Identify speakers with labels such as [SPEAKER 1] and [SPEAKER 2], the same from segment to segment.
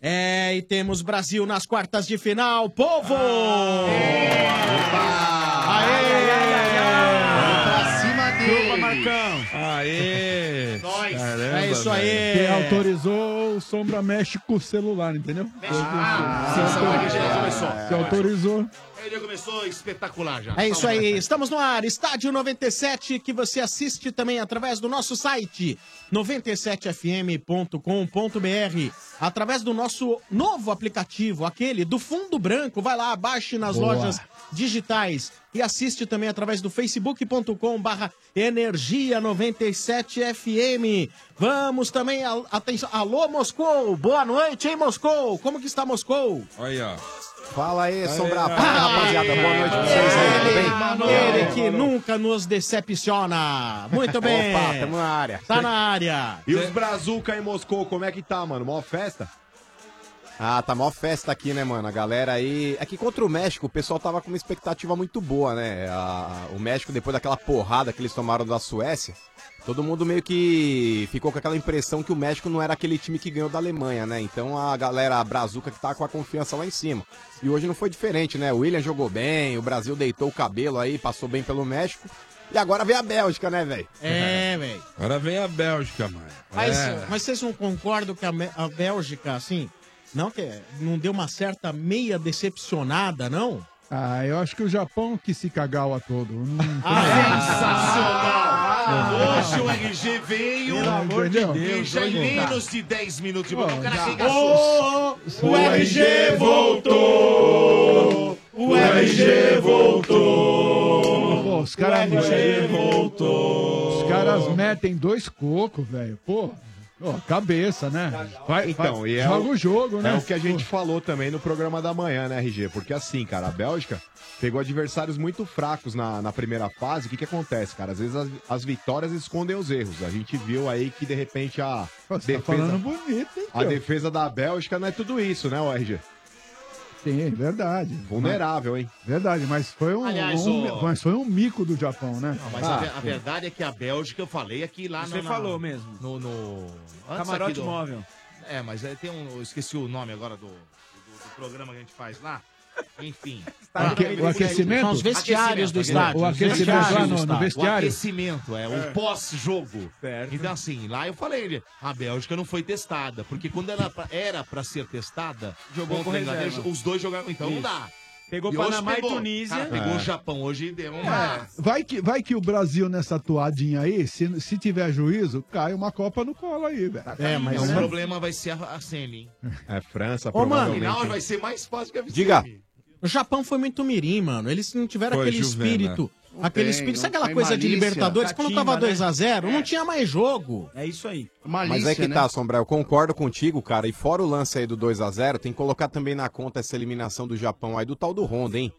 [SPEAKER 1] É, e temos Brasil nas quartas de final, povo! Opa! Aê!
[SPEAKER 2] Acima
[SPEAKER 1] Chupa, Marcão!
[SPEAKER 3] Aê!
[SPEAKER 1] Nós.
[SPEAKER 3] Caramba,
[SPEAKER 1] É isso aí.
[SPEAKER 3] velho.
[SPEAKER 4] Quem autorizou, o Sombra mexe com o celular, entendeu?
[SPEAKER 5] Ah,
[SPEAKER 4] Se
[SPEAKER 5] essa
[SPEAKER 4] autor-
[SPEAKER 5] bagunça já começou.
[SPEAKER 4] Se autorizou.
[SPEAKER 5] Ele já começou espetacular já.
[SPEAKER 1] É isso
[SPEAKER 5] Calma. né?
[SPEAKER 1] aí, estamos no ar, Estádio 97, que você assiste também através do nosso site 97fm.com.br, através do nosso novo aplicativo, aquele do Fundo Branco. Vai lá, baixe nas
[SPEAKER 6] Boa.
[SPEAKER 1] lojas digitais e assiste também através do facebook.com barra energia 97fm. Vamos também, al- atenção, alô Moscou, boa noite, hein Moscou? Como que está Moscou?
[SPEAKER 3] Olha aí, ó.
[SPEAKER 7] Fala aí, Sombra. Fala, rapaziada. Boa noite pra vocês aí, tudo bem?
[SPEAKER 1] Ele que nunca nos decepciona. Muito bem.
[SPEAKER 7] Opa, tamo na área.
[SPEAKER 1] Tá na área.
[SPEAKER 7] E os Brazuca em Moscou, como é que tá, mano? Mó festa? Ah, tá mó festa aqui, né, mano? A galera aí. É que contra o México, o pessoal tava com uma expectativa muito boa, né? A- O México, depois daquela porrada que eles tomaram da Suécia, todo mundo meio que ficou com aquela impressão que o México não era aquele time que ganhou da Alemanha, né? Então a galera Brazuca que tá com a confiança lá em cima. E hoje não foi diferente, né? O William jogou bem, o Brasil deitou o cabelo aí, passou bem pelo México. E agora vem a Bélgica, né, velho?
[SPEAKER 1] É, velho.
[SPEAKER 3] Agora vem a Bélgica, mano.
[SPEAKER 1] Mas,
[SPEAKER 3] É.
[SPEAKER 1] mas vocês não concordam que a, Me- a Bélgica, assim, não que não deu uma certa meia decepcionada, não?
[SPEAKER 4] Ah, eu acho que o Japão que se cagou a todo. Hum,
[SPEAKER 5] Ah,
[SPEAKER 4] Ah.
[SPEAKER 5] Sensacional! Ah, Hoje o RG veio
[SPEAKER 4] Pelo amor de
[SPEAKER 5] e
[SPEAKER 4] Deus,
[SPEAKER 5] já em
[SPEAKER 4] vamos voltar.
[SPEAKER 5] menos de 10 minutos. de bola, o cara
[SPEAKER 4] já.
[SPEAKER 5] fica
[SPEAKER 4] Ô,
[SPEAKER 5] susto.
[SPEAKER 4] ô, o RG voltou,
[SPEAKER 5] O RG voltou!
[SPEAKER 4] Pô, os caras
[SPEAKER 5] O RG
[SPEAKER 4] voltou. Os caras metem dois cocos, velho. Pô, ó, cabeça, né? Vai,
[SPEAKER 7] Então,
[SPEAKER 4] vai,
[SPEAKER 7] e é
[SPEAKER 4] joga o jogo, né?
[SPEAKER 7] É o que a gente falou também no programa da manhã, né, RG? Porque assim, cara, a Bélgica pegou adversários muito fracos na, na primeira fase. O que, que acontece, cara? Às vezes as, as vitórias escondem os erros. A gente viu aí que, de repente, a
[SPEAKER 4] Tá falando bonito, hein,
[SPEAKER 7] a
[SPEAKER 4] tio?
[SPEAKER 7] defesa da Bélgica não é tudo isso, né, o RG?
[SPEAKER 4] Sim, verdade.
[SPEAKER 7] Vulnerável, hein?
[SPEAKER 4] Verdade, mas foi um,
[SPEAKER 5] Aliás,
[SPEAKER 4] um-
[SPEAKER 5] o-
[SPEAKER 4] mas foi um mico do Japão, né?
[SPEAKER 5] Mas
[SPEAKER 4] Ah,
[SPEAKER 5] a, ve- a verdade é que a Bélgica, eu falei aqui lá
[SPEAKER 8] Você
[SPEAKER 5] na-
[SPEAKER 8] falou
[SPEAKER 5] mesmo. No, no- antes
[SPEAKER 8] Camarote
[SPEAKER 5] aqui do-
[SPEAKER 8] móvel.
[SPEAKER 5] É, mas aí tem um. Eu esqueci o nome agora do, do, do programa que a gente faz lá. Enfim. Ah, tá
[SPEAKER 4] Aque- o aquecimento?
[SPEAKER 5] São os vestiários do estádio.
[SPEAKER 4] O
[SPEAKER 5] os
[SPEAKER 4] aquecimento
[SPEAKER 5] vestiários
[SPEAKER 4] lá
[SPEAKER 5] né? do
[SPEAKER 4] no- no
[SPEAKER 5] estádio.
[SPEAKER 4] vestiário?
[SPEAKER 5] O aquecimento, é, o pós-jogo. Então, assim, lá eu falei, a Bélgica não foi testada, porque quando ela pa- era pra ser testada,
[SPEAKER 8] Jogou
[SPEAKER 5] contra
[SPEAKER 8] com
[SPEAKER 5] a Inglaterra,
[SPEAKER 8] reserva.
[SPEAKER 5] os dois jogaram, então não
[SPEAKER 8] Isso.
[SPEAKER 5] dá.
[SPEAKER 8] Pegou
[SPEAKER 5] hoje
[SPEAKER 8] Panamá e
[SPEAKER 5] pegou.
[SPEAKER 8] Tunísia.
[SPEAKER 5] Cara, pegou
[SPEAKER 8] É.
[SPEAKER 5] o Japão hoje e deu um uma.
[SPEAKER 4] Ah, Vai que, vai que o Brasil nessa toadinha aí, se, se tiver juízo, cai uma Copa no colo aí, velho.
[SPEAKER 5] É, mas
[SPEAKER 6] um
[SPEAKER 5] o problema vai ser a, a semi, hein?
[SPEAKER 7] É França,
[SPEAKER 1] Ô,
[SPEAKER 5] No
[SPEAKER 1] mano.
[SPEAKER 5] final vai ser mais fácil que a
[SPEAKER 1] Diga. O Japão foi muito mirim, mano. Eles não tiveram
[SPEAKER 5] Foi,
[SPEAKER 1] aquele
[SPEAKER 7] né?
[SPEAKER 5] Juvena.
[SPEAKER 1] espírito.
[SPEAKER 5] Não
[SPEAKER 1] Aquele
[SPEAKER 5] tem,
[SPEAKER 1] espírito. Sabe
[SPEAKER 5] não
[SPEAKER 1] aquela
[SPEAKER 5] tem
[SPEAKER 1] coisa de
[SPEAKER 5] malícia.
[SPEAKER 1] Libertadores? Quando
[SPEAKER 5] Catimba,
[SPEAKER 1] tava
[SPEAKER 5] né?
[SPEAKER 1] 2x0, não tinha mais jogo.
[SPEAKER 8] É isso aí.
[SPEAKER 7] Mas é
[SPEAKER 9] né?
[SPEAKER 7] que
[SPEAKER 10] né?
[SPEAKER 7] tá, Sombra, eu concordo contigo, cara. E fora o lance aí do 2 a 0 tem que colocar também na conta essa eliminação do Japão aí do tal do Honda, hein?
[SPEAKER 9] É.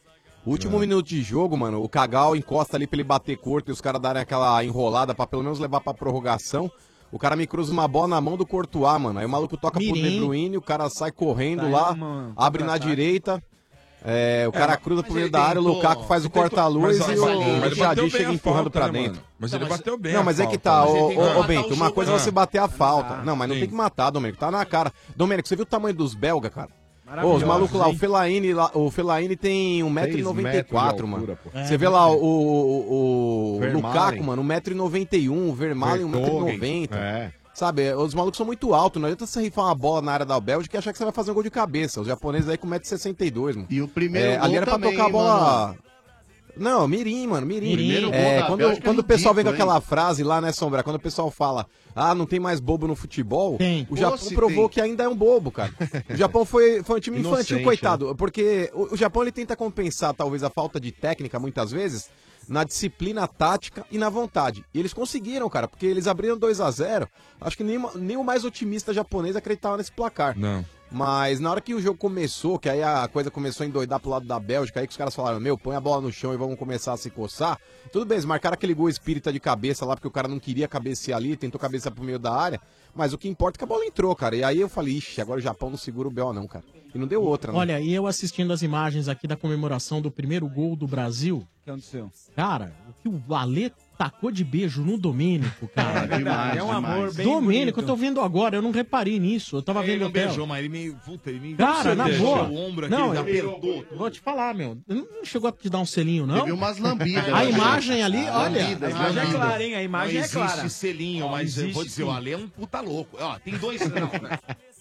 [SPEAKER 7] Último minuto de jogo, mano, o Kagal encosta ali pra ele bater curto e os caras darem aquela enrolada pra pelo menos levar pra prorrogação. O cara me cruza uma bola na mão do Courtois, mano. Aí o maluco toca pro
[SPEAKER 9] Mirim.
[SPEAKER 7] De Bruyne, o cara sai correndo
[SPEAKER 9] Sai
[SPEAKER 7] lá,
[SPEAKER 9] numa-
[SPEAKER 7] abre na
[SPEAKER 9] contra-ataque.
[SPEAKER 7] direita. é, o cara
[SPEAKER 9] mas-
[SPEAKER 7] cruza
[SPEAKER 9] mas
[SPEAKER 7] pro meio
[SPEAKER 9] ele
[SPEAKER 7] da área, o
[SPEAKER 9] tentou-
[SPEAKER 7] Lukaku faz o
[SPEAKER 9] ele tentou-
[SPEAKER 7] corta-luz
[SPEAKER 9] mas-
[SPEAKER 7] e
[SPEAKER 9] mas ele- mas
[SPEAKER 7] o
[SPEAKER 9] ele bateu
[SPEAKER 7] Xadi
[SPEAKER 9] bem
[SPEAKER 7] chega
[SPEAKER 9] a
[SPEAKER 7] empurrando
[SPEAKER 9] falta,
[SPEAKER 7] pra
[SPEAKER 9] né,
[SPEAKER 7] dentro.
[SPEAKER 9] mano? Mas ele bateu bem
[SPEAKER 7] Não,
[SPEAKER 9] a
[SPEAKER 7] mas é que
[SPEAKER 9] falta. né?
[SPEAKER 7] tá,
[SPEAKER 9] Mas ele
[SPEAKER 7] ô,
[SPEAKER 9] tem que
[SPEAKER 7] ô, ô,
[SPEAKER 9] matar
[SPEAKER 7] Bento,
[SPEAKER 9] o
[SPEAKER 7] uma
[SPEAKER 9] jogo,
[SPEAKER 7] coisa é
[SPEAKER 9] né?
[SPEAKER 7] você bater a falta. Não, mas não
[SPEAKER 9] Sim.
[SPEAKER 7] tem que matar, Domênico, tá na cara. Domênico, você viu o tamanho dos belga, cara? Ô, os
[SPEAKER 9] Maravilhosos,
[SPEAKER 7] malucos lá, o
[SPEAKER 9] hein?
[SPEAKER 7] Felaine, lá, o Felaine tem
[SPEAKER 9] Seis
[SPEAKER 7] 1,94m,
[SPEAKER 9] metros de
[SPEAKER 7] mano.
[SPEAKER 9] altura, pô.
[SPEAKER 7] Você
[SPEAKER 9] É,
[SPEAKER 7] vê lá o, o, o
[SPEAKER 9] Vermaelen.
[SPEAKER 7] Lukaku, mano, 1,91m, o Vermaelen,
[SPEAKER 9] Vertonghen.
[SPEAKER 7] 1,90m.
[SPEAKER 9] É.
[SPEAKER 7] Sabe, os malucos são muito altos, não adianta você rifar uma bola na área da Bélgica e achar que você vai fazer um gol de cabeça. Os japoneses aí com 1,62m, mano. É,
[SPEAKER 2] E o primeiro
[SPEAKER 7] Ali
[SPEAKER 2] gol
[SPEAKER 7] era pra
[SPEAKER 2] também,
[SPEAKER 7] tocar a bola...
[SPEAKER 2] mano.
[SPEAKER 7] Não, Mirim, mano, Mirim.
[SPEAKER 2] Primeiro gol
[SPEAKER 7] É,
[SPEAKER 2] da
[SPEAKER 7] quando
[SPEAKER 2] Bélgica é
[SPEAKER 7] quando o pessoal vem com
[SPEAKER 2] ridículo,
[SPEAKER 7] aquela
[SPEAKER 2] hein?
[SPEAKER 7] frase lá, né, Sombra? Quando o pessoal fala, ah, não tem mais bobo no futebol,
[SPEAKER 9] Tem.
[SPEAKER 7] o Japão
[SPEAKER 9] Pô, se
[SPEAKER 7] provou
[SPEAKER 9] tem.
[SPEAKER 7] que ainda é um bobo, cara. O Japão foi, foi um time infantil,
[SPEAKER 9] Inocente,
[SPEAKER 7] coitado. Porque o, o Japão ele tenta compensar, talvez, a falta de técnica, muitas vezes, na disciplina tática e na vontade. E eles conseguiram, cara, porque eles abriram 2 a 0 Acho que nem, nem o mais otimista japonês acreditava nesse placar.
[SPEAKER 3] Não.
[SPEAKER 7] Mas na hora que o jogo começou, que aí a coisa começou a endoidar pro lado da Bélgica, aí que os caras falaram, meu, põe a bola no chão e vamos começar a se coçar. Tudo bem, eles marcaram aquele gol espírita de cabeça lá, porque o cara não queria cabecear ali, tentou cabecear pro meio da área. Mas o que importa é que a bola entrou, cara. E aí eu falei, ixi, agora o Japão não segura o B.O. não, cara. E não deu outra, né?
[SPEAKER 1] Olha, e eu assistindo as imagens aqui da comemoração do primeiro gol do Brasil.
[SPEAKER 8] O que aconteceu?
[SPEAKER 1] Cara, o que o Alê tacou de beijo no Domênico, cara.
[SPEAKER 5] É verdade, É um demais. amor bem
[SPEAKER 1] Domênico,
[SPEAKER 5] bonito.
[SPEAKER 1] eu tô vendo agora, eu não reparei nisso. Eu tava
[SPEAKER 5] ele
[SPEAKER 1] vendo
[SPEAKER 5] não
[SPEAKER 1] o tela.
[SPEAKER 5] beijou, mas ele me. Puta, ele me.
[SPEAKER 1] Cara,
[SPEAKER 5] Você
[SPEAKER 1] na
[SPEAKER 5] beijou
[SPEAKER 1] boa.
[SPEAKER 5] O ombro aqui,
[SPEAKER 1] não,
[SPEAKER 5] ele
[SPEAKER 1] eu-
[SPEAKER 5] apertou.
[SPEAKER 1] vou te falar, meu. Não chegou a te dar um selinho, não?
[SPEAKER 5] Teve umas lambidas,
[SPEAKER 1] A
[SPEAKER 5] né?
[SPEAKER 1] imagem ali,
[SPEAKER 5] Ah,
[SPEAKER 1] olha.
[SPEAKER 5] lambidas,
[SPEAKER 1] a imagem
[SPEAKER 5] lambidas.
[SPEAKER 1] é clara, hein? A imagem
[SPEAKER 5] não
[SPEAKER 1] é clara.
[SPEAKER 5] existe selinho, mas eu vou
[SPEAKER 1] existe
[SPEAKER 5] dizer,
[SPEAKER 1] sim.
[SPEAKER 5] o Ale é um puta louco. Ó, tem dois. Não,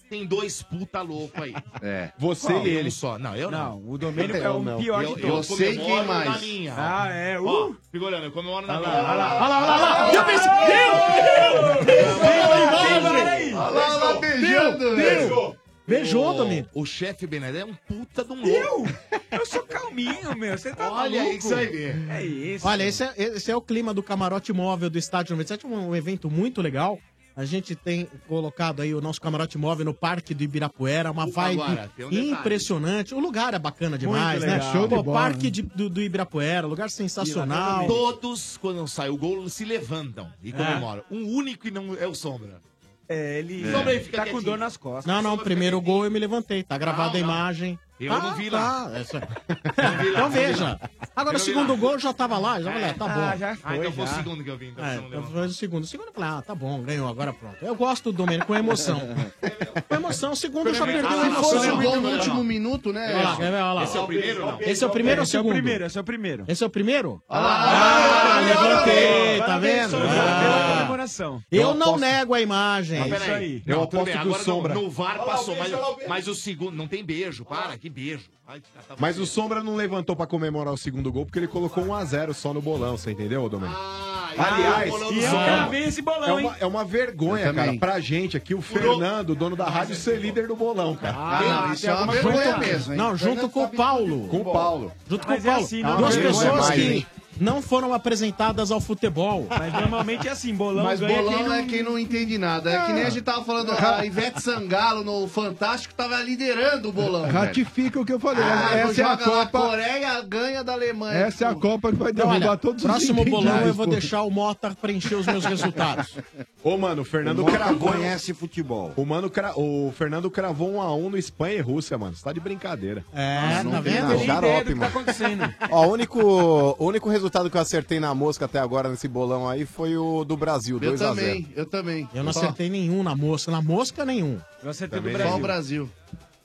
[SPEAKER 5] tem dois puta louco aí.
[SPEAKER 2] É.
[SPEAKER 5] Você e ele só. Não, eu não.
[SPEAKER 6] Não, o Domênico é o
[SPEAKER 5] Não.
[SPEAKER 6] pior
[SPEAKER 5] Eu-
[SPEAKER 6] de
[SPEAKER 5] eu
[SPEAKER 6] todos.
[SPEAKER 5] sei quem mais.
[SPEAKER 6] Na minha. Ah, é. Uh.
[SPEAKER 5] Ó, fica olhando, eu comemoro na minha.
[SPEAKER 6] olha lá,
[SPEAKER 1] olha lá, olha lá. Já pensei.
[SPEAKER 5] Deu!
[SPEAKER 1] Olha lá, olha lá, beijando, velho. Beijou, Domênico.
[SPEAKER 5] O chefe Benedé é um puta de um louco.
[SPEAKER 6] Eu sou calminho, meu. Você tá
[SPEAKER 5] Olha aí
[SPEAKER 6] maluco?
[SPEAKER 5] que você vai ver.
[SPEAKER 6] É isso.
[SPEAKER 1] Olha, esse é, esse é o clima do camarote móvel do Estádio 97, um, um evento muito legal. A gente tem colocado aí o nosso camarote móvel no Parque do Ibirapuera, uma vibe
[SPEAKER 5] agora, tem um detalhe.
[SPEAKER 1] impressionante. O lugar é bacana demais,
[SPEAKER 4] legal.
[SPEAKER 1] né?
[SPEAKER 4] Show de
[SPEAKER 1] Pô,
[SPEAKER 4] bola,
[SPEAKER 1] Parque
[SPEAKER 4] né?
[SPEAKER 1] de- do, do Ibirapuera, lugar sensacional.
[SPEAKER 5] Todos, quando sai o gol, se levantam e comemoram. Um único e não é o Sombra.
[SPEAKER 6] É, ele
[SPEAKER 5] Sombra aí, fica
[SPEAKER 6] tá com
[SPEAKER 5] quietinho.
[SPEAKER 6] dor nas costas.
[SPEAKER 1] Não, não, o primeiro gol eu me levantei, tá gravada a
[SPEAKER 5] Não, não.
[SPEAKER 1] imagem.
[SPEAKER 5] Eu
[SPEAKER 1] Ah,
[SPEAKER 5] não vi lá. É.
[SPEAKER 1] tá, essa-
[SPEAKER 5] vi lá,
[SPEAKER 1] então
[SPEAKER 5] não vi
[SPEAKER 1] veja. Agora o
[SPEAKER 5] Eu vi
[SPEAKER 1] segundo
[SPEAKER 5] lá.
[SPEAKER 1] gol eu já tava lá, já falei, ah, tá bom.
[SPEAKER 6] Ah, já foi,
[SPEAKER 5] Ah, então foi o
[SPEAKER 6] já.
[SPEAKER 5] segundo que eu vi. Então
[SPEAKER 1] É,
[SPEAKER 5] você não
[SPEAKER 1] então
[SPEAKER 5] levantou.
[SPEAKER 1] foi o segundo. O segundo eu falei, ah, tá bom, ganhou, agora pronto. Eu gosto do Domênico com emoção. Com emoção, o um segundo já
[SPEAKER 8] Ah,
[SPEAKER 1] perdeu a
[SPEAKER 5] Se
[SPEAKER 1] emoção.
[SPEAKER 8] um
[SPEAKER 5] fosse o gol no último
[SPEAKER 2] minuto, né?
[SPEAKER 1] Olha lá, quer ver? Olha lá.
[SPEAKER 5] Esse é o primeiro ou não?
[SPEAKER 1] Esse é o primeiro ou o
[SPEAKER 6] Esse é o
[SPEAKER 1] segundo?
[SPEAKER 6] primeiro, esse é o primeiro.
[SPEAKER 1] Esse é o primeiro? Ah, levantei, tá
[SPEAKER 6] Parabéns,
[SPEAKER 1] vendo?
[SPEAKER 6] Sombra, Pela
[SPEAKER 1] Ah,
[SPEAKER 6] comemoração. É
[SPEAKER 1] Eu não nego a imagem.
[SPEAKER 5] Mas
[SPEAKER 6] isso
[SPEAKER 5] peraí.
[SPEAKER 6] aí.
[SPEAKER 5] Não,
[SPEAKER 2] Eu
[SPEAKER 5] tudo
[SPEAKER 2] aposto
[SPEAKER 5] bem,
[SPEAKER 2] que o
[SPEAKER 5] agora no-
[SPEAKER 2] Sombra-
[SPEAKER 5] No, VAR passou, mas, mas o segundo. Não tem beijo, para, que beijo. Ai, tá- tá-
[SPEAKER 2] Mas o Sombra não levantou pra comemorar o segundo gol porque ele colocou 1x0 só no bolão, você entendeu, Domênico?
[SPEAKER 5] Ah,
[SPEAKER 2] Aliás,
[SPEAKER 5] e
[SPEAKER 2] um
[SPEAKER 5] o bolão do
[SPEAKER 6] E eu
[SPEAKER 5] Sombra.
[SPEAKER 6] gravei esse
[SPEAKER 2] É
[SPEAKER 6] bolão, hein?
[SPEAKER 2] uma, é uma vergonha, cara, pra gente aqui, o Fernando, dono da rádio, ser líder do bolão, cara.
[SPEAKER 5] Ah, isso é uma vergonha mesmo, hein?
[SPEAKER 1] Não, junto com o Paulo.
[SPEAKER 2] Com o Paulo.
[SPEAKER 1] Junto com
[SPEAKER 6] Mas
[SPEAKER 1] o
[SPEAKER 6] é
[SPEAKER 1] Paulo.
[SPEAKER 6] assim, não
[SPEAKER 1] Duas
[SPEAKER 2] tem
[SPEAKER 1] pessoas
[SPEAKER 2] mais,
[SPEAKER 1] que
[SPEAKER 2] hein?
[SPEAKER 1] não foram apresentadas ao futebol.
[SPEAKER 6] Mas normalmente é assim, bolão
[SPEAKER 8] Mas
[SPEAKER 6] ganha
[SPEAKER 8] bolão
[SPEAKER 6] quem não... Ah,
[SPEAKER 8] é quem não entende nada. É que nem a gente tava falando, ah, a Ivete Sangalo no Fantástico tava liderando o bolão. velho.
[SPEAKER 4] Ratifica o que eu falei.
[SPEAKER 8] Ah,
[SPEAKER 4] essa é a
[SPEAKER 8] joga lá,
[SPEAKER 4] Copa.
[SPEAKER 8] Coreia ganha da Alemanha.
[SPEAKER 4] Essa é a Copa que vai
[SPEAKER 1] Então,
[SPEAKER 4] derrubar
[SPEAKER 1] olha,
[SPEAKER 4] todos os
[SPEAKER 1] próximo bolão eu
[SPEAKER 4] entendidores,
[SPEAKER 1] vou
[SPEAKER 4] pô.
[SPEAKER 1] deixar o Mota preencher os meus resultados.
[SPEAKER 2] Ô, mano, o Fernando cravou. conhece futebol. O, mano cra... o Fernando cravou 1x1 no Espanha e Rússia, mano. Você tá de brincadeira. Ah,
[SPEAKER 1] É, tá vendo?
[SPEAKER 7] nada. Xarope,
[SPEAKER 6] tá
[SPEAKER 7] mano.
[SPEAKER 6] acontecendo.
[SPEAKER 7] Ó, o único, o único resultado que eu acertei na mosca até agora nesse bolão aí foi o do Brasil,
[SPEAKER 8] eu
[SPEAKER 7] 2x0.
[SPEAKER 8] também, eu também.
[SPEAKER 1] Eu não
[SPEAKER 8] Só-
[SPEAKER 1] acertei nenhum na mosca. Na mosca, nenhum.
[SPEAKER 6] Eu acertei do
[SPEAKER 8] Só
[SPEAKER 6] Brasil.
[SPEAKER 8] o Brasil.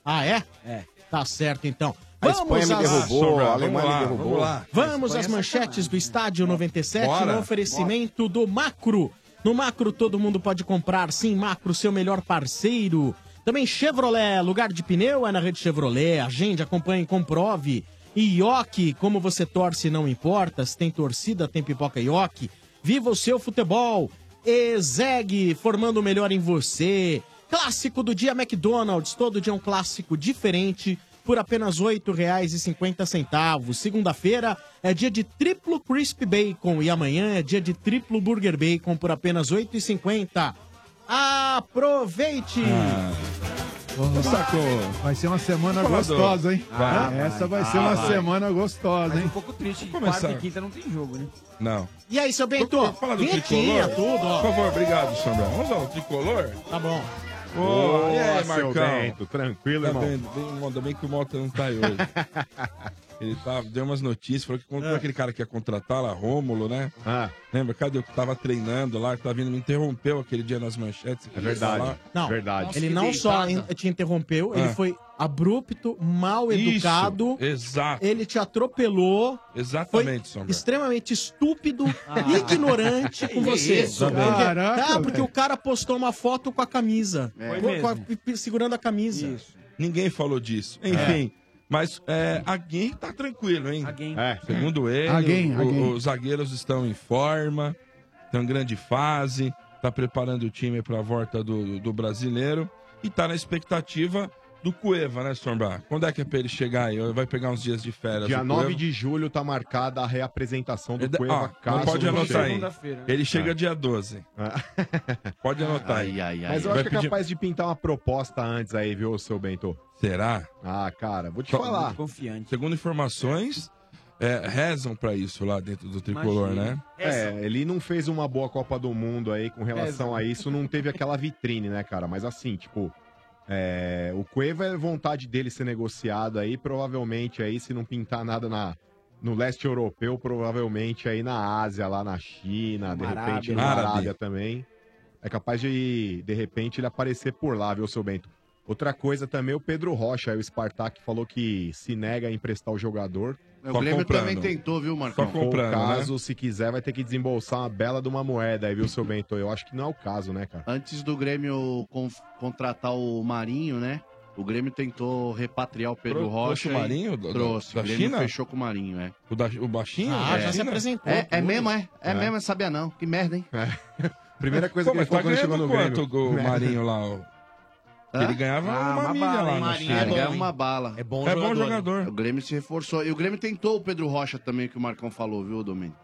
[SPEAKER 1] Ah, é? É. Tá certo, então.
[SPEAKER 7] A Espanha me
[SPEAKER 1] às-
[SPEAKER 7] derrubou,
[SPEAKER 3] Sombra,
[SPEAKER 7] a
[SPEAKER 3] vamos
[SPEAKER 7] Alemanha
[SPEAKER 3] lá,
[SPEAKER 7] me derrubou.
[SPEAKER 3] Vamos lá. é
[SPEAKER 1] Vamos às manchetes do Estádio 97
[SPEAKER 3] Bora.
[SPEAKER 1] no um oferecimento do Macro. No Macro todo mundo pode comprar, sim, Macro, seu melhor parceiro. Também Chevrolet, lugar de pneu é na rede Chevrolet. Agende, acompanhe, comprove. E Ioki, como você torce, não importa. Se tem torcida, tem pipoca Ioki. Viva o seu futebol. Ezeg, formando o melhor em você. Clássico do dia McDonald's, todo dia um clássico diferente por apenas R$ 8,50. Segunda-feira é dia de triplo crisp bacon e amanhã é dia de triplo burger bacon por apenas R$ 8,50. Ah, Aproveite!
[SPEAKER 2] Ah,
[SPEAKER 3] Sacou.
[SPEAKER 4] Ah, Vai ser uma semana
[SPEAKER 3] Fala,
[SPEAKER 4] gostosa, hein?
[SPEAKER 3] Vai.
[SPEAKER 4] Ah, Essa vai ser uma semana gostosa,
[SPEAKER 6] Mas um
[SPEAKER 4] hein?
[SPEAKER 6] pouco triste. que
[SPEAKER 3] Começar.
[SPEAKER 6] Quarta e quinta não tem jogo, né?
[SPEAKER 3] Não.
[SPEAKER 1] E aí, seu Bento?
[SPEAKER 3] Fala do
[SPEAKER 1] Quentinha,
[SPEAKER 3] tricolor.
[SPEAKER 1] tudo,
[SPEAKER 3] Por
[SPEAKER 1] ó.
[SPEAKER 3] favor, obrigado, Sombra. Vamos lá, o tricolor?
[SPEAKER 1] Tá bom.
[SPEAKER 3] Ô, e
[SPEAKER 2] Ô,
[SPEAKER 3] aí,
[SPEAKER 2] seu
[SPEAKER 3] Marcão? Tá
[SPEAKER 2] Bento, tranquilo,
[SPEAKER 3] Ainda
[SPEAKER 2] irmão.
[SPEAKER 3] bem, bem- ainda bem que o Mota não tá aí hoje. Ele tá, deu umas notícias, falou que contratou aquele cara que ia contratar lá, Rômulo, né?
[SPEAKER 2] Ah,
[SPEAKER 3] Lembra? Cadê o que tava treinando lá, que tava vindo, me interrompeu aquele dia nas manchetes.
[SPEAKER 2] é verdade.
[SPEAKER 1] Não.
[SPEAKER 2] Verdade.
[SPEAKER 1] ele não só in- te interrompeu, ele
[SPEAKER 3] Ah.
[SPEAKER 1] foi abrupto, mal educado,
[SPEAKER 3] Isso, exato.
[SPEAKER 1] ele te atropelou, foi
[SPEAKER 3] Exatamente, Sombra.
[SPEAKER 1] extremamente estúpido, ignorante com você.
[SPEAKER 5] isso,
[SPEAKER 1] Porque-
[SPEAKER 4] velho? Caraca,
[SPEAKER 1] ah, porque
[SPEAKER 4] velho.
[SPEAKER 1] o cara postou uma foto com a camisa.
[SPEAKER 6] Foi
[SPEAKER 1] Com-
[SPEAKER 6] mesmo.
[SPEAKER 1] com a- p- segurando a camisa.
[SPEAKER 3] Ninguém falou disso. Enfim, mas é, alguém tá tranquilo, hein?
[SPEAKER 6] Alguém.
[SPEAKER 2] É.
[SPEAKER 3] Segundo ele,
[SPEAKER 4] Alguém,
[SPEAKER 3] o-
[SPEAKER 4] alguém.
[SPEAKER 3] os zagueiros estão em forma, estão em grande fase, tá preparando o time para a volta do, do brasileiro e tá na expectativa do Cueva, né, Sombra? Quando é que é pra ele chegar aí? Vai pegar uns dias de férias.
[SPEAKER 2] Dia
[SPEAKER 3] o
[SPEAKER 2] 9
[SPEAKER 3] Cueva?
[SPEAKER 2] de julho tá marcada a reapresentação do
[SPEAKER 3] Ele-
[SPEAKER 2] Cueva
[SPEAKER 3] É ó,
[SPEAKER 2] caso
[SPEAKER 3] não pode
[SPEAKER 2] não
[SPEAKER 3] anotar
[SPEAKER 2] chegue. É.
[SPEAKER 3] aí.
[SPEAKER 6] Segunda-feira.
[SPEAKER 3] Ele chega dia 12.
[SPEAKER 2] Ah.
[SPEAKER 3] Pode anotar aí.
[SPEAKER 2] Mas eu acho
[SPEAKER 3] Ah, Vai
[SPEAKER 2] que é
[SPEAKER 3] pedir-
[SPEAKER 2] capaz de pintar uma proposta antes aí, viu, seu Bento?
[SPEAKER 3] Será?
[SPEAKER 2] Ah, cara, vou te
[SPEAKER 3] Só-
[SPEAKER 2] falar.
[SPEAKER 6] Confiante.
[SPEAKER 3] Segundo informações, é, rezam pra isso lá dentro do tricolor,
[SPEAKER 6] Imagina.
[SPEAKER 3] né?
[SPEAKER 2] É, ele não fez uma boa Copa do Mundo aí com relação a isso, não teve aquela vitrine, né, cara? Mas assim, tipo, é, o Cueva é vontade dele ser negociado aí, provavelmente aí, se não pintar nada na, no leste europeu, provavelmente aí na Ásia, lá na China, de
[SPEAKER 1] Arábia.
[SPEAKER 2] repente na
[SPEAKER 1] Árabe.
[SPEAKER 2] Arábia também. É capaz de, de repente, ele aparecer por lá, viu, seu Bento? Outra coisa também, o Pedro Rocha, aí o Spartak, falou que se nega a emprestar o jogador.
[SPEAKER 8] O Grêmio também tentou, viu, Marcão?
[SPEAKER 2] Só comprando,
[SPEAKER 9] né?
[SPEAKER 8] né?
[SPEAKER 2] caso, se quiser, vai ter que desembolsar uma bela de uma moeda aí, viu, seu Bento? Eu acho que não é o caso, né, cara?
[SPEAKER 8] Antes do Grêmio con- contratar o Marinho, né? O Grêmio tentou repatriar o Pedro
[SPEAKER 3] Tro-
[SPEAKER 8] Rocha.
[SPEAKER 3] trouxe o
[SPEAKER 8] e-
[SPEAKER 3] Marinho do- do-
[SPEAKER 8] trouxe.
[SPEAKER 3] da
[SPEAKER 8] o Grêmio
[SPEAKER 3] China?
[SPEAKER 8] fechou com o Marinho, é.
[SPEAKER 3] O, da, o baixinho?
[SPEAKER 8] Ah,
[SPEAKER 3] É.
[SPEAKER 8] já se apresentou. É, é mesmo, é? É, mesmo, eu sabia não. Que merda, hein?
[SPEAKER 4] É.
[SPEAKER 2] Primeira coisa
[SPEAKER 3] Pô,
[SPEAKER 2] que ele
[SPEAKER 3] mas tá
[SPEAKER 2] falou quando chegou
[SPEAKER 3] ganhando
[SPEAKER 2] no
[SPEAKER 3] quanto
[SPEAKER 2] Grêmio. Ah,
[SPEAKER 3] o Marinho lá? ó? Que ele ganhava Ah, uma, milha lá né? no Chile.
[SPEAKER 8] Ele ganhava uma bala. É
[SPEAKER 3] bom É bom jogador, hein? jogador.
[SPEAKER 8] O Grêmio se reforçou. E o Grêmio tentou o Pedro Rocha também, que o Marcão falou, viu, Domênio?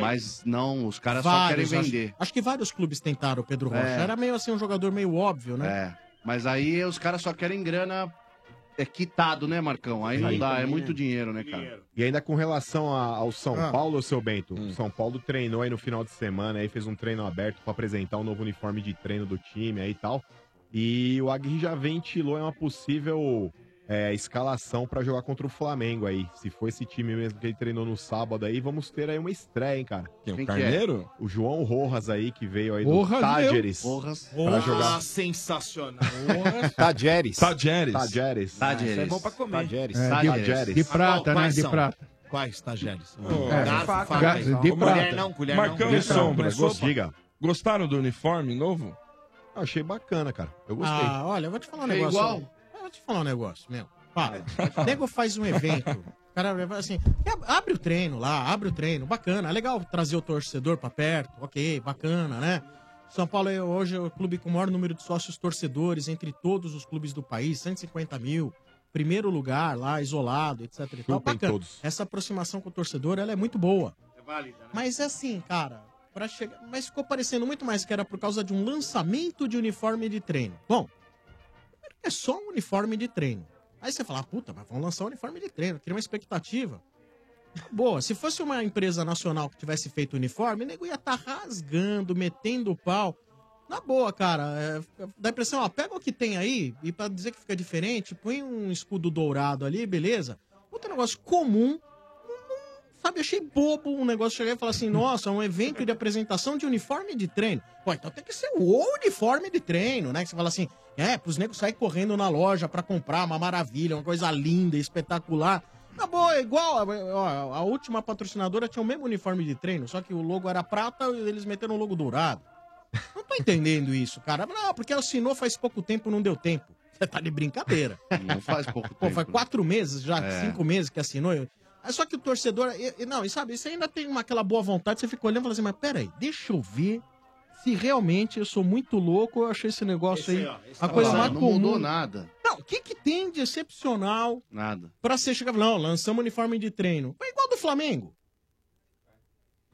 [SPEAKER 8] Mas não, os caras
[SPEAKER 1] Vários,
[SPEAKER 8] só querem vender.
[SPEAKER 1] Acho, acho que vários clubes tentaram o Pedro Rocha.
[SPEAKER 8] É.
[SPEAKER 1] Era meio assim um jogador meio óbvio, né?
[SPEAKER 8] É. Mas aí os caras só querem grana é, quitado, né, Marcão? Aí não
[SPEAKER 2] Sim.
[SPEAKER 8] dá, é muito dinheiro, né, cara?
[SPEAKER 2] E ainda com relação a- ao São
[SPEAKER 8] Ah.
[SPEAKER 2] Paulo, seu Bento, o São Paulo treinou aí no final de semana, aí fez um treino aberto pra apresentar o novo uniforme de treino do time aí e tal. E o Aguirre já ventilou é uma possível é, escalação pra jogar contra o Flamengo aí. Se for esse time mesmo que ele treinou no sábado aí, vamos ter aí uma estreia, hein, cara.
[SPEAKER 3] Quem, o
[SPEAKER 2] que é?
[SPEAKER 3] Carneiro?
[SPEAKER 2] O João Rojas aí, que veio aí
[SPEAKER 5] Rojas,
[SPEAKER 2] é do Tágeres.
[SPEAKER 5] meu.
[SPEAKER 8] Rojas.
[SPEAKER 2] Pra jogar.
[SPEAKER 5] sensacional.
[SPEAKER 2] Tajeres. Tajeres.
[SPEAKER 5] Tajeres.
[SPEAKER 2] Tajeres.
[SPEAKER 5] Ah, isso é bom pra comer.
[SPEAKER 2] Tajeres.
[SPEAKER 4] É, de-
[SPEAKER 5] Ah,
[SPEAKER 4] de prata, né? De prata.
[SPEAKER 5] Quais Tajeres?
[SPEAKER 4] É.
[SPEAKER 5] Garfo, faca.
[SPEAKER 4] Garfo, de
[SPEAKER 5] Não,
[SPEAKER 4] prata.
[SPEAKER 5] Colher não, colher
[SPEAKER 3] Hum. Marcão
[SPEAKER 5] não.
[SPEAKER 3] e Sombra,
[SPEAKER 5] Sombra.
[SPEAKER 3] gost- gostaram do uniforme novo?
[SPEAKER 2] Achei bacana, cara. Eu
[SPEAKER 1] Ah, olha, eu vou te falar um
[SPEAKER 5] É
[SPEAKER 1] negócio.
[SPEAKER 5] igual?
[SPEAKER 1] né? Eu vou te falar um negócio, meu. Para.
[SPEAKER 2] É.
[SPEAKER 1] O nego faz um evento. O cara fala assim, "Ab- abre o treino lá, abre o treino, bacana. É legal trazer o torcedor pra perto, ok, bacana, né? São Paulo é hoje é o clube com o maior número de sócios torcedores entre todos os clubes do país, 150 mil. Primeiro lugar lá, isolado, etc e tal.
[SPEAKER 2] Super em
[SPEAKER 1] Bacana.
[SPEAKER 2] todos.
[SPEAKER 1] Essa aproximação com o torcedor, ela é muito boa.
[SPEAKER 8] É válida.
[SPEAKER 1] Mas é assim, cara, para chegar. Mas ficou parecendo muito mais que era por causa de um lançamento de uniforme de treino. Bom, primeiro que é só um uniforme de treino. Aí você fala, "Ah, puta, mas vão lançar um uniforme de treino, cria uma expectativa. Boa, se fosse uma empresa nacional que tivesse feito o uniforme, o nego ia estar rasgando, metendo o pau. Na boa, cara, é, dá a impressão, ó, pega o que tem aí, e pra dizer que fica diferente, põe um escudo dourado ali, beleza. Outro negócio comum, Sabe, eu achei bobo um negócio chegar e falar assim, nossa, é um evento de apresentação de uniforme de treino. Pô, então tem que ser o uniforme de treino, né? Que você fala assim, é, pros negros sair correndo na loja pra comprar, uma maravilha, uma coisa linda, espetacular. Na boa, é igual, ó, a última patrocinadora tinha o mesmo uniforme de treino, só que o logo era prata e eles meteram o logo dourado. Não tô entendendo isso, cara. Não, porque assinou faz pouco tempo, não deu tempo. Você tá de brincadeira.
[SPEAKER 8] Não faz pouco
[SPEAKER 1] Pô,
[SPEAKER 8] tempo. né?
[SPEAKER 1] faz quatro meses já,
[SPEAKER 8] É.
[SPEAKER 1] cinco meses que assinou. É só que o torcedor. e- e Não, e sabe, você ainda tem uma, aquela boa vontade, você fica olhando e fala assim, mas peraí, deixa eu ver se realmente eu sou muito louco, eu achei esse negócio aí. a coisa mais
[SPEAKER 8] não
[SPEAKER 1] comum.
[SPEAKER 8] mudou nada.
[SPEAKER 1] Não, o que, que tem de excepcional
[SPEAKER 8] Nada.
[SPEAKER 1] pra você chegar e falar, não, lançamos uniforme de treino. É igual do Flamengo.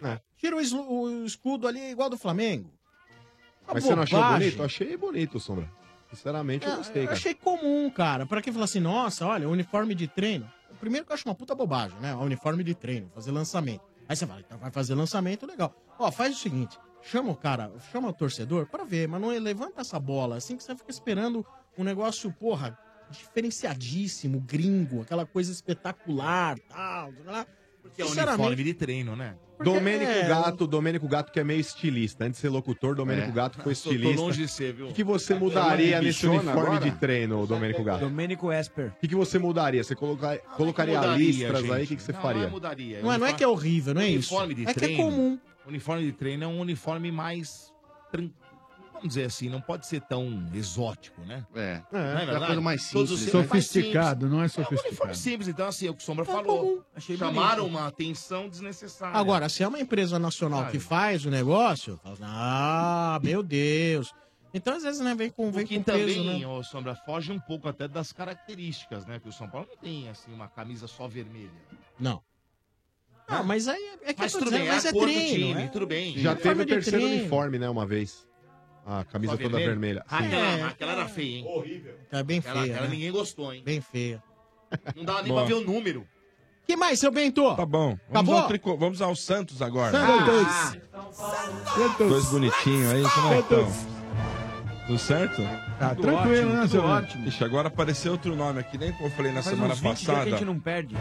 [SPEAKER 2] É.
[SPEAKER 1] Tira o, eslo- o escudo ali, é igual do Flamengo. Uma
[SPEAKER 2] Mas você não achou
[SPEAKER 1] bobagem.
[SPEAKER 2] bonito? Eu achei bonito, Sombra. Sinceramente, eu gostei,
[SPEAKER 1] Ah, Eu
[SPEAKER 2] cara.
[SPEAKER 1] achei comum, cara. Pra quem fala assim, nossa, olha, uniforme de treino. Primeiro que eu acho uma puta bobagem, né? Uniforme de treino, fazer lançamento. Aí você fala, então vai fazer lançamento, legal. Ó, faz o seguinte, chama o cara, chama o torcedor pra ver, mas não levanta essa bola, assim que você fica esperando um negócio, porra, diferenciadíssimo, gringo, aquela coisa espetacular, tá? tal, sei lá.
[SPEAKER 5] Que é uniforme de treino, né?
[SPEAKER 2] Domênico
[SPEAKER 5] é,
[SPEAKER 2] Gato, Domênico Gato que é meio estilista. Antes de ser locutor, Domênico
[SPEAKER 5] É.
[SPEAKER 2] Gato foi
[SPEAKER 5] Eu tô- tô
[SPEAKER 2] estilista.
[SPEAKER 5] longe de ser, viu?
[SPEAKER 2] O que você
[SPEAKER 5] Tá
[SPEAKER 2] mudaria
[SPEAKER 5] chamando de
[SPEAKER 2] nesse
[SPEAKER 5] bichona
[SPEAKER 2] uniforme
[SPEAKER 5] agora?
[SPEAKER 2] de treino, Domênico Gato?
[SPEAKER 9] Domênico Esper.
[SPEAKER 2] O que, que você mudaria? Você coloca- colocaria
[SPEAKER 5] Ah, mudaria,
[SPEAKER 2] listras
[SPEAKER 5] gente.
[SPEAKER 2] aí, o que, que você
[SPEAKER 5] Não,
[SPEAKER 2] faria?
[SPEAKER 5] não mudaria.
[SPEAKER 1] Não é- não é que é horrível, não é isso.
[SPEAKER 5] uniforme De
[SPEAKER 1] É que é
[SPEAKER 5] treino,
[SPEAKER 1] comum.
[SPEAKER 5] Uniforme de treino é um uniforme mais. tran- Vamos dizer assim, não pode ser tão exótico, né?
[SPEAKER 8] É.
[SPEAKER 5] Não é,
[SPEAKER 4] É
[SPEAKER 5] verdade?
[SPEAKER 4] a coisa mais
[SPEAKER 5] Todos os
[SPEAKER 11] né?
[SPEAKER 4] simples.
[SPEAKER 5] times mais né?
[SPEAKER 4] Sofisticado, não é
[SPEAKER 5] simples. Uniforme
[SPEAKER 4] sofisticado.
[SPEAKER 5] simples, então assim, é o que
[SPEAKER 1] Tá
[SPEAKER 5] o Sombra falou. Chamaram uma atenção desnecessária.
[SPEAKER 1] Agora, se é uma empresa nacional que faz o negócio, fala, ah, meu Deus. Então, às vezes, né, vem com, vem
[SPEAKER 5] que
[SPEAKER 1] com peso,
[SPEAKER 5] também,
[SPEAKER 1] né?
[SPEAKER 5] ô Sombra, foge um pouco até das características, né? Que o São Paulo não tem, assim, uma camisa só vermelha.
[SPEAKER 1] Não. Ah, mas aí é- é que
[SPEAKER 5] Mas
[SPEAKER 1] eu tô
[SPEAKER 5] tudo
[SPEAKER 1] dizendo,
[SPEAKER 5] bem,
[SPEAKER 1] mas
[SPEAKER 5] é
[SPEAKER 1] é
[SPEAKER 5] a cor do
[SPEAKER 1] treino,
[SPEAKER 5] time,
[SPEAKER 1] né?
[SPEAKER 5] tudo bem.
[SPEAKER 2] Já teve
[SPEAKER 1] Uniforme
[SPEAKER 2] o
[SPEAKER 1] de
[SPEAKER 2] terceiro
[SPEAKER 1] treino.
[SPEAKER 2] uniforme, né, uma vez. A camisa
[SPEAKER 5] Só
[SPEAKER 2] toda vermelha. Sim.
[SPEAKER 5] Aquela,
[SPEAKER 1] É.
[SPEAKER 5] aquela era feia, hein? Horrível.
[SPEAKER 1] Tá bem
[SPEAKER 5] Aquela,
[SPEAKER 1] feia,
[SPEAKER 5] aquela
[SPEAKER 1] né?
[SPEAKER 5] ninguém gostou, hein?
[SPEAKER 1] Bem feia.
[SPEAKER 5] Não dava nem
[SPEAKER 3] Boa.
[SPEAKER 5] pra ver o número.
[SPEAKER 1] que mais, seu Bento?
[SPEAKER 3] Tá bom. Vamos,
[SPEAKER 1] Acabou?
[SPEAKER 3] ao, tricô- vamos ao Santos agora.
[SPEAKER 10] Ah, então
[SPEAKER 1] Santos.
[SPEAKER 3] Dois bonitinhos aí, como é que tão? Tudo certo?
[SPEAKER 4] Ah, Tudo tranquilo, ótimo, né, tudo seu Bruno? ótimo.
[SPEAKER 3] Ixi, agora apareceu outro nome aqui, nem como eu falei na
[SPEAKER 10] Faz
[SPEAKER 3] semana
[SPEAKER 10] uns 20 dias que a
[SPEAKER 3] passada.
[SPEAKER 10] gente não perde.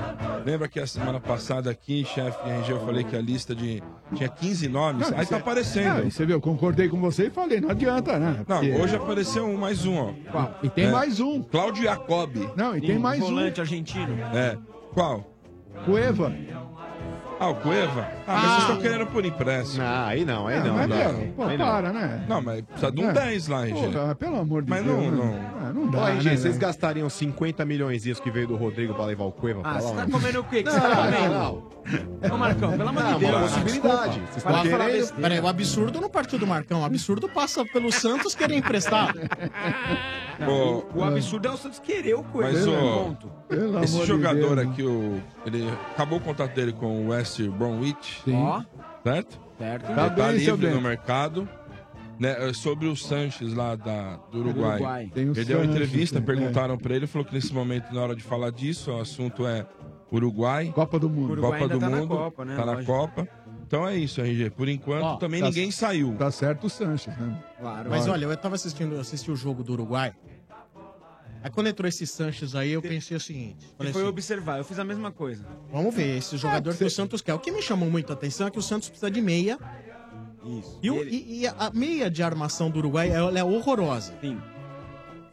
[SPEAKER 3] Lembra que a semana passada aqui, chefe RG, eu falei que a lista de. tinha 15 nomes?
[SPEAKER 4] Não,
[SPEAKER 3] Aí
[SPEAKER 4] isso
[SPEAKER 3] tá
[SPEAKER 4] é- Não,
[SPEAKER 3] aparecendo.
[SPEAKER 4] e você viu, eu concordei com você e falei, não adianta, né?
[SPEAKER 3] Não,
[SPEAKER 4] Porque-
[SPEAKER 3] hoje apareceu um, mais um, ó.
[SPEAKER 4] Qual? E tem mais um.
[SPEAKER 3] Cláudio Jacobi.
[SPEAKER 4] Não, e tem mais um.
[SPEAKER 10] Volante argentino.
[SPEAKER 3] É. Qual?
[SPEAKER 4] Cueva.
[SPEAKER 3] Ah, o Cueva? Ah, mas vocês estão querendo por impresso.
[SPEAKER 2] Ah, aí não, aí
[SPEAKER 4] não, É, mas, dá. meu, pô, Aí não. para, né?
[SPEAKER 3] Não, mas precisa de um
[SPEAKER 4] É.
[SPEAKER 3] 10 lá, RG.
[SPEAKER 4] Porra, pelo amor de
[SPEAKER 3] Mas
[SPEAKER 4] Deus.
[SPEAKER 3] não,
[SPEAKER 4] né?
[SPEAKER 3] não.
[SPEAKER 4] Ah, não dá,
[SPEAKER 2] Ó, RG,
[SPEAKER 4] né,
[SPEAKER 2] vocês
[SPEAKER 4] velho?
[SPEAKER 2] gastariam 50 milhões isso que veio do Rodrigo pra levar o Cueva pra
[SPEAKER 10] Ah,
[SPEAKER 2] lá?
[SPEAKER 10] você tá
[SPEAKER 2] ou não?
[SPEAKER 10] comendo o quê? Que
[SPEAKER 2] Não,
[SPEAKER 10] você tá
[SPEAKER 2] não,
[SPEAKER 10] comendo?
[SPEAKER 2] não.
[SPEAKER 10] Ô, Marcão, pelo amor
[SPEAKER 2] Não,
[SPEAKER 10] de Deus.
[SPEAKER 2] uma
[SPEAKER 10] cara.
[SPEAKER 2] possibilidade. Vocês
[SPEAKER 10] Para
[SPEAKER 2] estão
[SPEAKER 10] de falar
[SPEAKER 2] querendo?
[SPEAKER 10] besteira.
[SPEAKER 1] Peraí, o absurdo não partiu do Marcão. O absurdo passa pelo Santos querer emprestar.
[SPEAKER 3] Ô,
[SPEAKER 10] O absurdo é o Santos querer o Cueva.
[SPEAKER 3] Mas, ô,
[SPEAKER 10] Ponto.
[SPEAKER 4] Pelo
[SPEAKER 3] Esse
[SPEAKER 4] amor de
[SPEAKER 3] jogador
[SPEAKER 4] Deus, né?
[SPEAKER 3] aqui, o, ele acabou o contato dele com o West Bromwich,
[SPEAKER 10] Ó,
[SPEAKER 3] certo?
[SPEAKER 10] certo.
[SPEAKER 4] Tá
[SPEAKER 3] ele tá
[SPEAKER 4] bem, seu
[SPEAKER 3] livre no
[SPEAKER 4] Bento.
[SPEAKER 3] mercado. Né, é, sobre o Sanches lá da, do Uruguai.
[SPEAKER 10] Uruguai.
[SPEAKER 4] Tem o
[SPEAKER 3] Ele deu uma
[SPEAKER 4] Sanches,
[SPEAKER 3] entrevista,
[SPEAKER 4] é.
[SPEAKER 3] perguntaram pra ele, falou que nesse momento, na hora de falar disso, o assunto é Uruguai,
[SPEAKER 4] Copa do Mundo.
[SPEAKER 10] Uruguai
[SPEAKER 3] Copa
[SPEAKER 10] ainda
[SPEAKER 3] do
[SPEAKER 10] tá na
[SPEAKER 3] Mundo,
[SPEAKER 10] Copa, né?
[SPEAKER 3] tá na
[SPEAKER 10] Lógico.
[SPEAKER 3] Copa. Então é isso, RG. Por enquanto,
[SPEAKER 1] Ó,
[SPEAKER 3] também
[SPEAKER 4] tá-
[SPEAKER 3] ninguém saiu.
[SPEAKER 4] Tá certo o Sanches, né?
[SPEAKER 10] Claro.
[SPEAKER 1] Mas olha, eu tava assistindo, eu assisti o jogo do Uruguai. Aí quando entrou esse Sanches aí, eu pensei o seguinte.
[SPEAKER 10] Ele
[SPEAKER 1] Falei
[SPEAKER 10] foi
[SPEAKER 1] assim,
[SPEAKER 10] observar, eu fiz a mesma coisa.
[SPEAKER 1] vamos ver, esse jogador que o Santos quer. O que me chamou muito a atenção é que o Santos precisa de meia.
[SPEAKER 10] Isso.
[SPEAKER 1] E, o- e- e a meia de armação do Uruguai ela é horrorosa.
[SPEAKER 10] Sim.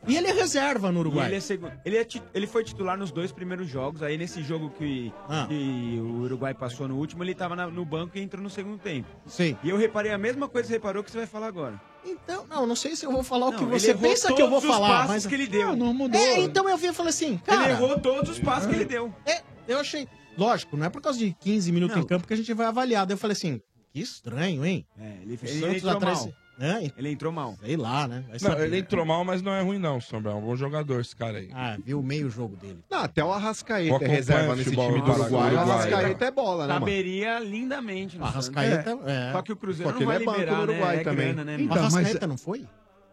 [SPEAKER 1] E ele é reserva
[SPEAKER 10] E
[SPEAKER 1] no Uruguai.
[SPEAKER 10] ele, é segu- ele, é ti- ele foi titular nos dois primeiros jogos. Aí nesse jogo que,
[SPEAKER 1] Ah.
[SPEAKER 10] que o Uruguai passou no último, ele tava na- no banco e entrou no segundo tempo.
[SPEAKER 1] Sim.
[SPEAKER 10] E eu reparei a mesma coisa que você reparou que você vai falar agora.
[SPEAKER 1] Então, não, não sei se eu vou falar o
[SPEAKER 10] é- Não,
[SPEAKER 1] que
[SPEAKER 10] ele
[SPEAKER 1] você
[SPEAKER 10] errou
[SPEAKER 1] pensa que eu vou
[SPEAKER 10] todos os
[SPEAKER 1] falar,
[SPEAKER 10] passes
[SPEAKER 1] mas...
[SPEAKER 10] que ele deu.
[SPEAKER 4] Ah, não mudou.
[SPEAKER 1] É, então eu vi e falei assim, cara...
[SPEAKER 10] Ele errou todos os passos que ele deu.
[SPEAKER 1] É, eu achei. Lógico, não é por causa de 15 minutos
[SPEAKER 10] Não.
[SPEAKER 1] em campo que a gente vai avaliar. Daí eu falei assim, que estranho, hein?
[SPEAKER 10] É, ele,
[SPEAKER 1] O
[SPEAKER 10] ele
[SPEAKER 1] Santos
[SPEAKER 10] entrou
[SPEAKER 1] atrás.
[SPEAKER 10] mal.
[SPEAKER 1] Hã? E-
[SPEAKER 10] Ele entrou mal.
[SPEAKER 1] Né? Sei lá, né? Vai
[SPEAKER 3] Não,
[SPEAKER 1] saber.
[SPEAKER 3] ele entrou mal, mas não é ruim não, Sombra. É um bom jogador esse cara aí.
[SPEAKER 1] Ah, viu meio o jogo dele.
[SPEAKER 2] Não, até o Arrascaeta
[SPEAKER 3] Eu
[SPEAKER 2] é
[SPEAKER 3] acompanho
[SPEAKER 2] reserva
[SPEAKER 3] o
[SPEAKER 2] nesse
[SPEAKER 3] futebol
[SPEAKER 2] time do
[SPEAKER 3] do
[SPEAKER 2] Uruguai. O
[SPEAKER 3] Uruguai.
[SPEAKER 2] Arrascaeta é bola, né, mano?
[SPEAKER 10] Caberia lindamente no
[SPEAKER 1] O Arrascaeta. É.
[SPEAKER 10] Santos. Só que o Cruzeiro
[SPEAKER 2] Só que
[SPEAKER 10] não vai
[SPEAKER 2] ele é banco do
[SPEAKER 10] liberar,
[SPEAKER 2] Uruguai
[SPEAKER 10] né? É
[SPEAKER 2] também. é-
[SPEAKER 10] grana, né?
[SPEAKER 1] O
[SPEAKER 4] Então,
[SPEAKER 1] Arrascaeta não foi?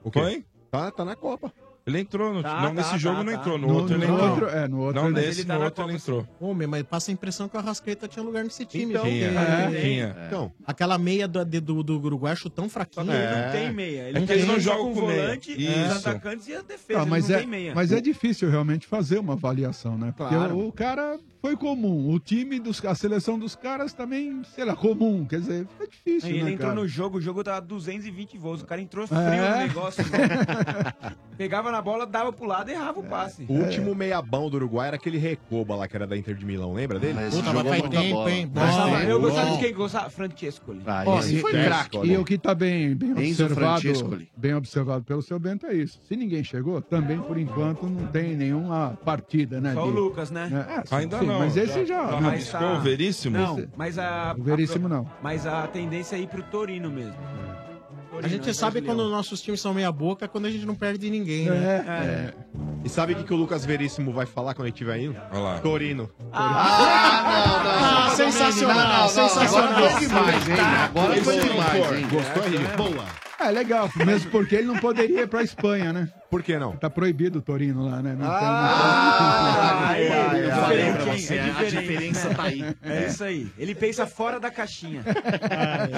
[SPEAKER 2] O quê?
[SPEAKER 3] Foi?
[SPEAKER 2] Tá, tá na Copa.
[SPEAKER 3] Ele entrou no.
[SPEAKER 10] Tá,
[SPEAKER 3] não,
[SPEAKER 10] tá,
[SPEAKER 3] nesse
[SPEAKER 10] tá,
[SPEAKER 3] jogo não
[SPEAKER 10] tá.
[SPEAKER 3] entrou, no,
[SPEAKER 4] No,
[SPEAKER 3] outro ele
[SPEAKER 4] no
[SPEAKER 3] entrou.
[SPEAKER 4] outro, é, no outro
[SPEAKER 3] não,
[SPEAKER 4] ele-
[SPEAKER 3] nesse,
[SPEAKER 10] tá
[SPEAKER 3] no
[SPEAKER 10] na
[SPEAKER 3] outro ele
[SPEAKER 10] Copa,
[SPEAKER 3] entrou.
[SPEAKER 1] Homem, mas passa a impressão que o Arrascaeta tinha lugar nesse time.
[SPEAKER 2] Então,
[SPEAKER 1] viu?
[SPEAKER 3] Tinha,
[SPEAKER 4] É.
[SPEAKER 3] tinha.
[SPEAKER 2] Então,
[SPEAKER 1] Aquela meia do, de- do, do Uruguai acho tão
[SPEAKER 10] Só que
[SPEAKER 1] fraquinha.
[SPEAKER 10] ele
[SPEAKER 2] É.
[SPEAKER 10] não tem meia. Ele
[SPEAKER 3] É que
[SPEAKER 10] tem
[SPEAKER 3] eles não
[SPEAKER 10] só
[SPEAKER 3] jogam
[SPEAKER 10] com o
[SPEAKER 3] com meia.
[SPEAKER 10] volante, os
[SPEAKER 3] Isso.
[SPEAKER 10] atacantes e a defesa.
[SPEAKER 4] Tá,
[SPEAKER 10] ele
[SPEAKER 4] mas,
[SPEAKER 10] não
[SPEAKER 4] é,
[SPEAKER 10] tem meia.
[SPEAKER 4] mas é difícil realmente fazer uma avaliação, né? Porque
[SPEAKER 10] Claro.
[SPEAKER 4] o, o cara foi comum. O time, dos, a seleção dos caras também, sei lá, comum. Quer dizer, é difícil,
[SPEAKER 10] Aí ele
[SPEAKER 4] né,
[SPEAKER 10] entrou
[SPEAKER 4] cara?
[SPEAKER 10] no jogo, o jogo tava 220 volts. O cara entrou frio
[SPEAKER 4] É.
[SPEAKER 10] no negócio. mano. Pegava na bola, dava pro lado e errava o passe.
[SPEAKER 3] É.
[SPEAKER 2] o É. último meia-bão do Uruguai era aquele Recoba lá, que era da Inter de Milão, lembra dele?
[SPEAKER 5] Esse
[SPEAKER 1] Puta, mas
[SPEAKER 5] jogou
[SPEAKER 1] faz
[SPEAKER 5] muita
[SPEAKER 1] tempo,
[SPEAKER 5] bola.
[SPEAKER 1] hein?
[SPEAKER 5] Faz
[SPEAKER 1] Bola.
[SPEAKER 5] tempo.
[SPEAKER 10] Eu gostava de quem gostava. Francesco. ali.
[SPEAKER 5] Ah,
[SPEAKER 4] Ó,
[SPEAKER 5] esse
[SPEAKER 4] e-
[SPEAKER 5] foi
[SPEAKER 4] e-
[SPEAKER 5] craque.
[SPEAKER 4] E o que está bem, bem
[SPEAKER 5] Enzo
[SPEAKER 4] observado,
[SPEAKER 5] Francescoli.
[SPEAKER 4] bem observado pelo seu Bento é isso. Se ninguém chegou, também por enquanto não tem nenhuma partida, né?
[SPEAKER 10] Só o
[SPEAKER 4] de-
[SPEAKER 10] Lucas, né?
[SPEAKER 4] né? É, sim,
[SPEAKER 3] Ainda
[SPEAKER 4] sim,
[SPEAKER 3] não.
[SPEAKER 4] Mas esse já.
[SPEAKER 3] Já
[SPEAKER 4] não,
[SPEAKER 10] mas-
[SPEAKER 3] Arriscou o Veríssimo?
[SPEAKER 10] né? Não, mas a.
[SPEAKER 4] O Veríssimo não.
[SPEAKER 10] Mas a tendência é ir pro Torino mesmo.
[SPEAKER 1] A gente sabe quando nossos times são meia boca, quando a gente não perde ninguém, né?
[SPEAKER 4] É,
[SPEAKER 10] É.
[SPEAKER 2] E sabe o que, que o Lucas Veríssimo vai falar quando ele estiver indo?
[SPEAKER 3] Olha lá.
[SPEAKER 2] Torino.
[SPEAKER 1] Ah, sensacional, sensacional.
[SPEAKER 5] Agora foi demais, hein? Agora foi demais, hein?
[SPEAKER 2] Gostou, Henrique? Boa.
[SPEAKER 4] é legal, mesmo porque ele não poderia ir pra Espanha, né?
[SPEAKER 2] Por que não?
[SPEAKER 4] Tá proibido o Torino lá, né? Não tem-
[SPEAKER 5] Ah,
[SPEAKER 4] é,
[SPEAKER 10] Aí, eu
[SPEAKER 5] ah, eu
[SPEAKER 10] falei
[SPEAKER 5] falei
[SPEAKER 10] pra
[SPEAKER 5] pra
[SPEAKER 10] você,
[SPEAKER 5] você, a
[SPEAKER 10] diferente,
[SPEAKER 5] diferença tá aí.
[SPEAKER 10] É isso aí. Ele pensa fora da caixinha.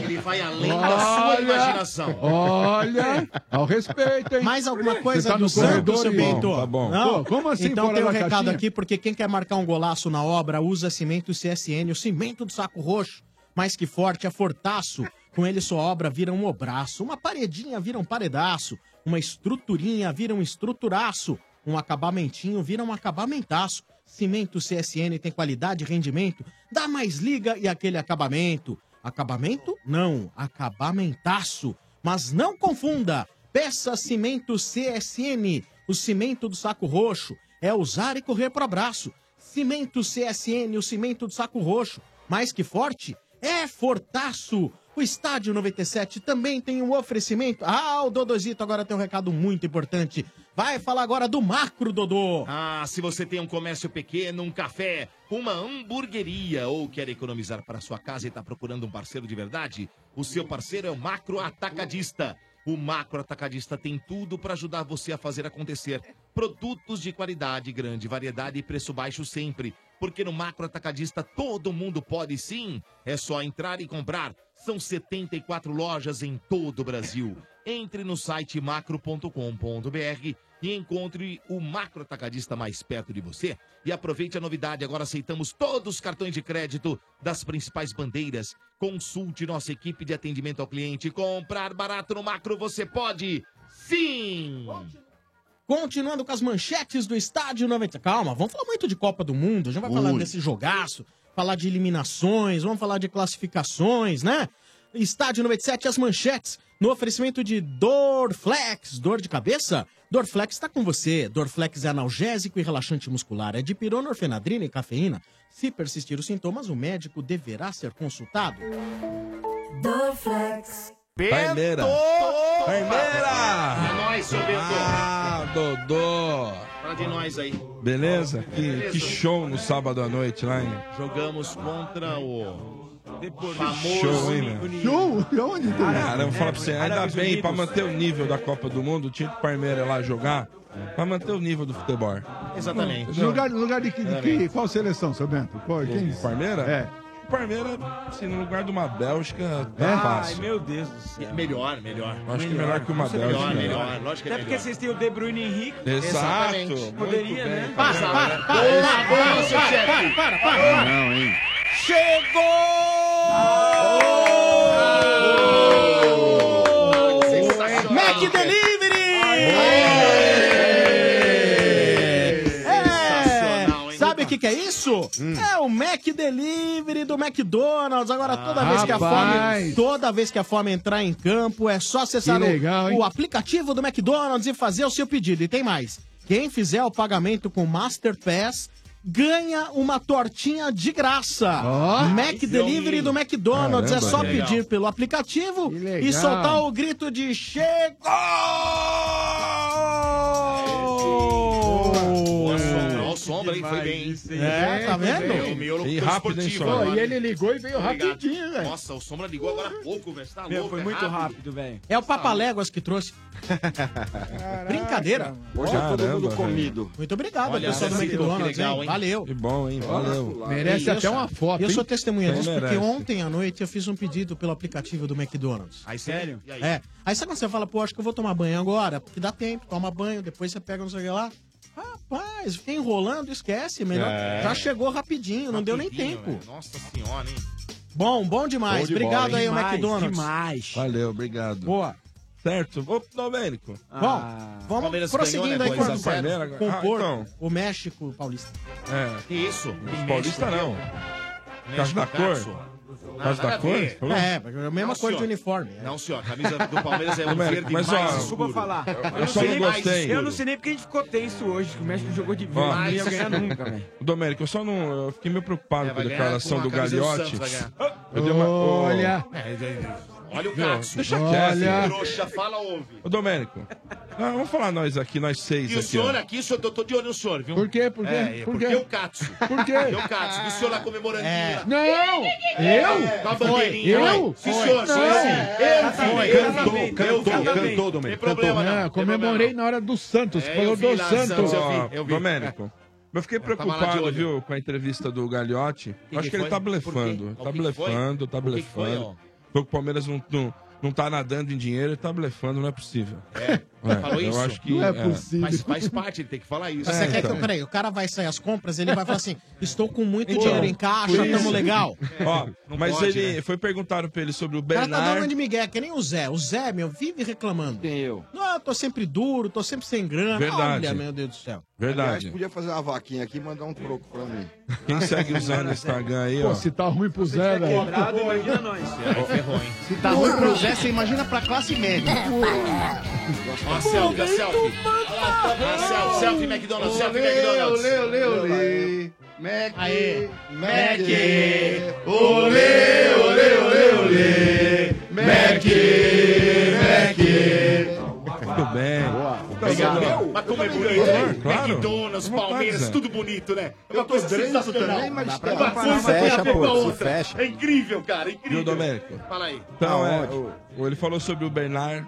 [SPEAKER 5] Ele vai além da sua
[SPEAKER 4] Olha!
[SPEAKER 5] imaginação.
[SPEAKER 4] Olha, ao respeito, hein?
[SPEAKER 1] Mais alguma coisa
[SPEAKER 4] tá
[SPEAKER 1] do
[SPEAKER 4] no corredor,
[SPEAKER 1] Santos, seu
[SPEAKER 4] irmão.
[SPEAKER 1] Bento?
[SPEAKER 3] Tá bom.
[SPEAKER 1] Não?
[SPEAKER 4] Pô, como assim
[SPEAKER 1] Então
[SPEAKER 4] fora
[SPEAKER 1] tem um
[SPEAKER 4] da
[SPEAKER 1] recado
[SPEAKER 4] caixinha?
[SPEAKER 1] aqui, porque quem quer marcar um golaço na obra, usa cimento CSN, o cimento do saco roxo. Mais que forte, é fortaço. Com ele sua obra vira um obraço, uma paredinha vira um paredaço, uma estruturinha vira um estruturaço, um acabamentinho vira um acabamentaço. Cimento CSN tem qualidade e rendimento, dá mais liga e aquele acabamento. Acabamento? Não, acabamentaço. Mas não confunda! Peça Cimento CSN, o cimento do saco roxo. É usar e correr pro abraço. Cimento CSN, o cimento do saco roxo. Mais que forte, é fortaço. O Estádio 97 também tem um oferecimento. Ah, o Dodozito agora tem um recado muito importante. Vai falar agora do macro, Dodô.
[SPEAKER 5] Ah, se você tem um comércio pequeno, um café, uma hamburgueria ou quer economizar para sua casa e está procurando um parceiro de verdade, o seu parceiro é o Macro Atacadista. O Macro Atacadista tem tudo para ajudar você a fazer acontecer. Produtos de qualidade, grande variedade e preço baixo sempre. Porque no Macro Atacadista todo mundo pode sim. É só entrar e comprar. São 74 lojas em todo o Brasil. Entre no site macro.com.br e encontre o macro atacadista mais perto de você. E aproveite a novidade, agora aceitamos todos os cartões de crédito das principais bandeiras. Consulte nossa equipe de atendimento ao cliente. Comprar barato no macro você pode. Sim!
[SPEAKER 1] Continuando com as manchetes do Estádio 90. Calma, vamos falar muito de Copa do Mundo. Já vai falar
[SPEAKER 12] Ui.
[SPEAKER 1] desse jogaço, falar de eliminações, vamos falar de classificações, né? Estádio 97, as manchetes no oferecimento de Dorflex. Dor de cabeça? Dorflex está com você. Dorflex é analgésico e relaxante muscular. É de pirona, orfenadrina e cafeína. Se persistir os sintomas, o médico deverá ser consultado. Dorflex.
[SPEAKER 3] Paineira. Paineira!
[SPEAKER 5] É nóis, seu Bento.
[SPEAKER 3] Ah, Dodô!
[SPEAKER 5] Fala de nós aí.
[SPEAKER 3] Beleza? Que, que show no sábado à noite lá, hein?
[SPEAKER 5] Jogamos contra o
[SPEAKER 3] Show,
[SPEAKER 5] famoso
[SPEAKER 3] hein, meu?
[SPEAKER 4] Show? De onde? é?
[SPEAKER 3] Cara, eu vou falar pra você, ainda bem, pra manter o nível da Copa do Mundo, tinha que o Palmeiras lá jogar, pra manter o nível do futebol.
[SPEAKER 5] Exatamente.
[SPEAKER 4] No lugar, no lugar de, que, de que- Qual seleção, seu Bento? Qual, quem?
[SPEAKER 3] Palmeiras?
[SPEAKER 4] É.
[SPEAKER 3] O Palmeiras, assim, no lugar de uma Bélgica, tá
[SPEAKER 4] É?
[SPEAKER 3] fácil.
[SPEAKER 10] meu Deus do céu.
[SPEAKER 5] Melhor, melhor.
[SPEAKER 3] Acho que é melhor que uma
[SPEAKER 5] Isso é
[SPEAKER 3] Bélgica.
[SPEAKER 5] Melhor, melhor. Lógico que é
[SPEAKER 10] Até porque
[SPEAKER 5] melhor.
[SPEAKER 10] vocês têm o De Bruyne e Henrique.
[SPEAKER 3] Exato.
[SPEAKER 5] Exatamente.
[SPEAKER 10] Poderia, né?
[SPEAKER 1] Para, para, para,
[SPEAKER 5] Boa,
[SPEAKER 1] para,
[SPEAKER 5] boa,
[SPEAKER 1] para,
[SPEAKER 5] seu
[SPEAKER 1] para, para,
[SPEAKER 5] chefe.
[SPEAKER 1] para, para, para.
[SPEAKER 5] Sensacional.
[SPEAKER 1] Mac
[SPEAKER 5] Ah,
[SPEAKER 1] Delivery! É,
[SPEAKER 5] hein,
[SPEAKER 1] Sabe o que, que é isso?
[SPEAKER 4] Hum.
[SPEAKER 1] É o Mac Delivery do McDonald's. Agora, toda vez que a fome,
[SPEAKER 4] Ah, Rapaz.
[SPEAKER 1] toda vez que a fome entrar em campo, é só acessar
[SPEAKER 4] Que legal,
[SPEAKER 1] o,
[SPEAKER 4] hein?
[SPEAKER 1] o aplicativo do McDonald's e fazer o seu pedido. E tem mais. Quem fizer o pagamento com Masterpass ganha uma tortinha de graça.
[SPEAKER 4] Ó.
[SPEAKER 1] Mac Delivery do McDonald's. é
[SPEAKER 3] Caramba,
[SPEAKER 1] só
[SPEAKER 3] que
[SPEAKER 5] legal.
[SPEAKER 1] pedir pelo aplicativo
[SPEAKER 4] Que
[SPEAKER 1] e
[SPEAKER 4] legal.
[SPEAKER 1] soltar o grito de chegou!
[SPEAKER 5] Boa sombra, ó, o sombra, hein? Foi bem. hein?
[SPEAKER 1] É, tá
[SPEAKER 5] É, o
[SPEAKER 1] vendo?
[SPEAKER 5] miolo
[SPEAKER 3] E
[SPEAKER 5] foi
[SPEAKER 3] rápido, hein,
[SPEAKER 5] esportivo.
[SPEAKER 3] Sombra?
[SPEAKER 5] né?
[SPEAKER 4] Pô, e ele ligou e veio
[SPEAKER 5] Obrigado.
[SPEAKER 4] rapidinho, velho.
[SPEAKER 5] Nossa, o Sombra ligou agora há pouco, velho. Você tá
[SPEAKER 10] Meu,
[SPEAKER 5] louco,
[SPEAKER 10] foi
[SPEAKER 5] é Tá
[SPEAKER 10] muito rápido, velho.
[SPEAKER 1] É o Papaléguas que trouxe. Brincadeira.
[SPEAKER 9] Hoje é todo
[SPEAKER 3] Caramba,
[SPEAKER 9] mundo comido.
[SPEAKER 1] Muito obrigado,
[SPEAKER 5] Olha,
[SPEAKER 1] pessoal do
[SPEAKER 5] essa citou,
[SPEAKER 1] McDonald's.
[SPEAKER 5] que legal,
[SPEAKER 1] hein?
[SPEAKER 5] hein?
[SPEAKER 1] Valeu.
[SPEAKER 3] Que bom, hein? Valeu.
[SPEAKER 4] Merece
[SPEAKER 1] Eu
[SPEAKER 4] até
[SPEAKER 1] sou-
[SPEAKER 4] uma foto,
[SPEAKER 1] Eu
[SPEAKER 4] hein?
[SPEAKER 1] sou testemunha
[SPEAKER 3] Quem
[SPEAKER 1] disso porque
[SPEAKER 3] merece?
[SPEAKER 1] ontem à noite eu fiz um pedido pelo aplicativo do McDonald's.
[SPEAKER 5] Aí sério? E aí?
[SPEAKER 1] É. Aí sabe quando você fala, pô, acho que eu vou tomar banho agora, porque dá tempo, toma banho, depois você pega não sei o que lá. Rapaz, fiquei enrolando, esquece, melhor.
[SPEAKER 3] É.
[SPEAKER 1] Já chegou rapidinho, não deu nem
[SPEAKER 5] Rapidinho,
[SPEAKER 1] tempo.
[SPEAKER 5] velho. Nossa senhora, hein?
[SPEAKER 1] Bom, bom demais.
[SPEAKER 13] Bom de
[SPEAKER 1] Obrigado
[SPEAKER 13] bola,
[SPEAKER 1] aí, o
[SPEAKER 10] Demais,
[SPEAKER 1] McDonald's.
[SPEAKER 10] Demais.
[SPEAKER 3] Valeu, obrigado.
[SPEAKER 1] Boa.
[SPEAKER 3] Certo. Ô, Domênico.
[SPEAKER 1] Bom,
[SPEAKER 10] Ah.
[SPEAKER 1] vamos
[SPEAKER 5] Palmeiras
[SPEAKER 1] prosseguindo
[SPEAKER 5] ganhou, né,
[SPEAKER 1] aí
[SPEAKER 5] com
[SPEAKER 1] com,
[SPEAKER 3] essa Palmeira
[SPEAKER 1] a-
[SPEAKER 3] agora.
[SPEAKER 1] com o
[SPEAKER 3] Ah,
[SPEAKER 1] Porto,
[SPEAKER 3] então.
[SPEAKER 1] o México, o Paulista.
[SPEAKER 3] É.
[SPEAKER 5] Que isso?
[SPEAKER 3] Os paulistas não. Caso da cor? Caso da cor? você falou?
[SPEAKER 1] É, é a mesma
[SPEAKER 5] Não,
[SPEAKER 1] cor de
[SPEAKER 5] senhor.
[SPEAKER 1] uniforme. é.
[SPEAKER 5] Não, senhor. A camisa do Palmeiras é um
[SPEAKER 3] Domênico,
[SPEAKER 5] verde
[SPEAKER 3] mas,
[SPEAKER 5] mais
[SPEAKER 3] ó,
[SPEAKER 5] escuro.
[SPEAKER 10] Desculpa falar.
[SPEAKER 3] Eu só não
[SPEAKER 10] sei mais-
[SPEAKER 3] gostei.
[SPEAKER 10] Eu não sei nem porque a gente ficou tenso hoje, que o México jogou de
[SPEAKER 3] Ó.
[SPEAKER 10] vida. Não ia ganhar nunca, velho.
[SPEAKER 3] Domênico, eu só não. Eu fiquei meio
[SPEAKER 5] É,
[SPEAKER 3] preocupado com a
[SPEAKER 5] vai ganhar
[SPEAKER 3] declaração
[SPEAKER 5] com
[SPEAKER 3] do
[SPEAKER 5] a camisa
[SPEAKER 3] Gagliotti.
[SPEAKER 5] Santos, vai ganhar.
[SPEAKER 3] Eu dei uma. ô,
[SPEAKER 4] Olha,
[SPEAKER 5] É, é, é. Olha o
[SPEAKER 3] meu,
[SPEAKER 5] Cássio.
[SPEAKER 3] Deixa
[SPEAKER 4] Olha.
[SPEAKER 3] quieto.
[SPEAKER 5] Trouxa, fala, ouve.
[SPEAKER 3] Ô, Domênico. Não, vamos falar nós aqui, nós seis
[SPEAKER 5] E o
[SPEAKER 3] aqui. ó.
[SPEAKER 5] senhor aqui, senhor, eu tô de olho no senhor, viu?
[SPEAKER 4] por quê? Por quê?
[SPEAKER 5] É, é,
[SPEAKER 4] por
[SPEAKER 5] porque
[SPEAKER 4] quê?
[SPEAKER 5] o Cássio.
[SPEAKER 4] Por quê?
[SPEAKER 5] Porque o Cássio. E o senhor lá comemorando.
[SPEAKER 1] É.
[SPEAKER 4] Não! Eu?
[SPEAKER 5] Com a bandeirinha.
[SPEAKER 4] É. eu?
[SPEAKER 5] ué. Sim, senhor, sim,
[SPEAKER 4] Não. é. tá
[SPEAKER 5] sim.
[SPEAKER 13] Cantou, cantou,
[SPEAKER 10] Exatamente.
[SPEAKER 13] cantou,
[SPEAKER 5] Tem
[SPEAKER 13] Domênico.
[SPEAKER 5] problema, não.
[SPEAKER 4] Não,
[SPEAKER 5] Tem
[SPEAKER 4] É, comemorei
[SPEAKER 5] problema,
[SPEAKER 4] na hora do Santos.
[SPEAKER 5] É, eu
[SPEAKER 4] falou
[SPEAKER 5] vi
[SPEAKER 4] do
[SPEAKER 5] lá,
[SPEAKER 4] Santos.
[SPEAKER 5] Santos, eu vi.
[SPEAKER 3] Ó, Domênico. Eu fiquei
[SPEAKER 5] É, tava lá de
[SPEAKER 3] preocupado,
[SPEAKER 5] olho.
[SPEAKER 3] viu, com a entrevista do Gagliotti.
[SPEAKER 5] que
[SPEAKER 3] Acho que ele
[SPEAKER 5] foi?
[SPEAKER 3] tá
[SPEAKER 5] Por quê?
[SPEAKER 3] blefando.
[SPEAKER 5] O que
[SPEAKER 3] Tá
[SPEAKER 5] que foi?
[SPEAKER 3] blefando, tá
[SPEAKER 5] O que que foi,
[SPEAKER 3] blefando.
[SPEAKER 5] ó?
[SPEAKER 3] Foi que o Palmeiras não, não, não tá nadando em dinheiro, ele tá blefando, não é possível. É.
[SPEAKER 5] Falou
[SPEAKER 3] eu
[SPEAKER 5] isso?
[SPEAKER 3] acho que.
[SPEAKER 4] Não é
[SPEAKER 3] é.
[SPEAKER 5] não.
[SPEAKER 4] possível.
[SPEAKER 5] Mas faz parte, ele tem que falar isso.
[SPEAKER 1] Você quer que
[SPEAKER 3] então.
[SPEAKER 1] eu, peraí, o cara vai sair as compras, ele vai falar assim: estou com muito
[SPEAKER 3] Então,
[SPEAKER 1] dinheiro em caixa,
[SPEAKER 3] por
[SPEAKER 1] tamo
[SPEAKER 3] isso.
[SPEAKER 1] legal.
[SPEAKER 3] Ó,
[SPEAKER 5] Não
[SPEAKER 3] mas
[SPEAKER 5] pode,
[SPEAKER 3] ele
[SPEAKER 9] é
[SPEAKER 5] né?
[SPEAKER 3] foi perguntado pra ele sobre o
[SPEAKER 1] O cara tá dando
[SPEAKER 3] Bernard.
[SPEAKER 1] de Miguel, que nem o Zé. O Zé, meu, vive reclamando.
[SPEAKER 9] Eu.
[SPEAKER 1] Não, eu tô sempre duro, tô sempre sem grana.
[SPEAKER 3] Verdade.
[SPEAKER 1] Olha, meu Deus do céu.
[SPEAKER 9] Aliás,
[SPEAKER 3] Verdade.
[SPEAKER 9] podia fazer uma vaquinha aqui e mandar um troco pra mim.
[SPEAKER 3] Quem segue usando o Instagram aí, ó.
[SPEAKER 4] Pô, se tá ruim pro Zé, velho.
[SPEAKER 10] Quebrado,
[SPEAKER 8] é
[SPEAKER 10] imagina nós.
[SPEAKER 5] Aí ferrou, hein?
[SPEAKER 1] Se tá ruim pro Zé, você imagina pra classe
[SPEAKER 7] É,
[SPEAKER 1] média.
[SPEAKER 5] Ó, a selfie, a selfie. A selfie, selfie, McDonald's, selfie, McDonald's.
[SPEAKER 9] olê, olê. Mac,
[SPEAKER 1] Aê.
[SPEAKER 9] Mac.
[SPEAKER 5] Olê, olê, olê, olê.
[SPEAKER 3] Muito bem.
[SPEAKER 5] Obrigado.
[SPEAKER 3] Então,
[SPEAKER 5] Mas como é bonito, hein?
[SPEAKER 3] Claro.
[SPEAKER 5] McDonald's,
[SPEAKER 3] Com vontade,
[SPEAKER 5] Palmeiras,
[SPEAKER 3] Zé.
[SPEAKER 5] tudo bonito, né? É uma coisa sensacional.
[SPEAKER 9] também, mas
[SPEAKER 5] Uma
[SPEAKER 9] tá.
[SPEAKER 5] coisa é tem a
[SPEAKER 9] Fecha,
[SPEAKER 5] ver com a
[SPEAKER 9] pô, se
[SPEAKER 5] outra.
[SPEAKER 9] fecha.
[SPEAKER 5] É incrível, cara, é
[SPEAKER 3] Viu,
[SPEAKER 5] incrível.
[SPEAKER 3] Domênico?
[SPEAKER 5] Fala aí.
[SPEAKER 1] Tá
[SPEAKER 3] Então, é,
[SPEAKER 9] Aonde?
[SPEAKER 3] o- o- ele falou sobre o Bernard,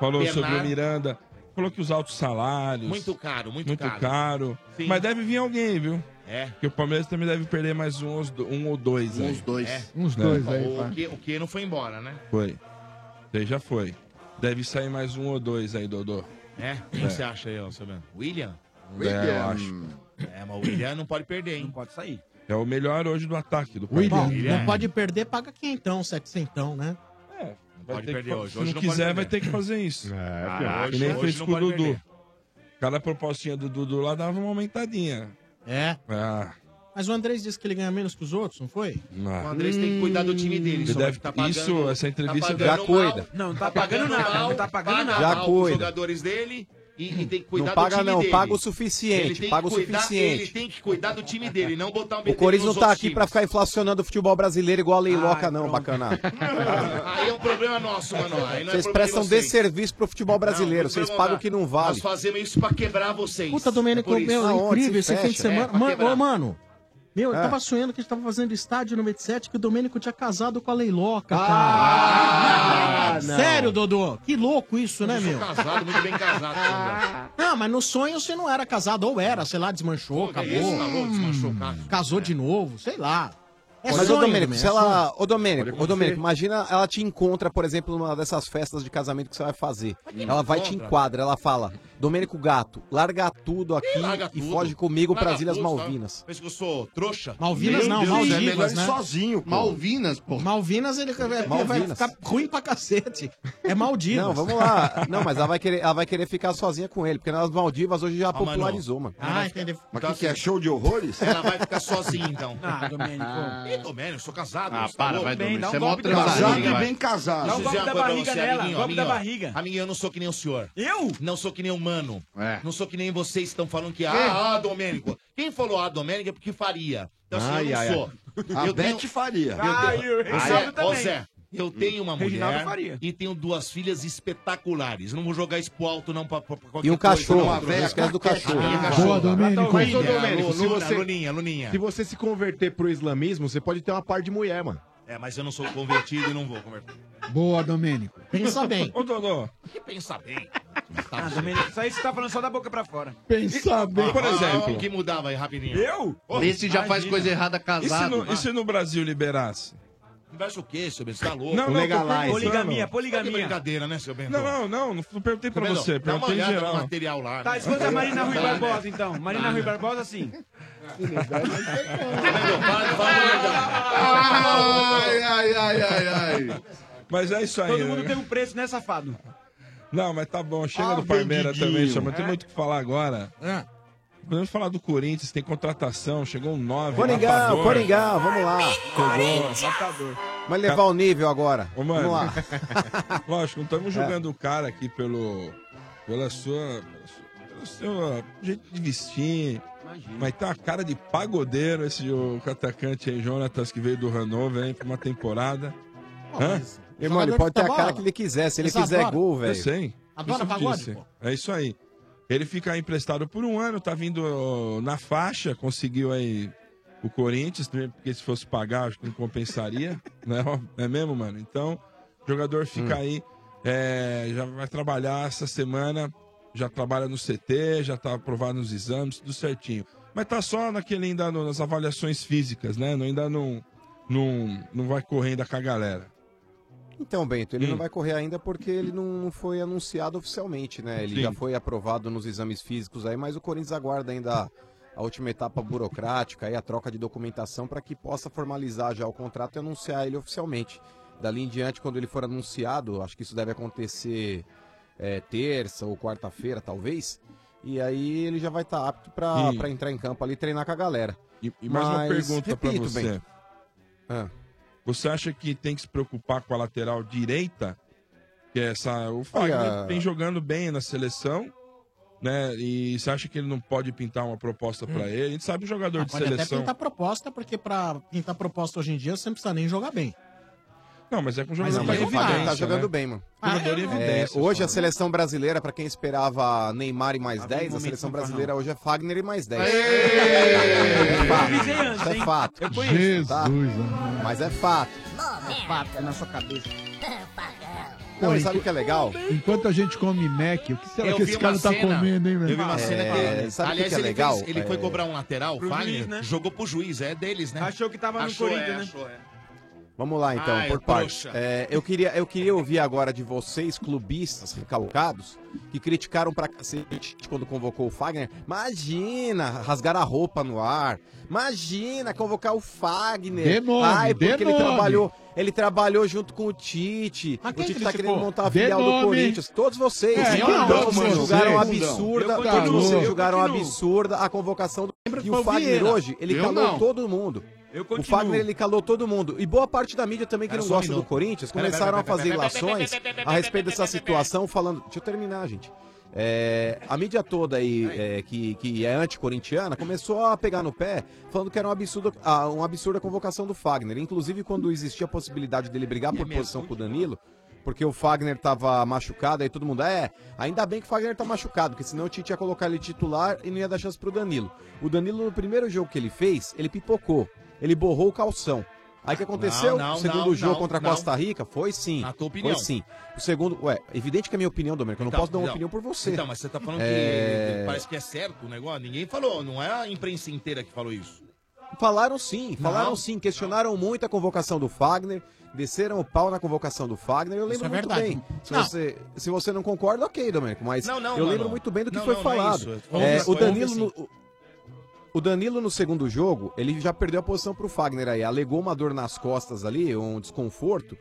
[SPEAKER 3] falou
[SPEAKER 5] Bernard.
[SPEAKER 3] sobre o Miranda, Falou que os altos salários.
[SPEAKER 5] Muito caro, muito caro.
[SPEAKER 3] caro.
[SPEAKER 5] Sim.
[SPEAKER 3] Mas deve vir alguém, viu?
[SPEAKER 5] É.
[SPEAKER 3] Porque o Palmeiras também deve perder mais um, uns do- um ou dois aí.
[SPEAKER 5] Uns dois. É.
[SPEAKER 3] Uns
[SPEAKER 5] O- O, que, o que não foi embora, né?
[SPEAKER 3] Foi. Daí já foi. Deve sair mais um ou dois aí, Dodô.
[SPEAKER 5] É? Quem você acha aí, ó, Sabino? William?
[SPEAKER 3] William. É, eu acho.
[SPEAKER 5] É, mas o William não pode perder, hein? Não
[SPEAKER 10] pode sair.
[SPEAKER 3] É o melhor hoje do ataque do
[SPEAKER 1] Bom,
[SPEAKER 3] Palmeiras.
[SPEAKER 1] não pode perder, paga quentão, setecentão, né?
[SPEAKER 3] É,
[SPEAKER 1] Vai
[SPEAKER 3] Vai
[SPEAKER 1] ter que
[SPEAKER 3] ter que
[SPEAKER 1] fa-
[SPEAKER 3] fa- Se não, quiser, vai ter que fazer
[SPEAKER 1] É,
[SPEAKER 3] isso.
[SPEAKER 1] filho.
[SPEAKER 3] que
[SPEAKER 1] Ah, hoje-
[SPEAKER 3] nem
[SPEAKER 1] hoje
[SPEAKER 3] fez
[SPEAKER 1] não
[SPEAKER 3] com o
[SPEAKER 1] pode
[SPEAKER 3] Dudu.
[SPEAKER 1] perder.
[SPEAKER 3] Cada propostinha do Dudu lá dava uma aumentadinha.
[SPEAKER 1] É?
[SPEAKER 3] Ah,
[SPEAKER 1] Mas o Andrés disse que ele ganha menos que os outros, não foi?
[SPEAKER 3] não. é.
[SPEAKER 7] Ah.
[SPEAKER 1] O Andrés tem que cuidar do time dele,
[SPEAKER 3] Ele
[SPEAKER 1] só
[SPEAKER 3] deve,
[SPEAKER 1] que tá pagando-
[SPEAKER 3] isso, essa entrevista
[SPEAKER 5] pagando
[SPEAKER 3] deve-
[SPEAKER 5] mal. Não, não tá pagando
[SPEAKER 10] pagando
[SPEAKER 5] nada.
[SPEAKER 10] mal,
[SPEAKER 5] Não tá pagando
[SPEAKER 10] paga
[SPEAKER 5] nada.
[SPEAKER 10] mal
[SPEAKER 5] mal
[SPEAKER 10] pros
[SPEAKER 5] Os jogadores dele e, e tem que cuidar
[SPEAKER 7] Não paga
[SPEAKER 5] do time
[SPEAKER 7] não,
[SPEAKER 5] dele.
[SPEAKER 7] paga o suficiente,
[SPEAKER 5] Ele tem
[SPEAKER 7] paga o
[SPEAKER 5] que cuidar-
[SPEAKER 7] suficiente.
[SPEAKER 5] Ele tem que cuidar do time dele, não botar um
[SPEAKER 7] O
[SPEAKER 5] bedelho
[SPEAKER 7] Corinthians
[SPEAKER 5] nos
[SPEAKER 7] não tá
[SPEAKER 5] outros Ah,
[SPEAKER 7] aqui
[SPEAKER 5] times.
[SPEAKER 7] pra ficar inflacionando o futebol brasileiro igual a Leiloca, não, bacana.
[SPEAKER 5] Aí é um problema nosso, mano. Aí não é
[SPEAKER 7] Vocês
[SPEAKER 5] problema
[SPEAKER 7] prestam
[SPEAKER 5] de vocês.
[SPEAKER 7] desserviço pro futebol brasileiro,
[SPEAKER 5] Não,
[SPEAKER 7] vocês
[SPEAKER 5] não,
[SPEAKER 7] pagam
[SPEAKER 5] não.
[SPEAKER 7] o que não vale.
[SPEAKER 5] Nós fazemos isso pra quebrar vocês.
[SPEAKER 1] Puta, Domênico,
[SPEAKER 5] É por isso.
[SPEAKER 1] meu,
[SPEAKER 5] Aonde
[SPEAKER 1] incrível
[SPEAKER 5] se
[SPEAKER 1] esse fim de
[SPEAKER 5] fecha? É,
[SPEAKER 1] semana.
[SPEAKER 5] pra
[SPEAKER 1] Mano,
[SPEAKER 5] quebrar.
[SPEAKER 1] ô, mano, meu, eu
[SPEAKER 7] É.
[SPEAKER 5] Ah.
[SPEAKER 1] tava sonhando que a gente tava fazendo estádio no 27, que o Domênico tinha casado com a Leiloca, cara.
[SPEAKER 5] Ah, não.
[SPEAKER 1] Sério, Dodô? Que louco isso, né, meu?
[SPEAKER 5] Casado, muito bem casado.
[SPEAKER 14] Ah.
[SPEAKER 5] ainda.
[SPEAKER 1] Não, mas no sonho você não era casado, ou era, sei lá, desmanchou, acabou. Hum,
[SPEAKER 5] isso, acabou, desmanchou, cara.
[SPEAKER 1] Casou de novo, sei lá. É
[SPEAKER 7] Mas, ô
[SPEAKER 1] sonho,
[SPEAKER 7] Domênico,
[SPEAKER 1] Domênico,
[SPEAKER 7] se
[SPEAKER 1] é
[SPEAKER 7] ela.
[SPEAKER 1] sonho.
[SPEAKER 7] Ô Domênico,
[SPEAKER 1] Pode
[SPEAKER 7] ô Domênico,
[SPEAKER 1] acontecer.
[SPEAKER 7] imagina ela te encontra, por exemplo, numa dessas festas de casamento que você vai fazer.
[SPEAKER 1] que
[SPEAKER 7] Ela vai te
[SPEAKER 1] encontra?
[SPEAKER 7] enquadra, ela fala: Domênico Gato, larga tudo aqui
[SPEAKER 5] Larga
[SPEAKER 7] e
[SPEAKER 5] tudo.
[SPEAKER 7] foge comigo
[SPEAKER 5] Larga
[SPEAKER 7] para as Ilhas
[SPEAKER 5] tudo,
[SPEAKER 7] Malvinas.
[SPEAKER 5] tá? Pensa que eu sou trouxa? é
[SPEAKER 1] Malvinas não, Maldivas, né?
[SPEAKER 7] sozinho, pô.
[SPEAKER 1] Malvinas, pô. Malvinas, ele vai- vai
[SPEAKER 7] Malvinas.
[SPEAKER 1] ficar ruim pra cacete. É Maldivas.
[SPEAKER 7] Não, vamos lá. Não, mas ela vai querer, ela vai querer ficar sozinha com ele, porque nas Maldivas hoje já
[SPEAKER 1] mas não.
[SPEAKER 7] popularizou, mano.
[SPEAKER 1] Ah, entendi.
[SPEAKER 7] Mas o que, é show de horrores?
[SPEAKER 5] tá Ela vai ficar sozinha, então.
[SPEAKER 10] Ah,
[SPEAKER 5] Domênico. Ih, Domênico, eu sou casado.
[SPEAKER 11] Ah,
[SPEAKER 5] você
[SPEAKER 11] para,
[SPEAKER 5] louco?
[SPEAKER 11] vai, Domênico,
[SPEAKER 5] Dá um
[SPEAKER 11] você é mó
[SPEAKER 5] golpe
[SPEAKER 11] transado,
[SPEAKER 5] casado e
[SPEAKER 11] vai.
[SPEAKER 5] Dá
[SPEAKER 11] Deixa
[SPEAKER 5] um
[SPEAKER 11] eu dizer
[SPEAKER 5] golpe
[SPEAKER 11] uma
[SPEAKER 5] da
[SPEAKER 11] coisa pra
[SPEAKER 5] barriga
[SPEAKER 11] você,
[SPEAKER 5] dela.
[SPEAKER 11] amiguinho,
[SPEAKER 5] Golpe da
[SPEAKER 11] amiguinho, ó.
[SPEAKER 5] barriga. Amiguinho, eu não sou que nem o senhor.
[SPEAKER 10] Eu?
[SPEAKER 5] Não sou que nem humano.
[SPEAKER 11] É.
[SPEAKER 5] Não sou que nem vocês que estão falando que,
[SPEAKER 11] Quê?
[SPEAKER 5] ah, ah, Domênico. Quem falou ah, Domênico é porque faria. Então, assim,
[SPEAKER 11] Ai,
[SPEAKER 5] eu não
[SPEAKER 11] ai,
[SPEAKER 5] sou.
[SPEAKER 11] ai. A
[SPEAKER 5] Eu
[SPEAKER 11] Beth faria.
[SPEAKER 5] Eu
[SPEAKER 11] Ah,
[SPEAKER 5] tenho-
[SPEAKER 11] e o
[SPEAKER 5] Ô,
[SPEAKER 11] Reinaldo
[SPEAKER 5] Zé, Ô,
[SPEAKER 11] também.
[SPEAKER 5] Zé, eu tenho uma
[SPEAKER 11] Reginaldo
[SPEAKER 5] mulher
[SPEAKER 11] faria.
[SPEAKER 5] e tenho duas filhas espetaculares. Não vou jogar isso pro alto, não, pra, pra, pra qualquer
[SPEAKER 7] E um
[SPEAKER 5] coisa,
[SPEAKER 7] cachorro,
[SPEAKER 5] não,
[SPEAKER 7] não esquece do cachorro.
[SPEAKER 5] A minha
[SPEAKER 7] Boa,
[SPEAKER 5] cachorra. Tá,
[SPEAKER 2] Mas,
[SPEAKER 7] Domênico.
[SPEAKER 2] ô
[SPEAKER 5] Luninha,
[SPEAKER 2] Domênico, se
[SPEAKER 5] Luna,
[SPEAKER 2] você,
[SPEAKER 5] Luninha, Luninha.
[SPEAKER 2] se você se converter pro islamismo, você pode ter uma par de mulher, mano.
[SPEAKER 5] É, mas eu não sou convertido e não vou converter.
[SPEAKER 4] Boa, Domênico.
[SPEAKER 1] Pensa bem.
[SPEAKER 3] Ô, Dodô.
[SPEAKER 5] Que pensa bem.
[SPEAKER 10] Ah, Domênico, isso aí você tá falando só da boca pra fora.
[SPEAKER 4] Pensa
[SPEAKER 5] Ah,
[SPEAKER 3] Por
[SPEAKER 5] ah,
[SPEAKER 3] exemplo.
[SPEAKER 5] O que mudava aí rapidinho?
[SPEAKER 3] Eu? Imagina. E se no,
[SPEAKER 5] né?
[SPEAKER 3] e se no Brasil liberasse?
[SPEAKER 5] Conversa o quê, seu Bento? Você tá louco?
[SPEAKER 3] Não, não, tô perguntando.
[SPEAKER 5] Poligamia, poligamia. brincadeira, né, seu Bento?
[SPEAKER 3] Não, não, não, não perguntei pra
[SPEAKER 5] Seu Bento,
[SPEAKER 3] você,
[SPEAKER 5] Dá uma
[SPEAKER 3] perguntei em
[SPEAKER 5] olhada
[SPEAKER 3] geral.
[SPEAKER 5] no material lá. né?
[SPEAKER 10] Tá, escuta a Marina Rui Barbosa, então. Marina Rui Barbosa, assim.
[SPEAKER 11] Ai, ai, ai, ai, ai.
[SPEAKER 3] Mas é isso aí.
[SPEAKER 10] Todo mundo
[SPEAKER 3] né?
[SPEAKER 10] tem um preço, né, safado?
[SPEAKER 3] Não, mas tá bom, chega
[SPEAKER 10] Ah,
[SPEAKER 3] do Palmeiras
[SPEAKER 10] Diguinho.
[SPEAKER 3] também, chama. Tem
[SPEAKER 10] É.
[SPEAKER 3] muito o que falar agora. Podemos falar do Corinthians, tem contratação, chegou um 9.
[SPEAKER 7] Coringão, Coringão, vamos lá. Vai levar o nível agora.
[SPEAKER 3] Ô, mano,
[SPEAKER 7] Vamos lá. É.
[SPEAKER 3] Lógico, não estamos julgando o cara aqui pelo. pela sua. pelo seu jeito de vestir. Mas tá uma cara de pagodeiro esse o atacante aí, Jonatas, que veio do Hannover, hein, pra uma temporada. Hã?
[SPEAKER 7] Irmão, ele pode ter a cara que tá ele quiser. Se ele fizer gol, velho.
[SPEAKER 3] Eu sei.
[SPEAKER 7] Adora
[SPEAKER 3] Isso que eu
[SPEAKER 7] pagode,
[SPEAKER 3] disse.
[SPEAKER 7] pô.
[SPEAKER 3] É isso aí. Ele fica emprestado por um ano, tá vindo ó, na faixa, conseguiu aí o Corinthians, né, porque se fosse pagar, acho que não compensaria, né? Ó, É mesmo, mano? Então, o jogador fica aí, é, já vai trabalhar essa semana, já trabalha no CT, já tá aprovado nos exames, tudo certinho. Mas tá só naquele ainda no- nas avaliações físicas, né? Não- Ainda não, não, não vai correndo com a galera.
[SPEAKER 7] Então, Bento, ele
[SPEAKER 3] Hum.
[SPEAKER 7] não vai correr ainda porque ele não não foi anunciado oficialmente, né? Ele
[SPEAKER 3] Sim.
[SPEAKER 7] já foi aprovado nos exames físicos aí, mas o Corinthians aguarda ainda a última etapa burocrática e a troca de documentação para que possa formalizar já o contrato e anunciar ele oficialmente. Dali em diante, quando ele for anunciado, acho que isso deve acontecer é, terça ou quarta-feira, talvez. E aí ele já vai estar apto
[SPEAKER 3] E-
[SPEAKER 7] para entrar em campo ali e treinar com a galera.
[SPEAKER 3] E mais uma pergunta pra
[SPEAKER 7] repito,
[SPEAKER 3] você. Ah.
[SPEAKER 7] Bento,
[SPEAKER 3] Você acha que tem que se preocupar com a lateral direita? Que é essa, o Fagner
[SPEAKER 7] Olha-
[SPEAKER 3] vem jogando bem na seleção, né? E você acha que ele não pode pintar uma proposta pra ele? A gente sabe o jogador
[SPEAKER 1] Hum. Ah,
[SPEAKER 3] de
[SPEAKER 1] pode até
[SPEAKER 3] seleção.
[SPEAKER 1] pintar proposta, porque pra pintar proposta hoje em dia você não precisa nem jogar bem.
[SPEAKER 3] Não, mas é com
[SPEAKER 1] Mas
[SPEAKER 3] jogador
[SPEAKER 1] não,
[SPEAKER 3] em
[SPEAKER 1] mas o Fagner
[SPEAKER 3] evidência,
[SPEAKER 7] tá jogando
[SPEAKER 3] né?
[SPEAKER 7] bem, mano.
[SPEAKER 3] Jogador em
[SPEAKER 7] É,
[SPEAKER 3] evidência. né?
[SPEAKER 7] hoje a seleção brasileira, pra quem esperava Neymar e
[SPEAKER 3] Tá
[SPEAKER 7] mais 10, a seleção
[SPEAKER 3] né,
[SPEAKER 7] brasileira hoje é Fagner e mais 10. Isso é fato.
[SPEAKER 4] Jesus,
[SPEAKER 7] Mas é fato.
[SPEAKER 15] Não, não é fato, é na sua cabeça.
[SPEAKER 7] Não, e sabe o que é legal?
[SPEAKER 4] Enquanto a gente come Mac, o que será
[SPEAKER 7] Eu
[SPEAKER 4] que
[SPEAKER 7] vi
[SPEAKER 4] esse cara
[SPEAKER 7] uma
[SPEAKER 4] tá
[SPEAKER 7] cena-
[SPEAKER 4] comendo, hein,
[SPEAKER 7] eu
[SPEAKER 4] velho?
[SPEAKER 7] vi uma cena que- É, sabe o
[SPEAKER 5] Aliás,
[SPEAKER 7] que é
[SPEAKER 5] ele,
[SPEAKER 7] legal?
[SPEAKER 5] fez- ele foi
[SPEAKER 7] É.
[SPEAKER 5] cobrar um lateral,
[SPEAKER 7] Pro
[SPEAKER 5] o Fagner,
[SPEAKER 7] juiz, né?
[SPEAKER 5] jogou pro juiz, é deles, né? Achou que tava
[SPEAKER 16] no Corinthians,
[SPEAKER 5] é,
[SPEAKER 16] né?
[SPEAKER 5] Achou, é.
[SPEAKER 7] Vamos lá, então,
[SPEAKER 5] Ai,
[SPEAKER 7] por
[SPEAKER 5] trouxa.
[SPEAKER 7] parte. É, eu, queria, eu queria ouvir agora de vocês, clubistas recalcados, que criticaram pra cacete quando convocou o Fagner. Imagina rasgar a roupa no ar. Imagina convocar o Fagner.
[SPEAKER 4] Dê nome,
[SPEAKER 7] Ai, porque
[SPEAKER 4] dê
[SPEAKER 7] ele
[SPEAKER 4] nome.
[SPEAKER 7] trabalhou. Ele trabalhou junto com o Tite.
[SPEAKER 4] Mas
[SPEAKER 7] o
[SPEAKER 4] quem
[SPEAKER 7] Tite tá
[SPEAKER 4] criticou?
[SPEAKER 7] querendo montar a
[SPEAKER 4] Dê
[SPEAKER 7] filial do
[SPEAKER 4] nome.
[SPEAKER 7] Corinthians. Todos vocês. Então,
[SPEAKER 4] É,
[SPEAKER 7] todos
[SPEAKER 4] não,
[SPEAKER 7] vocês
[SPEAKER 4] mano,
[SPEAKER 7] julgaram
[SPEAKER 4] vocês.
[SPEAKER 7] absurda.
[SPEAKER 4] Eu
[SPEAKER 7] Todos
[SPEAKER 4] continuo,
[SPEAKER 7] vocês
[SPEAKER 4] eu
[SPEAKER 7] julgaram
[SPEAKER 4] continuo.
[SPEAKER 7] absurda a convocação do
[SPEAKER 4] Lembra
[SPEAKER 7] E
[SPEAKER 4] que
[SPEAKER 7] o
[SPEAKER 4] foi o
[SPEAKER 7] Fagner
[SPEAKER 4] Vieira.
[SPEAKER 7] hoje, ele
[SPEAKER 4] Eu
[SPEAKER 7] calou
[SPEAKER 4] não.
[SPEAKER 7] todo mundo. O Fagner, ele calou todo mundo. E boa parte da mídia também que
[SPEAKER 4] Era
[SPEAKER 7] não
[SPEAKER 4] só um
[SPEAKER 7] gosta do
[SPEAKER 4] minuto.
[SPEAKER 7] Corinthians
[SPEAKER 4] Pera,
[SPEAKER 7] começaram
[SPEAKER 4] pera,
[SPEAKER 7] a
[SPEAKER 4] pera,
[SPEAKER 7] fazer
[SPEAKER 4] pera, pera,
[SPEAKER 7] ilações
[SPEAKER 4] pera, pera, pera,
[SPEAKER 7] a respeito dessa situação, falando. Deixa eu terminar, gente. É, a mídia toda aí é, que, que é anticorintiana começou a pegar no pé, falando que era um absurdo, ah, uma absurda convocação do Fagner. Inclusive, quando existia a possibilidade dele
[SPEAKER 5] é
[SPEAKER 7] brigar por posição com o Danilo, porque o Fagner tava machucado, aí todo mundo, é, ainda bem que o Fagner tá machucado, porque senão o Tite ia colocar ele titular e não ia dar chance pro Danilo. O Danilo, no primeiro jogo que ele fez, ele pipocou, ele borrou o calção. Aí o que aconteceu?
[SPEAKER 5] Não, não,
[SPEAKER 7] o segundo
[SPEAKER 5] não,
[SPEAKER 7] jogo
[SPEAKER 5] não,
[SPEAKER 7] contra a
[SPEAKER 5] não.
[SPEAKER 7] Costa Tá Rica foi sim.
[SPEAKER 5] Na tua opinião.
[SPEAKER 7] Foi sim. O segundo, ué, evidente que é minha opinião, Domenico, eu não
[SPEAKER 5] Então,
[SPEAKER 7] posso dar uma
[SPEAKER 5] então.
[SPEAKER 7] opinião por você.
[SPEAKER 5] Então, mas você tá falando
[SPEAKER 7] É,
[SPEAKER 5] que parece que é certo o negócio? Ninguém falou, não é a imprensa inteira que falou isso.
[SPEAKER 7] Falaram sim, falaram
[SPEAKER 5] Não.
[SPEAKER 7] sim, questionaram muito a convocação do Fagner, desceram o pau na convocação do Fagner, eu lembro
[SPEAKER 5] é
[SPEAKER 7] muito
[SPEAKER 5] verdade.
[SPEAKER 7] bem. Se
[SPEAKER 5] Não.
[SPEAKER 7] você, se você não concorda, ok, Domenico, mas
[SPEAKER 5] Não, não,
[SPEAKER 7] eu lembro
[SPEAKER 5] mano.
[SPEAKER 7] muito bem do que
[SPEAKER 5] Não,
[SPEAKER 7] foi
[SPEAKER 5] não, não é
[SPEAKER 7] falado.
[SPEAKER 5] isso. Ontem
[SPEAKER 7] É, o
[SPEAKER 5] foi, assim. ontem
[SPEAKER 7] Danilo,
[SPEAKER 5] sim.
[SPEAKER 7] no- o- O Danilo no segundo jogo, ele já perdeu a posição pro Fagner aí, alegou uma dor nas costas ali, um desconforto,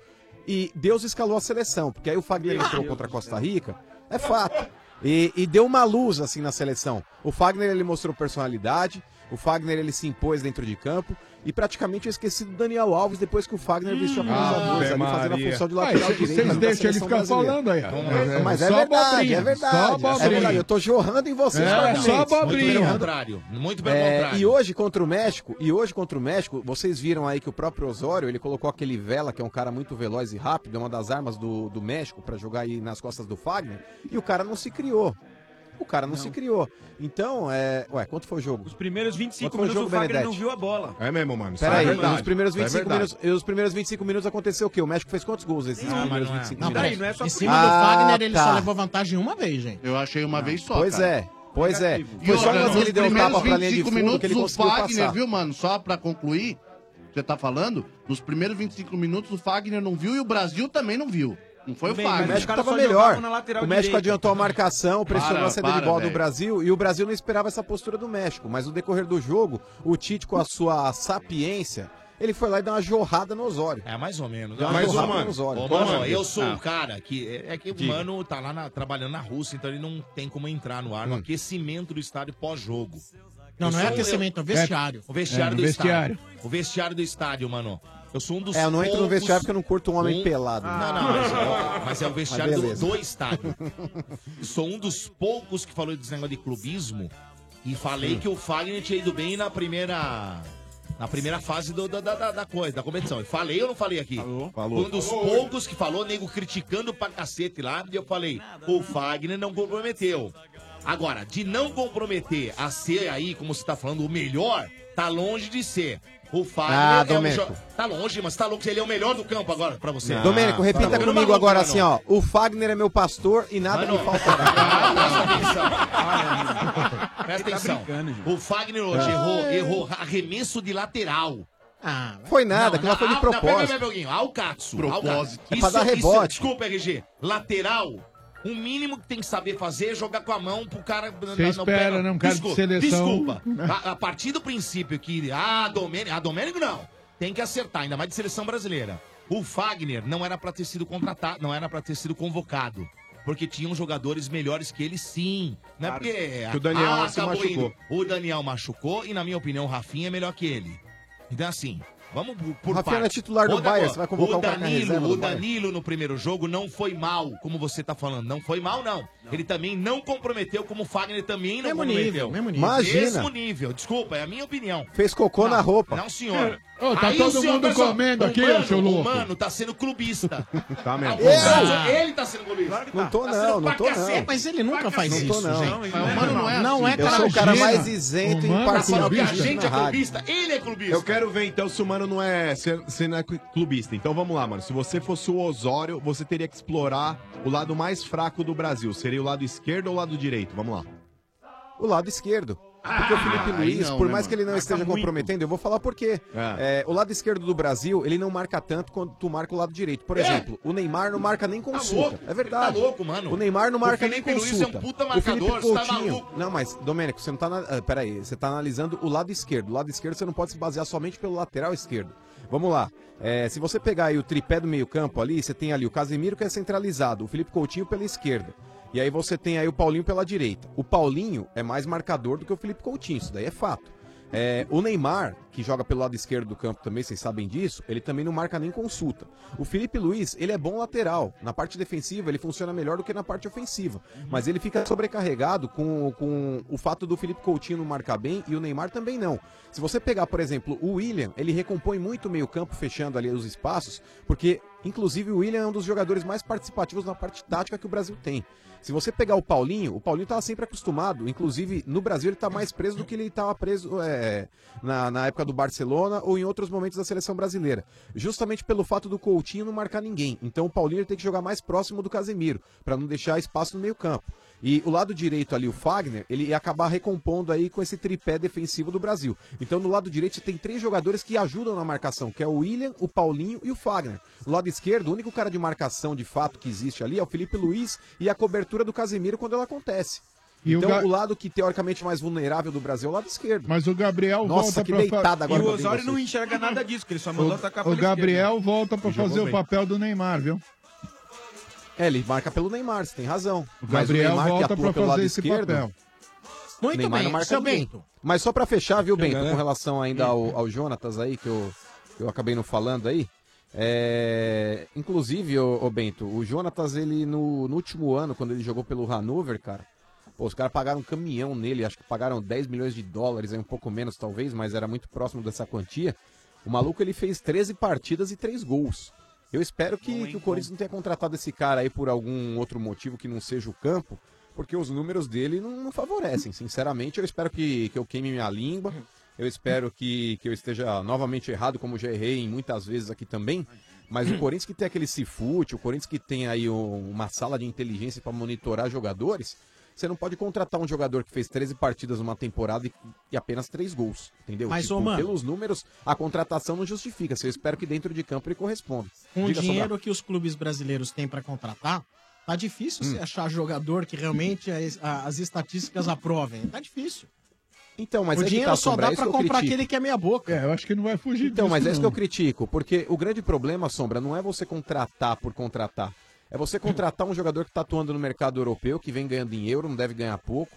[SPEAKER 7] e Deus escalou a seleção, porque aí o Fagner
[SPEAKER 17] Meu
[SPEAKER 7] entrou
[SPEAKER 17] Deus
[SPEAKER 7] contra a Costa Rica, é fato. E, e deu uma luz assim na seleção. O Fagner ele mostrou personalidade, o Fagner ele se impôs dentro de campo e praticamente eu esqueci do Daniel Alves depois que o Fagner vestiu a camisa
[SPEAKER 4] Hum, Ave
[SPEAKER 7] 2 ali fazendo a
[SPEAKER 4] Maria.
[SPEAKER 7] função de
[SPEAKER 4] Ah,
[SPEAKER 7] lateral
[SPEAKER 4] vocês-
[SPEAKER 7] direito.
[SPEAKER 4] vocês
[SPEAKER 7] da
[SPEAKER 4] deixam ele
[SPEAKER 7] seleção
[SPEAKER 4] ficar
[SPEAKER 7] brasileira.
[SPEAKER 4] falando aí, ó.
[SPEAKER 7] Mas, é- mas é
[SPEAKER 4] Só
[SPEAKER 7] verdade,
[SPEAKER 4] abobrinha,
[SPEAKER 7] é
[SPEAKER 4] só
[SPEAKER 7] verdade. é
[SPEAKER 4] abobrinha.
[SPEAKER 7] verdade. Eu tô jorrando em vocês.
[SPEAKER 4] É,
[SPEAKER 7] parabéns.
[SPEAKER 4] só abobrinha.
[SPEAKER 7] Muito pelo
[SPEAKER 5] contrário, muito pelo
[SPEAKER 7] É,
[SPEAKER 5] contrário.
[SPEAKER 7] E hoje contra o México, e hoje contra o México, vocês viram aí que o próprio Osório, ele colocou aquele Vela, que é um cara muito veloz e rápido, é uma das armas do, do México pra jogar aí nas costas do Fagner, e o cara não se criou. O cara não, se criou. Então, é, ué, quanto foi o jogo? Os
[SPEAKER 10] primeiros 25
[SPEAKER 7] foi o
[SPEAKER 10] minutos
[SPEAKER 7] jogo,
[SPEAKER 10] o Fagner
[SPEAKER 7] Benedetti?
[SPEAKER 10] não viu a bola.
[SPEAKER 2] É mesmo, mano. isso
[SPEAKER 7] Peraí,
[SPEAKER 2] é
[SPEAKER 7] e
[SPEAKER 2] verdade.
[SPEAKER 7] os primeiros
[SPEAKER 2] Isso é
[SPEAKER 7] 25
[SPEAKER 2] verdade.
[SPEAKER 7] minutos, e os primeiros 25 minutos aconteceu o quê? O México fez quantos gols nesses
[SPEAKER 1] Não, mas
[SPEAKER 7] primeiros
[SPEAKER 1] não é.
[SPEAKER 7] 25
[SPEAKER 1] Não,
[SPEAKER 7] minutos?
[SPEAKER 1] peraí, não é só Em cima do
[SPEAKER 7] Ah,
[SPEAKER 1] Fagner, ele só
[SPEAKER 7] tá.
[SPEAKER 1] levou vantagem uma vez, gente.
[SPEAKER 9] Eu achei uma vez só.
[SPEAKER 7] Pois
[SPEAKER 9] cara.
[SPEAKER 7] é, pois é.
[SPEAKER 9] E
[SPEAKER 7] Foi só
[SPEAKER 9] outra,
[SPEAKER 7] quando
[SPEAKER 9] nos
[SPEAKER 7] ele deu um
[SPEAKER 9] primeiros
[SPEAKER 7] tapa pra linha de
[SPEAKER 9] 25
[SPEAKER 7] fundo que ele
[SPEAKER 9] minutos,
[SPEAKER 7] conseguiu
[SPEAKER 9] o Fagner,
[SPEAKER 7] passar.
[SPEAKER 9] viu, mano? Só pra concluir, você tá falando, nos primeiros 25 minutos o Fagner não viu e o Brasil também não viu. Não foi
[SPEAKER 7] Bem,
[SPEAKER 9] o
[SPEAKER 7] o
[SPEAKER 9] Fagner.
[SPEAKER 7] México tava melhor. O México
[SPEAKER 9] direita.
[SPEAKER 7] adiantou a marcação, pressionou
[SPEAKER 9] Para,
[SPEAKER 7] a saída de
[SPEAKER 9] para,
[SPEAKER 7] bola do
[SPEAKER 9] velho.
[SPEAKER 7] Brasil e o Brasil não esperava essa postura do México. Mas no decorrer do jogo, o Tite, com a sua sapiência, ele foi lá e deu uma jorrada no Osório.
[SPEAKER 5] É, mais ou menos.
[SPEAKER 7] Deu uma
[SPEAKER 9] um,
[SPEAKER 5] Mas, ô,
[SPEAKER 7] jorrada no
[SPEAKER 5] mano,
[SPEAKER 7] Osório.
[SPEAKER 5] ô, mano, eu sou
[SPEAKER 7] Ah.
[SPEAKER 5] o cara que. É é que o
[SPEAKER 7] Diga.
[SPEAKER 5] mano tá lá na- trabalhando na Rússia, então ele não tem como entrar no ar
[SPEAKER 7] Hum.
[SPEAKER 5] no aquecimento do estádio pós-jogo.
[SPEAKER 1] Não,
[SPEAKER 5] Eu
[SPEAKER 1] não é
[SPEAKER 5] sou-
[SPEAKER 1] aquecimento, é o vestiário.
[SPEAKER 5] o vestiário
[SPEAKER 1] É,
[SPEAKER 5] do
[SPEAKER 1] no vestiário.
[SPEAKER 5] estádio. O vestiário do estádio, mano. Eu sou um dos.
[SPEAKER 7] É, eu não entro no
[SPEAKER 5] poucos-
[SPEAKER 7] vestiário porque eu não curto um homem
[SPEAKER 5] um-
[SPEAKER 7] pelado.
[SPEAKER 5] Não, não, mas, é- mas é o
[SPEAKER 7] Mas
[SPEAKER 5] vestiário do,
[SPEAKER 7] beleza.
[SPEAKER 5] do estádio. Sou um dos poucos que falou desse negócio de clubismo e falei
[SPEAKER 7] Hum.
[SPEAKER 5] que o Fagner tinha ido bem na primeira. Na primeira fase do- da, da, da- da coisa, da competição. Falei ou não falei aqui? Falou.
[SPEAKER 2] Falou.
[SPEAKER 5] Um dos
[SPEAKER 2] Falou.
[SPEAKER 5] poucos que falou, nego criticando pra cacete lá, e eu falei, o Fagner não comprometeu. Agora, de não comprometer a ser aí, como você tá falando, o melhor, tá longe de ser. O Fagner
[SPEAKER 7] Ah,
[SPEAKER 5] é um
[SPEAKER 7] Domênico.
[SPEAKER 5] jo- Tá longe, mas tá louco, ele é o melhor do campo agora pra você.
[SPEAKER 7] Domênico, repita
[SPEAKER 5] Tá ficando
[SPEAKER 7] comigo
[SPEAKER 5] maluco,
[SPEAKER 7] agora
[SPEAKER 5] mano.
[SPEAKER 7] assim, ó. O Fagner é meu pastor e nada me faltará.
[SPEAKER 5] Presta atenção. o Fagner hoje
[SPEAKER 7] Ah.
[SPEAKER 5] errou, errou arremesso de lateral.
[SPEAKER 1] Ah,
[SPEAKER 7] Foi nada, aquilo lá foi de propósito.
[SPEAKER 5] Alcatsu.
[SPEAKER 7] Propósito.
[SPEAKER 5] alcatsu.
[SPEAKER 7] É pra dar
[SPEAKER 5] isso-
[SPEAKER 7] rebote.
[SPEAKER 5] desculpa, RG. Lateral, o mínimo que tem que saber fazer é jogar com a mão pro cara... na-
[SPEAKER 4] Você
[SPEAKER 5] no
[SPEAKER 4] espera,
[SPEAKER 5] pé.
[SPEAKER 4] né? Um cara de
[SPEAKER 5] Desculpa,
[SPEAKER 4] seleção.
[SPEAKER 5] Desculpa. A, a partir do princípio que... Ah, Domênico... Ah, Domênico não. Tem que acertar, ainda mais de seleção brasileira. O Fagner não era pra ter sido contratado, não era pra ter sido convocado. Porque tinham jogadores melhores que ele, sim. Não é porque...
[SPEAKER 2] Que o Daniel
[SPEAKER 5] ah,
[SPEAKER 2] se
[SPEAKER 5] acabou
[SPEAKER 2] machucou.
[SPEAKER 5] indo. O Daniel machucou e, na minha opinião, o Rafinha é melhor que ele. Então, assim, vamos por- por
[SPEAKER 7] Rafinha
[SPEAKER 5] partes.
[SPEAKER 7] é titular do
[SPEAKER 5] Ô,
[SPEAKER 7] Bayern,
[SPEAKER 5] Daniel,
[SPEAKER 7] você vai convocar
[SPEAKER 5] o
[SPEAKER 7] o cara na
[SPEAKER 5] Danilo,
[SPEAKER 7] reserva do
[SPEAKER 5] O
[SPEAKER 7] Bayern?
[SPEAKER 5] Danilo no primeiro jogo não foi mal, como você tá falando. Não foi mal, não. Ele também não comprometeu, como o Fagner também não
[SPEAKER 7] Mesmo nível,
[SPEAKER 5] comprometeu.
[SPEAKER 7] mesmo nível. Imagina.
[SPEAKER 5] Mesmo nível, desculpa, é a minha opinião.
[SPEAKER 7] Fez cocô na roupa.
[SPEAKER 5] Não, senhor.
[SPEAKER 7] É,
[SPEAKER 4] Ô, tá
[SPEAKER 5] o
[SPEAKER 4] todo
[SPEAKER 5] senhor
[SPEAKER 4] mundo
[SPEAKER 5] só-
[SPEAKER 4] comendo
[SPEAKER 5] o
[SPEAKER 4] aqui,
[SPEAKER 5] mano,
[SPEAKER 4] seu louco.
[SPEAKER 5] O mano tá sendo clubista.
[SPEAKER 2] Tá mesmo.
[SPEAKER 5] O Santos, Ele tá sendo clubista.
[SPEAKER 7] É. Não tô
[SPEAKER 5] Tá sendo
[SPEAKER 7] não,
[SPEAKER 5] pra
[SPEAKER 7] não tô não.
[SPEAKER 5] cacete.
[SPEAKER 1] Mas ele nunca
[SPEAKER 5] Pra
[SPEAKER 1] faz
[SPEAKER 7] cacete.
[SPEAKER 1] isso,
[SPEAKER 7] Não tô, não.
[SPEAKER 1] gente.
[SPEAKER 7] Mas o mano não é
[SPEAKER 1] Não é
[SPEAKER 7] assim. Eu sou o cara
[SPEAKER 1] carajina.
[SPEAKER 7] mais isento e
[SPEAKER 1] Humano,
[SPEAKER 7] imparcial
[SPEAKER 1] clubista.
[SPEAKER 7] que existe na
[SPEAKER 5] Gente, é
[SPEAKER 7] rádio.
[SPEAKER 5] clubista. Ele é clubista.
[SPEAKER 2] Eu quero ver então se o Mano mano, não é. Você você não é clubista. Então vamos lá, mano. Se você fosse o Osório, você teria que explorar o lado mais fraco do Brasil. Seria o lado esquerdo ou o lado direito? Vamos lá.
[SPEAKER 7] O lado esquerdo. Porque o Felipe
[SPEAKER 2] aí
[SPEAKER 7] Luiz,
[SPEAKER 2] não,
[SPEAKER 7] por
[SPEAKER 2] né,
[SPEAKER 7] mais que ele
[SPEAKER 2] mano?
[SPEAKER 7] não
[SPEAKER 2] Marca
[SPEAKER 7] esteja
[SPEAKER 2] muito.
[SPEAKER 7] comprometendo, eu vou falar por quê. É, o lado esquerdo do Brasil, ele não marca tanto quanto marca o lado direito.
[SPEAKER 2] É.
[SPEAKER 7] Por exemplo, o Neymar não marca nem consulta.
[SPEAKER 8] Tá louco.
[SPEAKER 7] é verdade.
[SPEAKER 8] Ele tá louco, mano.
[SPEAKER 7] O Neymar não
[SPEAKER 8] O
[SPEAKER 7] marca nem
[SPEAKER 8] Felipe Luiz é um
[SPEAKER 7] consulta.
[SPEAKER 8] puta
[SPEAKER 7] O
[SPEAKER 8] marcador,
[SPEAKER 7] Felipe
[SPEAKER 8] você tá
[SPEAKER 7] Coutinho-
[SPEAKER 8] maluco.
[SPEAKER 7] Não, mas, Domênico, você não tá. Na... ah, Peraí, você tá analisando o lado esquerdo. O lado esquerdo você não pode se basear somente pelo lateral esquerdo. Vamos lá. É, se você pegar aí o tripé do meio-campo ali, você tem ali o Casemiro que é centralizado, o Felipe Coutinho pela esquerda. E aí você tem aí o Paulinho pela direita. O Paulinho é mais marcador do que o Felipe Coutinho, isso daí é fato. É, o Neymar, que joga pelo lado esquerdo do campo também, vocês sabem disso, ele também não marca nem consulta. O Felipe Luiz, ele é bom lateral. Na parte defensiva, ele funciona melhor do que na parte ofensiva. Mas ele fica sobrecarregado com, com o fato do Felipe Coutinho não marcar bem e o Neymar também não. Se você pegar, por exemplo, o William, ele recompõe muito o meio-campo, fechando ali os espaços, porque Inclusive, o William é um dos jogadores mais participativos na parte tática que o Brasil tem. Se você pegar o Paulinho, o Paulinho estava sempre acostumado. Inclusive, no Brasil, ele está mais preso do que ele estava preso é, na, na época do Barcelona ou em outros momentos da seleção brasileira. Justamente pelo fato do Coutinho não marcar ninguém. Então, o Paulinho ele tem que jogar mais próximo do Casemiro, para não deixar espaço no meio-campo. E o lado direito ali, o Fagner, ele ia acabar recompondo aí com esse tripé defensivo do Brasil. Então, no lado direito, você tem três jogadores que ajudam na marcação, que é o William, o Paulinho e o Fagner. No lado esquerdo, o único cara de marcação de fato que existe ali é o Felipe Luiz e a cobertura do Casemiro quando ela acontece.
[SPEAKER 4] E o
[SPEAKER 7] então, o,
[SPEAKER 4] Ga-
[SPEAKER 7] lado que teoricamente mais vulnerável do Brasil é o lado esquerdo.
[SPEAKER 4] Mas o Gabriel
[SPEAKER 7] Nossa,
[SPEAKER 4] volta
[SPEAKER 7] que
[SPEAKER 4] pra-
[SPEAKER 7] deitada agora.
[SPEAKER 4] E o
[SPEAKER 7] que eu dei em
[SPEAKER 4] Osório
[SPEAKER 7] vocês.
[SPEAKER 6] não enxerga nada disso, que ele só mandou atacar
[SPEAKER 4] O,
[SPEAKER 6] pela
[SPEAKER 4] o Gabriel
[SPEAKER 6] esquerda.
[SPEAKER 4] volta pra
[SPEAKER 6] E jogou
[SPEAKER 4] fazer o
[SPEAKER 6] bem.
[SPEAKER 4] papel do Neymar, viu?
[SPEAKER 7] É, ele marca pelo Neymar, você tem razão.
[SPEAKER 4] O Gabriel volta pra fazer esse papel.
[SPEAKER 7] Muito Neymar
[SPEAKER 4] bem,
[SPEAKER 7] não marca
[SPEAKER 4] seu
[SPEAKER 7] ninguém.
[SPEAKER 4] Bento.
[SPEAKER 7] Mas só pra fechar, viu,
[SPEAKER 4] Chega,
[SPEAKER 7] Bento,
[SPEAKER 4] né?
[SPEAKER 7] com relação ainda ao, ao Jonatas aí, que eu, eu acabei não falando aí. é, Inclusive, ô, ô, Bento, o Jonatas, ele no, no último ano, quando ele jogou pelo Hannover, cara, pô, os caras pagaram um caminhão nele, acho que pagaram 10 milhões de dólares, aí um pouco menos talvez, mas era muito próximo dessa quantia. O maluco, ele fez 13 partidas e 3 gols. Eu espero que, que o Corinthians não tenha contratado esse cara aí por algum outro motivo que não seja o campo, porque os números dele não, não favorecem. Sinceramente, eu espero que, que eu queime minha língua. Eu espero que, que eu esteja novamente errado, como já errei em muitas vezes aqui também. Mas o Corinthians que tem aquele cifute, o Corinthians que tem aí um- uma sala de inteligência para monitorar jogadores, você não pode contratar um jogador que fez 13 partidas numa temporada e, e apenas 3 gols, entendeu? Tipo,
[SPEAKER 1] Mas, ô, mano-
[SPEAKER 7] pelos números, a contratação não justifica. Se Eu espero que dentro de campo ele corresponda.
[SPEAKER 1] Com o
[SPEAKER 7] Diga, Sombra.
[SPEAKER 1] dinheiro que os clubes brasileiros têm para contratar, tá
[SPEAKER 7] Hum.
[SPEAKER 1] difícil você achar jogador que realmente as, a- as estatísticas aprovem. Tá difícil.
[SPEAKER 7] Então, mas
[SPEAKER 1] o
[SPEAKER 7] é que
[SPEAKER 1] dinheiro
[SPEAKER 7] tá,
[SPEAKER 1] só
[SPEAKER 7] Sombra, é
[SPEAKER 1] dá
[SPEAKER 7] isso
[SPEAKER 1] pra
[SPEAKER 7] que eu
[SPEAKER 1] comprar
[SPEAKER 7] critico.
[SPEAKER 1] aquele que é meia boca.
[SPEAKER 4] É, eu acho que não vai fugir
[SPEAKER 7] Então, mas é isso que eu critico, porque o grande problema, Sombra, não é você contratar por contratar. É você contratar um jogador que está atuando no mercado europeu, que vem ganhando em euro, não deve ganhar pouco.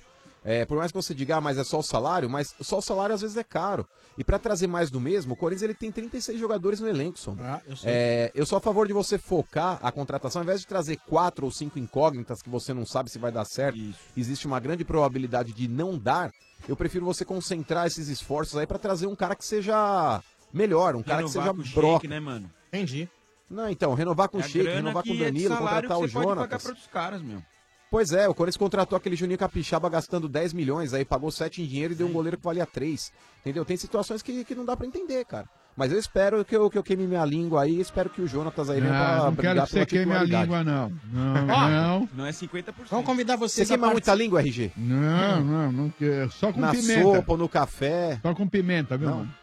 [SPEAKER 7] É, por mais que você diga, ah, mas é só o salário, mas só o salário às vezes é caro. E para trazer mais do mesmo, o Corinthians ele tem 36 jogadores no elenco, Sombra.
[SPEAKER 1] Ah, eu sei.
[SPEAKER 7] É, eu sou a favor de você focar a contratação, ao invés de trazer quatro ou cinco incógnitas que você não sabe se vai dar certo, existe uma grande probabilidade de não dar. Eu prefiro você concentrar esses esforços aí pra trazer um cara que seja melhor, um cara que seja
[SPEAKER 6] Renovar com o Sheik,
[SPEAKER 7] broca.
[SPEAKER 6] né, mano?
[SPEAKER 1] Entendi.
[SPEAKER 7] Não, então, renovar com
[SPEAKER 6] É
[SPEAKER 7] o
[SPEAKER 6] a
[SPEAKER 7] Sheik,
[SPEAKER 6] grana
[SPEAKER 7] renovar com o
[SPEAKER 6] que é de
[SPEAKER 7] Danilo,
[SPEAKER 6] salário
[SPEAKER 7] contratar
[SPEAKER 6] que
[SPEAKER 7] o
[SPEAKER 6] você pode pagar
[SPEAKER 7] Jonas.
[SPEAKER 6] pra outros caras, meu.
[SPEAKER 7] Pois é, o Corinthians contratou aquele Juninho Capixaba gastando 10 milhões, aí pagou 7 em dinheiro e deu um goleiro que valia 3. Entendeu? Tem situações que, que não dá pra entender, cara. Mas eu espero que eu, que eu queime minha língua aí, espero que o Jonatas aí venha pra
[SPEAKER 4] Ah, não quero
[SPEAKER 7] brigar
[SPEAKER 4] que você
[SPEAKER 7] pela
[SPEAKER 4] queime a
[SPEAKER 7] titularidade.
[SPEAKER 4] língua, não. Não,
[SPEAKER 7] Ó,
[SPEAKER 4] não.
[SPEAKER 6] Não é 50%.
[SPEAKER 1] Vamos convidar
[SPEAKER 7] Você queima muita língua, RG?
[SPEAKER 4] Não, não, não quero. Só com
[SPEAKER 7] Na
[SPEAKER 4] pimenta.
[SPEAKER 7] sopa, no café.
[SPEAKER 4] Só com pimenta, viu?
[SPEAKER 7] Não.
[SPEAKER 4] mano?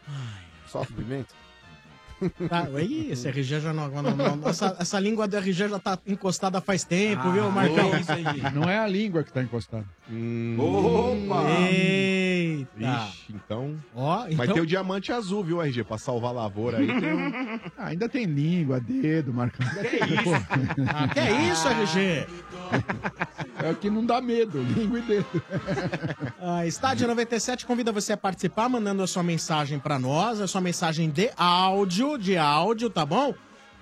[SPEAKER 7] Só com pimenta?
[SPEAKER 1] Tá, aí, esse RG já não. não- não- essa, essa língua do RG já tá encostada faz tempo, viu, Marcão?
[SPEAKER 4] Não Ah, é a língua que tá encostada.
[SPEAKER 7] Hum.
[SPEAKER 1] Opa! Eita!
[SPEAKER 2] Ixi, então.
[SPEAKER 1] Ó,
[SPEAKER 2] Mas
[SPEAKER 4] então-
[SPEAKER 2] tem o diamante azul, viu, RG? Pra salvar a lavoura aí. Tem um...
[SPEAKER 4] Ah, ainda tem língua, dedo, Marcão. Que
[SPEAKER 1] isso? Ah, que isso, RG?
[SPEAKER 4] É o que não dá medo, língua e dedo.
[SPEAKER 1] Ah, Estádio 97 convida você a participar, mandando a sua mensagem pra nós, a sua mensagem de áudio, de áudio, tá bom?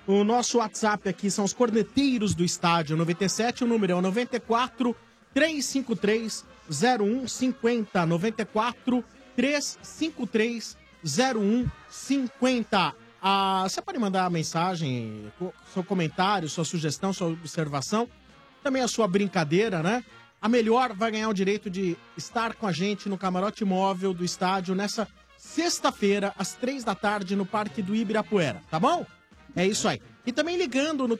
[SPEAKER 1] O nosso WhatsApp aqui são os corneteiros do Estádio 97, o número é o 94 353 0150 94 353 0150. Ah, você pode mandar a mensagem, co- seu comentário, sua sugestão, sua observação também a sua brincadeira, né? A melhor vai ganhar o direito de estar com a gente no camarote móvel do estádio nessa sexta-feira, às três da tarde, no Parque do Ibirapuera, tá bom? É isso aí. E também ligando no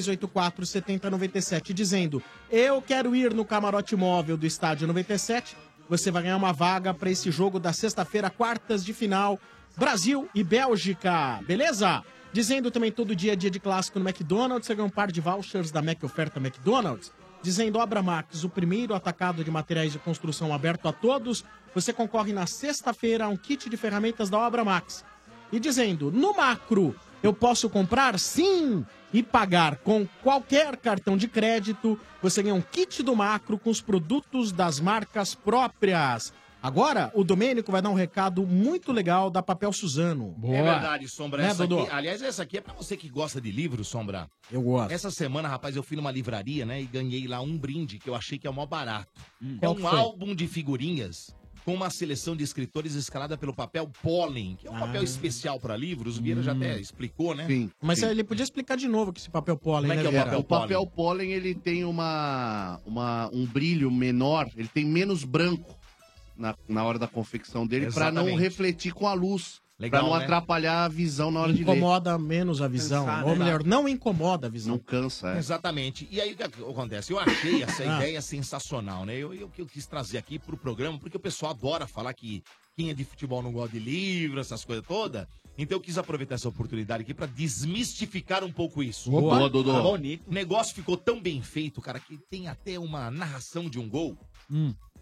[SPEAKER 1] 3284 7097, dizendo: Eu quero ir no camarote móvel do Estádio 97. Você vai ganhar uma vaga para esse jogo da sexta-feira, quartas de final, Brasil e Bélgica, beleza? Dizendo também todo dia é dia de clássico no McDonald's, você ganha um par de vouchers da Mac Oferta McDonald's dizendo Obra Max, o primeiro atacado de materiais de construção aberto a todos. Você concorre na sexta-feira a um kit de ferramentas da Obra Max. E dizendo, no macro, eu posso comprar sim e pagar com qualquer cartão de crédito. Você ganha um kit do macro com os produtos das marcas próprias. Agora, o Domênico vai dar um recado muito legal da Papel Suzano.
[SPEAKER 5] É verdade, Sombra.
[SPEAKER 1] Né,
[SPEAKER 5] essa
[SPEAKER 1] Dodô?
[SPEAKER 5] aqui, aliás, essa aqui é pra você que gosta de livro, Sombra.
[SPEAKER 1] Eu gosto.
[SPEAKER 5] Essa semana, rapaz, eu fui numa livraria, né? E ganhei lá um brinde que eu achei que é o maior barato. é
[SPEAKER 1] Hum. Qual que
[SPEAKER 5] um
[SPEAKER 1] foi?
[SPEAKER 5] álbum de figurinhas com uma seleção de escritores escalada pelo papel Pollen, que é um
[SPEAKER 1] Ah.
[SPEAKER 5] papel especial pra livros. O Vieira já até explicou, né?
[SPEAKER 1] Hum. Mas ele podia explicar de novo que esse papel pólen,
[SPEAKER 5] Como é
[SPEAKER 1] né,
[SPEAKER 5] que é o
[SPEAKER 1] Vera?
[SPEAKER 5] papel
[SPEAKER 9] O papel pólen, ele tem uma, uma, um brilho menor, ele tem menos branco na, na hora da confecção dele, para não
[SPEAKER 1] Exatamente.
[SPEAKER 9] refletir com a luz, para
[SPEAKER 1] Legal,
[SPEAKER 9] não
[SPEAKER 1] né?
[SPEAKER 9] atrapalhar a visão na hora de ler.
[SPEAKER 1] Incomoda menos a visão.
[SPEAKER 9] Cansar,
[SPEAKER 1] Ou
[SPEAKER 9] né?
[SPEAKER 1] melhor, não incomoda a visão.
[SPEAKER 9] Não cansa, é.
[SPEAKER 5] Exatamente. E aí o que ac- acontece? Eu achei essa
[SPEAKER 1] né? Ah.
[SPEAKER 5] ideia sensacional, né? Eu, eu, eu quis trazer aqui pro programa, porque o pessoal adora falar que quem é de futebol não gosta de livro, essas coisas todas. Então eu quis aproveitar essa oportunidade aqui pra desmistificar um pouco isso.
[SPEAKER 9] Opa. Boa, Dodô.
[SPEAKER 5] Tá bom? O negócio ficou tão bem feito, cara, que tem até uma narração de um gol.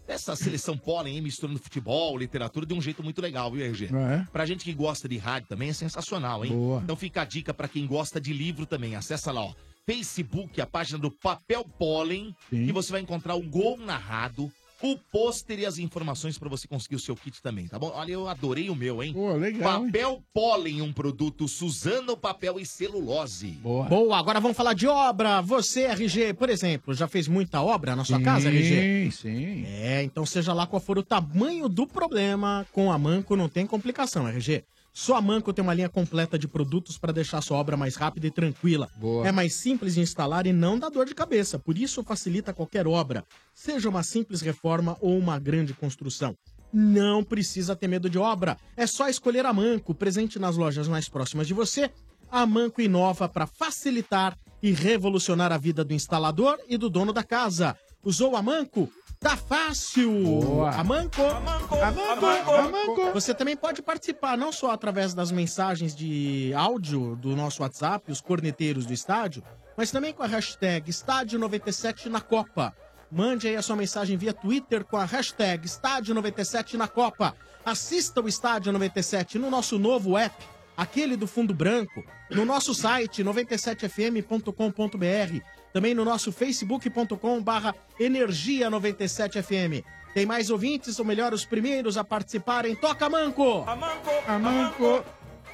[SPEAKER 5] Essa seleção pólen aí misturando futebol, literatura, de um jeito muito legal, viu, RG?
[SPEAKER 4] É.
[SPEAKER 5] Pra gente que gosta de rádio também é sensacional, hein?
[SPEAKER 4] Boa.
[SPEAKER 5] Então fica a dica pra quem gosta de livro também. Acessa lá, ó. Facebook, a página do Papel Pólen,
[SPEAKER 4] Sim.
[SPEAKER 5] que você vai encontrar o gol narrado, o pôster e as informações pra você conseguir o seu kit também, tá bom? Olha, eu adorei o meu, hein?
[SPEAKER 4] Pô, legal.
[SPEAKER 5] Papel Pólen, um produto Suzano Papel e Celulose.
[SPEAKER 1] Boa. agora vamos falar de obra. Você, RG, por exemplo, já fez muita obra na sua
[SPEAKER 4] Sim,
[SPEAKER 1] casa, RG?
[SPEAKER 4] sim.
[SPEAKER 1] É, então seja lá qual for o tamanho do problema, com a Manco não tem complicação, RG. Só a Manco tem uma linha completa de produtos para deixar sua obra mais rápida e tranquila.
[SPEAKER 4] Boa.
[SPEAKER 1] É mais simples de instalar e não dá dor de cabeça, por isso facilita qualquer obra, seja uma simples reforma ou uma grande construção. Não precisa ter medo de obra, é só escolher a Manco, presente nas lojas mais próximas de você. A Manco inova para facilitar e revolucionar a vida do instalador e do dono da casa. Usou a Manco? Tá fácil! A Manco! A Manco! A Manco! Você também pode participar, não só através das mensagens de áudio do nosso WhatsApp, os corneteiros do estádio, mas também com a hashtag Estádio 97 na Copa. Mande aí a sua mensagem via Twitter com a hashtag Estádio 97 na Copa. Assista o Estádio 97 no nosso novo app, aquele do fundo branco, no nosso site 97fm.com.br, também no nosso facebook.com barra energia 97fm. Tem mais ouvintes, ou melhor, os primeiros a participarem. Toca Manco! A Manco! A Manco!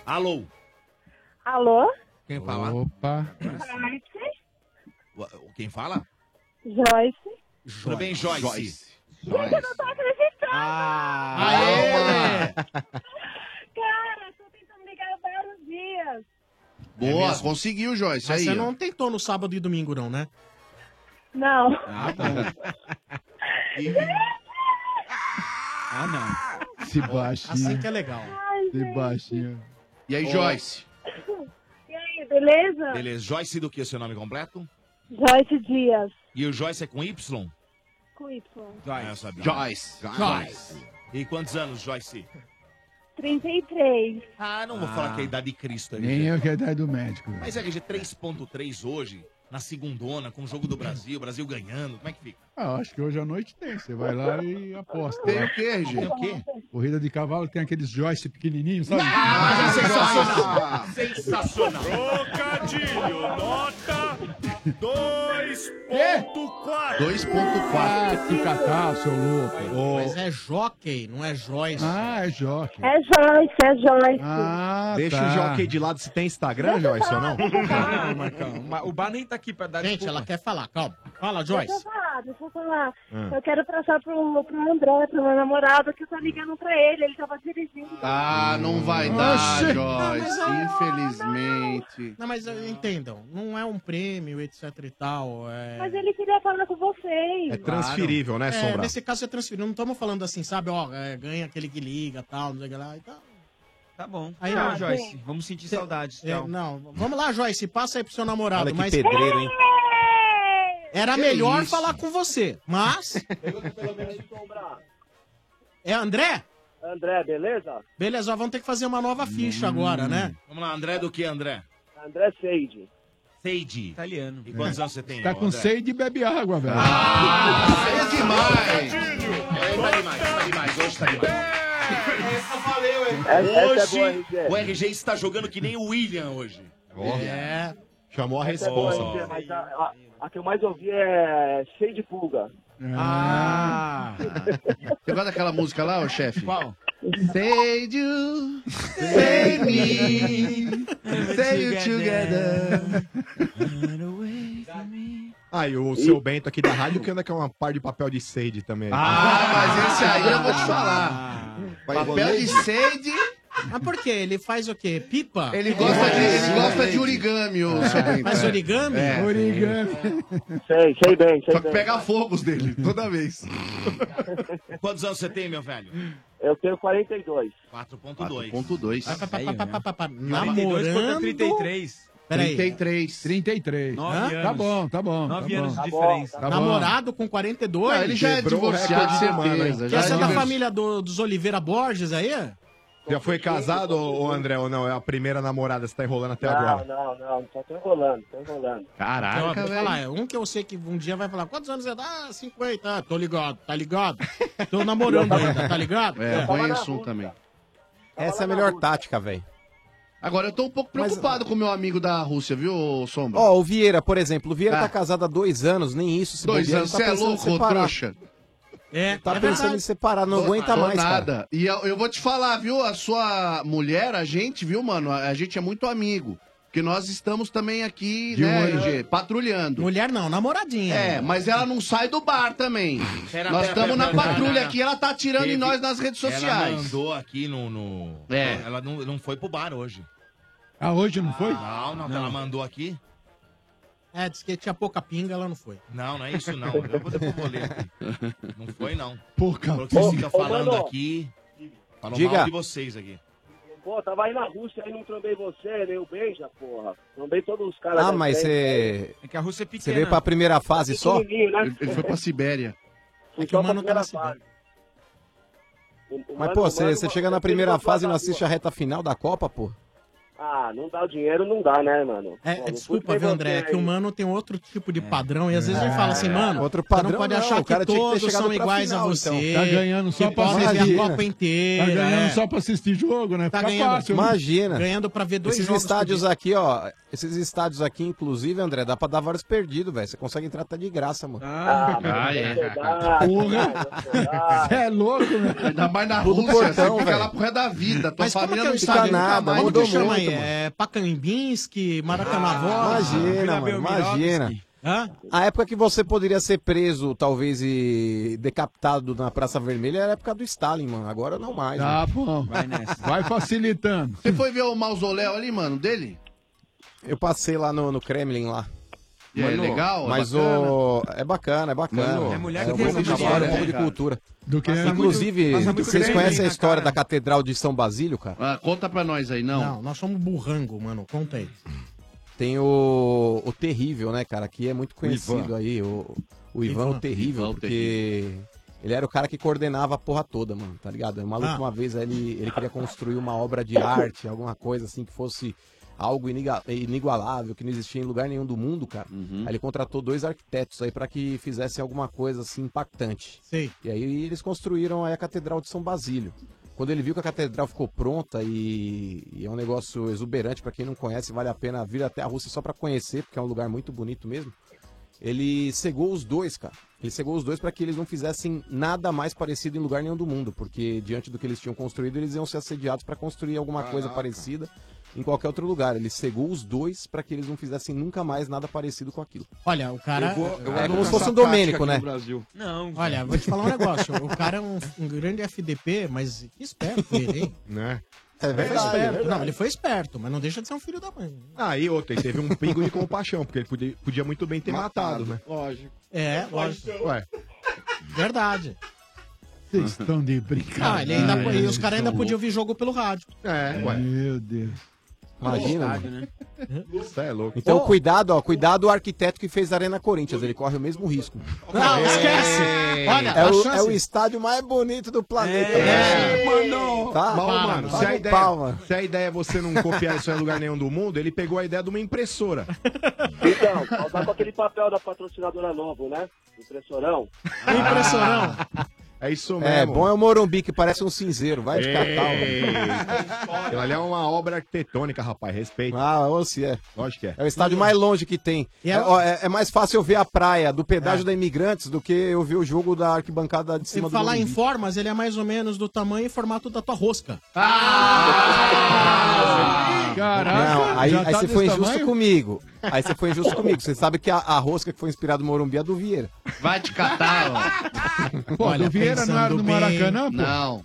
[SPEAKER 5] Alô?
[SPEAKER 14] Alô?
[SPEAKER 5] Quem fala?
[SPEAKER 4] Opa!
[SPEAKER 1] É
[SPEAKER 14] Joyce?
[SPEAKER 5] Quem fala?
[SPEAKER 14] Joyce?
[SPEAKER 5] Tudo bem, Joyce?
[SPEAKER 14] Gente, eu não tô acreditando!
[SPEAKER 5] Ah, Aê!
[SPEAKER 14] Cara, eu tô tentando ligar vários dias.
[SPEAKER 9] Boa, conseguiu, Joyce.
[SPEAKER 1] Mas
[SPEAKER 9] aí,
[SPEAKER 1] você
[SPEAKER 9] ó.
[SPEAKER 1] não tentou no sábado e domingo, não, né?
[SPEAKER 14] Não.
[SPEAKER 1] Ah,
[SPEAKER 4] Ah, não. Se baixinho.
[SPEAKER 1] Assim que é legal.
[SPEAKER 14] Ai,
[SPEAKER 4] Se baixinho.
[SPEAKER 9] E aí,
[SPEAKER 5] Ô.
[SPEAKER 9] Joyce?
[SPEAKER 14] E aí, beleza?
[SPEAKER 5] Beleza, Joyce do que é o seu nome completo?
[SPEAKER 14] Joyce Dias,
[SPEAKER 5] E o Joyce é com Y?
[SPEAKER 14] com Y.
[SPEAKER 5] Ah, eu sabia.
[SPEAKER 9] Joyce.
[SPEAKER 5] Joyce. E quantos anos, Joyce?
[SPEAKER 14] 33.
[SPEAKER 5] Ah, não vou falar que é a idade de Cristo. RG.
[SPEAKER 4] Nem eu que é idade do médico. velho.
[SPEAKER 5] Mas RG 3.3 hoje, na segundona, com o jogo do Brasil, o Brasil ganhando, como é que fica?
[SPEAKER 4] Ah, acho que hoje à noite tem. Você vai lá e aposta.
[SPEAKER 5] Tem
[SPEAKER 4] né?
[SPEAKER 5] o quê, RG? Tem o quê?
[SPEAKER 4] Corrida de cavalo tem aqueles joyce pequenininhos, sabe? Ah,
[SPEAKER 5] mas é sensacional. Sensacional.
[SPEAKER 18] Trocadilho, nota 2.4.
[SPEAKER 4] 2.4. Que catar, seu louco.
[SPEAKER 1] Mas é jockey, não é Joyce.
[SPEAKER 4] Ah, é jockey.
[SPEAKER 14] É Joyce, é Joyce.
[SPEAKER 4] Ah,
[SPEAKER 2] Deixa
[SPEAKER 5] tá.
[SPEAKER 2] o jockey de lado se tem Instagram, Joyce, ou não?
[SPEAKER 6] Calma, calma. O bar nem tá aqui pra dar
[SPEAKER 1] Gente, ela quer falar, calma. Fala, Joyce.
[SPEAKER 14] Deixa eu falar. falar, deixa eu falar.
[SPEAKER 2] Ah.
[SPEAKER 14] Eu quero passar pro, pro André, pro meu namorado, que eu tô ligando pra ele, ele tava dirigindo.
[SPEAKER 9] Ah, não vai dar,
[SPEAKER 1] Hum. Oxi.
[SPEAKER 9] Joyce.
[SPEAKER 1] Não,
[SPEAKER 9] Infelizmente.
[SPEAKER 1] Não, mas eh, entendam, não é um prêmio, etc e tal. é-
[SPEAKER 14] Mas ele queria falar com vocês.
[SPEAKER 1] É
[SPEAKER 2] transferível, né,
[SPEAKER 1] É,
[SPEAKER 2] Sombra?
[SPEAKER 1] nesse caso é transferível. Não estamos falando assim, sabe, ó, é, ganha aquele que liga, tal, não sei o que lá e tal.
[SPEAKER 10] Tá bom.
[SPEAKER 1] Aí,
[SPEAKER 10] Tá,
[SPEAKER 1] ó,
[SPEAKER 10] Joyce,
[SPEAKER 1] bem.
[SPEAKER 10] vamos sentir
[SPEAKER 1] Cê-
[SPEAKER 10] saudades.
[SPEAKER 1] É,
[SPEAKER 10] então.
[SPEAKER 1] não, vamos lá, Joyce, passa aí pro seu namorado.
[SPEAKER 10] Olha que
[SPEAKER 1] mas...
[SPEAKER 10] pedreiro, hein?
[SPEAKER 1] Era
[SPEAKER 10] Que
[SPEAKER 1] melhor
[SPEAKER 10] isso?
[SPEAKER 1] falar com você, mas... é André?
[SPEAKER 19] André, beleza?
[SPEAKER 1] Beleza, ó, vamos ter que fazer uma nova ficha agora, né?
[SPEAKER 5] Vamos lá, André do que, André?
[SPEAKER 19] André Seide.
[SPEAKER 5] Seide.
[SPEAKER 10] Italiano.
[SPEAKER 5] E quantos anos você tem?
[SPEAKER 4] Tá com
[SPEAKER 5] André?
[SPEAKER 4] sede e bebe água, velho.
[SPEAKER 5] É demais! É, tá demais, tá demais, hoje tá demais. Essa valeu,
[SPEAKER 19] Essa-
[SPEAKER 5] hein?
[SPEAKER 19] essa é boa,
[SPEAKER 5] Hoje, o RG está jogando que nem o William hoje.
[SPEAKER 2] É. Chamou a
[SPEAKER 19] Essa é boa,
[SPEAKER 2] responsa.
[SPEAKER 19] hein, Zé, mas a, a- a que eu mais ouvi é cheio de pulga.
[SPEAKER 9] Ah! Você gosta daquela música lá, ô chefe? Qual? Save you, save me, save you together.
[SPEAKER 2] Aí o seu Bento aqui da rádio que anda com uma par de papel de sede também.
[SPEAKER 9] Ah, mas esse aí eu vou te falar. Papel de sede.
[SPEAKER 1] Mas por quê? Ele faz o quê? Pipa?
[SPEAKER 9] Ele gosta de, ele gosta de origami, ô seu Bento.
[SPEAKER 1] Faz
[SPEAKER 9] é.
[SPEAKER 1] origami?
[SPEAKER 9] É.
[SPEAKER 19] Sei, sei bem, sei
[SPEAKER 9] Só que
[SPEAKER 19] bem.
[SPEAKER 9] pega fogos dele, toda vez.
[SPEAKER 5] Quantos anos você tem, meu velho?
[SPEAKER 19] Eu tenho 42.
[SPEAKER 5] 4.2.
[SPEAKER 9] 4.2.
[SPEAKER 1] Namorando...
[SPEAKER 10] 33.
[SPEAKER 1] Peraí.
[SPEAKER 9] 33.
[SPEAKER 4] 33.
[SPEAKER 1] Nove
[SPEAKER 4] Hã?
[SPEAKER 1] anos.
[SPEAKER 4] Tá bom, tá bom.
[SPEAKER 1] Nove
[SPEAKER 4] tá
[SPEAKER 1] anos
[SPEAKER 4] bom.
[SPEAKER 1] de diferença.
[SPEAKER 4] Tá bom.
[SPEAKER 1] Namorado com 42?
[SPEAKER 4] Não, ele já é Quebrou o divorciado, recorde de certeza,
[SPEAKER 1] mano.
[SPEAKER 4] já
[SPEAKER 1] Essa é da
[SPEAKER 4] divorci-
[SPEAKER 1] família do- dos Oliveira Borges aí?
[SPEAKER 2] Já foi casado, ô ô, André, ou não? É a primeira namorada, você tá enrolando até
[SPEAKER 19] Não,
[SPEAKER 2] agora.
[SPEAKER 19] não, não. Só tô enrolando, tô enrolando.
[SPEAKER 1] Então, deixa eu falar, é um que eu sei que um dia vai falar, quantos anos você dá? Ah, 50. Ah, tô ligado, tá ligado? Tô namorando ainda, tá ligado?
[SPEAKER 9] É,
[SPEAKER 1] Tava
[SPEAKER 9] ruim
[SPEAKER 1] na
[SPEAKER 9] assunto também.
[SPEAKER 7] Essa é a melhor tática, velho.
[SPEAKER 9] Agora eu tô um pouco preocupado com o meu amigo da Rússia, viu, ô, Sombra?
[SPEAKER 7] Ó, o Vieira, por exemplo, o Vieira
[SPEAKER 9] Ah.
[SPEAKER 7] tá casado há dois anos, nem isso. Se
[SPEAKER 9] Dois
[SPEAKER 7] bobear,
[SPEAKER 9] anos,
[SPEAKER 7] ele tá
[SPEAKER 9] você é
[SPEAKER 7] pensando em
[SPEAKER 9] louco, ô
[SPEAKER 7] separar.
[SPEAKER 9] trouxa.
[SPEAKER 1] É,
[SPEAKER 7] Tá é pensando verdade. em separar, não aguenta mais, cara.
[SPEAKER 9] nada. E eu, eu vou te falar, viu, a sua mulher, a gente, viu, mano, a, a gente é muito amigo. Porque nós estamos também aqui,
[SPEAKER 1] De
[SPEAKER 9] né,
[SPEAKER 1] um ano.
[SPEAKER 9] RG, patrulhando.
[SPEAKER 1] Mulher não, namoradinha.
[SPEAKER 9] É, mas ela não sai do bar também.
[SPEAKER 5] Pera,
[SPEAKER 9] nós
[SPEAKER 5] pera,
[SPEAKER 9] estamos
[SPEAKER 5] pera,
[SPEAKER 9] na
[SPEAKER 5] pera,
[SPEAKER 9] patrulha
[SPEAKER 5] pera,
[SPEAKER 9] aqui, ela tá atirando em
[SPEAKER 5] Teve-
[SPEAKER 9] nós nas redes
[SPEAKER 5] Ela
[SPEAKER 9] sociais.
[SPEAKER 5] mandou aqui no... no-
[SPEAKER 9] É.
[SPEAKER 5] Ela não, não foi pro bar hoje.
[SPEAKER 4] Ah, hoje não foi?
[SPEAKER 5] Não, não, ela mandou aqui.
[SPEAKER 1] É, disse que tinha pouca pinga, ela não foi.
[SPEAKER 5] Não, não é isso não. Eu vou depois vou ler aqui. Não foi não.
[SPEAKER 4] Pouca.
[SPEAKER 5] Falou que vocês ficam
[SPEAKER 19] Ô, ô,
[SPEAKER 5] falando
[SPEAKER 19] mano.
[SPEAKER 5] aqui. Falou
[SPEAKER 19] Diga.
[SPEAKER 5] mal de vocês aqui.
[SPEAKER 19] Pô, tava aí na Rússia, aí não trombei você, nem o Benja, porra. Trombei todos os caras.
[SPEAKER 7] Ah,
[SPEAKER 19] da
[SPEAKER 7] mas
[SPEAKER 19] frente.
[SPEAKER 7] você.
[SPEAKER 10] É que a Rússia é pequena.
[SPEAKER 7] Você veio pra primeira fase só?
[SPEAKER 19] Pequenininho, né? Ele- ele foi pra
[SPEAKER 9] Sibéria.
[SPEAKER 19] Fui
[SPEAKER 7] que o
[SPEAKER 19] só pra
[SPEAKER 7] mano tá na
[SPEAKER 19] primeira fase. O- o
[SPEAKER 7] Mas,
[SPEAKER 19] mano-
[SPEAKER 7] pô,
[SPEAKER 19] o
[SPEAKER 7] você
[SPEAKER 19] mano-
[SPEAKER 7] você chega na
[SPEAKER 19] ele
[SPEAKER 7] primeira
[SPEAKER 19] botou
[SPEAKER 7] fase e não
[SPEAKER 19] na
[SPEAKER 7] assiste a
[SPEAKER 19] rua.
[SPEAKER 7] reta final da Copa, pô.
[SPEAKER 19] Ah, não dá o dinheiro, não dá, né, mano?
[SPEAKER 1] É,
[SPEAKER 19] Pô,
[SPEAKER 1] é,
[SPEAKER 19] não
[SPEAKER 1] desculpa,
[SPEAKER 19] fui
[SPEAKER 1] viu,
[SPEAKER 19] você
[SPEAKER 1] André? É que o
[SPEAKER 19] aí.
[SPEAKER 1] mano tem outro tipo
[SPEAKER 5] É.
[SPEAKER 1] de padrão e às vezes ele fala assim,
[SPEAKER 7] É.
[SPEAKER 1] mano,
[SPEAKER 7] Outro
[SPEAKER 1] você
[SPEAKER 7] padrão
[SPEAKER 1] não pode
[SPEAKER 7] não,
[SPEAKER 1] achar
[SPEAKER 7] o cara
[SPEAKER 1] que
[SPEAKER 7] tinha que ter
[SPEAKER 1] todos
[SPEAKER 7] chegado
[SPEAKER 1] são
[SPEAKER 7] pra
[SPEAKER 1] iguais
[SPEAKER 7] final,
[SPEAKER 1] a você.
[SPEAKER 7] então.
[SPEAKER 4] Tá ganhando só
[SPEAKER 1] que
[SPEAKER 4] pra
[SPEAKER 1] podem ver
[SPEAKER 7] assistir,
[SPEAKER 1] a Copa
[SPEAKER 7] né?
[SPEAKER 1] inteira.
[SPEAKER 4] Tá ganhando
[SPEAKER 1] é.
[SPEAKER 4] só pra assistir jogo, né?
[SPEAKER 1] Tá
[SPEAKER 4] Fica
[SPEAKER 1] ganhando.
[SPEAKER 4] fácil.
[SPEAKER 7] Imagina.
[SPEAKER 1] Ganhando pra ver dois
[SPEAKER 7] Esses
[SPEAKER 1] jogos
[SPEAKER 7] estádios
[SPEAKER 1] por dia.
[SPEAKER 7] aqui, ó. Esses estádios aqui, inclusive, André, dá pra dar vários perdidos, velho. Você consegue entrar até de graça, mano.
[SPEAKER 19] Ah, mas
[SPEAKER 9] Ah, é.
[SPEAKER 4] Porra! Você é louco, né?
[SPEAKER 9] Ainda mais na
[SPEAKER 7] Pula o
[SPEAKER 9] Rússia,
[SPEAKER 7] portão,
[SPEAKER 9] você fica
[SPEAKER 7] velho.
[SPEAKER 9] lá pro resto da vida. Tua
[SPEAKER 1] Mas como que
[SPEAKER 9] família
[SPEAKER 1] é o
[SPEAKER 9] não
[SPEAKER 1] estádio?
[SPEAKER 9] sabe nunca
[SPEAKER 1] Nada,
[SPEAKER 9] mais.
[SPEAKER 1] como que
[SPEAKER 9] onde
[SPEAKER 1] chama
[SPEAKER 9] é.
[SPEAKER 1] aí? É Pacambinski,
[SPEAKER 9] Ah,
[SPEAKER 1] Maracanavós?
[SPEAKER 7] Ah, Imagina, mano, imagina.
[SPEAKER 1] Hã?
[SPEAKER 7] A época que você poderia ser preso, talvez, e decapitado na Praça Vermelha era a época do Stalin, mano. Agora não mais.
[SPEAKER 4] Tá
[SPEAKER 7] mano.
[SPEAKER 4] bom.
[SPEAKER 7] Vai nessa.
[SPEAKER 4] Vai facilitando.
[SPEAKER 9] Você foi ver o mausoléu ali, mano, dele?
[SPEAKER 7] Eu passei lá no, no Kremlin lá.
[SPEAKER 9] E aí, legal? É
[SPEAKER 7] Mas
[SPEAKER 9] bacana?
[SPEAKER 7] o. É bacana, é bacana.
[SPEAKER 9] Mano, é mulher que
[SPEAKER 7] um
[SPEAKER 9] tem
[SPEAKER 7] pouco
[SPEAKER 9] essa
[SPEAKER 7] de história,
[SPEAKER 9] mulher,
[SPEAKER 7] um
[SPEAKER 9] né,
[SPEAKER 7] pouco de
[SPEAKER 9] cara.
[SPEAKER 7] cultura.
[SPEAKER 4] Do
[SPEAKER 9] é
[SPEAKER 4] que
[SPEAKER 7] Inclusive,
[SPEAKER 9] passa muito
[SPEAKER 7] vocês
[SPEAKER 9] Kremlin
[SPEAKER 7] conhecem a
[SPEAKER 9] na
[SPEAKER 7] história
[SPEAKER 9] cara.
[SPEAKER 7] da Catedral de São Basílio, cara?
[SPEAKER 9] Ah, conta pra nós aí, não.
[SPEAKER 1] Não, nós somos burrango, mano. Conta aí.
[SPEAKER 7] Tem o, o Terrível, né, cara? Que é muito conhecido
[SPEAKER 1] Ivan.
[SPEAKER 7] aí. O, o Ivan,
[SPEAKER 1] Ivan.
[SPEAKER 7] o Terrível,
[SPEAKER 1] Ivan, o
[SPEAKER 7] porque ele era o cara que coordenava a porra toda, mano, tá ligado? O maluco,
[SPEAKER 1] Ah.
[SPEAKER 7] uma vez, ele, ele queria construir uma obra de arte, alguma coisa assim que fosse algo iniga- inigualável, que não existia em lugar nenhum do mundo, cara. Aí ele contratou dois arquitetos aí pra que fizessem alguma coisa assim impactante.
[SPEAKER 1] Sei.
[SPEAKER 7] E aí eles construíram aí a Catedral de São Basílio. Quando ele viu que a catedral ficou pronta e, e é um negócio exuberante, pra quem não conhece, vale a pena vir até a Rússia só pra conhecer, porque é um lugar muito bonito mesmo. Ele cegou os dois, cara. Ele cegou os dois pra que eles não fizessem nada mais parecido em lugar nenhum do mundo, porque diante do que eles tinham construído, eles iam ser assediados pra construir alguma coisa
[SPEAKER 2] Caraca.
[SPEAKER 7] parecida. em qualquer outro lugar. Ele cegou os dois pra que eles não fizessem nunca mais nada parecido com aquilo.
[SPEAKER 1] Olha, o cara.
[SPEAKER 7] Eu vou- eu É vou como se fosse um Domênico, né?
[SPEAKER 1] Não. Olha, vou te falar um negócio. O cara é um, um grande FDP, mas que esperto ele, hein?
[SPEAKER 2] Né?
[SPEAKER 1] Ele foi
[SPEAKER 2] verdade,
[SPEAKER 1] esperto.
[SPEAKER 2] é verdade.
[SPEAKER 1] Não, ele foi esperto, mas não deixa de ser um filho da mãe.
[SPEAKER 2] Ah, e outra, ele teve um pingo de compaixão, porque ele podia, podia muito bem ter matado, né?
[SPEAKER 1] Lógico. É, lógico.
[SPEAKER 2] Ué.
[SPEAKER 1] Verdade.
[SPEAKER 4] Vocês estão de
[SPEAKER 1] Ah, ele
[SPEAKER 4] brincadeira.
[SPEAKER 1] ainda, e os caras
[SPEAKER 7] é
[SPEAKER 1] ainda podiam ouvir jogo pelo rádio. né?
[SPEAKER 2] É,
[SPEAKER 4] Meu
[SPEAKER 1] um-
[SPEAKER 4] Deus.
[SPEAKER 7] Imagina,
[SPEAKER 4] Estádio,
[SPEAKER 7] mano.
[SPEAKER 2] Isso é louco.
[SPEAKER 7] Então,
[SPEAKER 1] Ô.
[SPEAKER 7] cuidado, ó. Cuidado o arquiteto que fez a Arena Corinthians. Ele corre o mesmo risco.
[SPEAKER 2] É.
[SPEAKER 1] Não, esquece. Olha,
[SPEAKER 7] é,
[SPEAKER 1] a
[SPEAKER 7] o,
[SPEAKER 1] chance-
[SPEAKER 7] é o estádio mais bonito do planeta.
[SPEAKER 2] É.
[SPEAKER 7] mano. Tá?
[SPEAKER 2] Bom, mano, se
[SPEAKER 7] Paga
[SPEAKER 2] a,
[SPEAKER 7] o
[SPEAKER 2] ideia,
[SPEAKER 7] pau, mano.
[SPEAKER 2] se a ideia é você não copiar isso em lugar nenhum do mundo, ele pegou a ideia de uma impressora.
[SPEAKER 19] Então, faltar com aquele papel da patrocinadora novo, né? Impressorão.
[SPEAKER 1] Impressorão.
[SPEAKER 2] É isso mesmo.
[SPEAKER 7] É, bom é o Morumbi, que parece um cinzeiro. Vai de catal.
[SPEAKER 2] Ei, Aquilo ali é uma obra arquitetônica, rapaz. Respeito.
[SPEAKER 7] Ah, ou se é.
[SPEAKER 2] Lógico que é.
[SPEAKER 7] É o estádio mais longe que tem.
[SPEAKER 2] E
[SPEAKER 7] É,
[SPEAKER 2] é-
[SPEAKER 7] ó, é- é mais fácil eu ver a praia do pedágio da Imigrantes do que eu ver o jogo da arquibancada de
[SPEAKER 1] Se
[SPEAKER 7] cima
[SPEAKER 1] falar
[SPEAKER 7] do
[SPEAKER 1] em
[SPEAKER 7] Morumbi.
[SPEAKER 1] formas, ele é mais ou menos do tamanho e formato da tua rosca.
[SPEAKER 7] Ah,
[SPEAKER 4] Caraca,
[SPEAKER 7] Não, aí,
[SPEAKER 4] já
[SPEAKER 7] aí
[SPEAKER 4] tá
[SPEAKER 7] você foi
[SPEAKER 4] desse
[SPEAKER 7] injusto
[SPEAKER 4] tamanho?
[SPEAKER 7] comigo. Aí você foi injusto comigo. Você sabe que a, a rosca que foi inspirada no Morumbi é a do Vieira.
[SPEAKER 9] Vai te catar, ó.
[SPEAKER 7] Pô, Olha, do Vieira não era do pensando bem- Maracanã, pô?
[SPEAKER 9] Não.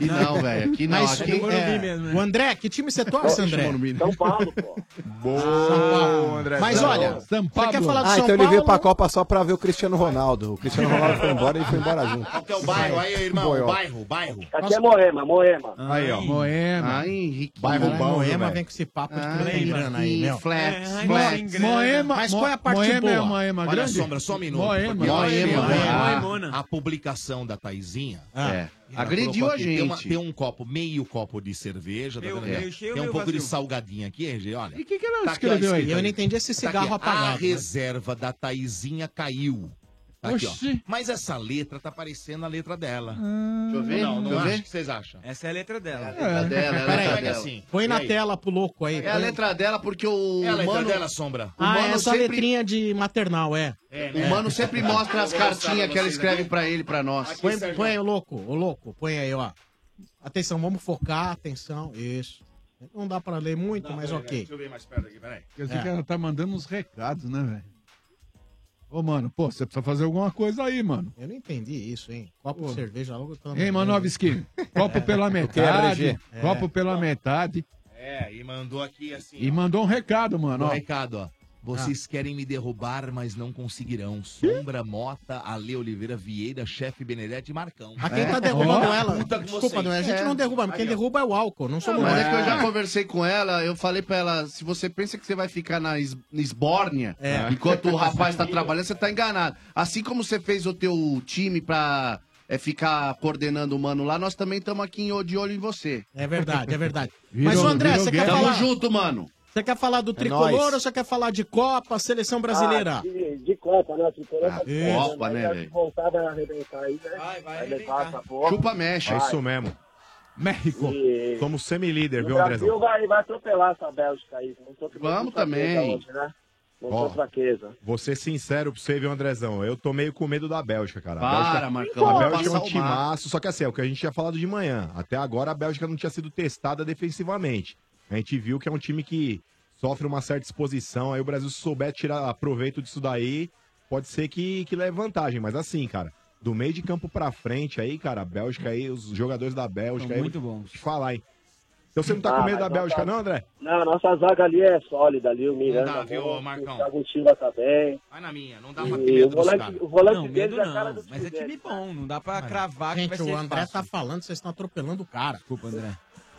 [SPEAKER 9] E não, velho. Aqui não.
[SPEAKER 1] Mas,
[SPEAKER 9] aqui
[SPEAKER 1] é, O André, que time você torce, André?
[SPEAKER 9] né? São Paulo,
[SPEAKER 2] Boa,
[SPEAKER 7] André.
[SPEAKER 1] Mas
[SPEAKER 7] Não.
[SPEAKER 1] olha,
[SPEAKER 7] Ah, São
[SPEAKER 1] você quer falar do
[SPEAKER 7] ah,
[SPEAKER 1] São
[SPEAKER 7] então ele veio
[SPEAKER 1] Paulo?
[SPEAKER 7] pra Copa só pra ver o Cristiano Ronaldo. O Cristiano Ronaldo foi embora e ele foi embora junto.
[SPEAKER 5] Qual que é o bairro aí, irmão?
[SPEAKER 7] Boiola.
[SPEAKER 5] Bairro, bairro.
[SPEAKER 19] Aqui é Moema, Moema.
[SPEAKER 2] Aí, ó.
[SPEAKER 4] Moema.
[SPEAKER 9] Ai, Henrique.
[SPEAKER 1] Bairro
[SPEAKER 9] Ai,
[SPEAKER 1] bom, Moema
[SPEAKER 9] velho.
[SPEAKER 1] vem com esse papo de
[SPEAKER 9] Ai,
[SPEAKER 1] grana aí,
[SPEAKER 9] Henrique,
[SPEAKER 1] meu.
[SPEAKER 9] Ah, Flex,
[SPEAKER 10] É,
[SPEAKER 1] Ai,
[SPEAKER 9] flex.
[SPEAKER 1] Mo- Moema-
[SPEAKER 9] Mas qual é a parte
[SPEAKER 1] Moema
[SPEAKER 9] boa?
[SPEAKER 1] é a Moema
[SPEAKER 5] Olha
[SPEAKER 1] grande?
[SPEAKER 5] sombra, só um minuto.
[SPEAKER 1] Moema.
[SPEAKER 5] porque
[SPEAKER 1] Moema.
[SPEAKER 5] a-
[SPEAKER 1] Moemona.
[SPEAKER 5] A, publicação da Taizinha
[SPEAKER 1] Ah. É.
[SPEAKER 5] ela
[SPEAKER 9] Agrediu
[SPEAKER 5] colocou
[SPEAKER 9] a
[SPEAKER 5] aqui,
[SPEAKER 9] gente.
[SPEAKER 5] Tem, uma- tem um copo, meio copo de cerveja.
[SPEAKER 9] Meio-
[SPEAKER 5] vendo?
[SPEAKER 9] meio cheio,
[SPEAKER 5] tem um
[SPEAKER 9] meio
[SPEAKER 5] pouco de
[SPEAKER 9] vazio.
[SPEAKER 5] salgadinho aqui, RG, olha. Tá E o
[SPEAKER 4] que, que
[SPEAKER 1] Tá
[SPEAKER 5] ela
[SPEAKER 1] escreveu aí? Eu não entendi esse cigarro apagado,
[SPEAKER 5] Tá A
[SPEAKER 1] né?
[SPEAKER 5] reserva da Taizinha caiu. Tá aqui, ó.
[SPEAKER 10] Oxi.
[SPEAKER 5] Mas essa letra tá parecendo a letra dela.
[SPEAKER 10] Deixa eu ver,
[SPEAKER 5] Não, não
[SPEAKER 10] deixa eu
[SPEAKER 5] acho.
[SPEAKER 10] ver.
[SPEAKER 5] O que vocês acham?
[SPEAKER 10] Essa é a letra dela.
[SPEAKER 5] letra dela, é a letra dela.
[SPEAKER 1] Põe
[SPEAKER 5] E
[SPEAKER 1] na
[SPEAKER 5] aí?
[SPEAKER 1] tela pro louco aí.
[SPEAKER 5] É a letra
[SPEAKER 9] dela, porque o.
[SPEAKER 5] É a letra
[SPEAKER 9] mano-
[SPEAKER 5] dela, Sombra.
[SPEAKER 1] Ah, é essa
[SPEAKER 9] sempre-
[SPEAKER 1] letrinha de maternal, é.
[SPEAKER 9] O mano sempre mostra as cartinhas que ela escreve pra ele, pra nós.
[SPEAKER 1] Põe, põe, ô louco, ô louco, põe aí, ó. Atenção, vamos focar, atenção, isso. Não dá pra ler muito, mas
[SPEAKER 5] peraí,
[SPEAKER 1] ok.
[SPEAKER 5] Deixa eu ver mais perto aqui, peraí. É.
[SPEAKER 4] Quer dizer que
[SPEAKER 1] é-
[SPEAKER 4] ela tá mandando uns recados, né, velho? Ô, mano, pô, você precisa fazer alguma coisa aí, mano.
[SPEAKER 1] Eu não entendi isso, hein? Copo
[SPEAKER 4] Pô.
[SPEAKER 1] de cerveja logo pela
[SPEAKER 4] Hein, Manovski? Copo pela
[SPEAKER 19] é,
[SPEAKER 4] metade. Copo pela metade.
[SPEAKER 5] É, e mandou aqui assim.
[SPEAKER 4] E mandou um recado, mano.
[SPEAKER 5] Um
[SPEAKER 4] ó.
[SPEAKER 5] recado, ó.
[SPEAKER 1] Ah.
[SPEAKER 5] Vocês querem me derrubar, mas não conseguirão. Sombra, Mota, Ale Oliveira, Vieira, Chefe Benedetti e Marcão. É.
[SPEAKER 1] Ah, quem tá derrubando ela?
[SPEAKER 5] Puta com
[SPEAKER 1] Desculpa,
[SPEAKER 5] vocês.
[SPEAKER 1] não, a gente não derruba, quem
[SPEAKER 5] Aí, ó.
[SPEAKER 1] derruba é o álcool, não somos
[SPEAKER 9] Mas
[SPEAKER 1] nós.
[SPEAKER 9] é que eu já conversei com ela, eu falei pra ela, se você pensa que você vai ficar na, es na esbórnia,
[SPEAKER 1] É.
[SPEAKER 9] enquanto o rapaz tá trabalhando, você tá enganado. Assim como você fez o teu time pra é, ficar coordenando o mano lá, nós também estamos aqui em- de olho em você.
[SPEAKER 1] É verdade, é verdade. Mas, ô, André, você quer
[SPEAKER 9] Tamo
[SPEAKER 1] falar-
[SPEAKER 9] junto, mano.
[SPEAKER 1] Você quer falar do tricolor
[SPEAKER 9] nóis.
[SPEAKER 1] ou você quer falar de Copa, seleção brasileira?
[SPEAKER 19] Ah, de, de Copa, né? Tricolor
[SPEAKER 2] Ah,
[SPEAKER 19] tá
[SPEAKER 1] é.
[SPEAKER 19] foda,
[SPEAKER 1] Copa,
[SPEAKER 19] mas
[SPEAKER 1] né,
[SPEAKER 19] acho
[SPEAKER 1] velho?
[SPEAKER 19] que Voltar a arrebentar aí, né? Vai, levar essa porra.
[SPEAKER 2] É
[SPEAKER 19] Vai.
[SPEAKER 2] isso mesmo.
[SPEAKER 4] México.
[SPEAKER 2] Somos semi-líder,
[SPEAKER 19] O
[SPEAKER 2] viu,
[SPEAKER 19] Brasil
[SPEAKER 2] Andrezão?
[SPEAKER 19] vai, vai atropelar essa Bélgica aí. Não tô
[SPEAKER 9] Vamos
[SPEAKER 2] também.
[SPEAKER 19] Hoje, né?
[SPEAKER 2] Ó,
[SPEAKER 19] Mostrou fraqueza.
[SPEAKER 2] Vou ser sincero pra você, viu, Andrezão? Eu tô meio com medo da Bélgica, cara. A
[SPEAKER 9] Para,
[SPEAKER 2] Bélgica-
[SPEAKER 9] Marcão,
[SPEAKER 2] A
[SPEAKER 9] vai
[SPEAKER 2] Bélgica é um
[SPEAKER 9] passar o mar.
[SPEAKER 2] timaço, só que assim, é o que a gente tinha falado de manhã. Até agora a Bélgica não tinha sido testada defensivamente. A gente viu que é um time que sofre uma certa exposição. Aí o Brasil, se souber tirar proveito disso daí, pode ser que, que leve vantagem. Mas assim, cara, do meio de campo pra frente aí, cara, a Bélgica aí, os jogadores da Bélgica aí.
[SPEAKER 19] muito
[SPEAKER 2] vou Te falar, hein? Então você não tá com
[SPEAKER 19] Ah,
[SPEAKER 2] medo da
[SPEAKER 19] mas
[SPEAKER 2] Bélgica,
[SPEAKER 19] nossa-
[SPEAKER 2] não, André?
[SPEAKER 19] Não, a nossa zaga ali é sólida ali, o Miranda. tá
[SPEAKER 5] dá, viu,
[SPEAKER 19] bom,
[SPEAKER 5] Marcão?
[SPEAKER 19] O Thiago Silva tá bem.
[SPEAKER 5] Vai na minha, não dá pra ter
[SPEAKER 19] E o
[SPEAKER 5] medo dos
[SPEAKER 19] volante,
[SPEAKER 5] caras.
[SPEAKER 19] o volante
[SPEAKER 10] Não,
[SPEAKER 19] deles
[SPEAKER 10] medo
[SPEAKER 19] é a cara
[SPEAKER 10] não.
[SPEAKER 19] dos
[SPEAKER 10] Mas é
[SPEAKER 19] times
[SPEAKER 10] time bom, não dá pra cravar que
[SPEAKER 1] Gente,
[SPEAKER 10] vai
[SPEAKER 1] o
[SPEAKER 10] ser
[SPEAKER 1] André
[SPEAKER 10] André
[SPEAKER 1] tá falando, vocês estão atropelando o cara.
[SPEAKER 10] Desculpa, André.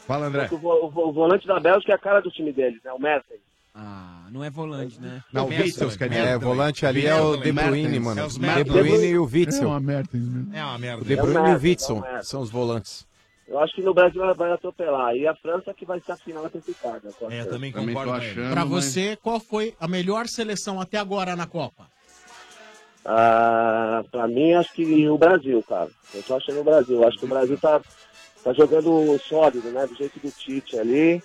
[SPEAKER 2] Fala, André.
[SPEAKER 19] O, vo- o vo- o volante da Bélgica é a cara do time deles, né? O Messi.
[SPEAKER 10] Ah, não é volante, né?
[SPEAKER 2] Não, o Witzel, quer dizer.
[SPEAKER 7] É, volante ali é o De Bruyne, mano.
[SPEAKER 10] É os
[SPEAKER 7] De
[SPEAKER 10] Mertens.
[SPEAKER 7] Bruyne e o
[SPEAKER 4] É
[SPEAKER 7] Witzel.
[SPEAKER 4] uma Mertens mesmo.
[SPEAKER 5] É uma merda.
[SPEAKER 7] O De Bruyne e o Witzel são os volantes.
[SPEAKER 19] Eu acho que no Brasil vai- vai atropelar. E a França que vai ser a final antecipada.
[SPEAKER 10] É,
[SPEAKER 19] com a França.
[SPEAKER 1] Pra você, qual foi a melhor seleção até agora na Copa?
[SPEAKER 19] Ah, pra mim, acho que o Brasil, cara. Eu tô achando o Brasil. Acho que o Brasil tá, tá jogando sólido, né? Do jeito do Tite ali.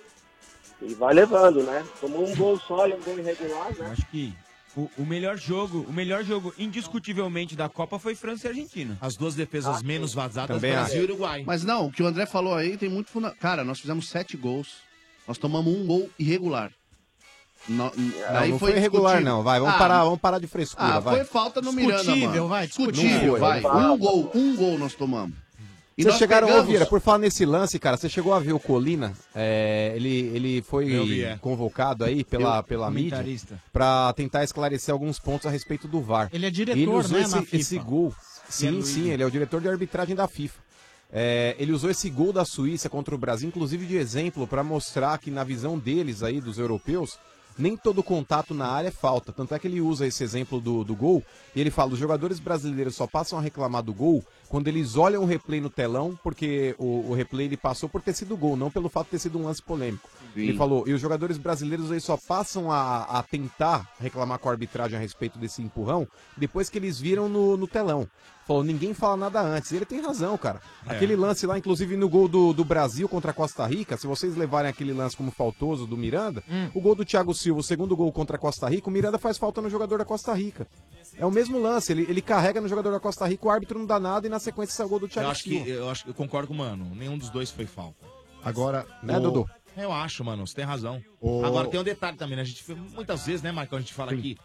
[SPEAKER 19] E vai levando, né? Tomou um gol só e um gol irregular, né?
[SPEAKER 10] Acho que o, o melhor jogo, o melhor jogo indiscutivelmente da Copa foi França e Argentina.
[SPEAKER 5] As duas defesas
[SPEAKER 19] Ah,
[SPEAKER 5] menos vazadas,
[SPEAKER 10] Também
[SPEAKER 5] Brasil
[SPEAKER 10] acho.
[SPEAKER 5] e Uruguai.
[SPEAKER 9] Mas não, o que o André falou aí tem muito... funda- Cara, nós fizemos sete gols. Nós tomamos um gol irregular. No,
[SPEAKER 7] não foi irregular, não. Vai, vamos parar- vamos parar de frescura,
[SPEAKER 9] Ah,
[SPEAKER 7] vai.
[SPEAKER 9] foi falta no Miranda,
[SPEAKER 7] Discutível,
[SPEAKER 9] mano.
[SPEAKER 7] vai,
[SPEAKER 9] Discutível,
[SPEAKER 7] discutível.
[SPEAKER 9] vai.
[SPEAKER 7] Não foi.
[SPEAKER 9] Um gol, um gol nós tomamos. E
[SPEAKER 7] Vocês
[SPEAKER 9] nós
[SPEAKER 7] chegaram a
[SPEAKER 9] pegamos-
[SPEAKER 7] ouvir, por falar nesse lance, cara, você chegou a ver o Colina? É, ele, ele
[SPEAKER 9] Eu vi,
[SPEAKER 7] foi
[SPEAKER 9] é.
[SPEAKER 7] convocado aí pela,
[SPEAKER 9] Eu-
[SPEAKER 7] pela mídia
[SPEAKER 9] comentarista.
[SPEAKER 7] pra tentar esclarecer alguns pontos a respeito do VAR.
[SPEAKER 1] Ele é diretor,
[SPEAKER 7] ele usou
[SPEAKER 1] né,
[SPEAKER 7] esse,
[SPEAKER 1] na FIFA.
[SPEAKER 7] esse gol.
[SPEAKER 1] E é
[SPEAKER 7] Sim,
[SPEAKER 1] Luiz,
[SPEAKER 7] sim,
[SPEAKER 1] né?
[SPEAKER 7] ele é o diretor de arbitragem da FIFA. É, ele usou esse gol da Suíça contra o Brasil, inclusive de exemplo, pra mostrar que na visão deles aí, dos europeus, nem todo contato na área é falta. Tanto é que ele usa esse exemplo do, do gol e ele fala: os jogadores brasileiros só passam a reclamar do gol quando eles olham o replay no telão, porque o, o replay ele passou por ter sido gol, não pelo fato de ter sido um lance polêmico.
[SPEAKER 9] Sim.
[SPEAKER 7] Ele falou: e os jogadores brasileiros aí só passam a, a tentar reclamar com a arbitragem a respeito desse empurrão depois que eles viram no, no telão. Falou, ninguém fala nada antes. E ele tem razão, cara.
[SPEAKER 11] É.
[SPEAKER 7] Aquele lance lá, inclusive no gol do, do Brasil contra a Costa Rica, se vocês levarem aquele lance como faltoso do Miranda, o gol do Thiago Silva, o segundo gol contra a Costa Rica, o Miranda faz falta no jogador da Costa Rica. É o mesmo lance, ele, ele carrega no jogador da Costa Rica, o árbitro não dá nada e na sequência sai o gol do Thiago
[SPEAKER 5] Eu acho, que,
[SPEAKER 7] Silva.
[SPEAKER 5] eu acho que eu concordo com o Mano. Nenhum dos dois foi falta.
[SPEAKER 2] Agora.
[SPEAKER 7] Né,
[SPEAKER 5] o-
[SPEAKER 7] Dudu?
[SPEAKER 5] Eu acho, mano. Você tem razão. Agora tem um detalhe também, né? A gente, muitas vezes, né, Marcão, a gente fala aqui.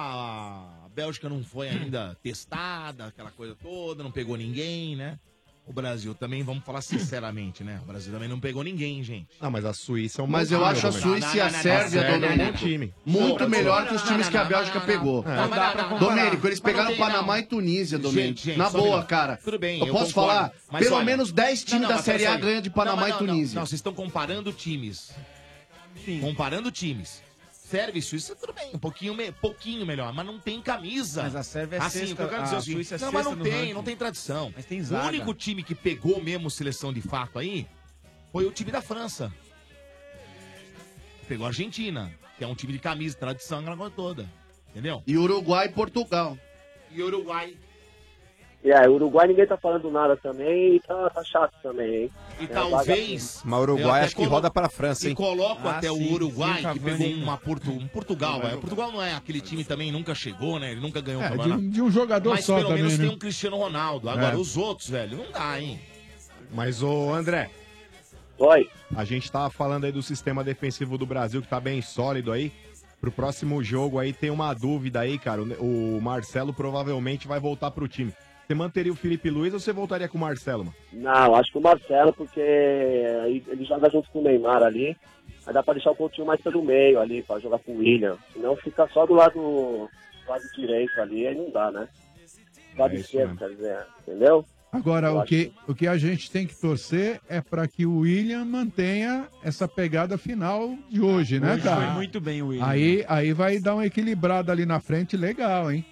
[SPEAKER 5] Ah, a Bélgica não foi ainda testada, aquela coisa toda, não pegou ninguém, né? O Brasil também, vamos falar sinceramente, né? O Brasil também não pegou ninguém, gente.
[SPEAKER 2] Ah, mas a Suíça é um
[SPEAKER 9] Mas
[SPEAKER 2] bom
[SPEAKER 9] eu
[SPEAKER 2] time,
[SPEAKER 9] acho a
[SPEAKER 2] né?
[SPEAKER 9] Suíça e a Sérvia,
[SPEAKER 2] é um
[SPEAKER 9] Domênico,
[SPEAKER 2] bom time.
[SPEAKER 9] muito
[SPEAKER 2] Não,
[SPEAKER 9] melhor
[SPEAKER 2] não,
[SPEAKER 9] que os
[SPEAKER 2] não,
[SPEAKER 9] times
[SPEAKER 2] não,
[SPEAKER 9] que a
[SPEAKER 2] não,
[SPEAKER 9] Bélgica
[SPEAKER 2] não, não,
[SPEAKER 9] pegou.
[SPEAKER 2] não. Não dá pra comparar.
[SPEAKER 9] Domênico, eles
[SPEAKER 2] Mas
[SPEAKER 9] pegaram
[SPEAKER 2] não tem,
[SPEAKER 9] Panamá
[SPEAKER 2] não.
[SPEAKER 9] e Tunísia,
[SPEAKER 5] Gente,
[SPEAKER 9] Domênico.
[SPEAKER 5] gente,
[SPEAKER 9] Na
[SPEAKER 5] só um
[SPEAKER 9] boa,
[SPEAKER 5] minuto.
[SPEAKER 9] cara.
[SPEAKER 5] Tudo bem,
[SPEAKER 9] Eu posso
[SPEAKER 5] concordo,
[SPEAKER 9] falar,
[SPEAKER 5] mas
[SPEAKER 9] pelo
[SPEAKER 5] olha-
[SPEAKER 9] menos 10
[SPEAKER 5] Não,
[SPEAKER 9] times
[SPEAKER 5] não,
[SPEAKER 9] da
[SPEAKER 5] mas
[SPEAKER 9] Série A
[SPEAKER 5] peraí.
[SPEAKER 9] ganham de
[SPEAKER 5] Não,
[SPEAKER 9] Panamá
[SPEAKER 5] mas
[SPEAKER 9] e
[SPEAKER 5] não, não,
[SPEAKER 9] Tunísia.
[SPEAKER 5] Não, vocês estão comparando times. Comparando times. Sérvia e Suíça, tudo bem, um pouquinho, me- pouquinho melhor, mas não tem camisa.
[SPEAKER 10] Mas a Sérvia é
[SPEAKER 5] assim,
[SPEAKER 10] sexta,
[SPEAKER 5] o que eu quero dizer
[SPEAKER 10] a
[SPEAKER 5] é o seguinte,
[SPEAKER 10] Suíça é
[SPEAKER 5] Não, mas
[SPEAKER 10] sexta
[SPEAKER 5] não
[SPEAKER 10] no
[SPEAKER 5] tem,
[SPEAKER 10] ranking. é,
[SPEAKER 5] não tem tradição.
[SPEAKER 10] Mas tem
[SPEAKER 5] O
[SPEAKER 10] zaga.
[SPEAKER 5] único time que pegou mesmo seleção de fato aí foi o time da França. Pegou a Argentina, que é um time de camisa, tradição, aquela coisa toda. Entendeu?
[SPEAKER 9] E Uruguai e Portugal.
[SPEAKER 5] E Uruguai.
[SPEAKER 19] E aí, Uruguai ninguém tá falando nada também e tá, tá chato também, hein?
[SPEAKER 5] E
[SPEAKER 19] É,
[SPEAKER 5] talvez.
[SPEAKER 7] Mas o Uruguai acho que roda pra França,
[SPEAKER 5] E
[SPEAKER 7] hein? Ah,
[SPEAKER 5] coloco até o Uruguai, que pegou uma Portu- um Portugal.
[SPEAKER 4] Vai
[SPEAKER 5] é. Portugal não é aquele time também, nunca chegou, né? Ele nunca ganhou o
[SPEAKER 4] É, de,
[SPEAKER 5] campeonato.
[SPEAKER 4] um- de um jogador
[SPEAKER 5] Mas
[SPEAKER 4] só
[SPEAKER 5] pelo
[SPEAKER 4] também,
[SPEAKER 5] menos
[SPEAKER 4] né?
[SPEAKER 5] tem um Cristiano Ronaldo. Agora,
[SPEAKER 2] É.
[SPEAKER 5] os outros, velho, não dá, hein?
[SPEAKER 2] Mas o André.
[SPEAKER 19] Oi.
[SPEAKER 2] A gente tava falando aí do sistema defensivo do Brasil que tá bem sólido aí. Pro próximo jogo aí tem uma dúvida aí, cara. O o Marcelo provavelmente vai voltar pro time. Você manteria o Felipe Luiz ou você voltaria com o Marcelo, mano?
[SPEAKER 19] Não, acho que o Marcelo, porque aí ele joga junto com o Neymar ali. Aí dá pra deixar o Coutinho mais pelo meio ali, pra jogar com o William. Senão fica só do lado, do lado direito ali, aí não dá, né? Do lado
[SPEAKER 4] É isso
[SPEAKER 19] esquerdo,
[SPEAKER 4] mesmo.
[SPEAKER 19] quer dizer, entendeu?
[SPEAKER 4] Agora,
[SPEAKER 19] Eu
[SPEAKER 4] o
[SPEAKER 19] acho
[SPEAKER 4] que, o que a gente tem que torcer é para que o William mantenha essa pegada final de hoje, né,
[SPEAKER 10] Hoje
[SPEAKER 4] cara?
[SPEAKER 10] foi muito né? bem o William.
[SPEAKER 4] Aí, aí vai dar uma equilibrada ali na frente legal, hein?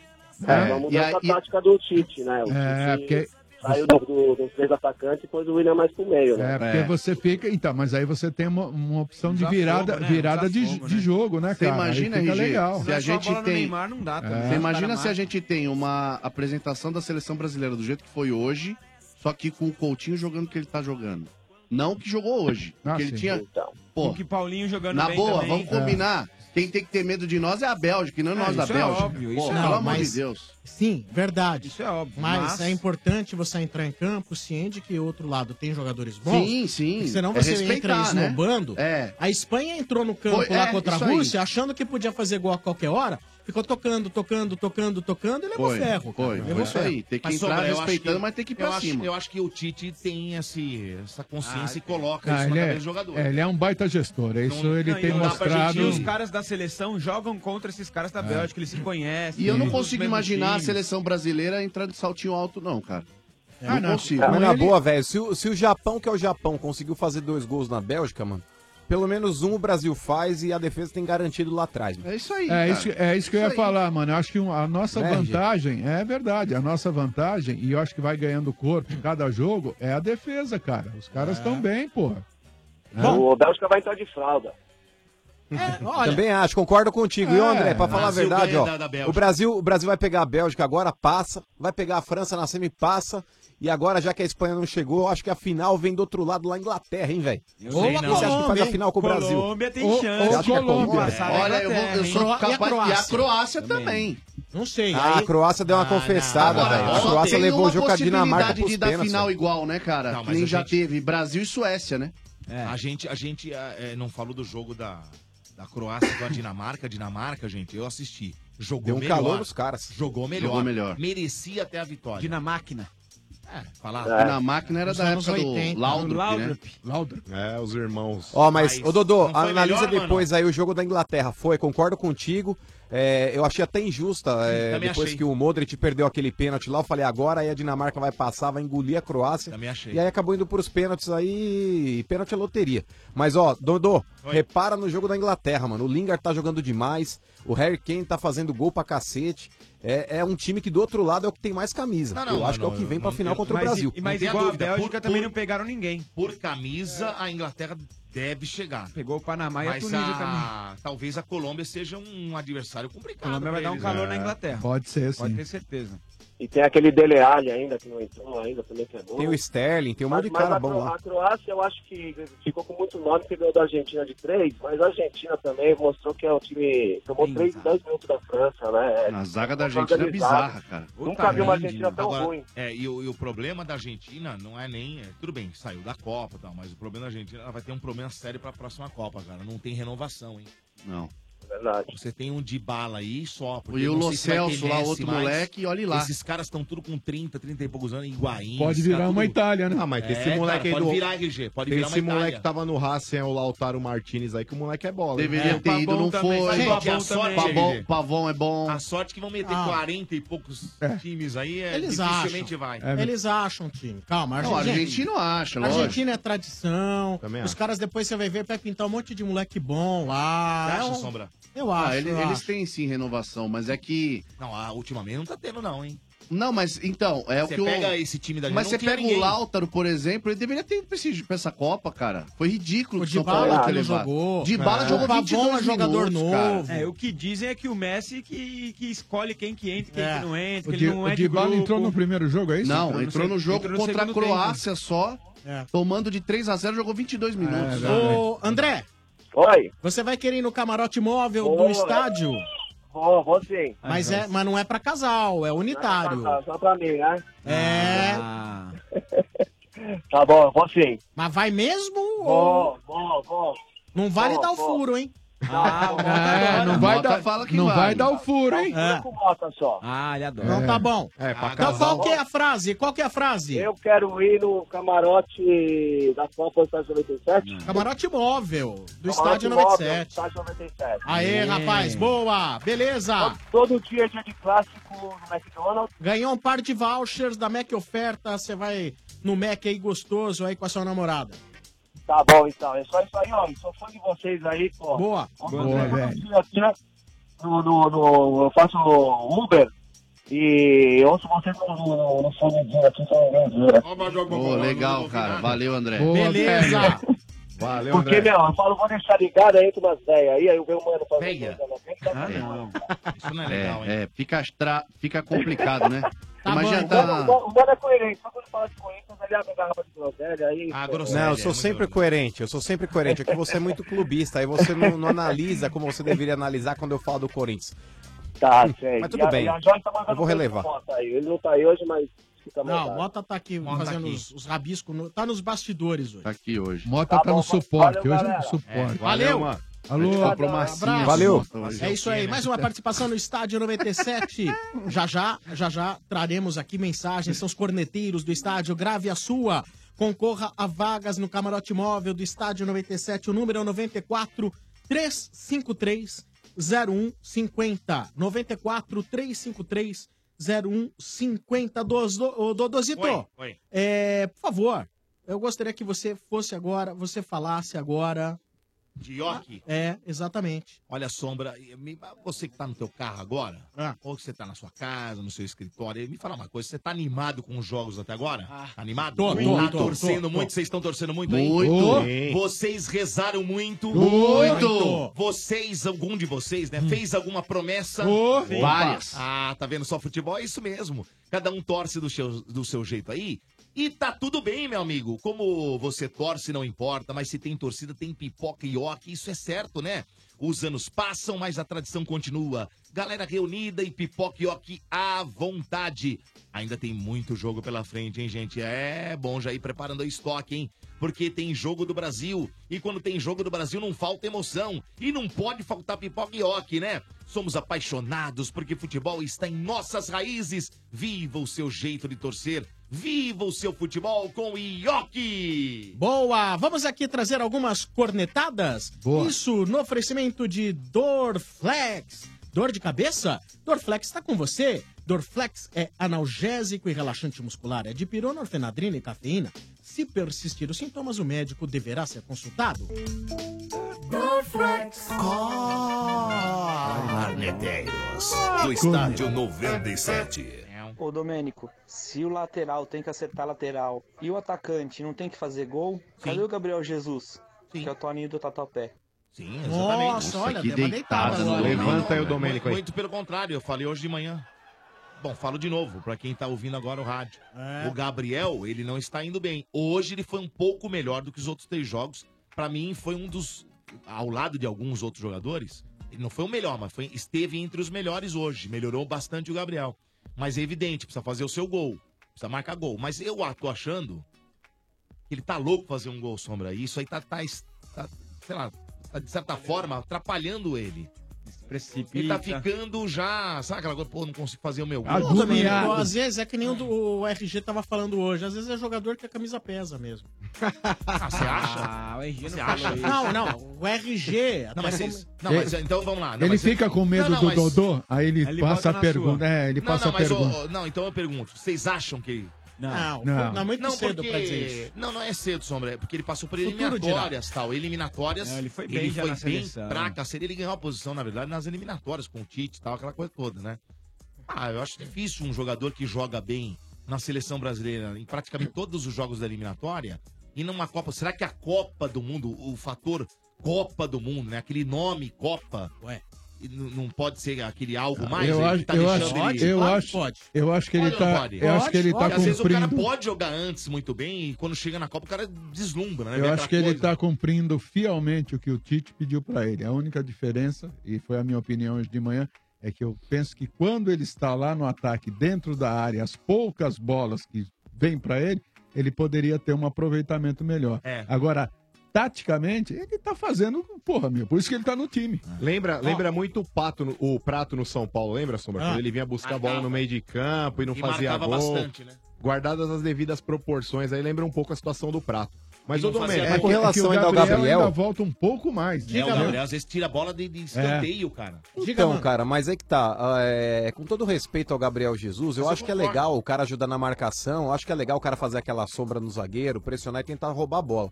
[SPEAKER 19] É,
[SPEAKER 4] Né?
[SPEAKER 19] vamos
[SPEAKER 4] E
[SPEAKER 19] mudar
[SPEAKER 4] aí-
[SPEAKER 19] a tática do Tite, né? O
[SPEAKER 4] É,
[SPEAKER 19] Tite
[SPEAKER 4] porque-
[SPEAKER 19] saiu do, do, dos três atacantes e pôs o William mais pro meio, né?
[SPEAKER 4] É, porque você fica. Então, mas aí você tem uma, uma opção de
[SPEAKER 10] Tá
[SPEAKER 19] Desafogo,
[SPEAKER 4] virada,
[SPEAKER 19] né?
[SPEAKER 4] virada de,
[SPEAKER 9] Desafogo,
[SPEAKER 4] de
[SPEAKER 9] né?
[SPEAKER 4] jogo, né,
[SPEAKER 9] Você
[SPEAKER 4] cara?
[SPEAKER 9] imagina,
[SPEAKER 4] aí fica
[SPEAKER 9] RG,
[SPEAKER 4] legal.
[SPEAKER 9] se a gente
[SPEAKER 10] é bola no
[SPEAKER 9] tem...
[SPEAKER 10] Neymar, não dá também.
[SPEAKER 9] Você
[SPEAKER 10] É.
[SPEAKER 9] imagina
[SPEAKER 10] Cara,
[SPEAKER 9] se a
[SPEAKER 10] mas-
[SPEAKER 9] gente tem uma apresentação da seleção brasileira do jeito que foi hoje, só que com o Coutinho jogando o que ele tá jogando. Não o que jogou hoje.
[SPEAKER 10] Ah,
[SPEAKER 9] porque ele
[SPEAKER 10] sim.
[SPEAKER 9] tinha...
[SPEAKER 7] Então.
[SPEAKER 9] Pô,
[SPEAKER 10] o que Paulinho jogando
[SPEAKER 9] na
[SPEAKER 10] bem
[SPEAKER 9] boa,
[SPEAKER 10] também. tá? né?
[SPEAKER 9] vamos combinar. Quem tem que ter medo de nós é a Bélgica, e não
[SPEAKER 10] É,
[SPEAKER 9] nós da
[SPEAKER 10] isso é
[SPEAKER 9] Bélgica. Pô,
[SPEAKER 10] óbvio, isso é
[SPEAKER 9] pelo
[SPEAKER 10] óbvio.
[SPEAKER 9] amor
[SPEAKER 10] Mas-
[SPEAKER 9] de Deus.
[SPEAKER 1] Sim, verdade.
[SPEAKER 10] Isso é óbvio.
[SPEAKER 1] Mas,
[SPEAKER 10] mas-
[SPEAKER 1] é importante você entrar em campo ciente que o outro lado tem jogadores bons.
[SPEAKER 9] Sim, sim.
[SPEAKER 1] porque Senão
[SPEAKER 9] É
[SPEAKER 1] você entra
[SPEAKER 9] respeitar, né?
[SPEAKER 1] esnobando.
[SPEAKER 9] É.
[SPEAKER 1] A Espanha entrou no campo
[SPEAKER 9] Foi-
[SPEAKER 1] lá
[SPEAKER 9] é,
[SPEAKER 1] contra a
[SPEAKER 9] isso aí.
[SPEAKER 1] Rússia, achando que podia fazer gol a qualquer hora. Ficou tocando, tocando, tocando, tocando e levou
[SPEAKER 9] Foi,
[SPEAKER 1] ferro. cara.
[SPEAKER 9] foi,
[SPEAKER 1] levou
[SPEAKER 9] foi.
[SPEAKER 1] ferro.
[SPEAKER 9] Isso aí, tem que
[SPEAKER 5] Mas,
[SPEAKER 9] entrar
[SPEAKER 5] Sombra, eu acho
[SPEAKER 9] respeitando, mas tem que ir pra
[SPEAKER 5] eu acho-
[SPEAKER 9] cima.
[SPEAKER 5] eu acho que o Tite tem esse, essa consciência
[SPEAKER 10] Ah,
[SPEAKER 5] e coloca
[SPEAKER 4] Ah,
[SPEAKER 5] isso na
[SPEAKER 4] ele,
[SPEAKER 5] cabeça
[SPEAKER 4] é,
[SPEAKER 5] do jogador.
[SPEAKER 4] é, ele é um baita gestor, é isso ele
[SPEAKER 10] Não, e
[SPEAKER 4] tem
[SPEAKER 10] não dá pra
[SPEAKER 4] mostrado. É.
[SPEAKER 10] gente- e os caras da seleção jogam contra esses caras da Bélgica, eles se conhecem.
[SPEAKER 9] E eu não
[SPEAKER 10] todos os
[SPEAKER 9] consigo
[SPEAKER 10] mesmos
[SPEAKER 9] imaginar a
[SPEAKER 10] times.
[SPEAKER 9] seleção brasileira entrando de saltinho alto, não, cara.
[SPEAKER 4] É.
[SPEAKER 7] Ah,
[SPEAKER 9] É, não
[SPEAKER 7] não.
[SPEAKER 9] consigo.
[SPEAKER 7] Mas na boa, velho, se, o- se o Japão, que é o Japão, conseguiu fazer dois gols na Bélgica, mano, pelo menos um o Brasil faz e a defesa tem garantido lá atrás.
[SPEAKER 9] É isso aí.
[SPEAKER 4] É isso, é isso que eu ia falar, mano. Eu acho que um- a nossa
[SPEAKER 7] Né, gente?
[SPEAKER 4] vantagem, é verdade, a nossa vantagem, e eu acho que vai ganhando corpo cada jogo, é a defesa, cara. Os
[SPEAKER 10] É.
[SPEAKER 4] caras estão bem, porra.
[SPEAKER 19] O Bélgica vai entrar de fralda.
[SPEAKER 7] Também acho, concordo contigo. E,
[SPEAKER 4] É.
[SPEAKER 7] ô, André, pra falar a
[SPEAKER 4] Brasil
[SPEAKER 7] verdade,
[SPEAKER 4] ganha
[SPEAKER 7] ó,
[SPEAKER 4] da- da Bélgica.
[SPEAKER 7] o, Brasil, o Brasil vai pegar a Bélgica agora, passa, vai pegar a França na semi, passa. E agora, já que a Espanha não chegou, eu acho que a final vem do outro lado, lá na Inglaterra, hein, velho?
[SPEAKER 10] Eu
[SPEAKER 7] Ou
[SPEAKER 10] sei
[SPEAKER 7] a
[SPEAKER 10] não.
[SPEAKER 7] Colômbia, você acha que faz a
[SPEAKER 10] hein?
[SPEAKER 7] final com o Brasil?
[SPEAKER 10] Colômbia tem
[SPEAKER 7] Ou-
[SPEAKER 10] chance.
[SPEAKER 7] Você acha que é
[SPEAKER 9] Olha, eu, vou, eu sou capaz. E a Croácia também.
[SPEAKER 1] Não sei.
[SPEAKER 7] Ah, a Croácia deu uma confessada, velho. A Croácia levou o jogo com a Dinamarca
[SPEAKER 9] de
[SPEAKER 7] pros
[SPEAKER 9] dar
[SPEAKER 7] pênaltis.
[SPEAKER 9] final
[SPEAKER 7] velho.
[SPEAKER 9] igual, né, cara?
[SPEAKER 7] Não,
[SPEAKER 9] Que
[SPEAKER 7] mas
[SPEAKER 9] Nem
[SPEAKER 7] a
[SPEAKER 9] já
[SPEAKER 7] gente-
[SPEAKER 9] teve Brasil e Suécia, né?
[SPEAKER 5] A gente, a gente ah, eh, não falou do jogo da, da Croácia com a Dinamarca. Dinamarca, gente, eu assisti. Jogou
[SPEAKER 7] Deu um
[SPEAKER 5] melhor.
[SPEAKER 7] calor nos caras.
[SPEAKER 5] Jogou melhor.
[SPEAKER 7] Jogou melhor.
[SPEAKER 5] Merecia até a vitória.
[SPEAKER 6] Dinamáquina.
[SPEAKER 5] É, falar.
[SPEAKER 7] É. Dinamáquina
[SPEAKER 9] era
[SPEAKER 5] Nos
[SPEAKER 9] da
[SPEAKER 5] anos
[SPEAKER 9] época do Laudrup,
[SPEAKER 5] Laudrup.
[SPEAKER 2] É, os irmãos.
[SPEAKER 7] né? Ó, mas, ô Dodô,
[SPEAKER 2] não foi
[SPEAKER 7] analisa
[SPEAKER 2] melhor,
[SPEAKER 7] depois aí o jogo da Inglaterra. Foi, concordo contigo. É, eu achei até injusta. é,
[SPEAKER 5] também
[SPEAKER 7] depois
[SPEAKER 5] achei.
[SPEAKER 7] que o Modric perdeu aquele pênalti lá, eu falei, agora aí a Dinamarca vai passar, vai engolir a Croácia.
[SPEAKER 5] Também achei.
[SPEAKER 7] E aí acabou indo pros pênaltis aí. e Pênalti é loteria. Mas, ó, Dodô, repara no jogo da Inglaterra, mano. O Lingard tá jogando demais. O Harry Kane tá fazendo gol pra cacete. É, é um time que do outro lado é o que tem mais camisa. eu acho que é o que vem pra final contra o Brasil.
[SPEAKER 5] e mais
[SPEAKER 10] pegaram ninguém.
[SPEAKER 5] Por camisa, a Inglaterra deve chegar.
[SPEAKER 10] Pegou o Panamá e a
[SPEAKER 5] Mas
[SPEAKER 10] Tunísia
[SPEAKER 5] Talvez a Colômbia seja um adversário complicado.
[SPEAKER 10] Colômbia vai
[SPEAKER 5] pra
[SPEAKER 10] dar um
[SPEAKER 5] eles,
[SPEAKER 10] calor
[SPEAKER 5] né?
[SPEAKER 7] É.
[SPEAKER 10] na Inglaterra.
[SPEAKER 4] Pode ser, sim.
[SPEAKER 10] Pode ter certeza.
[SPEAKER 19] E tem aquele Dele Alli ainda, que não entrou ainda, também que é bom.
[SPEAKER 7] Tem o Sterling, tem um monte de
[SPEAKER 19] mas
[SPEAKER 7] cara
[SPEAKER 19] a,
[SPEAKER 7] bom
[SPEAKER 19] Cro-
[SPEAKER 7] lá.
[SPEAKER 19] a Croácia, eu acho que ficou com muito nome, porque ganhou da Argentina de três, mas a Argentina também mostrou que é um time... Tomou três em 10 minutos da França, né?
[SPEAKER 9] A zaga da
[SPEAKER 19] Tá
[SPEAKER 9] Argentina é
[SPEAKER 19] organizado.
[SPEAKER 9] bizarra, cara.
[SPEAKER 19] Nunca vi uma Argentina tão
[SPEAKER 5] Agora,
[SPEAKER 19] ruim.
[SPEAKER 5] É, e o, e o problema da Argentina não é nem. é, tudo bem, saiu da Copa e tal, mas o problema da Argentina ela vai ter um problema sério pra próxima Copa, cara. Não tem renovação, hein?
[SPEAKER 9] Não.
[SPEAKER 19] Verdade.
[SPEAKER 5] Você tem um de bala aí só. porque
[SPEAKER 9] E o
[SPEAKER 5] não sei
[SPEAKER 9] Lo
[SPEAKER 5] se vai ter
[SPEAKER 9] Celso lá,
[SPEAKER 5] Messi
[SPEAKER 9] outro
[SPEAKER 5] mais.
[SPEAKER 9] moleque, e olhe lá.
[SPEAKER 5] Esses caras estão tudo com 30, 30 e poucos anos, Higuaín.
[SPEAKER 2] Pode
[SPEAKER 5] esses caras
[SPEAKER 2] virar uma
[SPEAKER 5] tudo-
[SPEAKER 2] Itália, né? Ah, mas
[SPEAKER 5] É,
[SPEAKER 2] tem esse moleque
[SPEAKER 5] cara,
[SPEAKER 2] aí do.
[SPEAKER 5] Pode virar, RG, pode
[SPEAKER 2] tem
[SPEAKER 5] virar
[SPEAKER 2] esse
[SPEAKER 5] uma Itália.
[SPEAKER 2] moleque que tava no Racing, é o Lautaro Martinez aí, que o moleque é bola. hein?
[SPEAKER 9] Deveria ter ido, não foi.
[SPEAKER 5] Gente, a sorte-
[SPEAKER 9] Pavão, Pavão é bom.
[SPEAKER 5] A sorte que vão meter
[SPEAKER 9] Ah.
[SPEAKER 5] 40 e poucos times aí, é,
[SPEAKER 1] Eles
[SPEAKER 5] dificilmente
[SPEAKER 1] acham.
[SPEAKER 5] vai.
[SPEAKER 2] É
[SPEAKER 5] É.
[SPEAKER 1] Eles acham, time. Calma,
[SPEAKER 9] Não, argentino acha, lógico.
[SPEAKER 1] Argentina é tradição.
[SPEAKER 9] Também
[SPEAKER 1] Os
[SPEAKER 9] acho.
[SPEAKER 1] caras depois você vai ver, vai pintar um monte de moleque bom lá. É um- Eu acho.
[SPEAKER 9] Ah, ele-
[SPEAKER 1] eu
[SPEAKER 9] eles
[SPEAKER 1] acho.
[SPEAKER 9] têm sim renovação, mas é que.
[SPEAKER 5] Não, ah, ultimamente não tá tendo, não, hein?
[SPEAKER 9] Não, mas então, é o
[SPEAKER 5] Você
[SPEAKER 9] que o-
[SPEAKER 5] pega esse time da
[SPEAKER 9] Mas
[SPEAKER 5] gente,
[SPEAKER 9] você
[SPEAKER 5] não tinha
[SPEAKER 9] pega o
[SPEAKER 5] ninguém.
[SPEAKER 9] Lautaro, por exemplo, ele deveria ter ido pra, esse- pra essa Copa, cara. Foi ridículo
[SPEAKER 1] O
[SPEAKER 9] que São
[SPEAKER 1] Dybala
[SPEAKER 9] Paulo
[SPEAKER 1] que
[SPEAKER 9] ter
[SPEAKER 1] não
[SPEAKER 9] levado.
[SPEAKER 1] jogou.
[SPEAKER 9] Dybala
[SPEAKER 1] É.
[SPEAKER 9] jogou
[SPEAKER 1] O Pavon
[SPEAKER 9] 22
[SPEAKER 1] é jogador
[SPEAKER 9] minutos,
[SPEAKER 1] novo.
[SPEAKER 9] cara.
[SPEAKER 10] É, o que dizem é que o Messi que, que escolhe quem que entra e quem
[SPEAKER 4] É.
[SPEAKER 10] que não entra,
[SPEAKER 4] O,
[SPEAKER 10] que
[SPEAKER 4] Di,
[SPEAKER 10] ele não
[SPEAKER 4] o
[SPEAKER 10] é de
[SPEAKER 4] Dybala
[SPEAKER 10] grupo.
[SPEAKER 4] entrou no primeiro jogo, é isso?
[SPEAKER 9] Não,
[SPEAKER 10] Entrou
[SPEAKER 9] entrou,
[SPEAKER 10] no seg-
[SPEAKER 9] no jogo
[SPEAKER 10] entrou no
[SPEAKER 9] contra a
[SPEAKER 10] segundo
[SPEAKER 9] Croácia só,
[SPEAKER 5] É.
[SPEAKER 9] tomando de 3 a 0 jogou 22 minutos.
[SPEAKER 1] Ô, André.
[SPEAKER 19] Oi.
[SPEAKER 1] Você vai querer ir no camarote móvel
[SPEAKER 9] Vou,
[SPEAKER 1] do estádio?
[SPEAKER 19] Vou, vou sim.
[SPEAKER 1] Mas, é, mas não é pra casal, é unitário.
[SPEAKER 19] Só pra- Só pra mim, né?
[SPEAKER 1] É.
[SPEAKER 19] Tá bom, vou sim.
[SPEAKER 1] Mas vai mesmo?
[SPEAKER 19] Vou,
[SPEAKER 1] ou-
[SPEAKER 19] vou, vou.
[SPEAKER 1] Não vale
[SPEAKER 19] Vou,
[SPEAKER 1] dar o
[SPEAKER 19] vou.
[SPEAKER 1] furo, hein?
[SPEAKER 19] Ah,
[SPEAKER 1] Ah,
[SPEAKER 4] É, não vai
[SPEAKER 19] Mota
[SPEAKER 4] dar,
[SPEAKER 19] fala que
[SPEAKER 4] não
[SPEAKER 19] vai.
[SPEAKER 4] vai dar o furo, hein?
[SPEAKER 19] Vai com Mota só.
[SPEAKER 10] Ah, ele adora.
[SPEAKER 1] Então tá bom. então
[SPEAKER 19] casal.
[SPEAKER 1] qual que é a frase? Qual que é a frase?
[SPEAKER 19] Eu quero ir no camarote da Copa dos Estados 97.
[SPEAKER 1] Hum. Camarote móvel do
[SPEAKER 19] Camarote
[SPEAKER 1] estádio
[SPEAKER 19] móvel,
[SPEAKER 1] 97.
[SPEAKER 19] Estádio 97.
[SPEAKER 1] Aê, rapaz, boa, beleza.
[SPEAKER 19] Todo dia é dia de clássico no McDonald's.
[SPEAKER 1] Ganhou um par de vouchers da Mac Oferta, você vai no Mac aí gostoso aí com a sua namorada.
[SPEAKER 19] Tá bom, então. É só isso aí, homem. Sou fã de vocês aí, pô.
[SPEAKER 1] Boa.
[SPEAKER 19] Boa, velho. Aqui, né? no, no, no, eu faço Uber e eu ouço vocês no, no, no fonezinho aqui, só
[SPEAKER 9] Pô, legal, cara. Valeu, André.
[SPEAKER 19] Boa, Beleza.
[SPEAKER 9] Valeu,
[SPEAKER 19] Porque, meu, eu falo, vou deixar ligado aí entre umas velhas aí, aí eu vejo o mano fazendo
[SPEAKER 9] Véia?
[SPEAKER 19] coisa, né?
[SPEAKER 5] Isso não
[SPEAKER 9] é legal, É, fica, astra- fica complicado, né?
[SPEAKER 19] Tá
[SPEAKER 9] Imagina
[SPEAKER 19] bom,
[SPEAKER 9] tá...
[SPEAKER 19] o mano- O mano é coerente, só quando fala de Corinthians, ele abre a garrafa de groselha aí. Ah,
[SPEAKER 7] Não, eu sou sempre coerente, eu sou sempre coerente. É que você é muito clubista, aí você não, não analisa como você deveria analisar quando eu falo do Corinthians.
[SPEAKER 19] Tá, sei.
[SPEAKER 7] Mas
[SPEAKER 19] E
[SPEAKER 7] tudo
[SPEAKER 19] a-
[SPEAKER 7] bem,
[SPEAKER 19] e a Joyce tá mandando
[SPEAKER 7] eu vou
[SPEAKER 19] beijo
[SPEAKER 7] relevar.
[SPEAKER 19] pro Mota aí. Ele não tá aí hoje, mas fica
[SPEAKER 1] Não,
[SPEAKER 19] mandado.
[SPEAKER 1] o Mota tá aqui
[SPEAKER 19] Mota
[SPEAKER 1] fazendo
[SPEAKER 19] aqui.
[SPEAKER 1] Os, os rabiscos, no- tá nos bastidores hoje.
[SPEAKER 9] Tá aqui hoje.
[SPEAKER 4] Mota tá no suporte, hoje é no suporte.
[SPEAKER 1] valeu, mano.
[SPEAKER 4] Alô,
[SPEAKER 1] Obrigado, abraço. É isso aí, mais uma participação no Estádio 97. já já, já já traremos aqui mensagens, são os corneteiros do estádio, grave a sua. Concorra a vagas no camarote móvel do Estádio 97, o número é o 94 353 0150. 94 353 0150 Dozdo- Ô, Dodozito.
[SPEAKER 5] Oi, oi.
[SPEAKER 1] É, por favor, eu gostaria que você fosse agora, você falasse agora.
[SPEAKER 5] De York.
[SPEAKER 1] É, exatamente.
[SPEAKER 5] Olha, Sombra, me- você que tá no teu carro agora, ou que você tá na sua casa, no seu escritório, me fala uma coisa, você tá animado com os jogos até agora? animado?
[SPEAKER 1] Tô, tô,
[SPEAKER 5] tá
[SPEAKER 1] tô,
[SPEAKER 5] torcendo
[SPEAKER 1] tô, tô.
[SPEAKER 5] muito? Vocês estão torcendo muito aí?
[SPEAKER 9] Muito.
[SPEAKER 5] Vocês rezaram muito?
[SPEAKER 9] Muito.
[SPEAKER 5] Vocês, algum de vocês, né, fez alguma promessa?
[SPEAKER 9] Oh,
[SPEAKER 5] Opa.
[SPEAKER 9] várias.
[SPEAKER 5] Ah, tá vendo só futebol? É isso mesmo. Cada um torce do seu, do seu jeito aí. E tá tudo bem, meu amigo. Como você torce, não importa, mas se tem torcida, tem pipoca e oque, isso é certo, né? Os anos passam, mas a tradição continua. Galera reunida e pipoca e oque à vontade. Ainda tem muito jogo pela frente, hein, gente? É bom já ir preparando o estoque, hein? Porque tem jogo do Brasil. E quando tem jogo do Brasil, não falta emoção. E não pode faltar pipoca e oque, né? Somos apaixonados porque futebol está em nossas raízes. Viva o seu jeito de torcer. Viva o seu futebol com Ioki!
[SPEAKER 1] Boa! Vamos aqui trazer algumas cornetadas. Isso no oferecimento de Dorflex. Dor de cabeça? Dorflex está com você. Dorflex é analgésico e relaxante muscular. É de pirona, orfenadrina e cafeína. Se persistir os sintomas, o médico deverá ser consultado.
[SPEAKER 18] Dorflex.
[SPEAKER 11] Arneteiros,
[SPEAKER 1] Ah,
[SPEAKER 11] do
[SPEAKER 1] como?
[SPEAKER 11] estádio 97.
[SPEAKER 20] Ô Domênico, se o lateral tem que acertar lateral e o atacante não tem que fazer gol, cadê o Gabriel Jesus? Que é o Toninho do Tatuapé.
[SPEAKER 5] Sim,
[SPEAKER 20] exatamente.
[SPEAKER 5] Nossa, olha,
[SPEAKER 20] que
[SPEAKER 5] deu uma
[SPEAKER 20] deitada
[SPEAKER 5] deitada
[SPEAKER 20] no
[SPEAKER 5] no
[SPEAKER 20] Domênico.
[SPEAKER 5] Domênico.
[SPEAKER 20] Levanta aí o
[SPEAKER 5] Muito-
[SPEAKER 20] Domênico aí.
[SPEAKER 5] Muito pelo contrário, eu falei hoje de manhã. Bom, falo de novo, pra quem tá ouvindo agora o rádio.
[SPEAKER 20] É.
[SPEAKER 5] O Gabriel, ele não está indo bem. Hoje ele foi um pouco melhor do que os outros três jogos. Pra mim, foi um dos. Ao lado de alguns outros jogadores, ele não foi o melhor, mas foi- esteve entre os melhores hoje. Melhorou bastante o Gabriel. Mas é evidente, precisa fazer o seu gol. Precisa marcar gol. Mas eu ah, tô achando ele tá louco fazer um gol sombra. E isso aí tá, tá, es- tá, sei lá, tá, de certa forma atrapalhando ele. Ele tá ficando já, sabe aquela coisa, pô, não consigo fazer o meu gol.
[SPEAKER 1] Ô, Domênico, às vezes é que nem o, do- o RG tava falando hoje. Às vezes é jogador que a camisa pesa mesmo.
[SPEAKER 5] Ah, você acha?
[SPEAKER 10] Ah, o RG
[SPEAKER 5] você
[SPEAKER 10] não falou
[SPEAKER 5] acha?
[SPEAKER 10] isso.
[SPEAKER 1] Não, não. O RG. até
[SPEAKER 5] Não, mas,
[SPEAKER 1] como-
[SPEAKER 5] vocês- não, mas então vamos lá. Não,
[SPEAKER 4] ele
[SPEAKER 5] mas-
[SPEAKER 4] fica com medo
[SPEAKER 5] Não, não,
[SPEAKER 4] do
[SPEAKER 5] mas-
[SPEAKER 4] Dodô, aí ele,
[SPEAKER 5] Ele
[SPEAKER 4] passa
[SPEAKER 5] bota
[SPEAKER 4] a
[SPEAKER 5] na
[SPEAKER 4] pergunta.
[SPEAKER 5] sua.
[SPEAKER 4] É, ele
[SPEAKER 5] Não,
[SPEAKER 4] passa
[SPEAKER 5] não,
[SPEAKER 4] a
[SPEAKER 5] mas, ô,
[SPEAKER 4] pergunta.
[SPEAKER 5] ô, não, então eu pergunto, vocês acham que.
[SPEAKER 1] Não,
[SPEAKER 4] Não. não é muito
[SPEAKER 1] cedo pra dizer isso.
[SPEAKER 5] Não, não é cedo, Sombra. É porque ele passou por
[SPEAKER 1] Futuro dirá.
[SPEAKER 5] eliminatórias tal. Eliminatórias.
[SPEAKER 1] Não, ele foi bem
[SPEAKER 5] ele
[SPEAKER 1] já
[SPEAKER 5] foi
[SPEAKER 1] na
[SPEAKER 5] bem
[SPEAKER 1] seleção.
[SPEAKER 5] pra cacete. Ele ganhou a posição, na verdade, nas eliminatórias com o Tite e tal, aquela coisa toda, né? Ah, eu acho difícil um jogador que joga bem na seleção brasileira, em praticamente todos os jogos da eliminatória, e numa Copa. Será que a Copa do Mundo, o fator Copa do Mundo, né? Aquele nome Copa.
[SPEAKER 1] Ué.
[SPEAKER 5] Não pode ser aquele algo mais
[SPEAKER 4] Ah, Eu
[SPEAKER 5] tá
[SPEAKER 4] acho,
[SPEAKER 5] ele
[SPEAKER 4] eu acho, eu acho, eu acho que ele
[SPEAKER 5] Pode ou não
[SPEAKER 4] tá,
[SPEAKER 5] pode?
[SPEAKER 4] eu acho que ele tá
[SPEAKER 5] Porque Às vezes o cara
[SPEAKER 4] cumprindo,
[SPEAKER 5] pode jogar antes muito bem e quando chega na Copa o cara deslumbra, né? Vem
[SPEAKER 4] eu acho
[SPEAKER 5] aquela
[SPEAKER 4] que ele
[SPEAKER 5] coisa.
[SPEAKER 4] tá cumprindo fielmente o que o Tite pediu pra ele. A única diferença, e foi a minha opinião hoje de manhã, é que eu penso que quando ele está lá no ataque, dentro da área, as poucas bolas que vêm pra ele, ele poderia ter um aproveitamento melhor.
[SPEAKER 2] É.
[SPEAKER 4] Agora, taticamente, ele tá fazendo, porra, meu, por isso que ele tá no time.
[SPEAKER 2] Lembra, lembra muito o, pato no- o Prato no São Paulo, lembra, Sombra?
[SPEAKER 4] Ah.
[SPEAKER 2] Quando ele vinha buscar a bola no meio de campo e não
[SPEAKER 5] E
[SPEAKER 2] fazia
[SPEAKER 5] marcava
[SPEAKER 2] gol.
[SPEAKER 5] bastante, né?
[SPEAKER 2] Guardadas as devidas proporções, aí lembra um pouco a situação do Prato. Mas
[SPEAKER 5] E
[SPEAKER 2] o
[SPEAKER 5] não fazia
[SPEAKER 2] Domênico...
[SPEAKER 5] gol. É, com relação
[SPEAKER 4] que o
[SPEAKER 2] ainda ao Gabriel-
[SPEAKER 4] ainda volta um pouco mais.
[SPEAKER 2] né?
[SPEAKER 5] É, o
[SPEAKER 4] entendeu?
[SPEAKER 5] Gabriel às vezes tira a bola de,
[SPEAKER 4] É.
[SPEAKER 5] de escanteio, cara.
[SPEAKER 7] Então, cara, mas é que tá. ah, é, com todo respeito ao Gabriel Jesus, eu
[SPEAKER 5] Mas eu
[SPEAKER 7] acho que é
[SPEAKER 5] concordo.
[SPEAKER 7] legal o cara ajudar na marcação, eu acho que é legal o cara fazer aquela sombra no zagueiro, pressionar e tentar roubar a bola.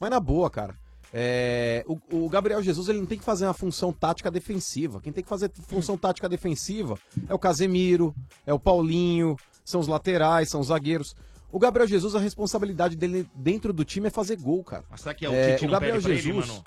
[SPEAKER 7] Mas na boa, cara. é, o, o Gabriel Jesus ele não tem que fazer uma função tática defensiva. Quem tem que fazer função tática defensiva é o Casemiro, é o Paulinho, são os laterais, são os zagueiros. O Gabriel Jesus, a responsabilidade dele dentro do time é fazer gol, cara.
[SPEAKER 5] Mas será que é o Tite não pede pra ele, mano?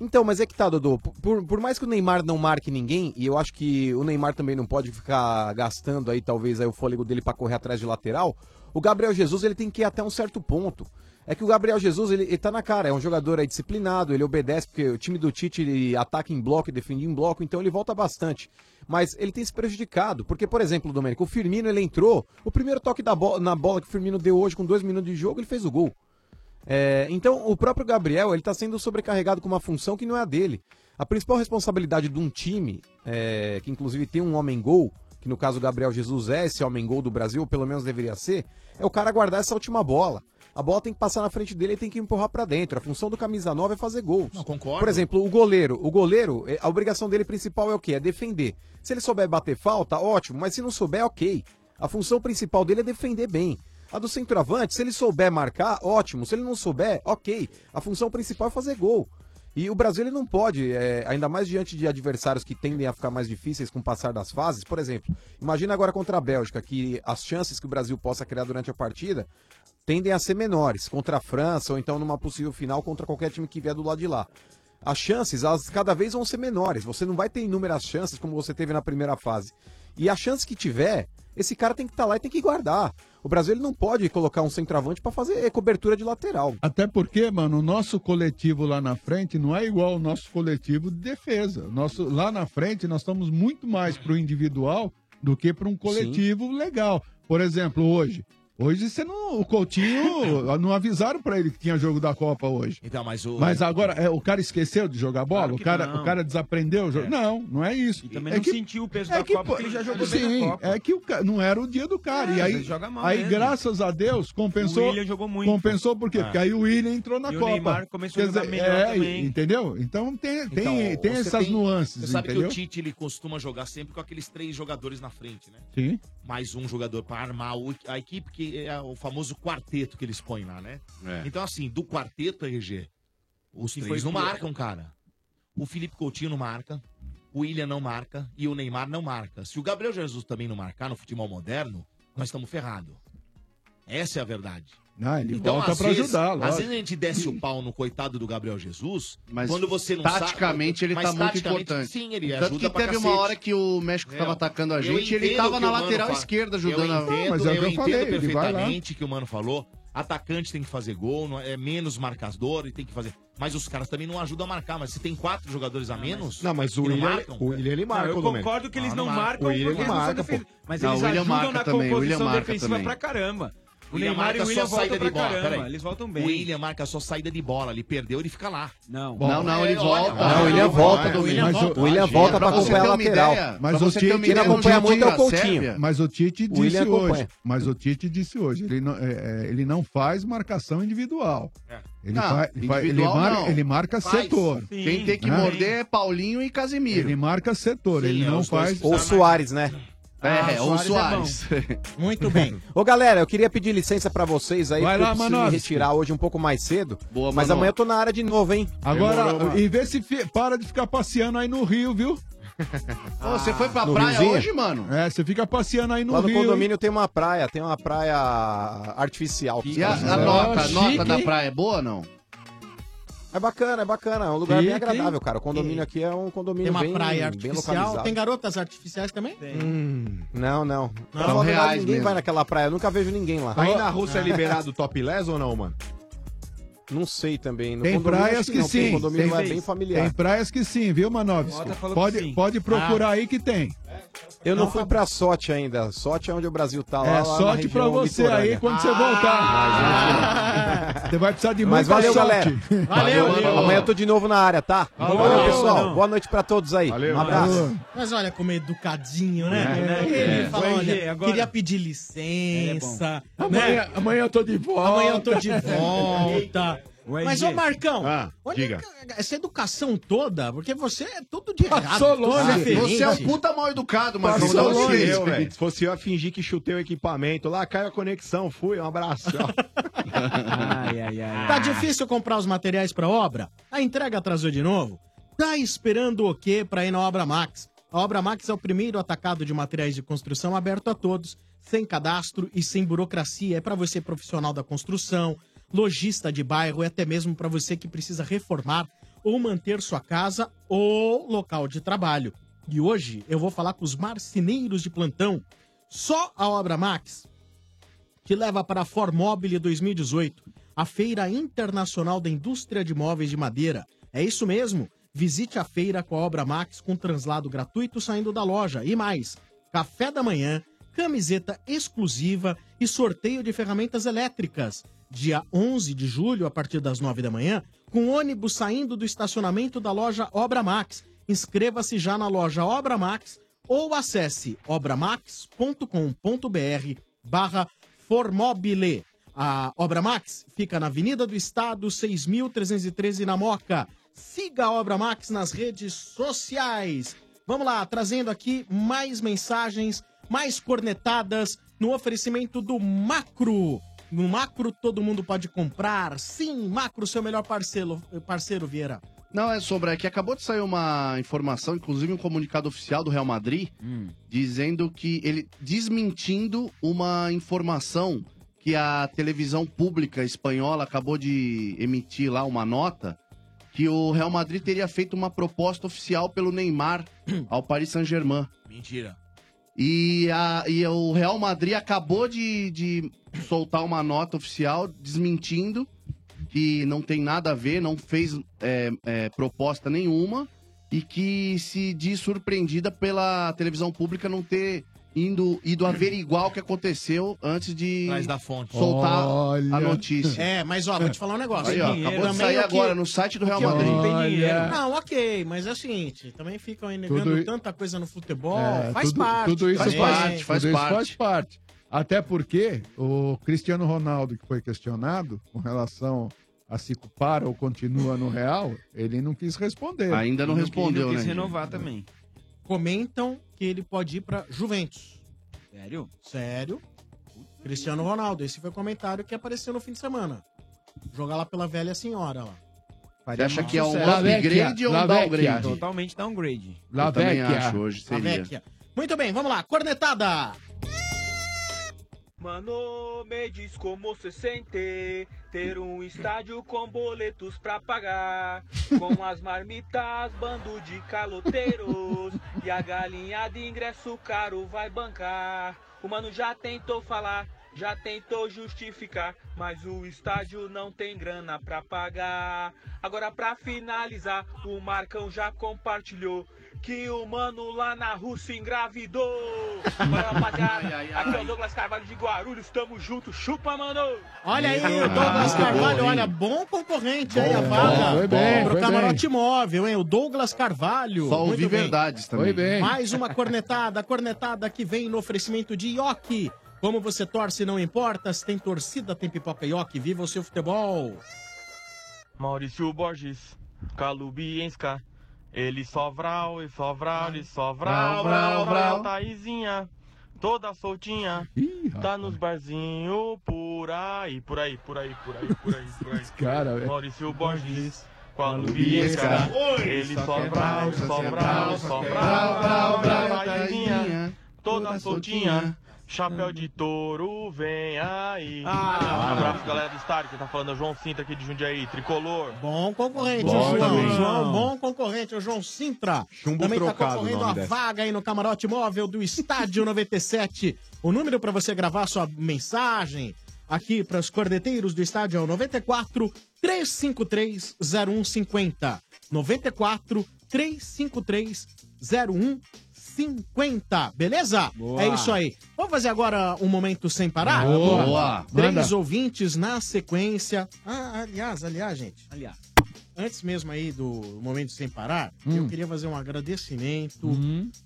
[SPEAKER 7] Então, mas é que tá, Dodô. Por, por mais que o Neymar não marque ninguém, e eu acho que o Neymar também não pode ficar gastando aí, talvez, aí, o fôlego dele pra correr atrás de lateral, o Gabriel Jesus ele tem que ir até um certo ponto. É que o Gabriel Jesus, ele, ele tá na cara, é um jogador aí disciplinado, ele obedece, porque o time do Tite ele ataca em bloco e defende em bloco, então ele volta bastante. Mas ele tem se prejudicado, porque, por exemplo, Domênico, o Firmino ele entrou, o primeiro toque da bo- na bola que o Firmino deu hoje com dois minutos de jogo, ele fez o gol. É, então, o próprio Gabriel, ele tá sendo sobrecarregado com uma função que não é a dele. A principal responsabilidade de um time, é, que inclusive tem um homem-gol, que no caso o Gabriel Jesus é esse homem-gol do Brasil, ou pelo menos deveria ser, é o cara guardar essa última bola. A bola tem que passar na frente dele e tem que empurrar pra dentro. A função do camisa 9 é fazer gols.
[SPEAKER 5] concordo.
[SPEAKER 7] Por exemplo, o goleiro. O goleiro, eh, a obrigação dele principal é o quê? É defender. Se ele souber bater falta, ótimo, mas se não souber, ok. A função principal dele é defender bem. A do centroavante, se ele souber marcar, ótimo. Se ele não souber, ok. A função principal é fazer gol. E o Brasil ele não pode, eh, ainda mais diante de adversários que tendem a ficar mais difíceis com o passar das fases. Por exemplo, imagina agora contra a Bélgica, que as chances que o Brasil possa criar durante a partida tendem a ser menores contra a França ou então numa possível final contra qualquer time que vier do lado de lá. As chances, elas cada vez vão ser menores. Você não vai ter inúmeras chances como você teve na primeira fase. tá E a chance que tiver, esse cara tem que estar lá e tem que guardar. O Brasil ele não pode colocar um centroavante pra fazer cobertura de lateral.
[SPEAKER 4] Até porque, mano, o nosso coletivo lá na frente não é igual ao nosso coletivo de defesa. O Nosso, lá na frente, nós estamos muito mais pro individual do que para um coletivo legal. Por exemplo, hoje. Hoje você não. O Coutinho. não avisaram pra ele que tinha jogo da Copa hoje.
[SPEAKER 5] Então, mas o.
[SPEAKER 4] Mas agora, é, o cara esqueceu de jogar bola?
[SPEAKER 10] Claro
[SPEAKER 4] o,
[SPEAKER 10] que
[SPEAKER 4] cara,
[SPEAKER 10] não.
[SPEAKER 4] o cara desaprendeu o jogo? Não, não é isso.
[SPEAKER 10] também
[SPEAKER 4] é
[SPEAKER 10] não sentiu o peso da
[SPEAKER 4] pô,
[SPEAKER 10] Copa, porque ele já jogou
[SPEAKER 4] sim,
[SPEAKER 10] bem na Copa.
[SPEAKER 4] É que o ca- não era o dia do cara.
[SPEAKER 10] É,
[SPEAKER 4] e aí,
[SPEAKER 10] ele joga mal
[SPEAKER 4] aí
[SPEAKER 10] mesmo.
[SPEAKER 4] graças a Deus, compensou.
[SPEAKER 10] O Willian jogou muito.
[SPEAKER 4] Compensou por quê?
[SPEAKER 10] Ah.
[SPEAKER 4] Porque aí o William entrou na
[SPEAKER 10] E o
[SPEAKER 4] Copa. é,
[SPEAKER 10] Neymar começou a jogar melhor também.
[SPEAKER 4] Entendeu? Então tem, tem,
[SPEAKER 5] Então,
[SPEAKER 4] tem
[SPEAKER 5] você
[SPEAKER 4] essas
[SPEAKER 5] Você
[SPEAKER 4] nuances,
[SPEAKER 5] sabe
[SPEAKER 4] entendeu?
[SPEAKER 5] que o Tite ele costuma jogar sempre com aqueles três jogadores na frente, né?
[SPEAKER 4] Sim.
[SPEAKER 5] mais um jogador para armar o- a equipe, que é o famoso quarteto que eles põem lá, né?
[SPEAKER 11] É.
[SPEAKER 5] Então, assim, do quarteto, RG, os
[SPEAKER 11] Que
[SPEAKER 5] três é-
[SPEAKER 11] foi
[SPEAKER 5] não
[SPEAKER 11] pior.
[SPEAKER 5] marcam, cara. O Felipe Coutinho não marca, o William não marca e o Neymar não marca. Se o Gabriel Jesus também não marcar no futebol moderno, nós estamos ferrados. Essa é a verdade.
[SPEAKER 4] Não, Ah, ele
[SPEAKER 10] Então,
[SPEAKER 9] Então
[SPEAKER 4] volta
[SPEAKER 5] às
[SPEAKER 4] pra
[SPEAKER 5] vezes-
[SPEAKER 4] ajudar,
[SPEAKER 5] Às
[SPEAKER 4] lógico.
[SPEAKER 5] vezes a gente desce o pau no coitado do Gabriel Jesus,
[SPEAKER 9] Mas
[SPEAKER 5] quando você não
[SPEAKER 9] taticamente
[SPEAKER 5] sabe...
[SPEAKER 9] ele
[SPEAKER 5] mas
[SPEAKER 9] tá muito
[SPEAKER 5] taticamente,
[SPEAKER 9] importante.
[SPEAKER 5] Sim, ele
[SPEAKER 9] Tanto
[SPEAKER 5] ajuda
[SPEAKER 9] que
[SPEAKER 5] pra
[SPEAKER 9] teve uma
[SPEAKER 5] cacete.
[SPEAKER 9] hora que o México tava atacando a
[SPEAKER 5] Eu
[SPEAKER 9] gente, ele
[SPEAKER 5] entendo
[SPEAKER 9] tava
[SPEAKER 5] o
[SPEAKER 9] na
[SPEAKER 5] que o Mano
[SPEAKER 9] lateral
[SPEAKER 5] fala.
[SPEAKER 9] esquerda ajudando
[SPEAKER 5] eu
[SPEAKER 9] a-
[SPEAKER 5] entendo,
[SPEAKER 9] Não, mas é o que eu
[SPEAKER 5] eu entendo
[SPEAKER 9] falei, ele vai lá.
[SPEAKER 5] perfeitamente o que o Mano falou. Atacante tem que fazer gol, não é é menos marcador e tem que fazer. Mas os caras também não ajudam a marcar. Mas se tem quatro jogadores
[SPEAKER 9] Ah,
[SPEAKER 5] a menos.
[SPEAKER 2] Não, né? mas o
[SPEAKER 5] que não
[SPEAKER 2] William,
[SPEAKER 5] marcam,
[SPEAKER 2] o William ele marca,
[SPEAKER 5] Não, eu
[SPEAKER 2] o Domênico.
[SPEAKER 5] concordo que eles não
[SPEAKER 2] Ah,
[SPEAKER 5] marcam
[SPEAKER 2] O William
[SPEAKER 5] porque eles
[SPEAKER 2] ele
[SPEAKER 5] não
[SPEAKER 2] marca,
[SPEAKER 5] defendem.
[SPEAKER 2] pô.
[SPEAKER 10] Mas
[SPEAKER 2] Não,
[SPEAKER 10] eles
[SPEAKER 2] o William
[SPEAKER 10] ajudam
[SPEAKER 2] marca
[SPEAKER 10] na
[SPEAKER 2] também, o William
[SPEAKER 10] composição
[SPEAKER 2] marca
[SPEAKER 10] defensiva
[SPEAKER 2] também.
[SPEAKER 10] pra caramba. O
[SPEAKER 5] William
[SPEAKER 10] Neymar e o
[SPEAKER 5] marca
[SPEAKER 10] William
[SPEAKER 5] só saída
[SPEAKER 10] voltam pra
[SPEAKER 5] de bola. peraí.
[SPEAKER 10] caramba. Eles voltam bem.
[SPEAKER 5] O William marca só saída de bola. Ele perdeu, ele fica lá.
[SPEAKER 10] Não, É,
[SPEAKER 9] Não, não, ele volta.
[SPEAKER 7] Não, o William volta,
[SPEAKER 9] Mas
[SPEAKER 7] Domênico.
[SPEAKER 9] William
[SPEAKER 7] Mas o-
[SPEAKER 9] volta.
[SPEAKER 7] o William
[SPEAKER 9] Tadinho.
[SPEAKER 7] volta pra
[SPEAKER 9] Pra você
[SPEAKER 7] acompanhar
[SPEAKER 9] ter
[SPEAKER 7] a
[SPEAKER 9] uma
[SPEAKER 7] lateral.
[SPEAKER 9] ideia,
[SPEAKER 4] Mas
[SPEAKER 9] pra
[SPEAKER 4] o
[SPEAKER 9] você ter uma
[SPEAKER 4] Tite-
[SPEAKER 9] ideia,
[SPEAKER 4] Quem acompanha
[SPEAKER 9] Tite
[SPEAKER 4] muito é o
[SPEAKER 9] da
[SPEAKER 4] Coutinho.
[SPEAKER 9] Sérvia-
[SPEAKER 4] Mas o Tite
[SPEAKER 9] O
[SPEAKER 4] disse
[SPEAKER 9] William acompanha.
[SPEAKER 4] hoje. Mas o Tite disse hoje. Ele não, é, é, ele não faz marcação individual. Ele,
[SPEAKER 9] É. Não,
[SPEAKER 4] fa- ele fa- ele
[SPEAKER 9] individual
[SPEAKER 4] mar-
[SPEAKER 9] não.
[SPEAKER 4] ele marca
[SPEAKER 9] Faz.
[SPEAKER 4] setor.
[SPEAKER 9] Quem tem que
[SPEAKER 4] Né?
[SPEAKER 9] morder é Paulinho e Casimiro.
[SPEAKER 4] Ele marca setor, ele não faz. Ah,
[SPEAKER 7] Ou Soares, né?
[SPEAKER 9] É, ou Soares.
[SPEAKER 7] Muito bem. Ô galera, eu queria pedir licença pra vocês aí,
[SPEAKER 4] Vai
[SPEAKER 7] porque
[SPEAKER 4] lá,
[SPEAKER 7] eu preciso me
[SPEAKER 4] Manovski.
[SPEAKER 7] retirar hoje um pouco mais cedo.
[SPEAKER 9] Boa,
[SPEAKER 7] mas
[SPEAKER 4] Manoel.
[SPEAKER 7] amanhã eu tô na área de novo, hein?
[SPEAKER 4] Agora, e vê se fi- para de ficar passeando aí no Rio, viu?
[SPEAKER 9] Ô, você foi pra
[SPEAKER 7] No
[SPEAKER 9] praia
[SPEAKER 7] Riozinho?
[SPEAKER 9] hoje, mano?
[SPEAKER 4] É, você fica passeando aí no
[SPEAKER 7] Lá no
[SPEAKER 4] Rio.
[SPEAKER 7] condomínio tem uma praia, tem uma praia artificial.
[SPEAKER 9] E a, a nota, a nota da praia é boa ou não?
[SPEAKER 7] É bacana, é bacana, é um lugar bem
[SPEAKER 9] Chique, hein?
[SPEAKER 7] agradável, cara. O condomínio aqui é um
[SPEAKER 1] Tem
[SPEAKER 7] condomínio
[SPEAKER 1] uma
[SPEAKER 7] bem,
[SPEAKER 1] praia
[SPEAKER 7] bem
[SPEAKER 1] artificial.
[SPEAKER 7] localizado. Hum.
[SPEAKER 1] Tem garotas artificiais também? Tem.
[SPEAKER 7] Não, não. Pra
[SPEAKER 1] São
[SPEAKER 7] falar a verdade,
[SPEAKER 1] reais
[SPEAKER 7] ninguém
[SPEAKER 1] mesmo.
[SPEAKER 7] vai naquela praia, eu nunca vejo ninguém lá.
[SPEAKER 2] Aí na
[SPEAKER 9] ah.
[SPEAKER 2] Rússia é liberado o
[SPEAKER 7] topless ou não, mano? Não sei também. No
[SPEAKER 4] Tem
[SPEAKER 7] condomínio
[SPEAKER 4] praias
[SPEAKER 7] acho
[SPEAKER 4] que,
[SPEAKER 7] não, porque
[SPEAKER 4] sim.
[SPEAKER 7] O condomínio
[SPEAKER 4] tem,
[SPEAKER 7] lá é bem familiar.
[SPEAKER 4] tem praias que sim, viu, Manovski?
[SPEAKER 7] Mota falou que
[SPEAKER 4] Pode,
[SPEAKER 7] sim.
[SPEAKER 4] pode procurar
[SPEAKER 7] Ah.
[SPEAKER 4] aí que tem.
[SPEAKER 7] Eu não, fui pra sorte ainda. Sorte é onde o Brasil tá lá.
[SPEAKER 4] É,
[SPEAKER 7] lá na
[SPEAKER 4] sorte pra
[SPEAKER 7] região
[SPEAKER 4] você
[SPEAKER 7] litorânea. Ah,
[SPEAKER 4] aí quando você
[SPEAKER 9] Ah.
[SPEAKER 4] voltar.
[SPEAKER 5] Ah.
[SPEAKER 4] Você vai precisar de
[SPEAKER 7] Mas
[SPEAKER 4] muita
[SPEAKER 7] valeu,
[SPEAKER 4] sorte.
[SPEAKER 7] galera. Amanhã eu tô de novo na área, tá? Valeu, pessoal. Boa noite pra todos aí. um abraço.
[SPEAKER 1] Mas olha como é educadinho, né?
[SPEAKER 7] É,
[SPEAKER 1] Ele
[SPEAKER 7] né?
[SPEAKER 1] fala,
[SPEAKER 7] É.
[SPEAKER 1] olha,
[SPEAKER 7] Foi, agora-
[SPEAKER 1] queria pedir licença.
[SPEAKER 4] É
[SPEAKER 1] né?
[SPEAKER 4] Amanhã, amanhã eu tô de volta.
[SPEAKER 1] Amanhã eu tô de volta. Mas, ô Marcão,
[SPEAKER 4] Ah,
[SPEAKER 1] olha
[SPEAKER 4] diga.
[SPEAKER 1] essa educação toda, porque você é tudo de errado. tá assim.
[SPEAKER 4] Passou
[SPEAKER 1] tudo
[SPEAKER 4] longe.
[SPEAKER 7] Tá
[SPEAKER 1] diferente.
[SPEAKER 9] Você é um puta mal educado, mas
[SPEAKER 2] Mas
[SPEAKER 9] não
[SPEAKER 2] se
[SPEAKER 9] dá
[SPEAKER 2] fosse
[SPEAKER 9] um
[SPEAKER 2] eu, velho. Se fosse eu, ia fingir que chutei o equipamento. Lá caiu a conexão, fui, um abraço.
[SPEAKER 1] Ai,
[SPEAKER 21] É.
[SPEAKER 1] Tá difícil comprar os materiais para obra? A entrega atrasou de novo? Tá esperando o quê para ir na Obra Max? A Obra Max é o primeiro atacado de materiais de construção aberto a todos, sem cadastro e sem burocracia. É para você profissional da construção, lojista de bairro e até mesmo para você que precisa reformar ou manter sua casa ou local de trabalho. E hoje eu vou falar com os marceneiros de plantão. Só a Obra Max te leva para a Formobile 2018, a Feira Internacional da Indústria de Móveis de Madeira. É isso mesmo. Visite a feira com a Obra Max com translado gratuito saindo da loja e mais. Café da manhã, camiseta exclusiva e sorteio de ferramentas elétricas. Dia 11 de julho, a partir das 9 da manhã, com ônibus saindo do estacionamento da loja Obra Max. Inscreva-se já na loja Obra Max ou acesse obramax.com.br barra Formobile. A Obra Max fica na Avenida do Estado, 6313 na Moca. Siga a Obra Max nas redes sociais. Vamos lá, trazendo aqui mais mensagens, mais cornetadas no oferecimento do Macro. No Macro todo mundo pode comprar. Sim, Macro, seu melhor parceiro, parceiro Vieira.
[SPEAKER 9] Não, é sobre aqui. Acabou de sair uma informação, inclusive um comunicado oficial do Real Madrid, dizendo que ele desmentindo uma informação que a televisão pública espanhola acabou de emitir lá uma nota que o Real Madrid teria feito uma proposta oficial pelo Neymar ao Paris Saint-Germain.
[SPEAKER 5] Mentira.
[SPEAKER 9] E, a- e o Real Madrid acabou de, de soltar uma nota oficial desmentindo que não tem nada a ver, não fez é, é, proposta nenhuma e que se diz surpreendida pela televisão pública não ter indo, ido averiguar o que aconteceu antes de
[SPEAKER 5] Atrás da fonte.
[SPEAKER 9] soltar
[SPEAKER 5] Olha.
[SPEAKER 9] a notícia.
[SPEAKER 1] É, mas ó, vou te falar um negócio.
[SPEAKER 9] Aí, ó,
[SPEAKER 1] Dinheiro.
[SPEAKER 9] acabou de
[SPEAKER 1] Também é
[SPEAKER 9] sair
[SPEAKER 1] o que-
[SPEAKER 9] agora no site do
[SPEAKER 1] o
[SPEAKER 9] Real
[SPEAKER 1] que-
[SPEAKER 9] Madrid.
[SPEAKER 1] Não, ok, mas é o seguinte, também ficam aí negando
[SPEAKER 4] Tudo i-
[SPEAKER 1] tanta coisa no futebol,
[SPEAKER 4] É,
[SPEAKER 1] faz
[SPEAKER 4] tudo-
[SPEAKER 1] parte.
[SPEAKER 4] Tudo isso
[SPEAKER 1] também.
[SPEAKER 4] faz parte. tudo isso faz parte. Até porque o Cristiano Ronaldo, que foi questionado com relação a se para ou continua no Real, ele não quis responder.
[SPEAKER 9] Ainda não
[SPEAKER 4] Ele
[SPEAKER 9] respondeu,
[SPEAKER 4] quis- ele não
[SPEAKER 9] né,
[SPEAKER 4] quis
[SPEAKER 9] gente?
[SPEAKER 4] renovar.
[SPEAKER 10] também.
[SPEAKER 1] Comentam que ele pode ir pra Juventus.
[SPEAKER 10] Sério?
[SPEAKER 1] Sério. Cristiano Ronaldo, esse foi o comentário que apareceu no fim de semana. Jogar lá pela velha senhora lá.
[SPEAKER 9] Você acha que é um
[SPEAKER 1] Sucesso.
[SPEAKER 9] upgrade ou um downgrade?
[SPEAKER 10] Totalmente downgrade.
[SPEAKER 9] La Eu também Vecchia. acho, hoje
[SPEAKER 1] La
[SPEAKER 9] seria.
[SPEAKER 1] Vecchia. Muito bem, vamos lá. Cornetada.
[SPEAKER 21] Mano, me diz como se sente ter um estádio com boletos pra pagar, com as marmitas, bando de caloteiros e a galinha de ingresso caro vai bancar. O mano já tentou falar, já tentou justificar, mas o estádio não tem grana pra pagar. Agora pra finalizar, o Marcão já compartilhou que o mano lá na Rússia engravidou. Bora, rapaziada. Aqui é o Douglas Carvalho de Guarulhos, tamo junto, chupa, mano!
[SPEAKER 1] Olha aí,
[SPEAKER 21] Ah,
[SPEAKER 1] o Douglas
[SPEAKER 21] muito
[SPEAKER 1] Carvalho,
[SPEAKER 21] bom, hein?
[SPEAKER 1] olha, bom concorrente aí, a vaga.
[SPEAKER 21] foi bem,
[SPEAKER 1] pro
[SPEAKER 21] foi
[SPEAKER 1] camarote móvel, hein? O Douglas Carvalho.
[SPEAKER 9] Só
[SPEAKER 1] Muito
[SPEAKER 9] ouvi
[SPEAKER 1] bem.
[SPEAKER 9] verdades também. Foi bem.
[SPEAKER 1] Mais uma cornetada, a cornetada que vem no oferecimento de Ioki. Como você torce, não importa. Se tem torcida, tem pipoca Ioki. Viva o seu futebol.
[SPEAKER 22] Maurício Borges, Kalubienska, ele Sovral, e Sovral, e
[SPEAKER 23] Vral, vral,
[SPEAKER 22] Sovral, Vral,
[SPEAKER 23] vral.
[SPEAKER 22] Vral, Taizinha, toda soltinha, tá nos barzinhos por aí, por aí, por aí, por aí, por aí, por aí.
[SPEAKER 4] Cara, é velho.
[SPEAKER 22] Maurício Borges, Kalubienska,
[SPEAKER 4] Kalubienska.
[SPEAKER 22] ele
[SPEAKER 4] Só quer
[SPEAKER 22] Sovral,
[SPEAKER 4] brau, só quer
[SPEAKER 22] Sovral,
[SPEAKER 4] brau, só quer brau,
[SPEAKER 22] Sovral, Vral,
[SPEAKER 4] brau,
[SPEAKER 22] Vral,
[SPEAKER 4] brau,
[SPEAKER 22] Taizinha,
[SPEAKER 4] Taizinha,
[SPEAKER 22] toda
[SPEAKER 4] toda
[SPEAKER 22] soltinha.
[SPEAKER 4] soltinha.
[SPEAKER 22] Chapéu de touro, vem aí. Um
[SPEAKER 1] Ah.
[SPEAKER 22] Abraço, galera do Stark. Quem tá falando é o João Sinta aqui de Jundiaí, tricolor.
[SPEAKER 1] Bom concorrente,
[SPEAKER 22] Bom
[SPEAKER 1] o João.
[SPEAKER 22] também.
[SPEAKER 1] João, bom concorrente, o João Sintra.
[SPEAKER 22] Chumbo
[SPEAKER 1] também
[SPEAKER 22] trocado
[SPEAKER 1] tá
[SPEAKER 22] o
[SPEAKER 1] concorrendo
[SPEAKER 22] nome
[SPEAKER 1] a
[SPEAKER 22] dessa.
[SPEAKER 1] vaga aí no camarote móvel do Estádio 97. O número para você gravar sua mensagem aqui para os corneteiros do estádio é o 94 353 0150. 94 353 0150. Beleza?
[SPEAKER 24] Boa.
[SPEAKER 1] É isso aí. Vamos fazer agora um momento sem parar?
[SPEAKER 24] Boa. Boa.
[SPEAKER 1] Três
[SPEAKER 24] Manda.
[SPEAKER 1] ouvintes na sequência. Ah, aliás, aliás, gente. Aliás. Antes mesmo aí do momento sem parar,
[SPEAKER 4] Hum.
[SPEAKER 1] eu queria fazer um agradecimento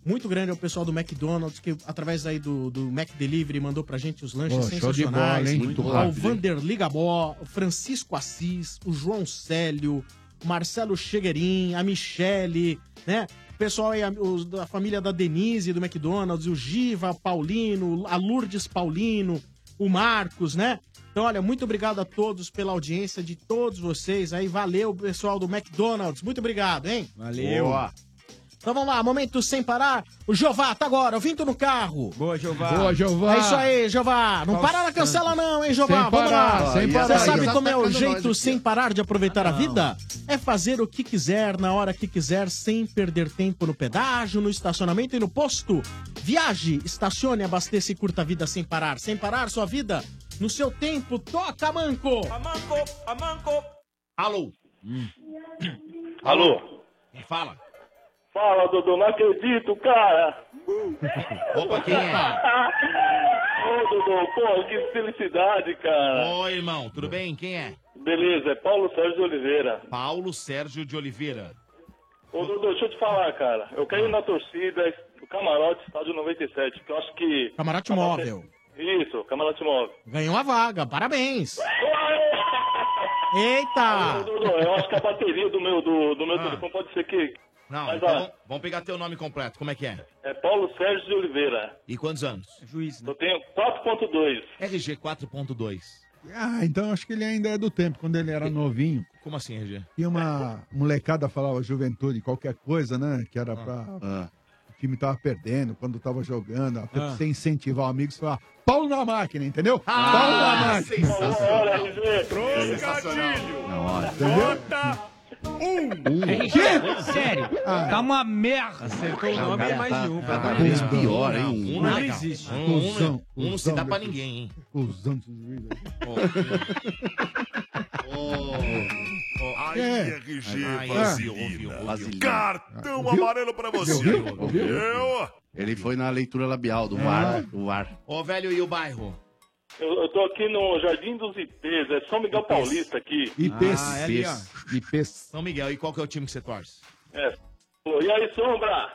[SPEAKER 1] muito grande ao pessoal do McDonald's, que através aí do, do Mac Delivery mandou pra gente os lanches
[SPEAKER 4] Pô, show de
[SPEAKER 1] sensacionais.
[SPEAKER 4] bola, hein? Muito
[SPEAKER 1] ao
[SPEAKER 4] rápido, hein?
[SPEAKER 1] Vanderly Gabó, o Francisco Assis, o João Célio, o Marcelo Cheguerim, a Michele, né? O pessoal aí, a, os da família da Denise do McDonald's, o Giva Paulino, a Lourdes Paulino, o Marcos, né? Então, olha, muito obrigado a todos pela audiência de todos vocês aí. Valeu, pessoal do McDonald's. Muito obrigado, hein?
[SPEAKER 10] Valeu. Boa.
[SPEAKER 1] Então vamos lá, momento sem parar. O Jová tá agora, vindo no carro.
[SPEAKER 10] Boa, Jeová.
[SPEAKER 1] É isso aí, Jová. Não
[SPEAKER 10] Qual
[SPEAKER 1] para na
[SPEAKER 10] santo?
[SPEAKER 1] cancela não, hein, Jová.
[SPEAKER 10] Sem
[SPEAKER 1] Vamos
[SPEAKER 10] parar,
[SPEAKER 1] lá.
[SPEAKER 10] sem
[SPEAKER 1] Você
[SPEAKER 10] parar.
[SPEAKER 1] sabe
[SPEAKER 10] Tá
[SPEAKER 1] como é o
[SPEAKER 10] atacando nós
[SPEAKER 1] jeito
[SPEAKER 10] aqui,
[SPEAKER 1] sem parar de
[SPEAKER 14] Ah.
[SPEAKER 1] aproveitar a vida? É fazer o que quiser, na hora que quiser, sem perder tempo no pedágio, no estacionamento e no posto. Viaje, estacione, abasteça e curta a vida sem parar. Sem parar sua vida, no seu tempo, toca manco.
[SPEAKER 5] Alô?
[SPEAKER 25] Alô?
[SPEAKER 5] Fala.
[SPEAKER 25] Fala, Dodô, não acredito, cara.
[SPEAKER 5] Opa, quem é?
[SPEAKER 25] Ô, Dodô, pô, que felicidade, cara.
[SPEAKER 5] Oi, irmão, tudo bem? Quem é?
[SPEAKER 25] Beleza, é Paulo Sérgio de Oliveira.
[SPEAKER 5] Paulo Sérgio de Oliveira.
[SPEAKER 25] Ô, Dodô, deixa eu te falar, cara. Eu caí na torcida do Camarote Estádio 97, que eu acho que...
[SPEAKER 1] Camarote móvel.
[SPEAKER 25] Isso, Camarote Móvel.
[SPEAKER 1] Ganhou a vaga, parabéns. Eita!
[SPEAKER 25] Ô, Dodô, eu acho que a bateria do meu, do, do meu
[SPEAKER 5] Ah.
[SPEAKER 25] telefone pode ser que...
[SPEAKER 5] Não,
[SPEAKER 25] Mas,
[SPEAKER 5] então
[SPEAKER 25] ó.
[SPEAKER 5] vamos- vamos pegar teu nome completo, como é que é?
[SPEAKER 25] É Paulo Sérgio de Oliveira.
[SPEAKER 5] E quantos anos?
[SPEAKER 10] Juiz, né?
[SPEAKER 25] Eu tenho 4.2.
[SPEAKER 5] RG 4.2.
[SPEAKER 4] Ah, então acho que ele ainda é do tempo, quando ele era novinho.
[SPEAKER 5] Como assim, RG?
[SPEAKER 4] E uma molecada falava juventude, qualquer coisa, né? Que era pra.
[SPEAKER 9] Ah.
[SPEAKER 4] O time tava perdendo, quando tava jogando, até pra
[SPEAKER 24] Ah.
[SPEAKER 4] você incentivar o amigo, você falava, pau na máquina, entendeu?
[SPEAKER 24] Ah,
[SPEAKER 4] pau na máquina.
[SPEAKER 25] tá
[SPEAKER 24] sensacional.
[SPEAKER 25] Olha, RG.
[SPEAKER 4] Entendeu?
[SPEAKER 23] Um.
[SPEAKER 9] Um.
[SPEAKER 4] é
[SPEAKER 23] Quê? Sério. Tá uma merda.
[SPEAKER 5] Acertou
[SPEAKER 23] o nome e mais de um.
[SPEAKER 9] Cada vez pior, hein?
[SPEAKER 5] Um
[SPEAKER 9] não
[SPEAKER 5] não
[SPEAKER 9] é
[SPEAKER 5] é
[SPEAKER 9] legal.
[SPEAKER 5] existe.
[SPEAKER 9] Um,
[SPEAKER 5] Um,
[SPEAKER 9] um,
[SPEAKER 5] um, um não se dá pra ninguém, hein?
[SPEAKER 4] Cusão.
[SPEAKER 18] Ai,
[SPEAKER 4] É. Ah.
[SPEAKER 18] RG,
[SPEAKER 9] Ai,
[SPEAKER 18] vaselina.
[SPEAKER 9] Vaselina.
[SPEAKER 18] Cartão
[SPEAKER 9] Viu?
[SPEAKER 18] amarelo pra você.
[SPEAKER 9] Ouviu? Ouviu?
[SPEAKER 18] Eu?
[SPEAKER 9] Ele foi na leitura labial
[SPEAKER 1] É.
[SPEAKER 9] do VAR. Do VAR.
[SPEAKER 5] Ô, velho, e o bairro?
[SPEAKER 25] Eu, eu tô aqui no Jardim dos Ipês, é São Miguel Paulista aqui.
[SPEAKER 5] Ah, é ali, ó. São Miguel, e qual que é o time que você torce?
[SPEAKER 25] É. E aí, Sombra?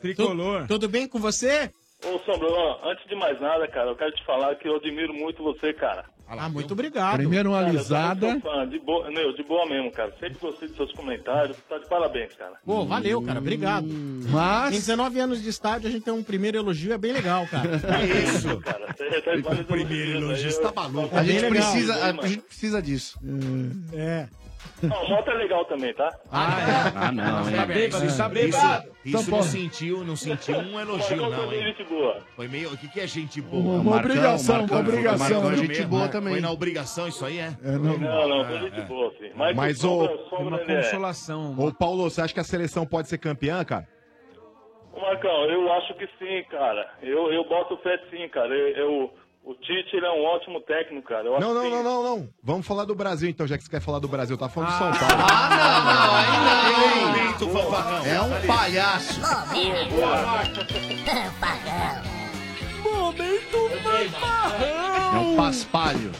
[SPEAKER 1] Tricolor. tudo bem com você?
[SPEAKER 25] Ô, Sombra, ó, antes de mais nada, cara, eu quero te falar que eu admiro muito você, cara.
[SPEAKER 1] Ah, muito obrigado.
[SPEAKER 4] Primeiro uma
[SPEAKER 25] um Cara, eu sou
[SPEAKER 4] alisada.
[SPEAKER 25] muito fã, de boa, não, de boa mesmo, cara. Sempre gostei dos seus comentários. Tá de parabéns, cara.
[SPEAKER 1] Pô, valeu, cara. Obrigado.
[SPEAKER 4] Mas...
[SPEAKER 1] Em 19 Hum. anos de estádio, a gente tem um primeiro elogio, é bem legal, cara.
[SPEAKER 25] Isso, cara. Você tá de parabéns.
[SPEAKER 5] Primeiro elogio, você tá maluco.
[SPEAKER 1] É
[SPEAKER 9] A
[SPEAKER 1] bem
[SPEAKER 9] gente,
[SPEAKER 1] legal.
[SPEAKER 9] precisa, a gente precisa disso.
[SPEAKER 1] É.
[SPEAKER 25] Não, o moto é legal também, tá?
[SPEAKER 9] Ah, não,
[SPEAKER 5] Tá
[SPEAKER 9] hein?
[SPEAKER 5] bêbado, tá bêbado. Isso, isso não sentiu, não sentiu um elogio,
[SPEAKER 25] Marcão
[SPEAKER 5] não,
[SPEAKER 25] também,
[SPEAKER 5] hein?
[SPEAKER 25] gente boa.
[SPEAKER 5] Foi meio. O que, que é gente boa?
[SPEAKER 4] Uma Marcão, obrigação, uma Marcão, obrigação. Marcão é
[SPEAKER 5] Foi
[SPEAKER 4] gente
[SPEAKER 5] mesmo,
[SPEAKER 4] boa
[SPEAKER 5] né?
[SPEAKER 4] também.
[SPEAKER 5] Foi na obrigação isso aí, é?
[SPEAKER 4] não.
[SPEAKER 25] Não, não, foi gente boa, filho. Mas,
[SPEAKER 2] Mas
[SPEAKER 25] o
[SPEAKER 2] o.
[SPEAKER 25] Sombra, Sombra, ele é...
[SPEAKER 2] Ô, Paulo, você acha que a seleção pode ser campeã, cara?
[SPEAKER 25] Ô, Marcão, eu acho que sim, cara. Eu, eu boto fé sim, cara. Eu, eu- o Tite, ele é um ótimo técnico, cara. Eu acho
[SPEAKER 2] Não, não,
[SPEAKER 25] que-
[SPEAKER 2] não, não, não. Vamos falar do Brasil, então, já que você quer falar do Brasil. Tá falando
[SPEAKER 4] Ah,
[SPEAKER 2] do São Paulo.
[SPEAKER 9] É um palhaço.
[SPEAKER 23] Momento fanfarrão.
[SPEAKER 9] É um paspalho.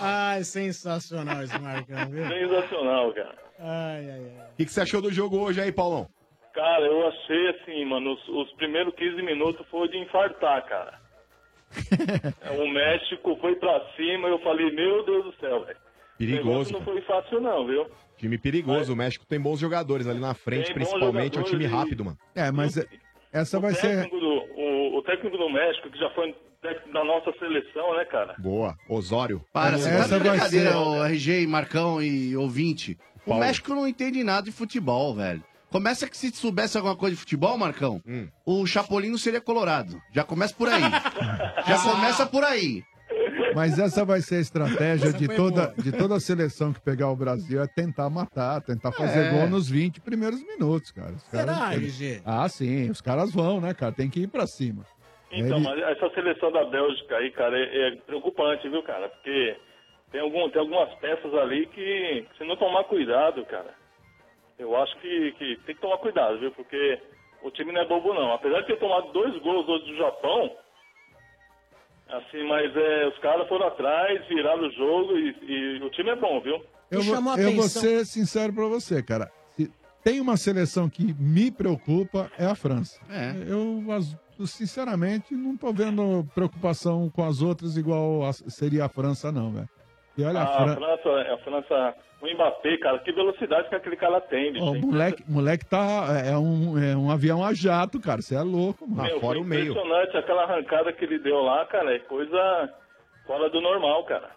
[SPEAKER 1] Ai, sensacional esse Marcão, viu?
[SPEAKER 25] Sensacional, cara.
[SPEAKER 1] Ai, ai, ai.
[SPEAKER 2] O que, que você achou do jogo hoje aí, Paulão?
[SPEAKER 25] Cara, eu achei assim, mano, os, os primeiros 15 minutos foi de infartar, cara. É, o México foi pra cima, eu falei, meu Deus do céu, velho.
[SPEAKER 2] Perigoso.
[SPEAKER 25] Não foi fácil não, viu?
[SPEAKER 2] Time perigoso. O México tem bons jogadores ali na frente,
[SPEAKER 25] Tem bons
[SPEAKER 2] principalmente. É um time
[SPEAKER 25] jogadores e-
[SPEAKER 2] rápido, mano.
[SPEAKER 4] É, mas é- essa vai
[SPEAKER 25] O
[SPEAKER 4] ser.
[SPEAKER 25] técnico, do, o, o técnico do México, que já foi técnico da nossa seleção, né, cara?
[SPEAKER 2] Boa. Osório.
[SPEAKER 1] É,
[SPEAKER 9] Para, você tá
[SPEAKER 4] Essa
[SPEAKER 9] de
[SPEAKER 4] vai
[SPEAKER 9] brincadeira,
[SPEAKER 4] ser-
[SPEAKER 9] o RG, e Marcão e ouvinte. O México não entende nada de futebol, velho. Começa que se soubesse alguma coisa de futebol, Marcão,
[SPEAKER 1] Hum.
[SPEAKER 9] o Chapolin não seria colorado. Já começa por aí. Já começa por aí.
[SPEAKER 4] Mas essa vai ser a estratégia
[SPEAKER 9] Essa
[SPEAKER 4] de
[SPEAKER 9] foi
[SPEAKER 4] toda,
[SPEAKER 9] boa.
[SPEAKER 4] de toda a seleção que pegar o Brasil é tentar matar, tentar fazer
[SPEAKER 1] É.
[SPEAKER 4] gol nos 20 primeiros minutos, cara. Os caras-
[SPEAKER 1] Será, LG?
[SPEAKER 4] Ah, sim, os caras vão, né, cara? Tem que ir pra cima.
[SPEAKER 25] Então,
[SPEAKER 4] Ele-
[SPEAKER 25] mas essa seleção da Bélgica aí, cara, é, é preocupante, viu, cara? Porque tem, algum, tem algumas peças ali que, se não tomar cuidado, cara, eu acho que, que tem que tomar cuidado, viu? Porque o time não é bobo, não. Apesar de ter tomado dois gols hoje do Japão, assim, mas é, os caras foram atrás, viraram o jogo e, e o time é bom, viu?
[SPEAKER 4] Eu, vou,
[SPEAKER 25] chamou a
[SPEAKER 4] eu vou
[SPEAKER 25] atenção.
[SPEAKER 4] ser sincero pra você, cara. Se tem uma seleção que me preocupa, é a França. Eu, as- eu, sinceramente, não tô vendo preocupação com as outras igual a- seria a França, não, velho. E olha, a,
[SPEAKER 25] a,
[SPEAKER 4] Fran...
[SPEAKER 25] Ah, França, é, a França, o Mbappé, cara, que velocidade que aquele cara tem, bicho.
[SPEAKER 4] Ó, o moleque, moleque tá. É um, é um avião a jato, cara. Você é louco, mano.
[SPEAKER 25] Meu, foi impressionante aquela arrancada que ele deu lá, cara, é coisa fora do normal, cara.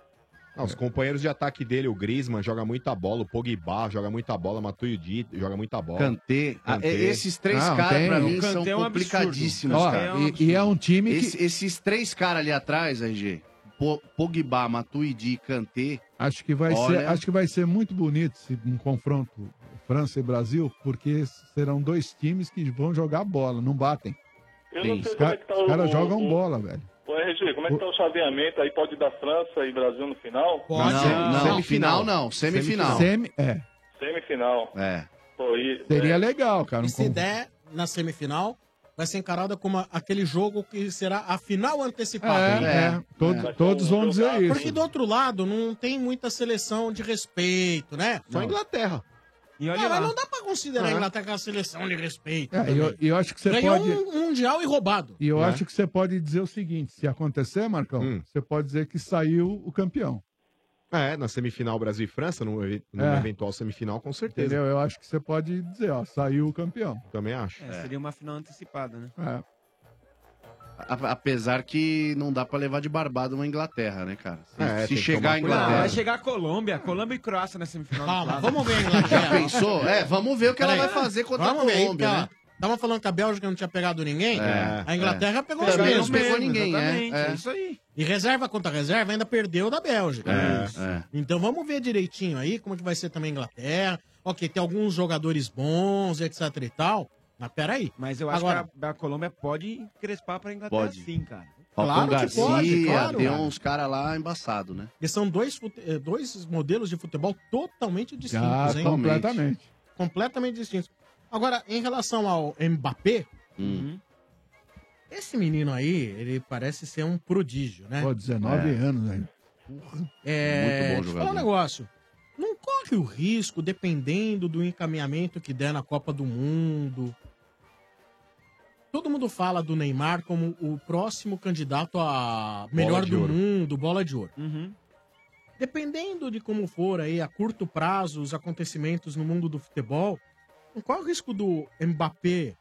[SPEAKER 2] Ah, os companheiros de ataque dele, o Griezmann, joga muita bola. O Pogba joga muita bola. Matuidi joga muita bola.
[SPEAKER 9] Kanté. Ah,
[SPEAKER 2] Kanté.
[SPEAKER 9] e- Esses três
[SPEAKER 2] Não,
[SPEAKER 9] caras,
[SPEAKER 2] tem-
[SPEAKER 9] pra mim,
[SPEAKER 2] o Kanté
[SPEAKER 9] são
[SPEAKER 2] é um absurdo.
[SPEAKER 9] complicadíssimos,
[SPEAKER 2] Ó,
[SPEAKER 9] cara.
[SPEAKER 2] e-
[SPEAKER 4] e é um time que-
[SPEAKER 9] Esse- esses três caras ali atrás, RG, Po- Pogba, Matuidi e Kanté,
[SPEAKER 4] Acho que vai
[SPEAKER 9] Olha.
[SPEAKER 4] ser, acho que vai ser muito bonito esse, um confronto França e Brasil, porque serão dois times que vão jogar bola, não batem.
[SPEAKER 25] Eu não sei
[SPEAKER 4] Os,
[SPEAKER 25] como
[SPEAKER 4] ca-
[SPEAKER 25] é que tá
[SPEAKER 4] os
[SPEAKER 25] o-
[SPEAKER 4] caras
[SPEAKER 25] o-
[SPEAKER 4] jogam
[SPEAKER 25] o-
[SPEAKER 4] bola, velho.
[SPEAKER 25] Ô, RG, como é que tá o chaveamento aí? Pode dar França e Brasil no final?
[SPEAKER 9] Pode. Não, não, final não, semifinal.
[SPEAKER 4] Semi, é,
[SPEAKER 25] Semifinal.
[SPEAKER 9] É.
[SPEAKER 25] Pô, e,
[SPEAKER 4] seria legal, cara.
[SPEAKER 1] E
[SPEAKER 4] um
[SPEAKER 1] se
[SPEAKER 4] con-
[SPEAKER 1] der na semifinal, vai ser encarada como a- aquele jogo que será a final antecipada.
[SPEAKER 4] É,
[SPEAKER 1] né?
[SPEAKER 4] é, todo-
[SPEAKER 1] Vai ser
[SPEAKER 4] todos
[SPEAKER 1] um
[SPEAKER 4] vão
[SPEAKER 1] jogo-
[SPEAKER 4] dizer isso.
[SPEAKER 1] Porque do outro lado, não tem muita seleção de respeito, né?
[SPEAKER 4] Só a
[SPEAKER 1] Inglaterra.
[SPEAKER 10] E olha
[SPEAKER 1] Cara,
[SPEAKER 10] lá.
[SPEAKER 1] não dá pra considerar
[SPEAKER 4] Ah.
[SPEAKER 1] a Inglaterra uma seleção de respeito.
[SPEAKER 4] É, e eu,
[SPEAKER 1] também.
[SPEAKER 4] e eu acho que você
[SPEAKER 1] Ganhou
[SPEAKER 4] pode.
[SPEAKER 1] um mundial e roubado.
[SPEAKER 4] E eu
[SPEAKER 1] né?
[SPEAKER 4] acho que você pode dizer o seguinte: se acontecer, Marcão,
[SPEAKER 9] Hum.
[SPEAKER 4] você pode dizer que saiu o campeão.
[SPEAKER 2] É, na semifinal Brasil e França, num, evi- numa
[SPEAKER 4] É.
[SPEAKER 2] eventual semifinal, com certeza.
[SPEAKER 4] Entendeu? Eu acho que você pode dizer, ó, saiu o campeão.
[SPEAKER 2] Também acho.
[SPEAKER 10] É, seria uma final antecipada, né?
[SPEAKER 4] É.
[SPEAKER 9] A- apesar que não dá pra levar de barbado uma Inglaterra, né, cara? Se,
[SPEAKER 10] É,
[SPEAKER 9] se
[SPEAKER 10] tem que
[SPEAKER 9] chegar a
[SPEAKER 10] tomar cuidado. Não,
[SPEAKER 9] Inglaterra.
[SPEAKER 10] vai chegar a Colômbia. Colômbia e Croácia na semifinal.
[SPEAKER 1] Calma,
[SPEAKER 10] vamos ver a
[SPEAKER 9] É, Já pensou? É, vamos ver o que ela vai fazer contra a Colômbia, né?
[SPEAKER 1] Tava falando que a Bélgica não tinha pegado ninguém.
[SPEAKER 9] É,
[SPEAKER 1] a Inglaterra
[SPEAKER 9] é.
[SPEAKER 1] pegou
[SPEAKER 9] Pegou,
[SPEAKER 1] os mesmos.
[SPEAKER 9] não pegou ninguém, é,
[SPEAKER 1] Exatamente,
[SPEAKER 9] é.
[SPEAKER 1] isso aí. E reserva contra reserva ainda perdeu da Bélgica.
[SPEAKER 9] É,
[SPEAKER 1] Isso.
[SPEAKER 9] é.
[SPEAKER 1] Então vamos ver direitinho aí como que vai ser também a Inglaterra. Ok, tem alguns jogadores bons, etc e tal. Mas peraí.
[SPEAKER 10] Mas eu acho que a, a Colômbia pode crespar pra Inglaterra
[SPEAKER 9] Pode.
[SPEAKER 10] sim, cara.
[SPEAKER 9] Falcão
[SPEAKER 1] Claro que
[SPEAKER 9] Garcia,
[SPEAKER 1] pode, claro,
[SPEAKER 9] tem
[SPEAKER 1] cara.
[SPEAKER 9] uns caras lá embaçado, né?
[SPEAKER 1] Porque são dois, fute- eh, dois modelos de futebol totalmente distintos, hein?
[SPEAKER 4] Completamente.
[SPEAKER 1] Completamente distintos. Agora, em relação ao Mbappé,
[SPEAKER 4] Hum.
[SPEAKER 1] esse menino aí, ele parece ser um prodígio, né?
[SPEAKER 9] É.
[SPEAKER 4] Pô, 19 anos né? aí.
[SPEAKER 1] É,
[SPEAKER 4] Muito bom
[SPEAKER 1] deixa eu falar um
[SPEAKER 4] jogador.
[SPEAKER 1] negócio. Não corre o risco, dependendo do encaminhamento que der na Copa do Mundo. Todo mundo fala do Neymar como o próximo candidato a melhor
[SPEAKER 10] de
[SPEAKER 1] do
[SPEAKER 10] ouro.
[SPEAKER 1] mundo, bola de ouro.
[SPEAKER 10] Uhum.
[SPEAKER 1] Dependendo de como for aí, a curto prazo, os acontecimentos no mundo do futebol, qual é o risco do Mbappé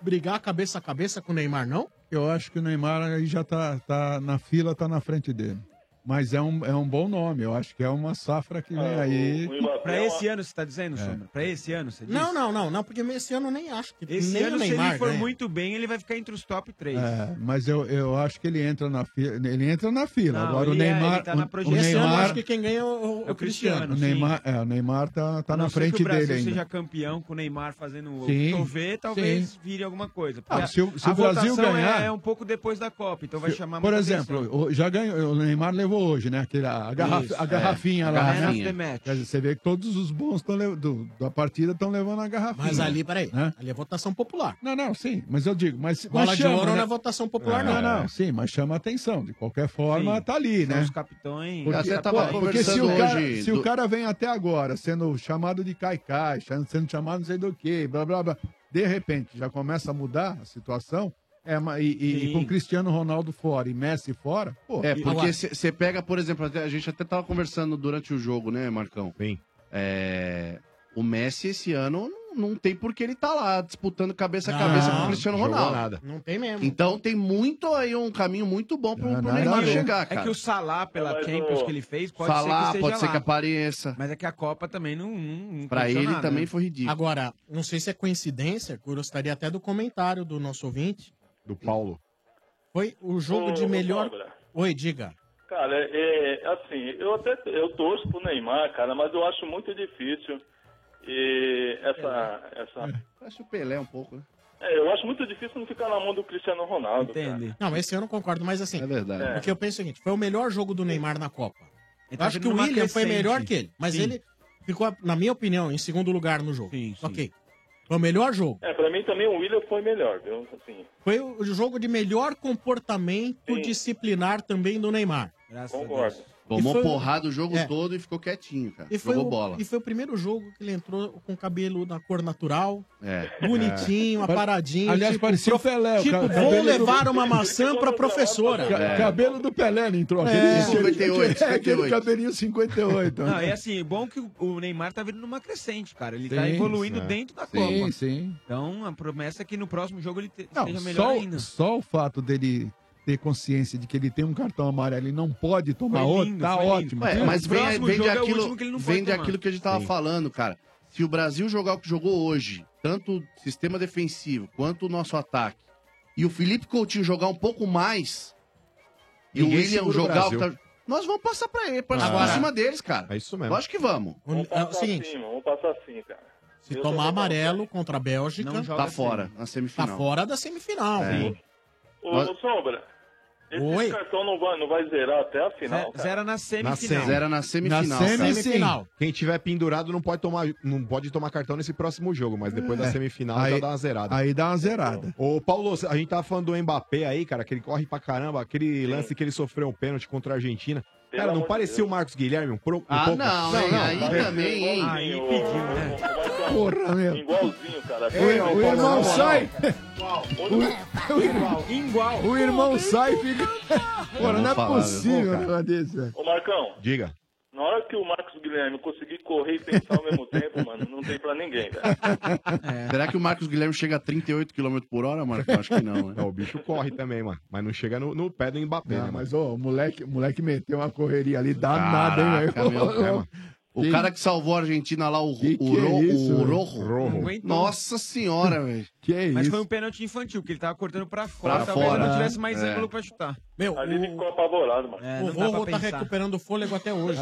[SPEAKER 1] brigar cabeça a cabeça com o Neymar, não?
[SPEAKER 4] Eu acho que o Neymar aí já tá, tá na fila, tá na frente dele. Mas é um, é um bom nome, eu acho que é uma safra que vem aí.
[SPEAKER 10] Pra esse ano você tá dizendo, Sombra? Pra esse ano você diz?
[SPEAKER 1] Não, não, não, não, porque esse ano eu nem acho que
[SPEAKER 10] Esse
[SPEAKER 1] nem
[SPEAKER 10] ano,
[SPEAKER 1] o Neymar
[SPEAKER 10] se
[SPEAKER 4] né?
[SPEAKER 10] ele for
[SPEAKER 1] ganha.
[SPEAKER 10] muito bem, ele vai ficar entre os top 3.
[SPEAKER 4] É, mas eu, eu acho que ele entra na fila. Ele entra na fila.
[SPEAKER 10] Não,
[SPEAKER 4] Agora o
[SPEAKER 10] ele é,
[SPEAKER 4] Neymar.
[SPEAKER 10] ele tá na
[SPEAKER 4] o- o,
[SPEAKER 10] projeção.
[SPEAKER 1] Esse ano eu
[SPEAKER 4] Neymar,
[SPEAKER 1] acho que quem ganha é o,
[SPEAKER 10] É o Cristiano,
[SPEAKER 4] o Neymar, é, o Neymar tá, tá
[SPEAKER 10] A não
[SPEAKER 4] na
[SPEAKER 10] ser que
[SPEAKER 4] frente
[SPEAKER 10] o Brasil
[SPEAKER 4] dele ainda.
[SPEAKER 10] seja campeão com o Neymar fazendo
[SPEAKER 4] Sim,
[SPEAKER 10] o cover, talvez
[SPEAKER 4] sim.
[SPEAKER 10] vire alguma coisa.
[SPEAKER 4] Ah,
[SPEAKER 10] Porque
[SPEAKER 4] se o- se
[SPEAKER 10] a
[SPEAKER 4] o Brasil
[SPEAKER 10] votação
[SPEAKER 4] ganhar-
[SPEAKER 10] É, é um pouco depois da Copa, então vai chamar
[SPEAKER 4] Por
[SPEAKER 10] muita
[SPEAKER 4] exemplo,
[SPEAKER 10] atenção.
[SPEAKER 4] o- já ganhou, o Neymar levou hoje, né? Aquela, a, garrafa-
[SPEAKER 10] Isso,
[SPEAKER 4] a
[SPEAKER 10] é,
[SPEAKER 4] garrafinha
[SPEAKER 10] a
[SPEAKER 4] lá,
[SPEAKER 10] garrafinha.
[SPEAKER 4] né? Quer dizer, você vê que todos os bons tão le- do- da partida estão levando a garrafinha.
[SPEAKER 1] Mas ali, peraí,
[SPEAKER 4] né?
[SPEAKER 1] ali é votação popular.
[SPEAKER 4] Não, não, sim, mas eu digo, mas.
[SPEAKER 1] Bola
[SPEAKER 4] mas
[SPEAKER 1] de
[SPEAKER 4] chama,
[SPEAKER 1] ouro
[SPEAKER 4] né? Ah,
[SPEAKER 1] não é votação popular,
[SPEAKER 4] Não,
[SPEAKER 1] não.
[SPEAKER 4] não, sim, mas chama atenção. De qualquer forma,
[SPEAKER 1] Sim,
[SPEAKER 4] tá ali,
[SPEAKER 1] são
[SPEAKER 4] né?
[SPEAKER 1] os
[SPEAKER 10] capitões.
[SPEAKER 4] Porque,
[SPEAKER 9] Até tava
[SPEAKER 4] pô, porque se,
[SPEAKER 9] conversando
[SPEAKER 4] o cara,
[SPEAKER 9] hoje
[SPEAKER 4] se
[SPEAKER 9] do-
[SPEAKER 4] o cara vem até agora sendo chamado de caicai, cha- sendo chamado não sei do que, blá blá blá, de repente já começa a mudar a situação, é, uma- e, e- e com Cristiano Ronaldo fora e Messi fora, pô.
[SPEAKER 9] É, porque
[SPEAKER 4] se...
[SPEAKER 9] você pega, por exemplo, até- a gente até tava conversando durante o jogo, né, Marcão? Sim. É, o Messi esse ano não, não tem por que ele tá lá disputando cabeça a cabeça com o Cristiano Ronaldo.
[SPEAKER 1] Não tem mesmo.
[SPEAKER 9] Então tem muito aí, um caminho muito bom pro, pro
[SPEAKER 10] É
[SPEAKER 9] Neymar
[SPEAKER 10] que o-
[SPEAKER 9] chegar,
[SPEAKER 10] É
[SPEAKER 9] cara.
[SPEAKER 10] que o Salah pela
[SPEAKER 9] Mas
[SPEAKER 10] Champions
[SPEAKER 9] o-
[SPEAKER 10] que ele fez pode
[SPEAKER 9] Salah,
[SPEAKER 10] ser que
[SPEAKER 9] pode
[SPEAKER 10] esteja
[SPEAKER 9] ser que
[SPEAKER 10] lá.
[SPEAKER 9] apareça.
[SPEAKER 10] Mas é que a Copa também não... não, não
[SPEAKER 9] Pra
[SPEAKER 10] condicionou
[SPEAKER 9] ele
[SPEAKER 10] nada,
[SPEAKER 9] também
[SPEAKER 10] né?
[SPEAKER 9] foi ridículo.
[SPEAKER 1] Agora, não sei se é coincidência, gostaria até do comentário do nosso ouvinte.
[SPEAKER 2] Do Paulo.
[SPEAKER 1] Foi o jogo
[SPEAKER 25] Ô,
[SPEAKER 1] de
[SPEAKER 25] ô,
[SPEAKER 1] melhor.
[SPEAKER 25] Sombra.
[SPEAKER 1] Oi, diga.
[SPEAKER 25] Cara, é, é, assim, eu até eu torço pro Neymar, cara, mas eu acho muito difícil e essa essa
[SPEAKER 9] Acho o Pelé um pouco, né?
[SPEAKER 25] é, eu acho muito difícil não ficar na mão do Cristiano Ronaldo. Cara.
[SPEAKER 1] Não, esse eu não concordo, mas assim. É
[SPEAKER 9] verdade.
[SPEAKER 1] O que eu penso é o seguinte: foi o melhor jogo do Neymar na Copa.
[SPEAKER 10] Ele
[SPEAKER 1] eu
[SPEAKER 10] tá
[SPEAKER 1] acho que
[SPEAKER 10] vindo
[SPEAKER 1] o
[SPEAKER 10] numa
[SPEAKER 1] William foi
[SPEAKER 10] crescente.
[SPEAKER 1] melhor que ele, mas
[SPEAKER 10] Sim.
[SPEAKER 1] ele ficou, na minha opinião, em segundo lugar no jogo. Ok. Foi o melhor jogo.
[SPEAKER 25] É, pra mim também o William foi melhor, viu? Assim,
[SPEAKER 1] Foi o jogo de melhor comportamento disciplinar também do Neymar.
[SPEAKER 25] concordo.
[SPEAKER 9] Tomou
[SPEAKER 1] E foi-
[SPEAKER 9] porrada o jogo
[SPEAKER 1] É.
[SPEAKER 9] todo e ficou quietinho, cara.
[SPEAKER 1] E foi,
[SPEAKER 9] Jogou
[SPEAKER 1] o,
[SPEAKER 9] bola.
[SPEAKER 1] e foi o primeiro jogo que ele entrou com cabelo na cor natural.
[SPEAKER 9] É.
[SPEAKER 1] Bonitinho, aparadinho.
[SPEAKER 4] Aliás, parecia o Pelé. o
[SPEAKER 1] Tipo,
[SPEAKER 4] ca-
[SPEAKER 1] vou
[SPEAKER 4] cabelo do-
[SPEAKER 1] levar uma maçã
[SPEAKER 10] né?
[SPEAKER 1] pra professora.
[SPEAKER 4] Ca-
[SPEAKER 9] É.
[SPEAKER 4] Cabelo do Pelé ele entrou.
[SPEAKER 1] É.
[SPEAKER 4] Aquele,
[SPEAKER 1] 58,
[SPEAKER 4] aquele, aquele
[SPEAKER 1] 58.
[SPEAKER 4] cabelinho 58.
[SPEAKER 10] Não, é assim, bom que o- o Neymar tá vindo numa crescente, cara. Ele tá
[SPEAKER 4] Sim,
[SPEAKER 10] evoluindo
[SPEAKER 4] sim.
[SPEAKER 10] dentro da
[SPEAKER 4] Sim,
[SPEAKER 10] Copa.
[SPEAKER 4] sim.
[SPEAKER 10] Então, a promessa é que no próximo jogo ele te-
[SPEAKER 4] Não,
[SPEAKER 10] esteja melhor
[SPEAKER 4] só,
[SPEAKER 10] ainda.
[SPEAKER 4] só o fato dele ter consciência de que ele tem um cartão amarelo e não pode tomar
[SPEAKER 9] Foi
[SPEAKER 4] outro,
[SPEAKER 9] lindo,
[SPEAKER 4] tá
[SPEAKER 9] foi lindo.
[SPEAKER 4] ótimo.
[SPEAKER 9] Ué,
[SPEAKER 4] Viu?
[SPEAKER 9] mas
[SPEAKER 4] O
[SPEAKER 9] vem,
[SPEAKER 4] próximo
[SPEAKER 9] vem de
[SPEAKER 4] jogo é o
[SPEAKER 9] aquilo,
[SPEAKER 4] último que ele não
[SPEAKER 9] vem
[SPEAKER 4] pode
[SPEAKER 9] de
[SPEAKER 4] tomar.
[SPEAKER 9] aquilo que a gente tava
[SPEAKER 4] Sim.
[SPEAKER 9] falando, cara. Se o Brasil jogar o que jogou hoje, tanto o sistema defensivo quanto o nosso ataque, e o Felipe Coutinho jogar um pouco mais, e
[SPEAKER 2] Ninguém
[SPEAKER 9] o William
[SPEAKER 2] segura o
[SPEAKER 9] jogar o que
[SPEAKER 2] Brasil.
[SPEAKER 9] tá- Nós vamos passar pra ele, pra,
[SPEAKER 2] Agora-
[SPEAKER 9] por cima deles, cara.
[SPEAKER 2] É isso mesmo.
[SPEAKER 9] Lógico que vamos.
[SPEAKER 25] Vamos passar assim, mano, vamos passar assim, cara.
[SPEAKER 1] Se é, tomar amarelo contra a Bélgica,
[SPEAKER 9] Não joga Tá fora, assim. na semifinal.
[SPEAKER 1] Tá fora da semifinal.
[SPEAKER 9] É.
[SPEAKER 1] Sim.
[SPEAKER 25] Ô, ô, Sombra, esse
[SPEAKER 1] Oi.
[SPEAKER 25] cartão não vai, não vai zerar até a final, cara.
[SPEAKER 10] Zera na
[SPEAKER 2] semi-
[SPEAKER 9] Zera é na semifinal. cara.
[SPEAKER 2] Quem tiver pendurado não pode tomar, não pode tomar cartão nesse próximo jogo, mas depois da
[SPEAKER 4] É.
[SPEAKER 2] semifinal
[SPEAKER 4] Aí-
[SPEAKER 2] já dá uma zerada.
[SPEAKER 4] Aí dá uma zerada.
[SPEAKER 2] Ô, Paulo, a gente tava falando do Mbappé aí, cara, que ele corre pra caramba, aquele lance que ele sofreu um pênalti contra a Argentina.
[SPEAKER 25] Pelo
[SPEAKER 2] cara, não
[SPEAKER 25] amor de
[SPEAKER 2] parecia
[SPEAKER 25] Deus.
[SPEAKER 2] o Marcos Guilherme? Um, pro- um
[SPEAKER 25] Ah,
[SPEAKER 2] pouco?
[SPEAKER 25] não, hein, aí
[SPEAKER 2] É.
[SPEAKER 25] também, hein.
[SPEAKER 10] Ah,
[SPEAKER 25] Aí pediu, né?
[SPEAKER 4] Porra, meu.
[SPEAKER 25] Igualzinho, cara.
[SPEAKER 10] É,
[SPEAKER 4] Ei, o irmão sai. O
[SPEAKER 25] Igual,
[SPEAKER 10] igual.
[SPEAKER 4] O irmão sai e fica. Porra, não é
[SPEAKER 9] né?
[SPEAKER 25] falar,
[SPEAKER 4] possível
[SPEAKER 25] eu
[SPEAKER 4] um negócio desse, velho.
[SPEAKER 25] Ô, Marcão,
[SPEAKER 2] Diga.
[SPEAKER 25] na hora que o Marcos Guilherme conseguir correr e pensar ao mesmo tempo, mano, não tem pra ninguém, cara.
[SPEAKER 4] É.
[SPEAKER 9] Será que o Marcos Guilherme chega a 38 km por hora, Marcão? Acho que não, né?
[SPEAKER 2] É, o bicho corre também, mano. Mas não chega no, no pé do Mbappé,
[SPEAKER 4] Não,
[SPEAKER 2] né, mano?
[SPEAKER 4] mas ô, o moleque, o moleque meteu uma correria ali danada, hein,
[SPEAKER 2] Caraca,
[SPEAKER 4] velho?
[SPEAKER 2] meu, é, mano.
[SPEAKER 4] Ô,
[SPEAKER 9] O cara que salvou a Argentina lá, o, o,
[SPEAKER 10] que é
[SPEAKER 9] Ro-
[SPEAKER 10] isso,
[SPEAKER 9] o
[SPEAKER 10] velho?
[SPEAKER 9] Rojo.
[SPEAKER 10] Não aguentou.
[SPEAKER 9] Nossa senhora, velho.
[SPEAKER 4] Que é
[SPEAKER 10] Mas foi um pênalti infantil, que ele tava cortando pra fora.
[SPEAKER 9] Pra
[SPEAKER 10] talvez
[SPEAKER 9] fora,
[SPEAKER 10] não
[SPEAKER 9] né?
[SPEAKER 10] tivesse mais
[SPEAKER 9] É.
[SPEAKER 10] ângulo pra chutar.
[SPEAKER 1] Meu,
[SPEAKER 25] Ali ele ficou apavorado, mano.
[SPEAKER 10] É,
[SPEAKER 1] o
[SPEAKER 10] não dá
[SPEAKER 1] Rojo
[SPEAKER 10] pra
[SPEAKER 1] tá
[SPEAKER 10] pensar.
[SPEAKER 1] recuperando o fôlego até hoje.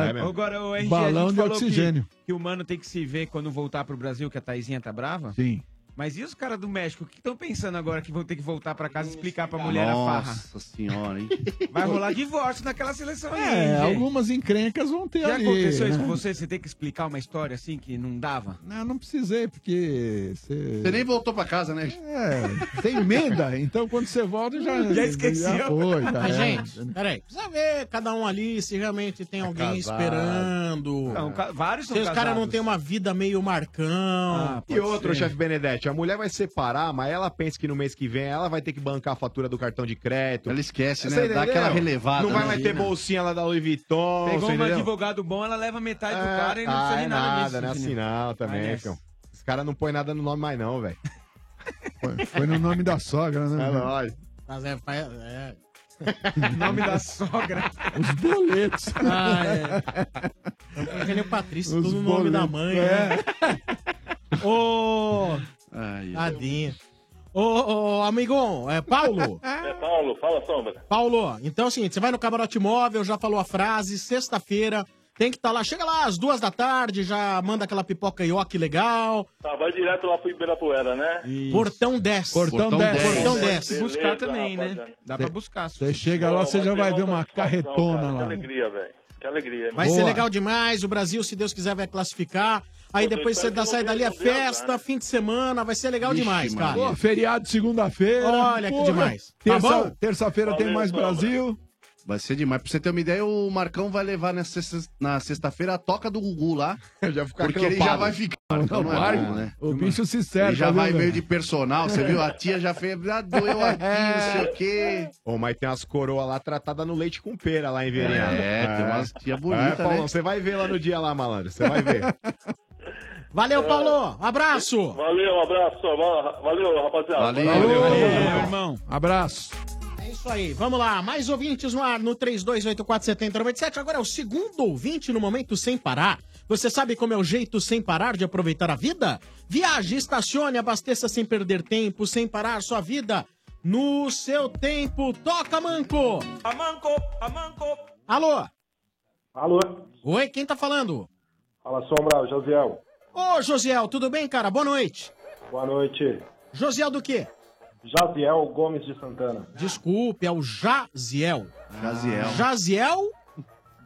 [SPEAKER 4] É, mesmo.
[SPEAKER 10] Agora, o RG, a
[SPEAKER 4] Balão
[SPEAKER 10] gente
[SPEAKER 4] de
[SPEAKER 10] falou
[SPEAKER 4] oxigênio.
[SPEAKER 10] Que, que o Mano tem que se ver quando voltar pro Brasil, que a Taizinha tá brava.
[SPEAKER 4] Sim.
[SPEAKER 10] Mas e os caras do México? O que estão pensando agora que vão ter que voltar pra casa e explicar pra mulher
[SPEAKER 4] um
[SPEAKER 10] a farra?
[SPEAKER 9] Nossa senhora, hein?
[SPEAKER 10] Vai rolar divórcio naquela seleção aí,
[SPEAKER 4] É,
[SPEAKER 10] hein, gente?
[SPEAKER 4] algumas encrencas vão ter
[SPEAKER 10] Já
[SPEAKER 4] ali.
[SPEAKER 10] aconteceu isso
[SPEAKER 4] né?
[SPEAKER 10] com você? Você tem que explicar uma história assim que não dava?
[SPEAKER 4] Não, não precisei, porque você...
[SPEAKER 9] Você nem voltou pra casa, né?
[SPEAKER 4] É, tem emenda, então quando você volta já...
[SPEAKER 1] Já esqueceu.
[SPEAKER 4] Já foi, tá já
[SPEAKER 1] Mas,
[SPEAKER 4] era.
[SPEAKER 1] gente, peraí. Precisa ver cada um ali se realmente tem alguém
[SPEAKER 4] casado.
[SPEAKER 1] esperando.
[SPEAKER 4] Não, ca-
[SPEAKER 1] vários
[SPEAKER 4] são
[SPEAKER 1] Se os caras
[SPEAKER 4] casados.
[SPEAKER 1] não têm uma vida meio
[SPEAKER 9] Ah,
[SPEAKER 1] marcão.
[SPEAKER 2] e outro, chefe Benedetti, a mulher vai separar, mas ela pensa que no mês que vem ela vai ter que bancar a fatura do cartão de crédito. Ela
[SPEAKER 9] esquece, né? Dá aquela relevada,
[SPEAKER 2] Não vai
[SPEAKER 9] né?
[SPEAKER 2] mais ter bolsinha lá da Louis Vuitton,
[SPEAKER 10] Pegou
[SPEAKER 2] você
[SPEAKER 10] um
[SPEAKER 2] entendeu?
[SPEAKER 10] advogado bom, ela leva metade do
[SPEAKER 2] É,
[SPEAKER 10] cara e não
[SPEAKER 2] ah,
[SPEAKER 10] precisa
[SPEAKER 2] é
[SPEAKER 10] de nada,
[SPEAKER 2] nada, né?
[SPEAKER 10] disso,
[SPEAKER 2] Assim
[SPEAKER 10] né?
[SPEAKER 2] não,
[SPEAKER 10] Vai
[SPEAKER 2] também,
[SPEAKER 10] nessa.
[SPEAKER 2] fião. Os caras não põem nada no nome mais não, velho.
[SPEAKER 4] Foi no nome da sogra, né?
[SPEAKER 2] É lógico.
[SPEAKER 1] Mas é, é-
[SPEAKER 10] Nome da sogra.
[SPEAKER 4] Os boletos.
[SPEAKER 1] Ah, é. Eu queria o Patrício, tudo no nome da mãe.
[SPEAKER 4] é.
[SPEAKER 1] Né? Ô, tadinha. Ô, ô, amigão, é Paulo?
[SPEAKER 25] É, Paulo, fala, Sombra.
[SPEAKER 1] Paulo, então é o seguinte, você vai no Camarote Móvel, já falou a frase, sexta-feira, tem que estar lá. Chega lá às duas da tarde, já manda aquela pipoca ioque legal.
[SPEAKER 25] Tá, vai direto lá pro Ibirapuera, né?
[SPEAKER 1] Portão 10.
[SPEAKER 4] Portão 10.
[SPEAKER 1] Portão 10.
[SPEAKER 10] Buscar também, né?
[SPEAKER 25] rapaziada.
[SPEAKER 10] Dá pra buscar.
[SPEAKER 4] Você chega lá, você já vai ver uma carretona
[SPEAKER 25] Que
[SPEAKER 4] lá.
[SPEAKER 25] alegria, velho. Que alegria.
[SPEAKER 1] Vai ser
[SPEAKER 25] Boa.
[SPEAKER 1] legal demais. O Brasil, se Deus quiser, vai classificar. Aí
[SPEAKER 25] Pô,
[SPEAKER 1] depois
[SPEAKER 25] tô
[SPEAKER 1] você
[SPEAKER 25] esperando
[SPEAKER 1] dá, sai dali, é
[SPEAKER 25] que não dê azar,
[SPEAKER 1] festa, fim de semana. Vai ser legal demais, cara.
[SPEAKER 4] Pô, feriado segunda-feira.
[SPEAKER 1] Olha que
[SPEAKER 4] Porra,
[SPEAKER 1] demais. Tá
[SPEAKER 4] terça-
[SPEAKER 1] bom?
[SPEAKER 4] Terça-feira tem
[SPEAKER 9] Valeu,
[SPEAKER 4] mais
[SPEAKER 9] Sombra.
[SPEAKER 4] Brasil.
[SPEAKER 9] Vai ser demais. Pra você ter uma ideia, o Marcão vai levar na sexta- na sexta-feira a toca do Gugu lá.
[SPEAKER 2] já
[SPEAKER 9] porque ele já vai ficar. Marcão não é bom, né?
[SPEAKER 4] O bicho se serve.
[SPEAKER 9] Ele já vai meio de personal, você viu? A tia já fez. Ah, doeu aqui,
[SPEAKER 4] É,
[SPEAKER 9] não sei o quê.
[SPEAKER 2] Ô, mas tem umas coroas lá tratadas no leite com pera lá em Vereada.
[SPEAKER 9] É, tem umas tia bonita,
[SPEAKER 2] É, Paulão,
[SPEAKER 9] né?
[SPEAKER 2] você vai ver lá no dia lá, malandro. Você vai ver.
[SPEAKER 1] Valeu, Paulo. Abraço.
[SPEAKER 25] É. Valeu, um abraço. va- Valeu, rapaziada.
[SPEAKER 4] irmão. Abraço.
[SPEAKER 1] É isso aí. Vamos lá. Mais ouvintes no ar no 32847097. Agora é o segundo ouvinte no momento sem parar. Você sabe como é o jeito sem parar de aproveitar a vida? Viaje, estacione, abasteça sem perder tempo, sem parar sua vida. No seu tempo, toca, Manco! A Manco, a Manco! Alô?
[SPEAKER 24] Alô?
[SPEAKER 1] Oi, quem tá falando?
[SPEAKER 24] Fala, Sombra, Josiel.
[SPEAKER 1] Ô, Josiel, tudo bem, cara? Boa noite.
[SPEAKER 24] Boa noite.
[SPEAKER 1] Josiel do quê?
[SPEAKER 24] Jaziel Gomes de Santana.
[SPEAKER 1] Desculpe, é o Jaziel.
[SPEAKER 9] Jaziel.
[SPEAKER 1] Jaziel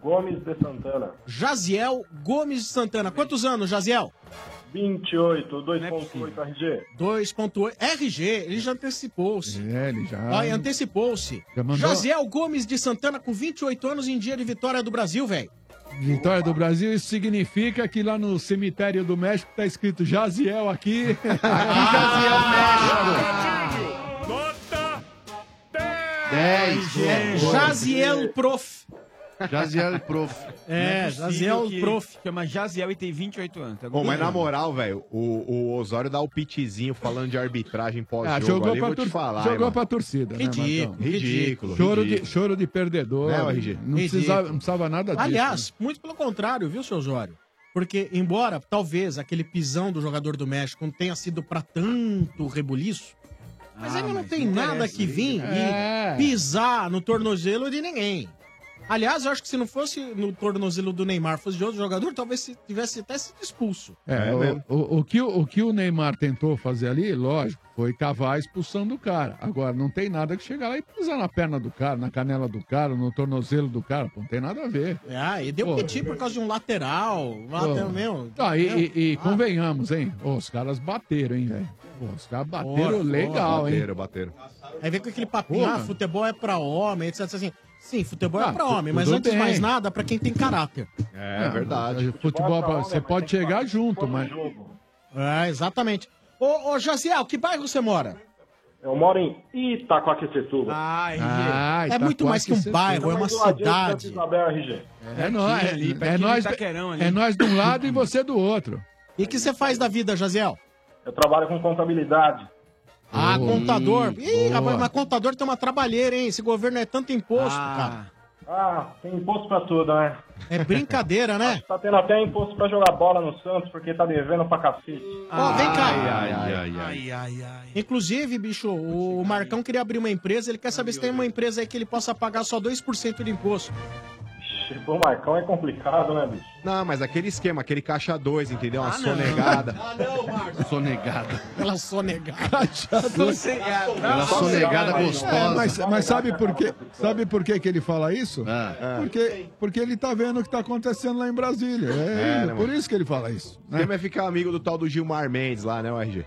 [SPEAKER 24] Gomes de Santana.
[SPEAKER 1] Jaziel Gomes de Santana. Quantos anos, Jaziel?
[SPEAKER 24] 28, 2.8 RG.
[SPEAKER 1] 2.8. RG, ele já antecipou-se.
[SPEAKER 4] É, ele já.
[SPEAKER 1] Olha, antecipou-se.
[SPEAKER 4] Já mandou-
[SPEAKER 1] Jaziel Gomes de Santana com 28 anos em dia de vitória do Brasil, velho.
[SPEAKER 4] Vitória do Brasil, isso significa que lá no cemitério do México tá escrito Jaziel aqui.
[SPEAKER 1] Ah,
[SPEAKER 9] Dez.
[SPEAKER 1] É, Jaziel Prof.
[SPEAKER 9] Jaziel Prof. né?
[SPEAKER 1] É,
[SPEAKER 10] possível
[SPEAKER 1] Jaziel
[SPEAKER 10] que
[SPEAKER 1] Prof.
[SPEAKER 10] Chama Jaziel e tem 28 anos. Tá
[SPEAKER 2] Ô, mas na
[SPEAKER 10] bom?
[SPEAKER 2] moral, velho, o, o Osório dá o pitizinho falando de arbitragem
[SPEAKER 4] Ah,
[SPEAKER 2] pós-jogo
[SPEAKER 4] jogou
[SPEAKER 2] ali,
[SPEAKER 4] pra
[SPEAKER 2] vou te
[SPEAKER 4] tur-
[SPEAKER 2] falar.
[SPEAKER 4] jogou
[SPEAKER 2] hein, mano.
[SPEAKER 4] pra torcida, né,
[SPEAKER 2] Ridículo,
[SPEAKER 4] Marcão?
[SPEAKER 2] ridículo,
[SPEAKER 4] Choro,
[SPEAKER 2] ridículo.
[SPEAKER 4] De, choro de perdedor.
[SPEAKER 2] Né,
[SPEAKER 4] Não,
[SPEAKER 2] RG?
[SPEAKER 4] precisava,
[SPEAKER 1] Ridículo.
[SPEAKER 4] não precisava nada disso.
[SPEAKER 1] Aliás,
[SPEAKER 10] né?
[SPEAKER 1] muito pelo contrário, viu, seu Osório? Porque, embora talvez aquele pisão do jogador do México não tenha sido pra tanto rebuliço, mas
[SPEAKER 10] Ah,
[SPEAKER 1] ele não
[SPEAKER 10] mas
[SPEAKER 1] tem
[SPEAKER 10] não
[SPEAKER 1] nada
[SPEAKER 10] interessa,
[SPEAKER 1] que
[SPEAKER 10] né?
[SPEAKER 1] vir
[SPEAKER 10] É.
[SPEAKER 1] e pisar no tornozelo de ninguém. Aliás, eu acho que se não fosse no tornozelo do Neymar, fosse de outro jogador, talvez se tivesse até sido expulso.
[SPEAKER 4] É, o- o, o que, o o que o Neymar tentou fazer ali, lógico, foi cavar a expulsão do cara. Agora, não tem nada que chegar lá e pisar na perna do cara, na canela do cara, no tornozelo do cara. Não tem nada a ver.
[SPEAKER 1] Ah, e deu
[SPEAKER 4] Pô.
[SPEAKER 1] piti por causa de um lateral. Um lateral
[SPEAKER 4] Pô.
[SPEAKER 1] meu.
[SPEAKER 4] Ah, e, e- e convenhamos, hein? Ô, os caras bateram, hein, velho? Pô, Os caras bateram
[SPEAKER 1] Fora,
[SPEAKER 4] legal,
[SPEAKER 1] fora.
[SPEAKER 4] hein?
[SPEAKER 1] Bateram,
[SPEAKER 2] bateram.
[SPEAKER 1] Aí vem com aquele papinho,
[SPEAKER 4] Porra.
[SPEAKER 1] ah, futebol é pra homem, etc. assim. Sim, futebol é
[SPEAKER 4] Ah,
[SPEAKER 1] pra
[SPEAKER 4] tu-
[SPEAKER 1] homem, mas
[SPEAKER 4] tudo
[SPEAKER 1] antes de mais
[SPEAKER 4] bem.
[SPEAKER 1] nada, pra quem tem caráter.
[SPEAKER 2] É, verdade.
[SPEAKER 4] Futebol, pra- você pode chegar junto, mas.
[SPEAKER 1] É, exatamente. Ô, ô Jaziel, que bairro você mora?
[SPEAKER 24] Eu moro em Itaquaquecetuba.
[SPEAKER 10] Ah, RG.
[SPEAKER 4] Ah,
[SPEAKER 1] é muito mais que um bairro, é uma cidade.
[SPEAKER 24] Isabel, RG.
[SPEAKER 4] É nós, é,
[SPEAKER 1] ali,
[SPEAKER 4] é
[SPEAKER 1] pertinho de
[SPEAKER 4] nós,
[SPEAKER 1] Itaquerão ali.
[SPEAKER 4] é nós de um lado e você do outro.
[SPEAKER 1] E o que você faz da vida, Jaziel?
[SPEAKER 24] Eu trabalho com contabilidade.
[SPEAKER 1] Ah,
[SPEAKER 4] Boa.
[SPEAKER 1] contador. Ih,
[SPEAKER 4] Hum, Boa.
[SPEAKER 1] rapaz, mas contador tem uma trabalheira, hein? Esse governo é tanto imposto, cara.
[SPEAKER 24] Ah, tem imposto pra tudo, né?
[SPEAKER 1] É brincadeira, né?
[SPEAKER 24] Tá tendo até imposto pra jogar bola no Santos, porque tá devendo pra cacete.
[SPEAKER 1] Ó, vem cá.
[SPEAKER 24] Ai, ai, ai, ai.
[SPEAKER 1] Inclusive, bicho, o Marcão queria abrir uma empresa, ele quer saber se tem uma empresa aí que ele possa pagar só 2% de imposto.
[SPEAKER 24] Chegou o Marcão, é complicado, né, bicho?
[SPEAKER 2] Não, mas aquele esquema, aquele caixa 2, entendeu? Uma
[SPEAKER 1] Ah, não.
[SPEAKER 2] sonegada.
[SPEAKER 1] Ah, não, Marcos.
[SPEAKER 2] Sonegada.
[SPEAKER 1] Ela sonegada.
[SPEAKER 9] Ela sonegada gostosa.
[SPEAKER 4] É, mas, mas sabe por quê? Sabe por quê que ele fala isso? Porque, porque ele tá vendo o que tá acontecendo lá em Brasília. É,
[SPEAKER 2] É, né,
[SPEAKER 4] por
[SPEAKER 2] mano?
[SPEAKER 4] isso que ele fala isso. né?
[SPEAKER 2] O esquema é ficar amigo do tal do Gilmar Mendes lá, né, o RG?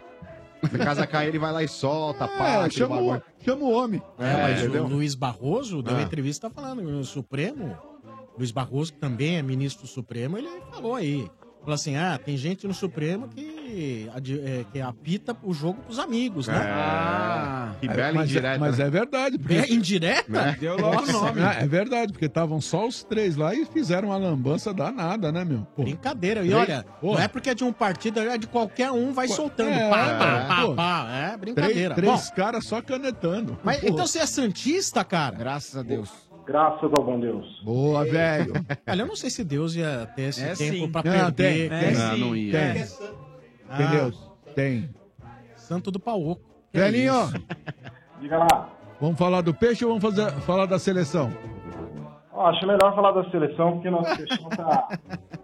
[SPEAKER 2] Se a casa cair, ele vai lá e solta, pá,
[SPEAKER 4] É, chama o, chama o homem.
[SPEAKER 1] É, mas
[SPEAKER 2] entendeu?
[SPEAKER 1] o Luiz Barroso deu
[SPEAKER 2] Ah.
[SPEAKER 1] uma entrevista falando que o Supremo, Luiz Barroso, que também é ministro do Supremo, ele falou aí. Falou assim: ah, tem gente no Supremo que, adi- é, que apita o jogo pros amigos, né?
[SPEAKER 4] É. Ah. Que bela Mas é- indireta, mas
[SPEAKER 1] Mas
[SPEAKER 4] né? é verdade, porque-
[SPEAKER 1] É indireta?
[SPEAKER 4] Né? Nossa, né? É verdade, porque estavam só os três lá e fizeram uma lambança danada, né, meu? Pô.
[SPEAKER 1] Brincadeira. E
[SPEAKER 4] Três-
[SPEAKER 1] olha,
[SPEAKER 4] Pô.
[SPEAKER 1] não é porque é de um partido, é de qualquer um, vai soltando.
[SPEAKER 4] É,
[SPEAKER 1] pá, pá,
[SPEAKER 4] é,
[SPEAKER 1] pá,
[SPEAKER 4] pô.
[SPEAKER 1] pá. É brincadeira.
[SPEAKER 4] Três,
[SPEAKER 1] Bom,
[SPEAKER 4] três caras só canetando.
[SPEAKER 1] mas
[SPEAKER 4] Pô.
[SPEAKER 1] então você é Santista, cara? Graças a Deus.
[SPEAKER 24] Graças ao bom Deus.
[SPEAKER 4] Boa, velho.
[SPEAKER 1] Olha, eu não sei se Deus ia ter esse
[SPEAKER 4] É,
[SPEAKER 1] tempo
[SPEAKER 4] sim.
[SPEAKER 1] pra
[SPEAKER 4] Não,
[SPEAKER 1] perder. né?
[SPEAKER 4] tem, tem, Não, sim. É não ia. tem. Entendeu?
[SPEAKER 1] Ah.
[SPEAKER 4] Tem.
[SPEAKER 1] Santo do Pauoco. é
[SPEAKER 4] Velhinho,
[SPEAKER 24] Diga lá.
[SPEAKER 4] vamos falar do peixe ou vamos fazer, falar da seleção?
[SPEAKER 24] Ó, acho melhor falar da seleção, porque nossa questão tá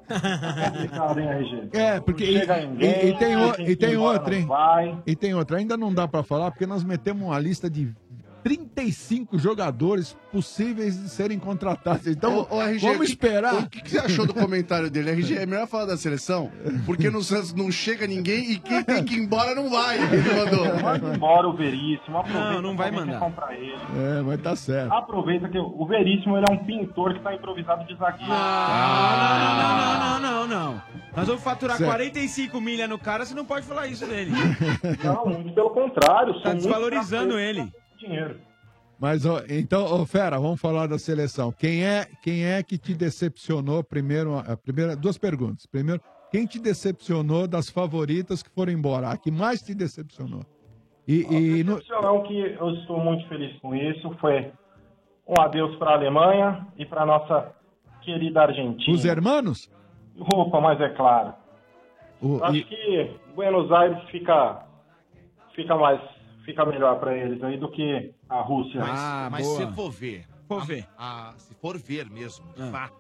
[SPEAKER 24] tá complicada, hein, RG?
[SPEAKER 4] É, porque.
[SPEAKER 24] Não
[SPEAKER 4] E,
[SPEAKER 24] chega ninguém,
[SPEAKER 4] e- e tem, o-
[SPEAKER 24] quem
[SPEAKER 4] e
[SPEAKER 24] quer
[SPEAKER 4] tem
[SPEAKER 24] ir embora
[SPEAKER 4] outra,
[SPEAKER 24] não
[SPEAKER 4] hein?
[SPEAKER 24] Vai.
[SPEAKER 4] E tem outra. Ainda não dá pra falar, porque nós metemos uma lista de 35 jogadores possíveis de serem contratados. Então,
[SPEAKER 9] Ô, ô, RG,
[SPEAKER 4] vamos
[SPEAKER 9] o que-
[SPEAKER 4] esperar.
[SPEAKER 9] O que, que você achou do comentário dele? RG, é melhor falar da seleção, porque no Santos não chega ninguém e quem tem que ir embora não vai. Ele mandou.
[SPEAKER 24] Manda embora o Veríssimo, aproveita
[SPEAKER 9] Não, não vai
[SPEAKER 24] pra alguém
[SPEAKER 9] mandar.
[SPEAKER 24] comprar ele.
[SPEAKER 4] É, mas tá certo.
[SPEAKER 24] Aproveita que o Veríssimo ele é um pintor que tá improvisado de zagueiro.
[SPEAKER 9] Ah.
[SPEAKER 10] Não, não, não. Nós vamos faturar
[SPEAKER 24] Certo.
[SPEAKER 10] 45 milha no cara, você não pode falar isso dele.
[SPEAKER 24] Não, muito pelo contrário.
[SPEAKER 10] Tá
[SPEAKER 24] sou muito
[SPEAKER 10] desvalorizando
[SPEAKER 24] pra-
[SPEAKER 10] ele.
[SPEAKER 24] Dinheiro.
[SPEAKER 4] Mas, ó, então, ô, Fera, vamos falar da seleção. Quem é, quem é que te decepcionou primeiro? A primeira, duas perguntas. Primeiro, quem te decepcionou das favoritas que foram embora? A que mais te decepcionou? E, e no-
[SPEAKER 24] Decepcionão que Ah, eu estou muito feliz com isso foi um adeus para a Alemanha e para nossa querida Argentina.
[SPEAKER 4] os hermanos?
[SPEAKER 24] Roupa, mas é claro.
[SPEAKER 4] O-
[SPEAKER 24] Acho
[SPEAKER 4] e-
[SPEAKER 24] que Buenos Aires fica, fica mais, fica melhor para eles aí do que a Rússia.
[SPEAKER 5] Mas,
[SPEAKER 4] Ah,
[SPEAKER 5] mas se for ver.
[SPEAKER 10] For
[SPEAKER 5] ver. se for ver mesmo, de fato,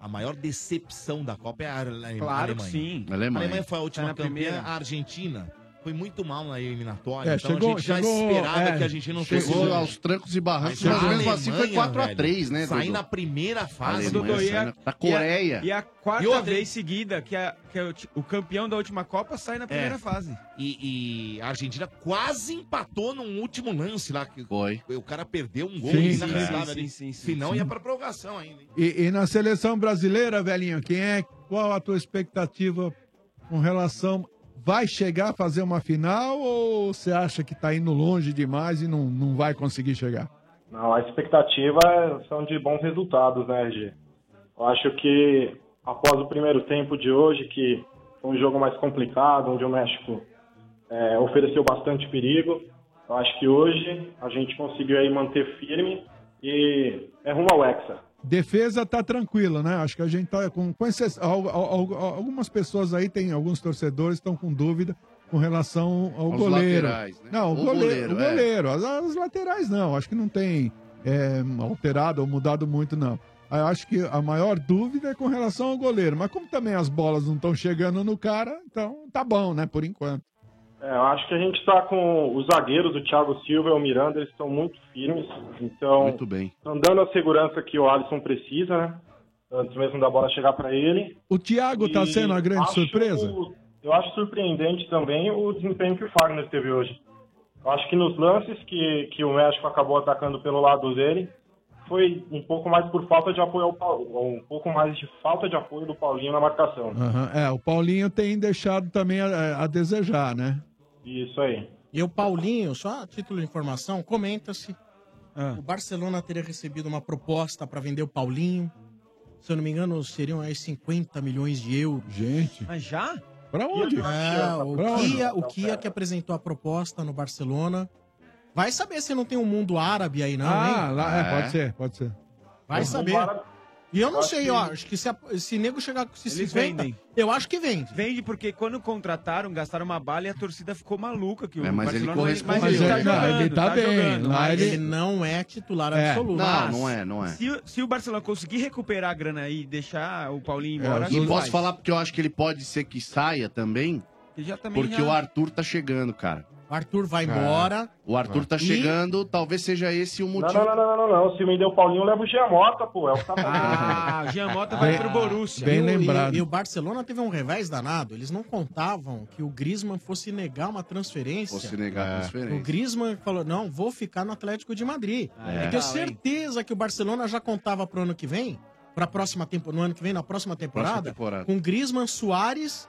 [SPEAKER 5] a maior decepção da Copa é a
[SPEAKER 10] Claro
[SPEAKER 5] Ale-
[SPEAKER 10] que
[SPEAKER 5] Alemanha.
[SPEAKER 10] sim.
[SPEAKER 5] A
[SPEAKER 10] Alemanha.
[SPEAKER 5] Alemanha foi a última
[SPEAKER 10] Tá na
[SPEAKER 5] campeã,
[SPEAKER 10] primeira.
[SPEAKER 5] a Argentina foi muito mal na eliminatória.
[SPEAKER 9] É,
[SPEAKER 5] então
[SPEAKER 9] chegou-
[SPEAKER 5] a gente já
[SPEAKER 9] chegou,
[SPEAKER 5] esperava
[SPEAKER 9] é,
[SPEAKER 5] que a gente não
[SPEAKER 9] chegou
[SPEAKER 5] fosse-
[SPEAKER 9] aos trancos e barrancos,
[SPEAKER 5] a
[SPEAKER 9] mas mesmo assim foi
[SPEAKER 5] Alemanha,
[SPEAKER 9] 4 a
[SPEAKER 5] velho,
[SPEAKER 9] 3, né,
[SPEAKER 5] Sair
[SPEAKER 9] Dudu?
[SPEAKER 5] na primeira fase.
[SPEAKER 9] Alemanha Dudu, e a- saindo da Coreia.
[SPEAKER 10] E a, e a quarta
[SPEAKER 5] E outra,
[SPEAKER 10] vez seguida que, a- que é o, ti- o campeão da última Copa sai na primeira
[SPEAKER 5] É.
[SPEAKER 10] fase.
[SPEAKER 5] E, e a Argentina quase empatou num último lance lá. Que
[SPEAKER 9] Foi.
[SPEAKER 5] O cara perdeu um gol
[SPEAKER 4] Sim,
[SPEAKER 5] inacreditável
[SPEAKER 4] sim,
[SPEAKER 5] ali.
[SPEAKER 4] sim, sim,
[SPEAKER 5] Senão
[SPEAKER 4] sim.
[SPEAKER 5] ia pra prorrogação ainda. hein?
[SPEAKER 4] E, e na seleção brasileira, velhinho, quem é? Qual a tua expectativa com relação? Vai chegar a fazer uma final ou você acha que tá indo longe demais e não, não vai conseguir chegar?
[SPEAKER 24] Não, a expectativa é- são de bons resultados, né, RG? Eu acho que após o primeiro tempo de hoje, que foi um jogo mais complicado, onde o México é, ofereceu bastante perigo, eu acho que hoje a gente conseguiu aí manter firme e é rumo ao Hexa.
[SPEAKER 4] Defesa tá tranquila, né? Acho que a gente tá com, com exceção, al- al- al- algumas pessoas aí tem alguns torcedores estão com dúvida com relação ao
[SPEAKER 9] Aos
[SPEAKER 4] goleiro.
[SPEAKER 9] laterais, né?
[SPEAKER 4] Não, o
[SPEAKER 9] O
[SPEAKER 4] goleiro,
[SPEAKER 9] goleiro,
[SPEAKER 4] o
[SPEAKER 9] é.
[SPEAKER 4] goleiro. As, as laterais não, acho que não tem é, alterado ou mudado muito não. Eu acho que a maior dúvida é com relação ao goleiro, mas como também as bolas não estão chegando no cara, então tá bom, né, por enquanto.
[SPEAKER 24] É, eu acho que a gente está com os zagueiros, o Thiago Silva e o Miranda, eles estão muito firmes, então
[SPEAKER 9] Muito bem.
[SPEAKER 24] estão dando a segurança que o Alisson precisa, né? Antes mesmo da bola chegar para ele.
[SPEAKER 4] O Thiago tá sendo a grande
[SPEAKER 24] acho-
[SPEAKER 4] surpresa?
[SPEAKER 24] Eu acho surpreendente também o desempenho que o Fagner teve hoje. Eu acho que nos lances que, que o México acabou atacando pelo lado dele, foi um pouco mais por falta de apoio ao Paulo, um pouco mais de falta de apoio do Paulinho na marcação.
[SPEAKER 4] Aham, É, o Paulinho tem deixado também a- a desejar, né?
[SPEAKER 24] Isso aí.
[SPEAKER 1] E o Paulinho, só a título de informação, comenta-se. O Barcelona teria recebido uma proposta para vender o Paulinho. Se eu não me engano, seriam aí 50 milhões de euros.
[SPEAKER 4] Gente.
[SPEAKER 10] Mas já?
[SPEAKER 4] Pra onde?
[SPEAKER 1] É, o
[SPEAKER 4] Pra onde?
[SPEAKER 1] Kia, o Kia que apresentou a proposta no Barcelona. Vai saber se não tem um mundo árabe aí, não,
[SPEAKER 4] ah,
[SPEAKER 1] hein?
[SPEAKER 10] É.
[SPEAKER 4] lá, é, pode ser, pode ser.
[SPEAKER 1] Vai saber. E eu não sei, ó. Acho que se, a, se nego chegar com esses
[SPEAKER 10] Eles
[SPEAKER 1] 50,
[SPEAKER 10] vendem.
[SPEAKER 1] eu acho que vende.
[SPEAKER 10] Vende porque quando contrataram, gastaram uma bala e a torcida ficou maluca. Que o
[SPEAKER 9] É, mas ele
[SPEAKER 10] Barcelona-
[SPEAKER 9] correspondeu.
[SPEAKER 10] mas ele tá
[SPEAKER 9] Mas ele- não,
[SPEAKER 10] jogando,
[SPEAKER 9] ele tá bem, lá
[SPEAKER 10] mas
[SPEAKER 9] ele-
[SPEAKER 1] não é titular
[SPEAKER 10] É,
[SPEAKER 1] absoluto.
[SPEAKER 9] não, não é, não é.
[SPEAKER 10] Se, o- se o Barcelona conseguir recuperar a grana aí e deixar o Paulinho embora...
[SPEAKER 9] e posso falar porque É, eu acho que ele pode ser que saia também,
[SPEAKER 10] Ele já também
[SPEAKER 9] porque
[SPEAKER 10] já-
[SPEAKER 9] o É. Arthur tá chegando, cara.
[SPEAKER 1] O Arthur vai
[SPEAKER 9] Cara,
[SPEAKER 1] embora.
[SPEAKER 9] O Arthur tá
[SPEAKER 1] E-
[SPEAKER 9] chegando, talvez seja esse o
[SPEAKER 24] Não,
[SPEAKER 9] motivo.
[SPEAKER 24] não, não, não, não, não. Se vender o Paulinho, leva o Giamota, pô. É o que tá
[SPEAKER 10] Ah, o Giamota vai pro Borussia.
[SPEAKER 1] E o- E, e o Barcelona teve um revés danado. Eles não contavam que o Griezmann fosse negar uma transferência.
[SPEAKER 9] Fosse negar a
[SPEAKER 1] É.
[SPEAKER 9] transferência.
[SPEAKER 1] O Griezmann falou, não, vou ficar no Atlético de Madrid.
[SPEAKER 9] Ah, é.
[SPEAKER 1] Eu tenho
[SPEAKER 9] Legal, hein?
[SPEAKER 1] certeza que o Barcelona já contava pro ano que vem, pra próxima temporada, no ano que vem, na próxima temporada,
[SPEAKER 9] Próxima temporada.
[SPEAKER 1] com Griezmann, Soares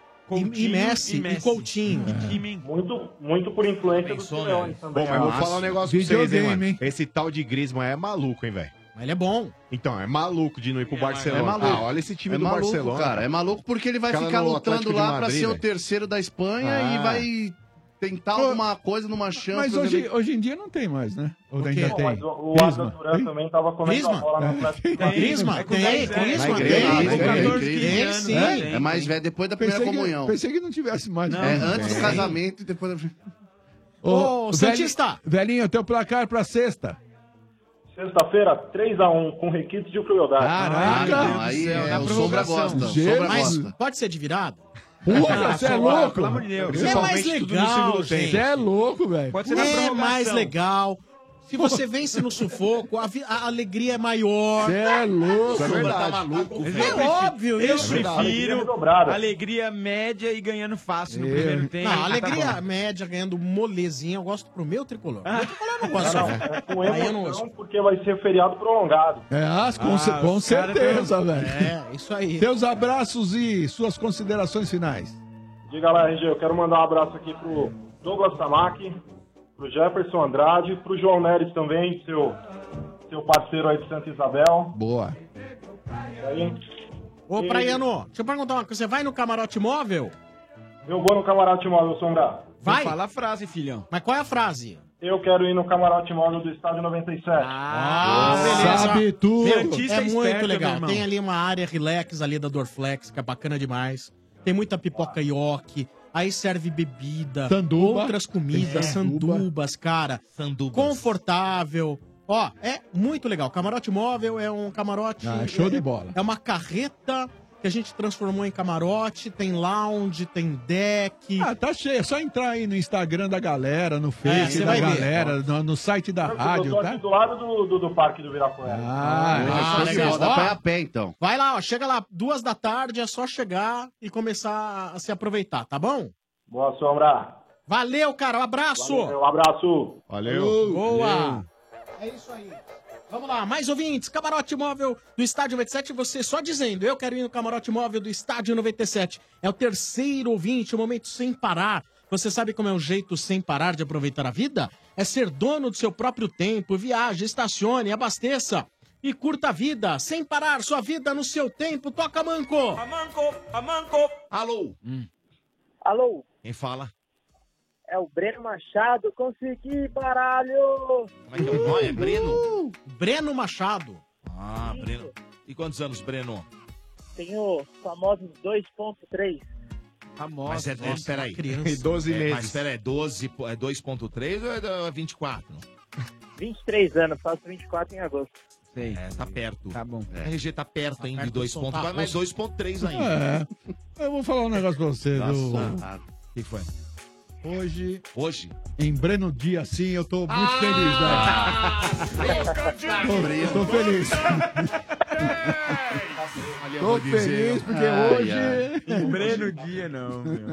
[SPEAKER 1] e- e, Messi, e Coutinho. É.
[SPEAKER 24] Muito, muito por influência do Simeone também.
[SPEAKER 2] Bom, mas
[SPEAKER 9] é
[SPEAKER 2] vou falar um negócio pra vocês, hein, mano. Esse tal de Griezmann é maluco, hein, velho.
[SPEAKER 1] Mas ele é bom.
[SPEAKER 2] Então, é maluco de não ir pro Barcelona.
[SPEAKER 9] É maluco.
[SPEAKER 2] Ah, olha esse time
[SPEAKER 9] é
[SPEAKER 2] do
[SPEAKER 9] maluco,
[SPEAKER 2] Barcelona.
[SPEAKER 9] cara. É maluco porque ele vai
[SPEAKER 2] Cara,
[SPEAKER 9] ficar
[SPEAKER 2] no
[SPEAKER 9] lutando
[SPEAKER 2] Atlético de
[SPEAKER 9] lá pra
[SPEAKER 2] Madrid,
[SPEAKER 9] ser o
[SPEAKER 2] velho.
[SPEAKER 9] terceiro da Espanha
[SPEAKER 2] Ah.
[SPEAKER 9] e vai tentar
[SPEAKER 4] Ô,
[SPEAKER 9] alguma coisa numa chance.
[SPEAKER 4] Mas hoje, hoje em dia não tem mais, né? Ou
[SPEAKER 9] quê?
[SPEAKER 4] ainda
[SPEAKER 9] Não,
[SPEAKER 4] tem?
[SPEAKER 9] mas
[SPEAKER 24] O Adam
[SPEAKER 4] Griezmann,
[SPEAKER 24] Duran
[SPEAKER 4] tem?
[SPEAKER 24] também tava comendo a bola na Atlético de Madrid.
[SPEAKER 4] Griezmann,
[SPEAKER 1] tem, Griezmann, tem,
[SPEAKER 9] mais
[SPEAKER 1] tem,
[SPEAKER 9] velho,
[SPEAKER 1] tem,
[SPEAKER 9] incrível.
[SPEAKER 1] sim.
[SPEAKER 9] É,
[SPEAKER 1] tem,
[SPEAKER 9] É mais
[SPEAKER 1] tem.
[SPEAKER 9] velho, depois da
[SPEAKER 4] né? Pensei
[SPEAKER 9] primeira
[SPEAKER 4] que-
[SPEAKER 9] comunhão.
[SPEAKER 4] Pensei que não tivesse mais. né?
[SPEAKER 9] É antes do
[SPEAKER 4] Tem.
[SPEAKER 9] casamento e depois da...
[SPEAKER 1] Ô,
[SPEAKER 4] velhinho-
[SPEAKER 1] Santista!
[SPEAKER 4] Velhinho, teu placar pra sexta.
[SPEAKER 24] Sexta-feira, 3x1, com requintes de crueldade.
[SPEAKER 4] Caraca! Ah, não, aí é, Na o Sombra prorrogação. gosta, o Sombra
[SPEAKER 1] Mas
[SPEAKER 4] gosta.
[SPEAKER 1] pode ser de virada?
[SPEAKER 4] Porra, você é louco!
[SPEAKER 1] Pelo amor de Deus. Isso é mais
[SPEAKER 4] Principalmente tudo no
[SPEAKER 1] legal,
[SPEAKER 4] segundo tempo.
[SPEAKER 1] gente.
[SPEAKER 4] Você é louco, velho.
[SPEAKER 1] Pode ser é mais legal. Se você vence no sufoco, a, vi- a alegria é maior.
[SPEAKER 4] Você é louco,
[SPEAKER 1] Isso é verdade.
[SPEAKER 10] Eu
[SPEAKER 1] É
[SPEAKER 10] prefiro-
[SPEAKER 1] óbvio
[SPEAKER 10] Eu
[SPEAKER 1] isso.
[SPEAKER 10] prefiro alegria média e ganhando fácil no
[SPEAKER 1] Eu-
[SPEAKER 10] primeiro tempo.
[SPEAKER 1] Não, a
[SPEAKER 10] Tá
[SPEAKER 1] alegria
[SPEAKER 10] bom. Ah.
[SPEAKER 1] média ganhando molezinha, eu gosto pro meu tricolor. Meu tricolor eu não gosto.
[SPEAKER 24] Não,
[SPEAKER 1] não.
[SPEAKER 24] é com
[SPEAKER 1] Aí eu não
[SPEAKER 24] emoção, porque vai ser feriado prolongado.
[SPEAKER 4] É, as, com,
[SPEAKER 24] Ah,
[SPEAKER 4] ce- com
[SPEAKER 24] os caras
[SPEAKER 4] certeza,
[SPEAKER 24] tão-
[SPEAKER 4] velho. um-
[SPEAKER 1] É, isso aí.
[SPEAKER 4] Teus abraços e suas considerações finais.
[SPEAKER 24] Diga lá, RG, eu quero mandar um abraço aqui pro Douglas Tamac, pro Jefferson Andrade, pro João Neres também, seu, seu parceiro aí de Santa Isabel.
[SPEAKER 4] Boa.
[SPEAKER 24] E aí,
[SPEAKER 1] Ô, Praiano, deixa eu perguntar uma coisa. Você vai no camarote móvel?
[SPEAKER 24] Eu vou no camarote móvel, Sombra.
[SPEAKER 1] Vai?
[SPEAKER 10] Fala a frase, filhão.
[SPEAKER 1] Mas qual é a frase?
[SPEAKER 24] Eu quero ir no camarote móvel do Estádio 97.
[SPEAKER 1] Ah, beleza. Meu,
[SPEAKER 24] Cientista
[SPEAKER 1] é muito
[SPEAKER 24] esperto, meu
[SPEAKER 1] legal.
[SPEAKER 24] irmão.
[SPEAKER 1] Tem ali uma área relax ali da Dorflex, que é bacana demais. Tem muita pipoca ioki. Aí serve bebida,
[SPEAKER 4] Sanduba.
[SPEAKER 1] outras comidas,
[SPEAKER 4] Tem sanduba.
[SPEAKER 1] sandubas, cara. Sandubas. Confortável. Ó, é muito legal. Camarote móvel é um camarote.
[SPEAKER 4] Ah, show de
[SPEAKER 1] é-
[SPEAKER 4] bola.
[SPEAKER 1] É uma carreta que a gente transformou em camarote. Tem lounge, tem deck.
[SPEAKER 4] Ah, tá cheio. É só entrar aí no Instagram da galera, no
[SPEAKER 1] É,
[SPEAKER 4] Face
[SPEAKER 1] você
[SPEAKER 4] da
[SPEAKER 1] vai ver.
[SPEAKER 4] galera, no, no site da
[SPEAKER 24] eu
[SPEAKER 4] rádio,
[SPEAKER 24] tô
[SPEAKER 4] tá?
[SPEAKER 24] aqui do lado do, do, do Parque do Virapuera.
[SPEAKER 4] Ah,
[SPEAKER 9] Ah, show de
[SPEAKER 1] legal.
[SPEAKER 9] bola. Dá pra ir
[SPEAKER 1] Ó.
[SPEAKER 9] a pé, então.
[SPEAKER 1] Vai lá, ó, chega lá, duas da tarde, é só chegar e começar a se aproveitar, tá bom?
[SPEAKER 24] Boa, Sombra.
[SPEAKER 1] Valeu, cara, um abraço!
[SPEAKER 24] Um abraço.
[SPEAKER 2] Valeu.
[SPEAKER 1] Boa! É isso aí. Vamos lá, mais ouvintes, camarote móvel do Estádio 97, você só dizendo, eu quero ir no camarote móvel do Estádio 97. É o terceiro ouvinte, o momento sem parar. Você sabe como é um jeito sem parar de aproveitar a vida? É ser dono do seu próprio tempo, viaje, estacione, abasteça e curta a vida, sem parar sua vida no seu tempo. Toca manco!
[SPEAKER 10] Amanco, amanco.
[SPEAKER 5] Alô?
[SPEAKER 14] Alô,
[SPEAKER 5] Quem fala?
[SPEAKER 14] é o Breno Machado, consegui, baralho!
[SPEAKER 5] Como é que é o nome? É Breno?
[SPEAKER 1] Breno Machado.
[SPEAKER 5] Ah, Breno. E quantos anos, Breno?
[SPEAKER 14] Tenho famosos 2.3.
[SPEAKER 5] Mas é, é, peraí.
[SPEAKER 14] criança.
[SPEAKER 2] 12
[SPEAKER 5] é,
[SPEAKER 2] meses.
[SPEAKER 5] Mas peraí, é 12, po- é 2.3 ou é do- é 24?
[SPEAKER 14] 23 anos, faço 24 em agosto.
[SPEAKER 5] Sei. É, tá perto. Tá bom. RG tá perto ainda de
[SPEAKER 14] perto do
[SPEAKER 5] 2.4, mas 2.3 ainda.
[SPEAKER 4] É. Eu vou falar um negócio pra você, do...
[SPEAKER 5] O que foi?
[SPEAKER 4] Hoje,
[SPEAKER 5] Hoje?
[SPEAKER 4] em Breno Dia, sim, eu tô muito feliz, velho. Tô, tô feliz.
[SPEAKER 5] Olha, eu
[SPEAKER 4] tô
[SPEAKER 5] vou dizer,
[SPEAKER 4] feliz porque
[SPEAKER 5] Ai,
[SPEAKER 4] hoje...
[SPEAKER 5] ai.
[SPEAKER 4] Em
[SPEAKER 10] Breno Dia, não, meu.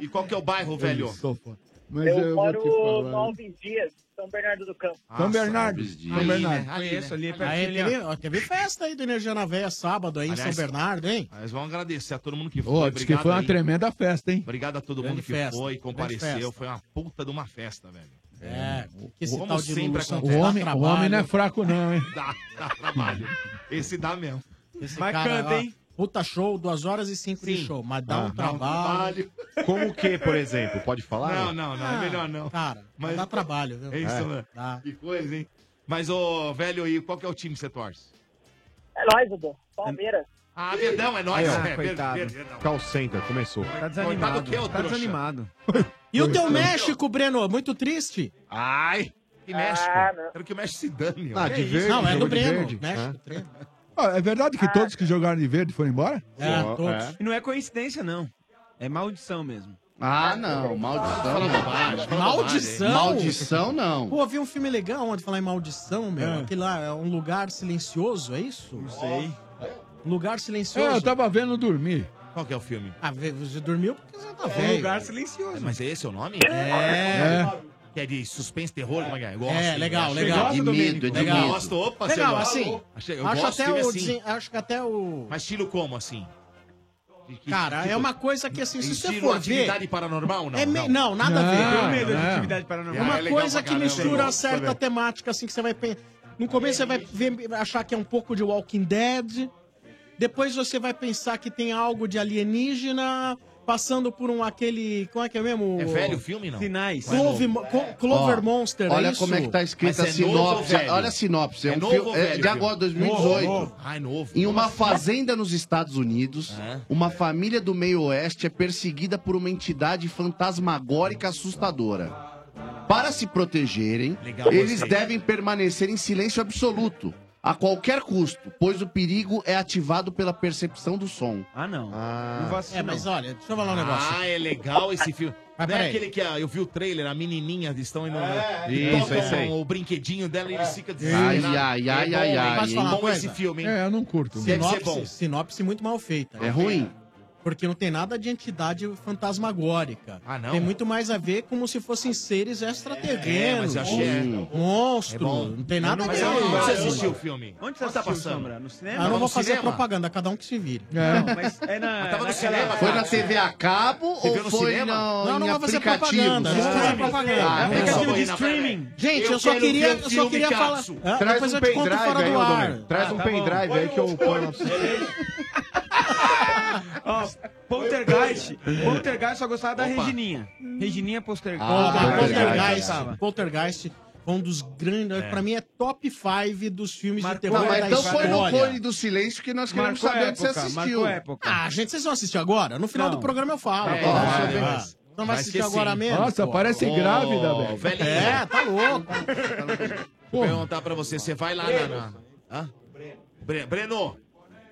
[SPEAKER 5] E qual que é o bairro, velho?
[SPEAKER 4] sou fã. Mas
[SPEAKER 14] Eu,
[SPEAKER 4] eu, vou te
[SPEAKER 14] moro
[SPEAKER 4] falar.
[SPEAKER 14] no Alves Dias, São Bernardo do Campo.
[SPEAKER 4] São Bernardo.
[SPEAKER 1] Dias.
[SPEAKER 4] São Bernardo.
[SPEAKER 5] Conheço ali,
[SPEAKER 1] Aí
[SPEAKER 5] pertinho ali,
[SPEAKER 1] teve, ó, teve festa aí do Energia na Véia sábado aí em
[SPEAKER 5] Aliás,
[SPEAKER 1] São Bernardo, hein?
[SPEAKER 5] Mas vamos agradecer a todo mundo que foi.
[SPEAKER 4] Ô, diz que foi uma
[SPEAKER 5] aí.
[SPEAKER 4] tremenda festa, hein?
[SPEAKER 5] Obrigado a todo
[SPEAKER 1] Grande
[SPEAKER 5] mundo que
[SPEAKER 1] festa,
[SPEAKER 5] foi,
[SPEAKER 1] grande
[SPEAKER 5] compareceu.
[SPEAKER 1] festa.
[SPEAKER 5] Foi uma puta de uma festa, velho.
[SPEAKER 1] É, que esse
[SPEAKER 5] Como
[SPEAKER 1] tal de
[SPEAKER 5] sempre
[SPEAKER 1] Lulu Santos
[SPEAKER 4] O
[SPEAKER 5] acontece.
[SPEAKER 4] homem, o homem não é fraco, não, hein?
[SPEAKER 5] Dá, dá trabalho. Esse dá mesmo.
[SPEAKER 1] Esse
[SPEAKER 5] Mas
[SPEAKER 1] cara,
[SPEAKER 5] canta,
[SPEAKER 1] ó,
[SPEAKER 5] hein?
[SPEAKER 1] Puta show, 2 horas e 5 de
[SPEAKER 5] Sim.
[SPEAKER 1] show, mas dá
[SPEAKER 2] Ah.
[SPEAKER 1] um
[SPEAKER 2] Dá um
[SPEAKER 1] trabalho.
[SPEAKER 2] Como o que, por exemplo? Pode falar?
[SPEAKER 5] Não, não, não, é melhor não.
[SPEAKER 1] Ah, Cara,
[SPEAKER 5] Mas-
[SPEAKER 1] mas dá trabalho, viu?
[SPEAKER 5] É isso,
[SPEAKER 1] É.
[SPEAKER 5] mano.
[SPEAKER 1] Dá.
[SPEAKER 5] Que coisa, hein? Mas, ô, velho, e qual que é o time que você torce?
[SPEAKER 14] É nóis, Dudu. Palmeiras.
[SPEAKER 5] Ah, Verdão, é nóis.
[SPEAKER 2] Aí, ó,
[SPEAKER 5] é,
[SPEAKER 2] coitado. Call center, começou. Tá
[SPEAKER 1] desanimado,
[SPEAKER 5] que, ô,
[SPEAKER 1] tá
[SPEAKER 5] trouxa?
[SPEAKER 1] desanimado. E o teu México, Breno? Muito triste.
[SPEAKER 5] Ai, que México.
[SPEAKER 1] Ah,
[SPEAKER 5] Quero que o México se dane.
[SPEAKER 1] Ah,
[SPEAKER 5] ó.
[SPEAKER 1] de
[SPEAKER 5] Que
[SPEAKER 1] verde,
[SPEAKER 5] isso?
[SPEAKER 1] Não, é do
[SPEAKER 5] jogo de
[SPEAKER 1] Breno.
[SPEAKER 5] verde. né?
[SPEAKER 1] México,
[SPEAKER 4] Ah, é verdade que todos que jogaram de verde foram embora?
[SPEAKER 10] E não é coincidência, não. É maldição mesmo.
[SPEAKER 9] Ah, não. Maldição.
[SPEAKER 10] Fala
[SPEAKER 9] não.
[SPEAKER 10] bobagem, fala
[SPEAKER 1] Maldição?
[SPEAKER 9] Maldição, não.
[SPEAKER 1] Pô, havia um filme legal onde falar em maldição, meu. Aquele lá, é um lugar silencioso, é isso? Não sei. Lugar silencioso.
[SPEAKER 4] É, eu tava vendo dormir.
[SPEAKER 5] Qual que é o filme?
[SPEAKER 1] Ah, vê- você dormiu porque você tá
[SPEAKER 5] É
[SPEAKER 1] velho.
[SPEAKER 5] um lugar
[SPEAKER 10] silencioso.
[SPEAKER 5] Mas é esse o nome?
[SPEAKER 1] É.
[SPEAKER 5] Que é de suspense, terror, como é que é? Eu Gosto,
[SPEAKER 1] É,
[SPEAKER 5] eu
[SPEAKER 1] legal,
[SPEAKER 5] gosto.
[SPEAKER 1] legal.
[SPEAKER 5] Você gosta, Domênico?
[SPEAKER 1] legal.
[SPEAKER 5] Eu gosto, opa, você
[SPEAKER 1] legal,
[SPEAKER 5] gosta.
[SPEAKER 1] assim.
[SPEAKER 5] Achei- eu
[SPEAKER 1] acho,
[SPEAKER 5] gosto
[SPEAKER 1] até
[SPEAKER 5] dele
[SPEAKER 1] o,
[SPEAKER 5] assim.
[SPEAKER 1] desen- acho que até o...
[SPEAKER 5] Mas estilo como, assim?
[SPEAKER 1] Cara,
[SPEAKER 5] tipo-
[SPEAKER 1] é uma coisa que, assim, se você
[SPEAKER 5] Estilo
[SPEAKER 1] for ver...
[SPEAKER 5] atividade paranormal, não?
[SPEAKER 1] É me- não, nada a ver.
[SPEAKER 5] Tenho medo de
[SPEAKER 1] Não.
[SPEAKER 5] atividade
[SPEAKER 1] É
[SPEAKER 5] paranormal.
[SPEAKER 1] uma
[SPEAKER 5] É legal
[SPEAKER 1] coisa
[SPEAKER 5] pra
[SPEAKER 1] que
[SPEAKER 5] caramba, eu
[SPEAKER 1] mistura
[SPEAKER 5] gosto
[SPEAKER 1] certa
[SPEAKER 5] também.
[SPEAKER 1] temática, assim, que você vai... pen- No começo você vai ver- achar que é um pouco de Walking Dead, depois você vai pensar que tem algo de alienígena, passando por um aquele... Como é que é mesmo?
[SPEAKER 5] É velho o filme, não? Sinais.
[SPEAKER 1] Clove,
[SPEAKER 5] Não.
[SPEAKER 1] Co- Clover
[SPEAKER 9] Ó,
[SPEAKER 1] Monster,
[SPEAKER 9] Olha
[SPEAKER 1] é isso?
[SPEAKER 9] como é que tá escrita a
[SPEAKER 5] Mas é novo ou
[SPEAKER 9] sinopse.
[SPEAKER 5] velho?
[SPEAKER 9] Olha a sinopse. É,
[SPEAKER 5] É
[SPEAKER 9] um
[SPEAKER 5] novo
[SPEAKER 9] filme
[SPEAKER 5] ou
[SPEAKER 9] é
[SPEAKER 5] velho,
[SPEAKER 9] de agora,
[SPEAKER 5] filme?
[SPEAKER 9] 2018.
[SPEAKER 5] Novo, novo. Ah, é novo.
[SPEAKER 9] Em uma fazenda nos Estados Unidos, uma família do meio oeste é perseguida por uma entidade fantasmagórica assustadora. Para se protegerem,
[SPEAKER 5] Legal,
[SPEAKER 9] eles
[SPEAKER 5] gostei.
[SPEAKER 9] devem permanecer em silêncio absoluto, a qualquer custo, pois o perigo é ativado pela percepção do som.
[SPEAKER 10] Ah, não.
[SPEAKER 5] Não vou assistir,
[SPEAKER 1] É, mas
[SPEAKER 5] não.
[SPEAKER 1] olha, deixa eu falar um negócio.
[SPEAKER 5] Ah, é legal esse filme.
[SPEAKER 1] Mas
[SPEAKER 5] não é
[SPEAKER 1] peraí.
[SPEAKER 5] aquele que ah, eu vi o trailer, a menininha eles estão indo. É,
[SPEAKER 9] Isso, esse aí.
[SPEAKER 5] o brinquedinho dela e eles ficam
[SPEAKER 9] Ai,
[SPEAKER 5] desesperados.
[SPEAKER 9] ai,
[SPEAKER 5] É
[SPEAKER 9] ai,
[SPEAKER 5] bom,
[SPEAKER 9] ai,
[SPEAKER 5] hein?
[SPEAKER 9] ai.
[SPEAKER 5] Mas
[SPEAKER 9] hein?
[SPEAKER 5] falar uma coisa. esse filme, hein?
[SPEAKER 4] É, eu não curto.
[SPEAKER 5] Deve ser
[SPEAKER 1] Sinopse,
[SPEAKER 5] bom.
[SPEAKER 1] sinopse muito mal feita.
[SPEAKER 9] É ruim.
[SPEAKER 1] Porque não tem nada de entidade fantasmagórica. Ah, não? Tem muito mais a ver como se fossem seres extraterrenos.
[SPEAKER 5] É, mas eu achei- é.
[SPEAKER 1] Monstro.
[SPEAKER 5] É bom.
[SPEAKER 1] não tem nada
[SPEAKER 5] Mas é
[SPEAKER 1] a ver.
[SPEAKER 5] onde você assistiu o filme?
[SPEAKER 10] Onde
[SPEAKER 5] você
[SPEAKER 10] assistiu, Sombra? No cinema?
[SPEAKER 1] Ah, eu não
[SPEAKER 10] No
[SPEAKER 1] vou fazer
[SPEAKER 10] cinema?
[SPEAKER 1] propaganda, cada um que se vire.
[SPEAKER 10] Não, mas é na.
[SPEAKER 5] Mas tava no
[SPEAKER 10] naquela-
[SPEAKER 5] cinema,
[SPEAKER 9] Foi na TV a cabo
[SPEAKER 1] Você
[SPEAKER 9] ou
[SPEAKER 1] viu no
[SPEAKER 9] foi
[SPEAKER 1] cinema?
[SPEAKER 9] na,
[SPEAKER 1] Não, não
[SPEAKER 9] em
[SPEAKER 1] vou fazer
[SPEAKER 9] aplicativo?
[SPEAKER 1] propaganda, não vou fazer
[SPEAKER 9] Streaming?
[SPEAKER 1] propaganda.
[SPEAKER 9] Ah,
[SPEAKER 1] Aplicativo
[SPEAKER 9] então.
[SPEAKER 1] de streaming. Gente, eu só queria- eu só queria falar- Ah,
[SPEAKER 2] Traz
[SPEAKER 1] depois
[SPEAKER 2] um
[SPEAKER 1] eu te conto
[SPEAKER 2] pendrive
[SPEAKER 1] fora
[SPEAKER 2] aí,
[SPEAKER 1] do
[SPEAKER 2] ô,
[SPEAKER 1] ar.
[SPEAKER 2] Domênico. Traz
[SPEAKER 1] Ah,
[SPEAKER 2] um
[SPEAKER 1] tá
[SPEAKER 2] pendrive
[SPEAKER 1] bom.
[SPEAKER 2] aí que eu ponho na
[SPEAKER 10] Ó, Poltergeist. Poltergeist só gostava da Regininha. Regininha Poltergeist.
[SPEAKER 1] Ó, mas
[SPEAKER 10] Ah, Poltergeist.
[SPEAKER 1] Ah, Poltergeist. Poltergeist foi um dos grandes.
[SPEAKER 10] É.
[SPEAKER 1] Pra mim é top 5 dos filmes de
[SPEAKER 9] Não,
[SPEAKER 1] terror.
[SPEAKER 9] mas
[SPEAKER 1] da
[SPEAKER 9] então foi no
[SPEAKER 1] história.
[SPEAKER 9] Cone do Silêncio que nós queremos
[SPEAKER 1] Marcou
[SPEAKER 9] saber onde você
[SPEAKER 1] época,
[SPEAKER 9] assistiu.
[SPEAKER 1] marcou época. Ah, gente, vocês vão assistir agora? No final do programa eu falo.
[SPEAKER 9] É,
[SPEAKER 1] Pô,
[SPEAKER 9] vai,
[SPEAKER 1] deixa eu ver.
[SPEAKER 9] vai.
[SPEAKER 1] Você Não vai
[SPEAKER 9] Vai
[SPEAKER 1] assistir
[SPEAKER 9] que
[SPEAKER 1] agora
[SPEAKER 9] sim.
[SPEAKER 1] mesmo?
[SPEAKER 4] Nossa,
[SPEAKER 1] pô.
[SPEAKER 4] parece
[SPEAKER 1] Ô,
[SPEAKER 4] grávida, velho.
[SPEAKER 5] velhinha.
[SPEAKER 1] É, tá louco.
[SPEAKER 5] Vou perguntar pra você, você vai lá na... na... Hã? Bre- Breno.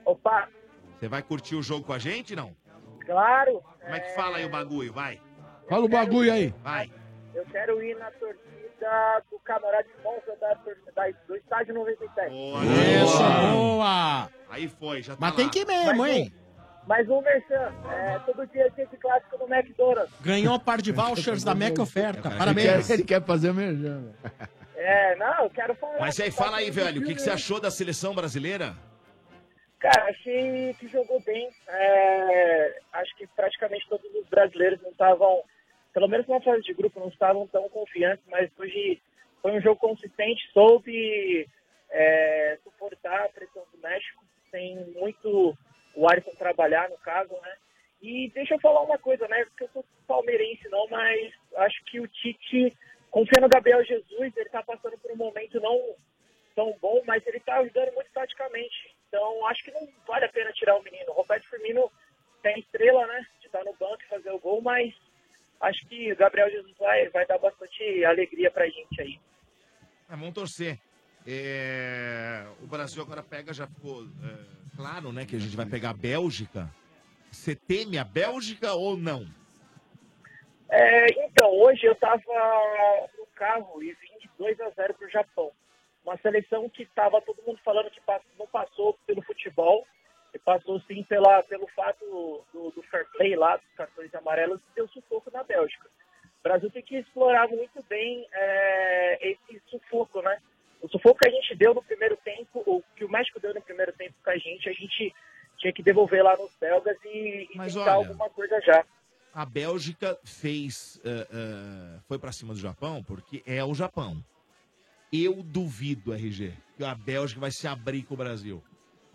[SPEAKER 14] Opa.
[SPEAKER 5] Você vai curtir o jogo com a gente, não?
[SPEAKER 14] Claro.
[SPEAKER 5] Como é que fala aí o bagulho? Vai,
[SPEAKER 4] Fala o bagulho aí.
[SPEAKER 5] vai.
[SPEAKER 14] É, Eu quero ir na torcida do camarote Monza da, tor- da, do estádio 97.
[SPEAKER 1] Isso, boa.
[SPEAKER 5] Aí foi, já tá
[SPEAKER 1] Mas tem
[SPEAKER 5] lá.
[SPEAKER 1] que ir mesmo, hein?
[SPEAKER 14] Mais um merchan. É, todo dia é dia de clássico no McDonald's.
[SPEAKER 1] Ganhou um par de vouchers da Mac Oferta.
[SPEAKER 4] um Ele
[SPEAKER 1] Parabéns.
[SPEAKER 4] quer, ele quer fazer merchan, velho.
[SPEAKER 14] É, não, eu quero falar.
[SPEAKER 5] Mas aí, fala aí, velho, o que, que você achou da seleção brasileira?
[SPEAKER 14] Cara, achei que jogou bem. É, acho que praticamente todos os brasileiros não estavam, pelo menos na fase de grupo, não estavam tão confiantes, mas hoje foi um jogo consistente, soube é, suportar a pressão do México, sem muito o Alisson trabalhar, no caso, né? E deixa eu falar uma coisa, né? Porque eu sou palmeirense não, mas acho que o Tite confia no Gabriel Jesus, ele tá passando por um momento não tão bom, mas ele tá ajudando muito taticamente. Então acho que não vale a pena tirar o menino. O Roberto Firmino tem estrela, né? De estar no banco e fazer o gol, mas acho que o Gabriel Jesus vai, vai dar bastante alegria pra gente aí.
[SPEAKER 5] É, vamos torcer. É, O Brasil agora pega, já ficou é, claro, né, que a gente vai pegar a Bélgica. Você teme a Bélgica ou não?
[SPEAKER 14] É, então, hoje eu tava no carro e vim de 2 a 0 pro Japão. Uma seleção que tava todo mundo falando que pass- não passou pelo futebol, e passou sim pela, pelo fato do, do fair play lá, dos cartões amarelos, que deu sufoco na Bélgica. O Brasil tem que explorar muito bem é, esse sufoco, né? O sufoco que a gente deu no primeiro tempo, o que o México deu no primeiro tempo com a gente, a gente tinha que devolver lá nos belgas e, e
[SPEAKER 5] Mas
[SPEAKER 14] tentar
[SPEAKER 5] olha,
[SPEAKER 14] alguma coisa já.
[SPEAKER 5] A Bélgica fez. eh, eh, foi pra cima do Japão porque é o Japão. Eu duvido, RG, que a Bélgica vai se abrir com o Brasil.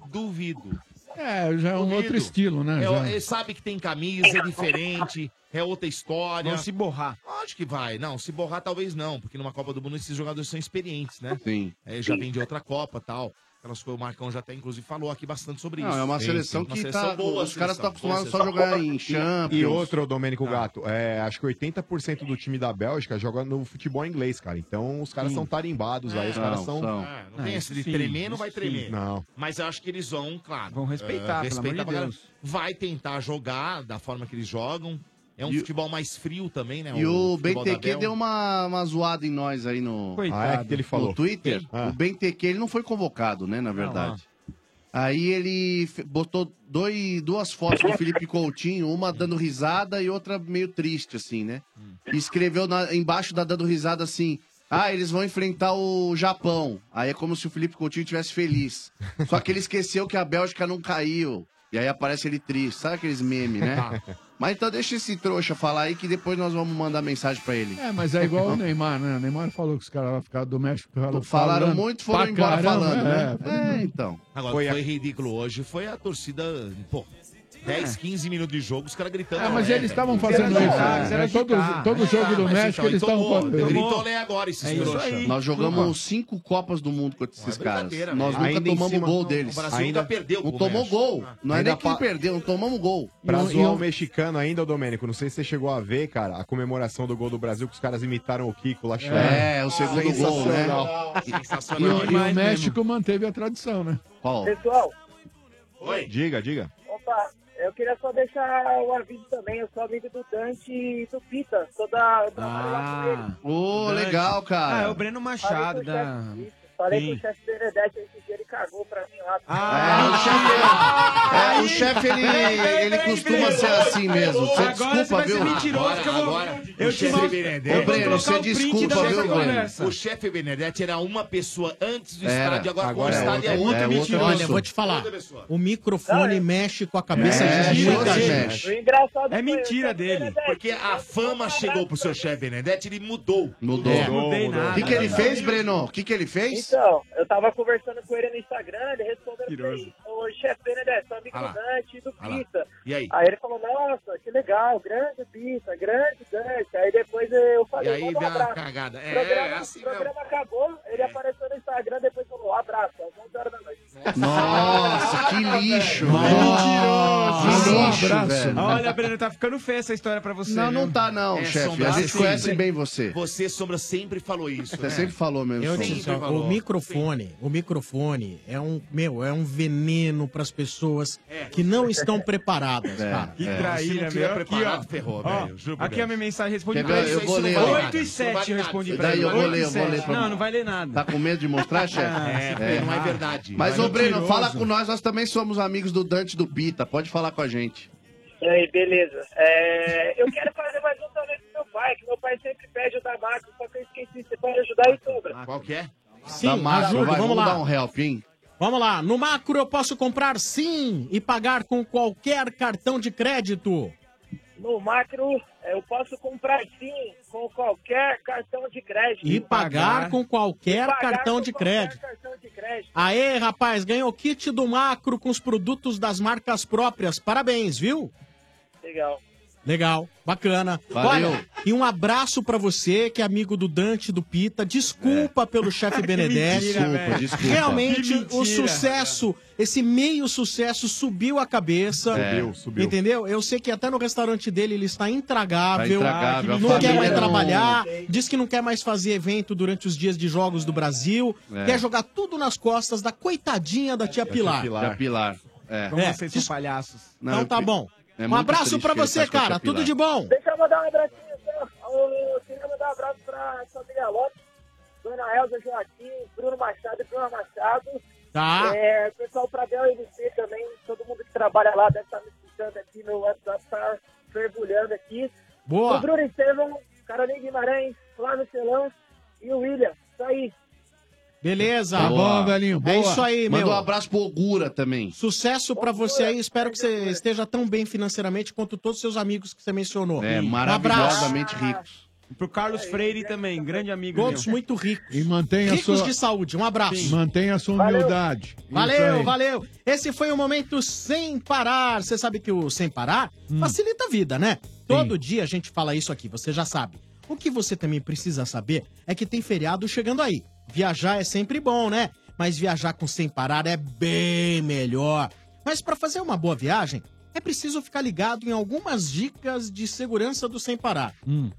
[SPEAKER 5] Duvido.
[SPEAKER 4] É, já é um
[SPEAKER 5] Unido.
[SPEAKER 4] outro estilo, né?
[SPEAKER 5] É,
[SPEAKER 4] Já.
[SPEAKER 5] é, sabe que tem camisa, é diferente, é outra história.
[SPEAKER 4] Vão se
[SPEAKER 5] borrar. Acho que vai. Não, se borrar talvez não, porque numa Copa do Mundo esses jogadores são experientes, né?
[SPEAKER 9] Sim.
[SPEAKER 5] É, já vem de outra Copa tal. Aquelas coisas, o Marcão já até, inclusive, falou aqui bastante sobre
[SPEAKER 9] Não,
[SPEAKER 5] isso.
[SPEAKER 9] é uma
[SPEAKER 5] Sim,
[SPEAKER 9] seleção
[SPEAKER 5] sim, uma
[SPEAKER 9] que
[SPEAKER 5] seleção
[SPEAKER 9] tá-
[SPEAKER 5] boa,
[SPEAKER 9] os caras
[SPEAKER 5] seleção,
[SPEAKER 9] tá acostumados
[SPEAKER 5] boa
[SPEAKER 9] só a
[SPEAKER 5] seleção.
[SPEAKER 9] jogar em
[SPEAKER 2] E, e
[SPEAKER 9] Champions. Ah.
[SPEAKER 2] outro, Domênico Gato, é, acho que 80% do time da Bélgica joga no futebol inglês, cara. Então os caras
[SPEAKER 5] Sim.
[SPEAKER 2] são tarimbados aí, os
[SPEAKER 5] É,
[SPEAKER 2] caras
[SPEAKER 5] não,
[SPEAKER 2] são.
[SPEAKER 5] são. É, não tem essa de
[SPEAKER 2] Ah, isso sim,
[SPEAKER 5] tremer, não
[SPEAKER 2] isso
[SPEAKER 5] vai
[SPEAKER 2] sim.
[SPEAKER 5] tremer.
[SPEAKER 2] Não.
[SPEAKER 5] Mas eu acho que eles vão, claro.
[SPEAKER 2] Vão respeitar,
[SPEAKER 5] eh,
[SPEAKER 2] pelo amor de
[SPEAKER 5] pra caralho.
[SPEAKER 2] Deus.
[SPEAKER 5] Vai tentar jogar da forma que eles jogam. É um
[SPEAKER 9] E o-
[SPEAKER 5] futebol mais frio também, né?
[SPEAKER 9] E o
[SPEAKER 5] futebol da
[SPEAKER 9] BTQ
[SPEAKER 5] Bel.
[SPEAKER 9] deu uma, uma zoada em nós aí no,
[SPEAKER 5] Coitado. Ah, é, o que ele falou?
[SPEAKER 9] no Twitter.
[SPEAKER 5] Ah.
[SPEAKER 9] O BTQ ele não foi convocado, né, na verdade. Aí ele fe- botou dois, duas fotos do Felipe Coutinho, uma dando risada e outra meio triste, assim, né? E escreveu na- embaixo da dando risada assim. Ah, eles vão enfrentar o Japão. Aí é como se o Felipe Coutinho tivesse feliz. Só que ele esqueceu que a Bélgica não caiu. E aí aparece ele triste. Sabe aqueles memes, né? Mas então deixa esse trouxa falar aí que depois nós vamos mandar mensagem pra ele.
[SPEAKER 4] É, mas é igual o Neymar, né? O Neymar falou que os caras lá ficaram do México. Falaram,
[SPEAKER 9] Falaram
[SPEAKER 4] falando
[SPEAKER 9] muito, foram
[SPEAKER 4] pra
[SPEAKER 9] embora
[SPEAKER 4] caramba,
[SPEAKER 9] falando, né?
[SPEAKER 4] é.
[SPEAKER 9] É, então.
[SPEAKER 5] Agora, foi,
[SPEAKER 9] Foi a-
[SPEAKER 5] foi ridículo hoje. Foi a torcida, pô, 10, 15 minutos de jogo, os caras gritando.
[SPEAKER 4] Ah, mas
[SPEAKER 5] "Olé",
[SPEAKER 4] eles estavam
[SPEAKER 5] velho.
[SPEAKER 4] fazendo
[SPEAKER 5] Era
[SPEAKER 4] isso,
[SPEAKER 5] agitar,
[SPEAKER 4] né?
[SPEAKER 9] É
[SPEAKER 5] era
[SPEAKER 4] Todo-
[SPEAKER 5] agitar.
[SPEAKER 4] todo jogo
[SPEAKER 5] Ah,
[SPEAKER 4] do
[SPEAKER 5] mas então,
[SPEAKER 4] México, eles
[SPEAKER 5] e tomou,
[SPEAKER 4] estavam fazendo-
[SPEAKER 5] Gritou
[SPEAKER 4] tomou.
[SPEAKER 5] "Olé" agora, esses
[SPEAKER 9] É isso
[SPEAKER 5] trouxa. é
[SPEAKER 9] aí. Nós jogamos cinco Copas do Mundo contra esses caras.
[SPEAKER 5] brincadeira,
[SPEAKER 9] Nós
[SPEAKER 5] velho.
[SPEAKER 9] nunca
[SPEAKER 5] Ainda em
[SPEAKER 9] tomamos
[SPEAKER 5] cima-
[SPEAKER 9] gol
[SPEAKER 5] o
[SPEAKER 9] deles.
[SPEAKER 5] Brasil nunca Ainda- perdeu
[SPEAKER 9] Não
[SPEAKER 5] pro
[SPEAKER 9] tomou
[SPEAKER 5] México.
[SPEAKER 9] gol. Não é
[SPEAKER 2] Ainda
[SPEAKER 9] nem quem
[SPEAKER 2] pa-
[SPEAKER 9] perdeu, não tomamos gol.
[SPEAKER 2] Pra
[SPEAKER 9] Não-
[SPEAKER 2] zoar
[SPEAKER 9] e
[SPEAKER 2] o mexicano ainda, ô Domênico, não sei se você chegou a ver, cara, a comemoração do gol do Brasil, que os caras imitaram o Kiko lá chorando.
[SPEAKER 9] É, o segundo gol, né?
[SPEAKER 2] Sensacional.
[SPEAKER 4] E, o- e o México manteve a tradição, né?
[SPEAKER 9] Qual?
[SPEAKER 14] Pessoal,
[SPEAKER 2] Diga, diga.
[SPEAKER 14] Opa, eu queria só deixar o aviso também, eu sou amigo do Dante e do Pita, sou da... da
[SPEAKER 10] Ah,
[SPEAKER 9] ô,
[SPEAKER 10] Dante.
[SPEAKER 9] legal, cara.
[SPEAKER 10] Ah, é o Breno Machado
[SPEAKER 11] né?
[SPEAKER 14] Falei com o
[SPEAKER 10] da.
[SPEAKER 14] Falei
[SPEAKER 10] Sim.
[SPEAKER 14] com o chefe Benedete esse dia, ele cagou pra mim lá.
[SPEAKER 9] Ah, o chefe, é, o chefe ele, ele costuma ser assim mesmo. Você
[SPEAKER 5] Agora você
[SPEAKER 9] desculpa,
[SPEAKER 5] vai ser
[SPEAKER 9] viu?
[SPEAKER 5] mentiroso Agora- que eu vou- agora eu o te chefe mostro- Benedetti-
[SPEAKER 9] Ô, Breno, você desculpa, viu, Breno?
[SPEAKER 5] O chefe Benedetti era uma pessoa antes do
[SPEAKER 1] Era.
[SPEAKER 5] estádio, agora, com o
[SPEAKER 1] Agora é
[SPEAKER 5] estádio é
[SPEAKER 1] outra-
[SPEAKER 5] outra.
[SPEAKER 1] é outra
[SPEAKER 5] mentiroso.
[SPEAKER 1] pessoa. Olha, vou te falar.
[SPEAKER 5] Outra pessoa.
[SPEAKER 1] O microfone mexe com a cabeça
[SPEAKER 5] É,
[SPEAKER 1] de
[SPEAKER 5] jura,
[SPEAKER 1] muita
[SPEAKER 5] gente.
[SPEAKER 1] gente.
[SPEAKER 5] É mentira dele. Porque a fama chegou pro seu chefe Benedetti, ele mudou.
[SPEAKER 9] Mudou.
[SPEAKER 5] É,
[SPEAKER 9] Mudei nada. O que que ele fez, Breno? O que, que ele fez?
[SPEAKER 14] Então, eu tava conversando com ele no Instagram, ele respondeu assim, ô chefe Benedete, sou amigo
[SPEAKER 5] Ah lá.
[SPEAKER 14] do Dante e do
[SPEAKER 5] Ah lá.
[SPEAKER 14] Pita.
[SPEAKER 5] E aí?
[SPEAKER 14] ele falou, nossa, que legal, grande Pita, grande Dante. Aí depois eu
[SPEAKER 5] E
[SPEAKER 14] falei,
[SPEAKER 5] aí
[SPEAKER 14] manda um
[SPEAKER 5] deu uma
[SPEAKER 14] abraço.
[SPEAKER 5] cagada. É,
[SPEAKER 14] programa,
[SPEAKER 5] é assim mesmo. É.
[SPEAKER 14] programa acabou, ele apareceu no Instagram, depois falou, "Um abraço, às 11 horas da noite.
[SPEAKER 9] Nossa, que lixo. velho.
[SPEAKER 5] Ah,
[SPEAKER 10] Mentiroso.
[SPEAKER 9] Que
[SPEAKER 10] Um
[SPEAKER 9] lixo,
[SPEAKER 10] abraço.
[SPEAKER 9] velho.
[SPEAKER 10] Olha, Breno, tá ficando feia essa história pra você.
[SPEAKER 9] Não, não
[SPEAKER 10] viu?
[SPEAKER 9] tá não,
[SPEAKER 10] É,
[SPEAKER 9] chefe.
[SPEAKER 10] Sombra,
[SPEAKER 9] A gente
[SPEAKER 10] sim.
[SPEAKER 9] conhece bem você.
[SPEAKER 5] Você, Sombra, sempre falou isso. né?
[SPEAKER 9] Você sempre falou mesmo.
[SPEAKER 1] É. Eu
[SPEAKER 9] Sombra.
[SPEAKER 1] disse, ó, o microfone, o microfone é um, meu, é um veneno para as pessoas que não estão preparadas,
[SPEAKER 9] É,
[SPEAKER 1] cara.
[SPEAKER 10] Que É. traíra,
[SPEAKER 5] tiver
[SPEAKER 10] meu. Aqui, ó.
[SPEAKER 5] preparado, ferrou,
[SPEAKER 10] Ó,
[SPEAKER 5] velho. Juro por
[SPEAKER 10] Aqui é
[SPEAKER 5] Deus.
[SPEAKER 10] a minha mensagem responde
[SPEAKER 9] Quer
[SPEAKER 10] pra
[SPEAKER 9] ver?
[SPEAKER 10] ele.
[SPEAKER 9] Eu vou
[SPEAKER 10] Isso não
[SPEAKER 9] ler,
[SPEAKER 10] vale
[SPEAKER 9] ó.
[SPEAKER 10] nada. 8 e 7 eu respondi pra
[SPEAKER 9] Daí
[SPEAKER 10] ele.
[SPEAKER 9] eu vou
[SPEAKER 10] 8 e
[SPEAKER 9] ler, eu vou
[SPEAKER 10] 7.
[SPEAKER 9] ler pra
[SPEAKER 10] Não,
[SPEAKER 9] mim.
[SPEAKER 10] não vai ler nada.
[SPEAKER 9] Tá com medo de mostrar, chefe?
[SPEAKER 10] É, porque não é verdade.
[SPEAKER 9] Mas,
[SPEAKER 10] Não é
[SPEAKER 9] ô Breno,
[SPEAKER 10] mentiroso.
[SPEAKER 9] fala com nós, nós também somos amigos do Dante e do Pita. Pode falar com a gente.
[SPEAKER 14] E aí, beleza. É, eu quero fazer mais um torneio com meu pai, que meu pai sempre pede o da Macro, só que eu esqueci, você pode ajudar aí,
[SPEAKER 1] Ah,
[SPEAKER 14] Sombra.
[SPEAKER 5] Qual que é?
[SPEAKER 1] Sim,
[SPEAKER 9] Dá macro,
[SPEAKER 1] ajuda,
[SPEAKER 9] vai,
[SPEAKER 1] vamos lá.
[SPEAKER 9] dar um help, hein?
[SPEAKER 1] Vamos lá, no macro eu posso comprar sim e pagar com qualquer cartão de crédito.
[SPEAKER 14] No Macro, é, eu posso comprar sim, com qualquer cartão de crédito.
[SPEAKER 1] E pagar com qualquer
[SPEAKER 14] E pagar
[SPEAKER 1] cartão
[SPEAKER 14] com
[SPEAKER 1] de
[SPEAKER 14] qualquer
[SPEAKER 1] crédito.
[SPEAKER 14] cartão de crédito.
[SPEAKER 1] Aê, rapaz, ganhou kit do macro com os produtos das marcas próprias. Parabéns, viu?
[SPEAKER 14] Legal.
[SPEAKER 1] Legal, bacana.
[SPEAKER 14] Valeu.
[SPEAKER 1] Olha, e um abraço pra você, que é amigo do Dante e do Pita. Desculpa pelo chefe Benedetti.
[SPEAKER 9] É. mentira, Desculpa, velho. desculpa. Que
[SPEAKER 1] Realmente,
[SPEAKER 9] mentira.
[SPEAKER 1] o sucesso, esse meio sucesso subiu a cabeça.
[SPEAKER 9] É. Subiu, subiu.
[SPEAKER 1] Entendeu? Eu sei que até no restaurante dele ele está intragável.
[SPEAKER 9] Tá intragável, a
[SPEAKER 1] Não quer
[SPEAKER 9] família
[SPEAKER 1] mais
[SPEAKER 9] não-
[SPEAKER 1] trabalhar. Diz que não quer mais fazer evento durante os dias de jogos do Brasil.
[SPEAKER 9] É.
[SPEAKER 1] Quer jogar tudo nas costas da coitadinha da tia Pilar.
[SPEAKER 9] Da Pilar. É.
[SPEAKER 1] Como É. vocês são palhaços.
[SPEAKER 9] Não,
[SPEAKER 1] então
[SPEAKER 9] eu
[SPEAKER 1] tá
[SPEAKER 9] pe-
[SPEAKER 1] bom.
[SPEAKER 9] é
[SPEAKER 1] um
[SPEAKER 9] muito
[SPEAKER 1] abraço
[SPEAKER 9] triste
[SPEAKER 1] pra
[SPEAKER 9] que ele
[SPEAKER 1] você,
[SPEAKER 9] faz com a
[SPEAKER 1] cara.
[SPEAKER 9] tia
[SPEAKER 1] Tudo
[SPEAKER 9] Pilar.
[SPEAKER 1] de bom.
[SPEAKER 14] Deixa eu mandar um abracinho, tá? Eu queria mandar um abraço pra família Lopes, Dona Elza Joaquim, Bruno Machado e Bruno Machado.
[SPEAKER 1] Tá.
[SPEAKER 14] É, pessoal pra Bel MC também, todo mundo que trabalha lá deve estar me escutando aqui no WhatsApp, tá fergulhando aqui.
[SPEAKER 1] Boa.
[SPEAKER 14] O Bruno Estevam, Carolina Guimarães, Flávio Celão e o William. Isso aí.
[SPEAKER 1] Beleza.
[SPEAKER 9] Tá
[SPEAKER 1] Boa.
[SPEAKER 9] bom, velhinho.
[SPEAKER 1] É
[SPEAKER 9] boa.
[SPEAKER 1] isso aí,
[SPEAKER 9] Manda
[SPEAKER 1] meu.
[SPEAKER 9] um abraço pro Ogura também.
[SPEAKER 1] Sucesso pra você aí. Espero que você esteja tão bem financeiramente quanto todos os seus amigos que você mencionou.
[SPEAKER 9] É,
[SPEAKER 1] Um abraço.
[SPEAKER 9] maravilhosamente ricos.
[SPEAKER 10] Pro Carlos Freire também, grande amigo
[SPEAKER 1] Todos
[SPEAKER 10] meu.
[SPEAKER 1] muito ricos.
[SPEAKER 4] E mantém a
[SPEAKER 1] Ricos
[SPEAKER 4] sua...
[SPEAKER 1] de saúde, um abraço.
[SPEAKER 4] Sim. Mantenha a sua humildade. Isso
[SPEAKER 1] Valeu,
[SPEAKER 4] aí.
[SPEAKER 1] valeu. Esse foi o momento sem parar. Você sabe que o sem parar
[SPEAKER 4] Hum.
[SPEAKER 1] facilita a vida, né? Todo dia a gente fala isso aqui, você já sabe. O que você também precisa saber é que tem feriado chegando aí. Viajar é sempre bom, né? Mas viajar com sem parar é bem melhor. Mas para fazer uma boa viagem, é preciso ficar ligado em algumas dicas de segurança do sem parar.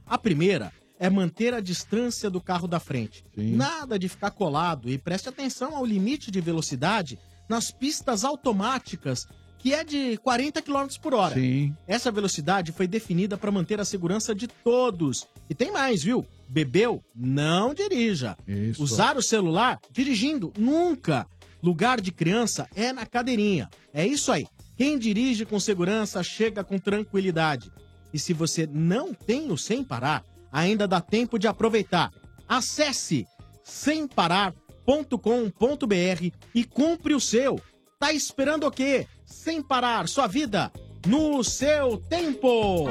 [SPEAKER 1] A primeira é manter a distância do carro da frente. Nada de ficar colado e preste atenção ao limite de velocidade nas pistas automáticas, que é de 40 km por hora.
[SPEAKER 4] Sim.
[SPEAKER 1] Essa velocidade foi definida para manter a segurança de todos. E tem mais, viu? Bebeu? Não dirija. Usar o celular? Dirigindo? Nunca. Lugar de criança é na cadeirinha. É isso aí. Quem dirige com segurança chega com tranquilidade. E se você não tem o Sem Parar, ainda dá tempo de aproveitar. Acesse semparar.com.br e compre o seu. Tá esperando o quê? Sem parar sua vida no seu tempo.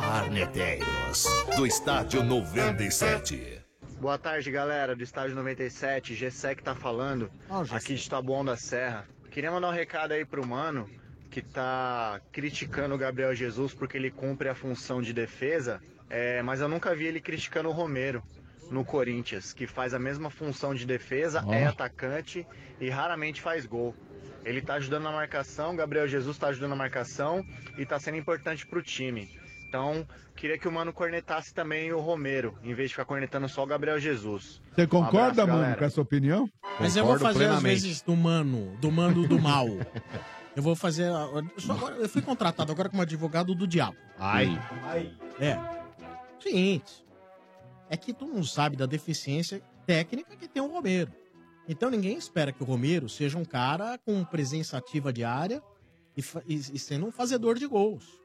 [SPEAKER 11] Arneteiros, do estádio 97.
[SPEAKER 26] Boa tarde, galera do Estádio 97, GSEC tá falando, aqui de Taboão da Serra. Queria mandar um recado aí pro mano que tá criticando o Gabriel Jesus porque ele cumpre a função de defesa, é, mas eu nunca vi ele criticando o Romero no Corinthians, que faz a mesma função de defesa,
[SPEAKER 27] Ó.
[SPEAKER 26] é atacante e raramente faz gol. Ele tá ajudando na marcação, Gabriel Jesus tá ajudando na marcação e tá sendo importante pro time. Então, queria que o Mano cornetasse também o Romero, em vez de ficar cornetando só o Gabriel Jesus.
[SPEAKER 4] Você concorda,
[SPEAKER 26] Um abraço,
[SPEAKER 4] mano,
[SPEAKER 26] galera.
[SPEAKER 4] com essa opinião?
[SPEAKER 1] Mas eu vou fazer às vezes do mano, do mano do mal. Eu vou fazer. a- a- só agora- eu fui contratado agora como advogado do diabo.
[SPEAKER 2] Ai.
[SPEAKER 1] É. Seguinte. É que tu não sabe da deficiência técnica que tem o Romero. Então ninguém espera que o Romero seja um cara com presença ativa diária e, fa- e- e sendo um fazedor de gols.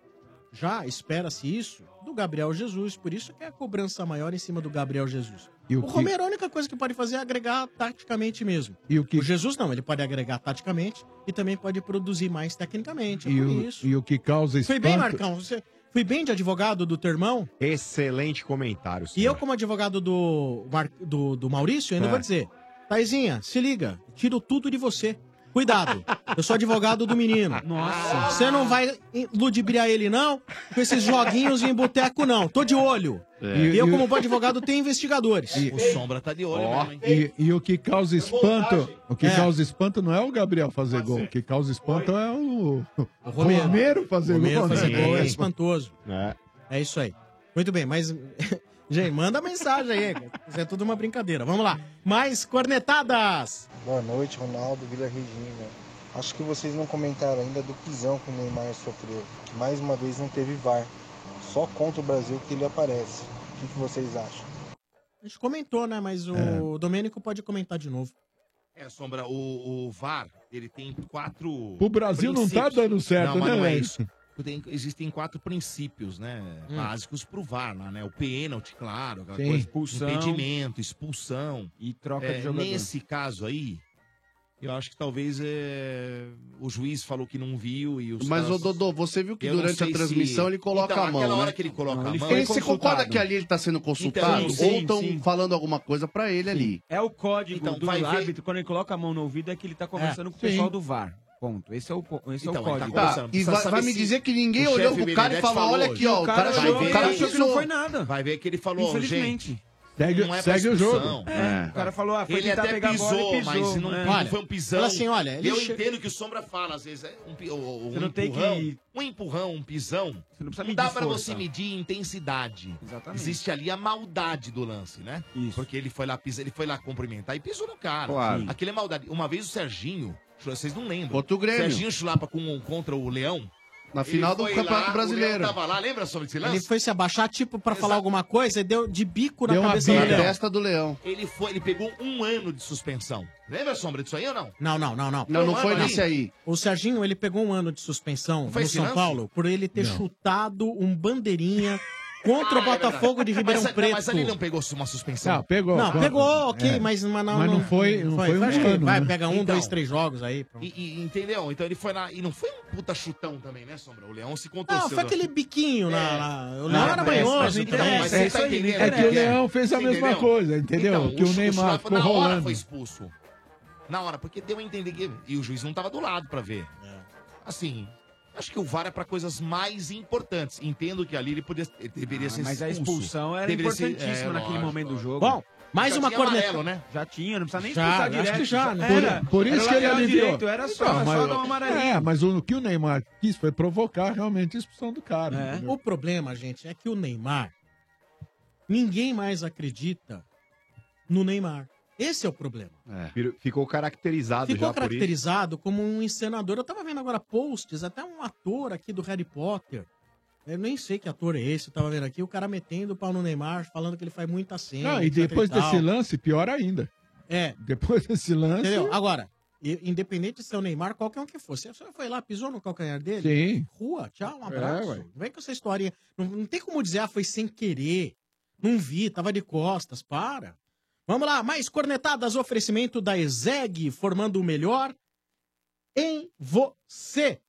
[SPEAKER 1] Já espera-se isso do Gabriel Jesus, por isso que é a cobrança maior em cima do Gabriel Jesus.
[SPEAKER 4] E o
[SPEAKER 1] o
[SPEAKER 4] que-
[SPEAKER 1] Romero, a única coisa que pode fazer é agregar taticamente mesmo.
[SPEAKER 4] E o que...
[SPEAKER 1] Jesus não, ele pode agregar taticamente e também pode produzir mais tecnicamente.
[SPEAKER 4] E
[SPEAKER 1] por
[SPEAKER 4] o,
[SPEAKER 1] isso.
[SPEAKER 4] e o que causa
[SPEAKER 1] Fui
[SPEAKER 4] espanto...
[SPEAKER 1] bem, Marcão. Você fui bem de advogado do teu irmão?
[SPEAKER 2] Excelente comentário.
[SPEAKER 1] E eu, como advogado do, Mar- do, do Maurício, ainda
[SPEAKER 2] É.
[SPEAKER 1] vou dizer: Taizinha, se liga, tiro tudo de você. Cuidado, eu sou advogado do menino. Nossa. Você não vai ludibriar ele, não, com esses joguinhos em boteco, não. Tô de olho.
[SPEAKER 4] É.
[SPEAKER 1] E eu,
[SPEAKER 4] E- e-
[SPEAKER 1] como bom advogado, tenho investigadores.
[SPEAKER 5] O Sombra tá de olho mesmo, hein?
[SPEAKER 4] E, e o que causa espanto, o que
[SPEAKER 1] É.
[SPEAKER 4] causa espanto não é o Gabriel fazer gol, o que causa espanto é o, o Romero. fazer
[SPEAKER 1] Romero
[SPEAKER 4] gol.
[SPEAKER 1] fazer
[SPEAKER 4] Sim.
[SPEAKER 1] gol é espantoso.
[SPEAKER 2] É.
[SPEAKER 1] isso aí. Muito bem, mas. Gente, manda mensagem aí. cara. Isso é tudo uma brincadeira. Vamos lá. Mais cornetadas.
[SPEAKER 28] Boa noite, Ronaldo Vila Regina. Acho que vocês não comentaram ainda do pisão que o Neymar sofreu. que Mais uma vez não teve VAR. Só contra o Brasil que ele aparece. O que, que vocês acham?
[SPEAKER 1] A gente comentou, né? Mas o Domênico pode comentar de novo.
[SPEAKER 5] É, Sombra, o, o VAR, ele tem quatro.
[SPEAKER 4] O Brasil não tá dando certo,
[SPEAKER 5] Não, mas
[SPEAKER 4] né,
[SPEAKER 5] não é
[SPEAKER 4] velho?
[SPEAKER 5] isso. Tem- existem quatro princípios, né? Básicos pro VAR, lá, né? O pênalti, claro, aquela
[SPEAKER 10] Hum. Sim.
[SPEAKER 5] coisa.
[SPEAKER 10] Expulsão.
[SPEAKER 5] Impedimento, expulsão. É,
[SPEAKER 10] E troca de jogador.
[SPEAKER 5] Nesse caso aí, eu acho que talvez é, o juiz falou que não viu e os
[SPEAKER 9] Mas, ô
[SPEAKER 5] caras-
[SPEAKER 9] Dodô, você viu que
[SPEAKER 5] Eu não
[SPEAKER 9] durante a
[SPEAKER 5] sei se-
[SPEAKER 9] transmissão ele coloca
[SPEAKER 5] Então,
[SPEAKER 9] a mão,
[SPEAKER 5] aquela
[SPEAKER 9] né?
[SPEAKER 5] hora que ele coloca a mão,
[SPEAKER 9] Ele
[SPEAKER 5] ele
[SPEAKER 9] se
[SPEAKER 5] consultado.
[SPEAKER 9] concorda que ali ele tá sendo consultado?
[SPEAKER 10] Então, sim,
[SPEAKER 9] ou estão
[SPEAKER 10] sim.
[SPEAKER 9] falando alguma coisa pra ele ali?
[SPEAKER 10] É o código
[SPEAKER 9] Então,
[SPEAKER 10] do
[SPEAKER 9] vai ver-
[SPEAKER 10] árbitro, quando ele coloca a mão no ouvido, é que ele tá conversando
[SPEAKER 9] É,
[SPEAKER 10] com o pessoal
[SPEAKER 9] sim.
[SPEAKER 10] do VAR. Ponto. Esse é o, po- esse é o
[SPEAKER 9] Então, ele tá
[SPEAKER 10] código.
[SPEAKER 9] conversando. Tá, e Precisa vai- saber vai me se dizer que ninguém o olhou chefe pro cara e Benedetti falou, falou, "Olha aqui, ó, o cara
[SPEAKER 10] achou-
[SPEAKER 9] chegou,
[SPEAKER 10] o
[SPEAKER 9] cara
[SPEAKER 10] cara achou que não
[SPEAKER 9] chegou".
[SPEAKER 10] foi nada.
[SPEAKER 5] Vai ver que ele falou,
[SPEAKER 10] Infelizmente.
[SPEAKER 5] gente.
[SPEAKER 4] Segue-
[SPEAKER 5] não é pra
[SPEAKER 4] segue o
[SPEAKER 5] expulsão.
[SPEAKER 4] jogo.
[SPEAKER 5] É.
[SPEAKER 10] O cara falou, ah, foi
[SPEAKER 5] ele
[SPEAKER 10] tentar
[SPEAKER 5] até
[SPEAKER 10] pegar
[SPEAKER 5] pisou,
[SPEAKER 10] a bola e pisou.
[SPEAKER 5] mas não,
[SPEAKER 10] É.
[SPEAKER 5] não foi um pisão.
[SPEAKER 1] fala assim, olha, ele
[SPEAKER 5] eu
[SPEAKER 1] che-
[SPEAKER 5] entendo que o Sombra fala, às vezes, é um, pi- ou- ou
[SPEAKER 10] Você
[SPEAKER 5] um
[SPEAKER 10] não tem
[SPEAKER 5] empurrão,
[SPEAKER 10] que-
[SPEAKER 5] um empurrão, um pisão, não,
[SPEAKER 10] precisa medir
[SPEAKER 5] dá pra
[SPEAKER 10] força.
[SPEAKER 5] você medir intensidade.
[SPEAKER 10] Exatamente.
[SPEAKER 5] Existe ali a maldade do lance, né? Porque ele foi lá pisar, ele foi lá cumprimentar e pisou no cara.
[SPEAKER 9] Claro.
[SPEAKER 5] Sim. Aquilo é maldade. Uma vez o Serginho, vocês não lembram.
[SPEAKER 9] Contra o Grêmio.
[SPEAKER 5] Serginho chulapa com, contra o Leão.
[SPEAKER 9] Na
[SPEAKER 5] Ele
[SPEAKER 9] final do
[SPEAKER 5] foi
[SPEAKER 9] Campeonato
[SPEAKER 5] lá,
[SPEAKER 9] Brasileiro.
[SPEAKER 5] O Leão tava lá, lembra sobre esse lance?
[SPEAKER 1] Ele foi se abaixar, tipo, pra falar alguma coisa e deu de bico
[SPEAKER 5] Deu
[SPEAKER 1] na
[SPEAKER 5] uma
[SPEAKER 1] cabeça
[SPEAKER 5] bica
[SPEAKER 1] do
[SPEAKER 5] na
[SPEAKER 1] Léo.
[SPEAKER 5] testa
[SPEAKER 9] do Leão.
[SPEAKER 5] Ele foi, ele pegou um ano de suspensão. Lembra, Sombra, disso aí ou não?
[SPEAKER 1] Não, não, não, não.
[SPEAKER 5] Não, não foi
[SPEAKER 1] ano,
[SPEAKER 5] nesse aí.
[SPEAKER 1] O Serginho, ele pegou um ano de suspensão
[SPEAKER 5] foi
[SPEAKER 1] no
[SPEAKER 5] esse
[SPEAKER 1] São
[SPEAKER 5] lance?
[SPEAKER 1] Paulo por ele ter
[SPEAKER 5] Não.
[SPEAKER 1] chutado um bandeirinha contra o
[SPEAKER 5] É
[SPEAKER 1] Botafogo
[SPEAKER 5] verdade.
[SPEAKER 1] de Ribeirão
[SPEAKER 5] mas,
[SPEAKER 1] Preto.
[SPEAKER 5] Não, mas ali não pegou uma suspensão?
[SPEAKER 1] Não, pegou. Assim. É. Não, pegou, ok, mas- mas não- não- foi, foi acho que vai, pega um, dois, três jogos aí.
[SPEAKER 5] E, e- entendeu? Então ele foi na. E não foi um puta chutão também, né, Sombra? O Leão se contorceu. né?
[SPEAKER 1] Não, foi
[SPEAKER 5] do-
[SPEAKER 1] aquele biquinho
[SPEAKER 5] É.
[SPEAKER 1] na. na o assim,
[SPEAKER 5] Não,
[SPEAKER 1] Leão era
[SPEAKER 5] mas- mas
[SPEAKER 1] manhoso,
[SPEAKER 5] o
[SPEAKER 1] não
[SPEAKER 5] Leão-
[SPEAKER 1] interessa.
[SPEAKER 5] mas você tá entendendo,
[SPEAKER 4] É que o
[SPEAKER 5] né?
[SPEAKER 4] Leão fez a
[SPEAKER 5] Você
[SPEAKER 4] mesma
[SPEAKER 5] entendeu?
[SPEAKER 4] coisa, entendeu?
[SPEAKER 5] Então,
[SPEAKER 4] que o,
[SPEAKER 5] Chu-
[SPEAKER 4] Neymar
[SPEAKER 5] Chulapa
[SPEAKER 4] ficou
[SPEAKER 5] na hora
[SPEAKER 4] rolando.
[SPEAKER 5] foi expulso. Na hora, porque deu a entender que. E o juiz não tava do lado pra ver. Assim, acho que o VAR é pra coisas mais importantes. Entendo que ali ele, podia, ele deveria
[SPEAKER 10] Ah,
[SPEAKER 5] ser
[SPEAKER 10] mas a
[SPEAKER 5] expulso.
[SPEAKER 10] expulsão era
[SPEAKER 5] Deveria ser-
[SPEAKER 10] importantíssima
[SPEAKER 5] é,
[SPEAKER 10] naquele
[SPEAKER 5] lógico.
[SPEAKER 10] momento do jogo.
[SPEAKER 5] Bom, mais
[SPEAKER 10] Já
[SPEAKER 5] uma
[SPEAKER 10] tinha
[SPEAKER 5] corneta-
[SPEAKER 10] amarelo, né? Já tinha, não precisa nem
[SPEAKER 1] Já,
[SPEAKER 10] expulsar
[SPEAKER 1] acho
[SPEAKER 10] direto.
[SPEAKER 1] que já, né?
[SPEAKER 10] Era.
[SPEAKER 4] Por, por
[SPEAKER 10] Era
[SPEAKER 4] isso que ele
[SPEAKER 10] lateral
[SPEAKER 4] aliviou.
[SPEAKER 10] direito, era só,
[SPEAKER 4] Então,
[SPEAKER 10] só dar uma
[SPEAKER 1] um
[SPEAKER 4] É,
[SPEAKER 10] amarelinha.
[SPEAKER 4] mas o que o Neymar quis foi provocar realmente a expulsão do cara.
[SPEAKER 1] É.
[SPEAKER 4] entendeu?
[SPEAKER 1] O problema, gente, é que o Neymar. Ninguém mais acredita no Neymar. Esse é o problema.
[SPEAKER 2] Vir- Ficou caracterizado
[SPEAKER 1] Ficou
[SPEAKER 2] já por isso.
[SPEAKER 1] caracterizado como um encenador. Eu tava vendo agora posts, até um ator aqui do Harry Potter. Eu nem sei que ator é esse, eu tava vendo aqui. O cara metendo o pau no Neymar, falando que ele faz muita cena.
[SPEAKER 4] Não, e
[SPEAKER 1] etc
[SPEAKER 4] depois
[SPEAKER 1] tal.
[SPEAKER 4] desse lance, pior ainda.
[SPEAKER 1] É.
[SPEAKER 4] Depois desse lance.
[SPEAKER 1] Entendeu? Agora, e- independente de ser o Neymar, qualquer um que for. Você só foi lá, pisou no calcanhar dele?
[SPEAKER 4] Sim.
[SPEAKER 1] Rua, tchau, um
[SPEAKER 4] É,
[SPEAKER 1] abraço.
[SPEAKER 4] ué.
[SPEAKER 1] não vem com essa historinha. Não, não tem como dizer, ah, foi sem querer. Não vi, tava de costas, para. Vamos lá, mais cornetadas, oferecimento da Ezeg, formando o melhor em você.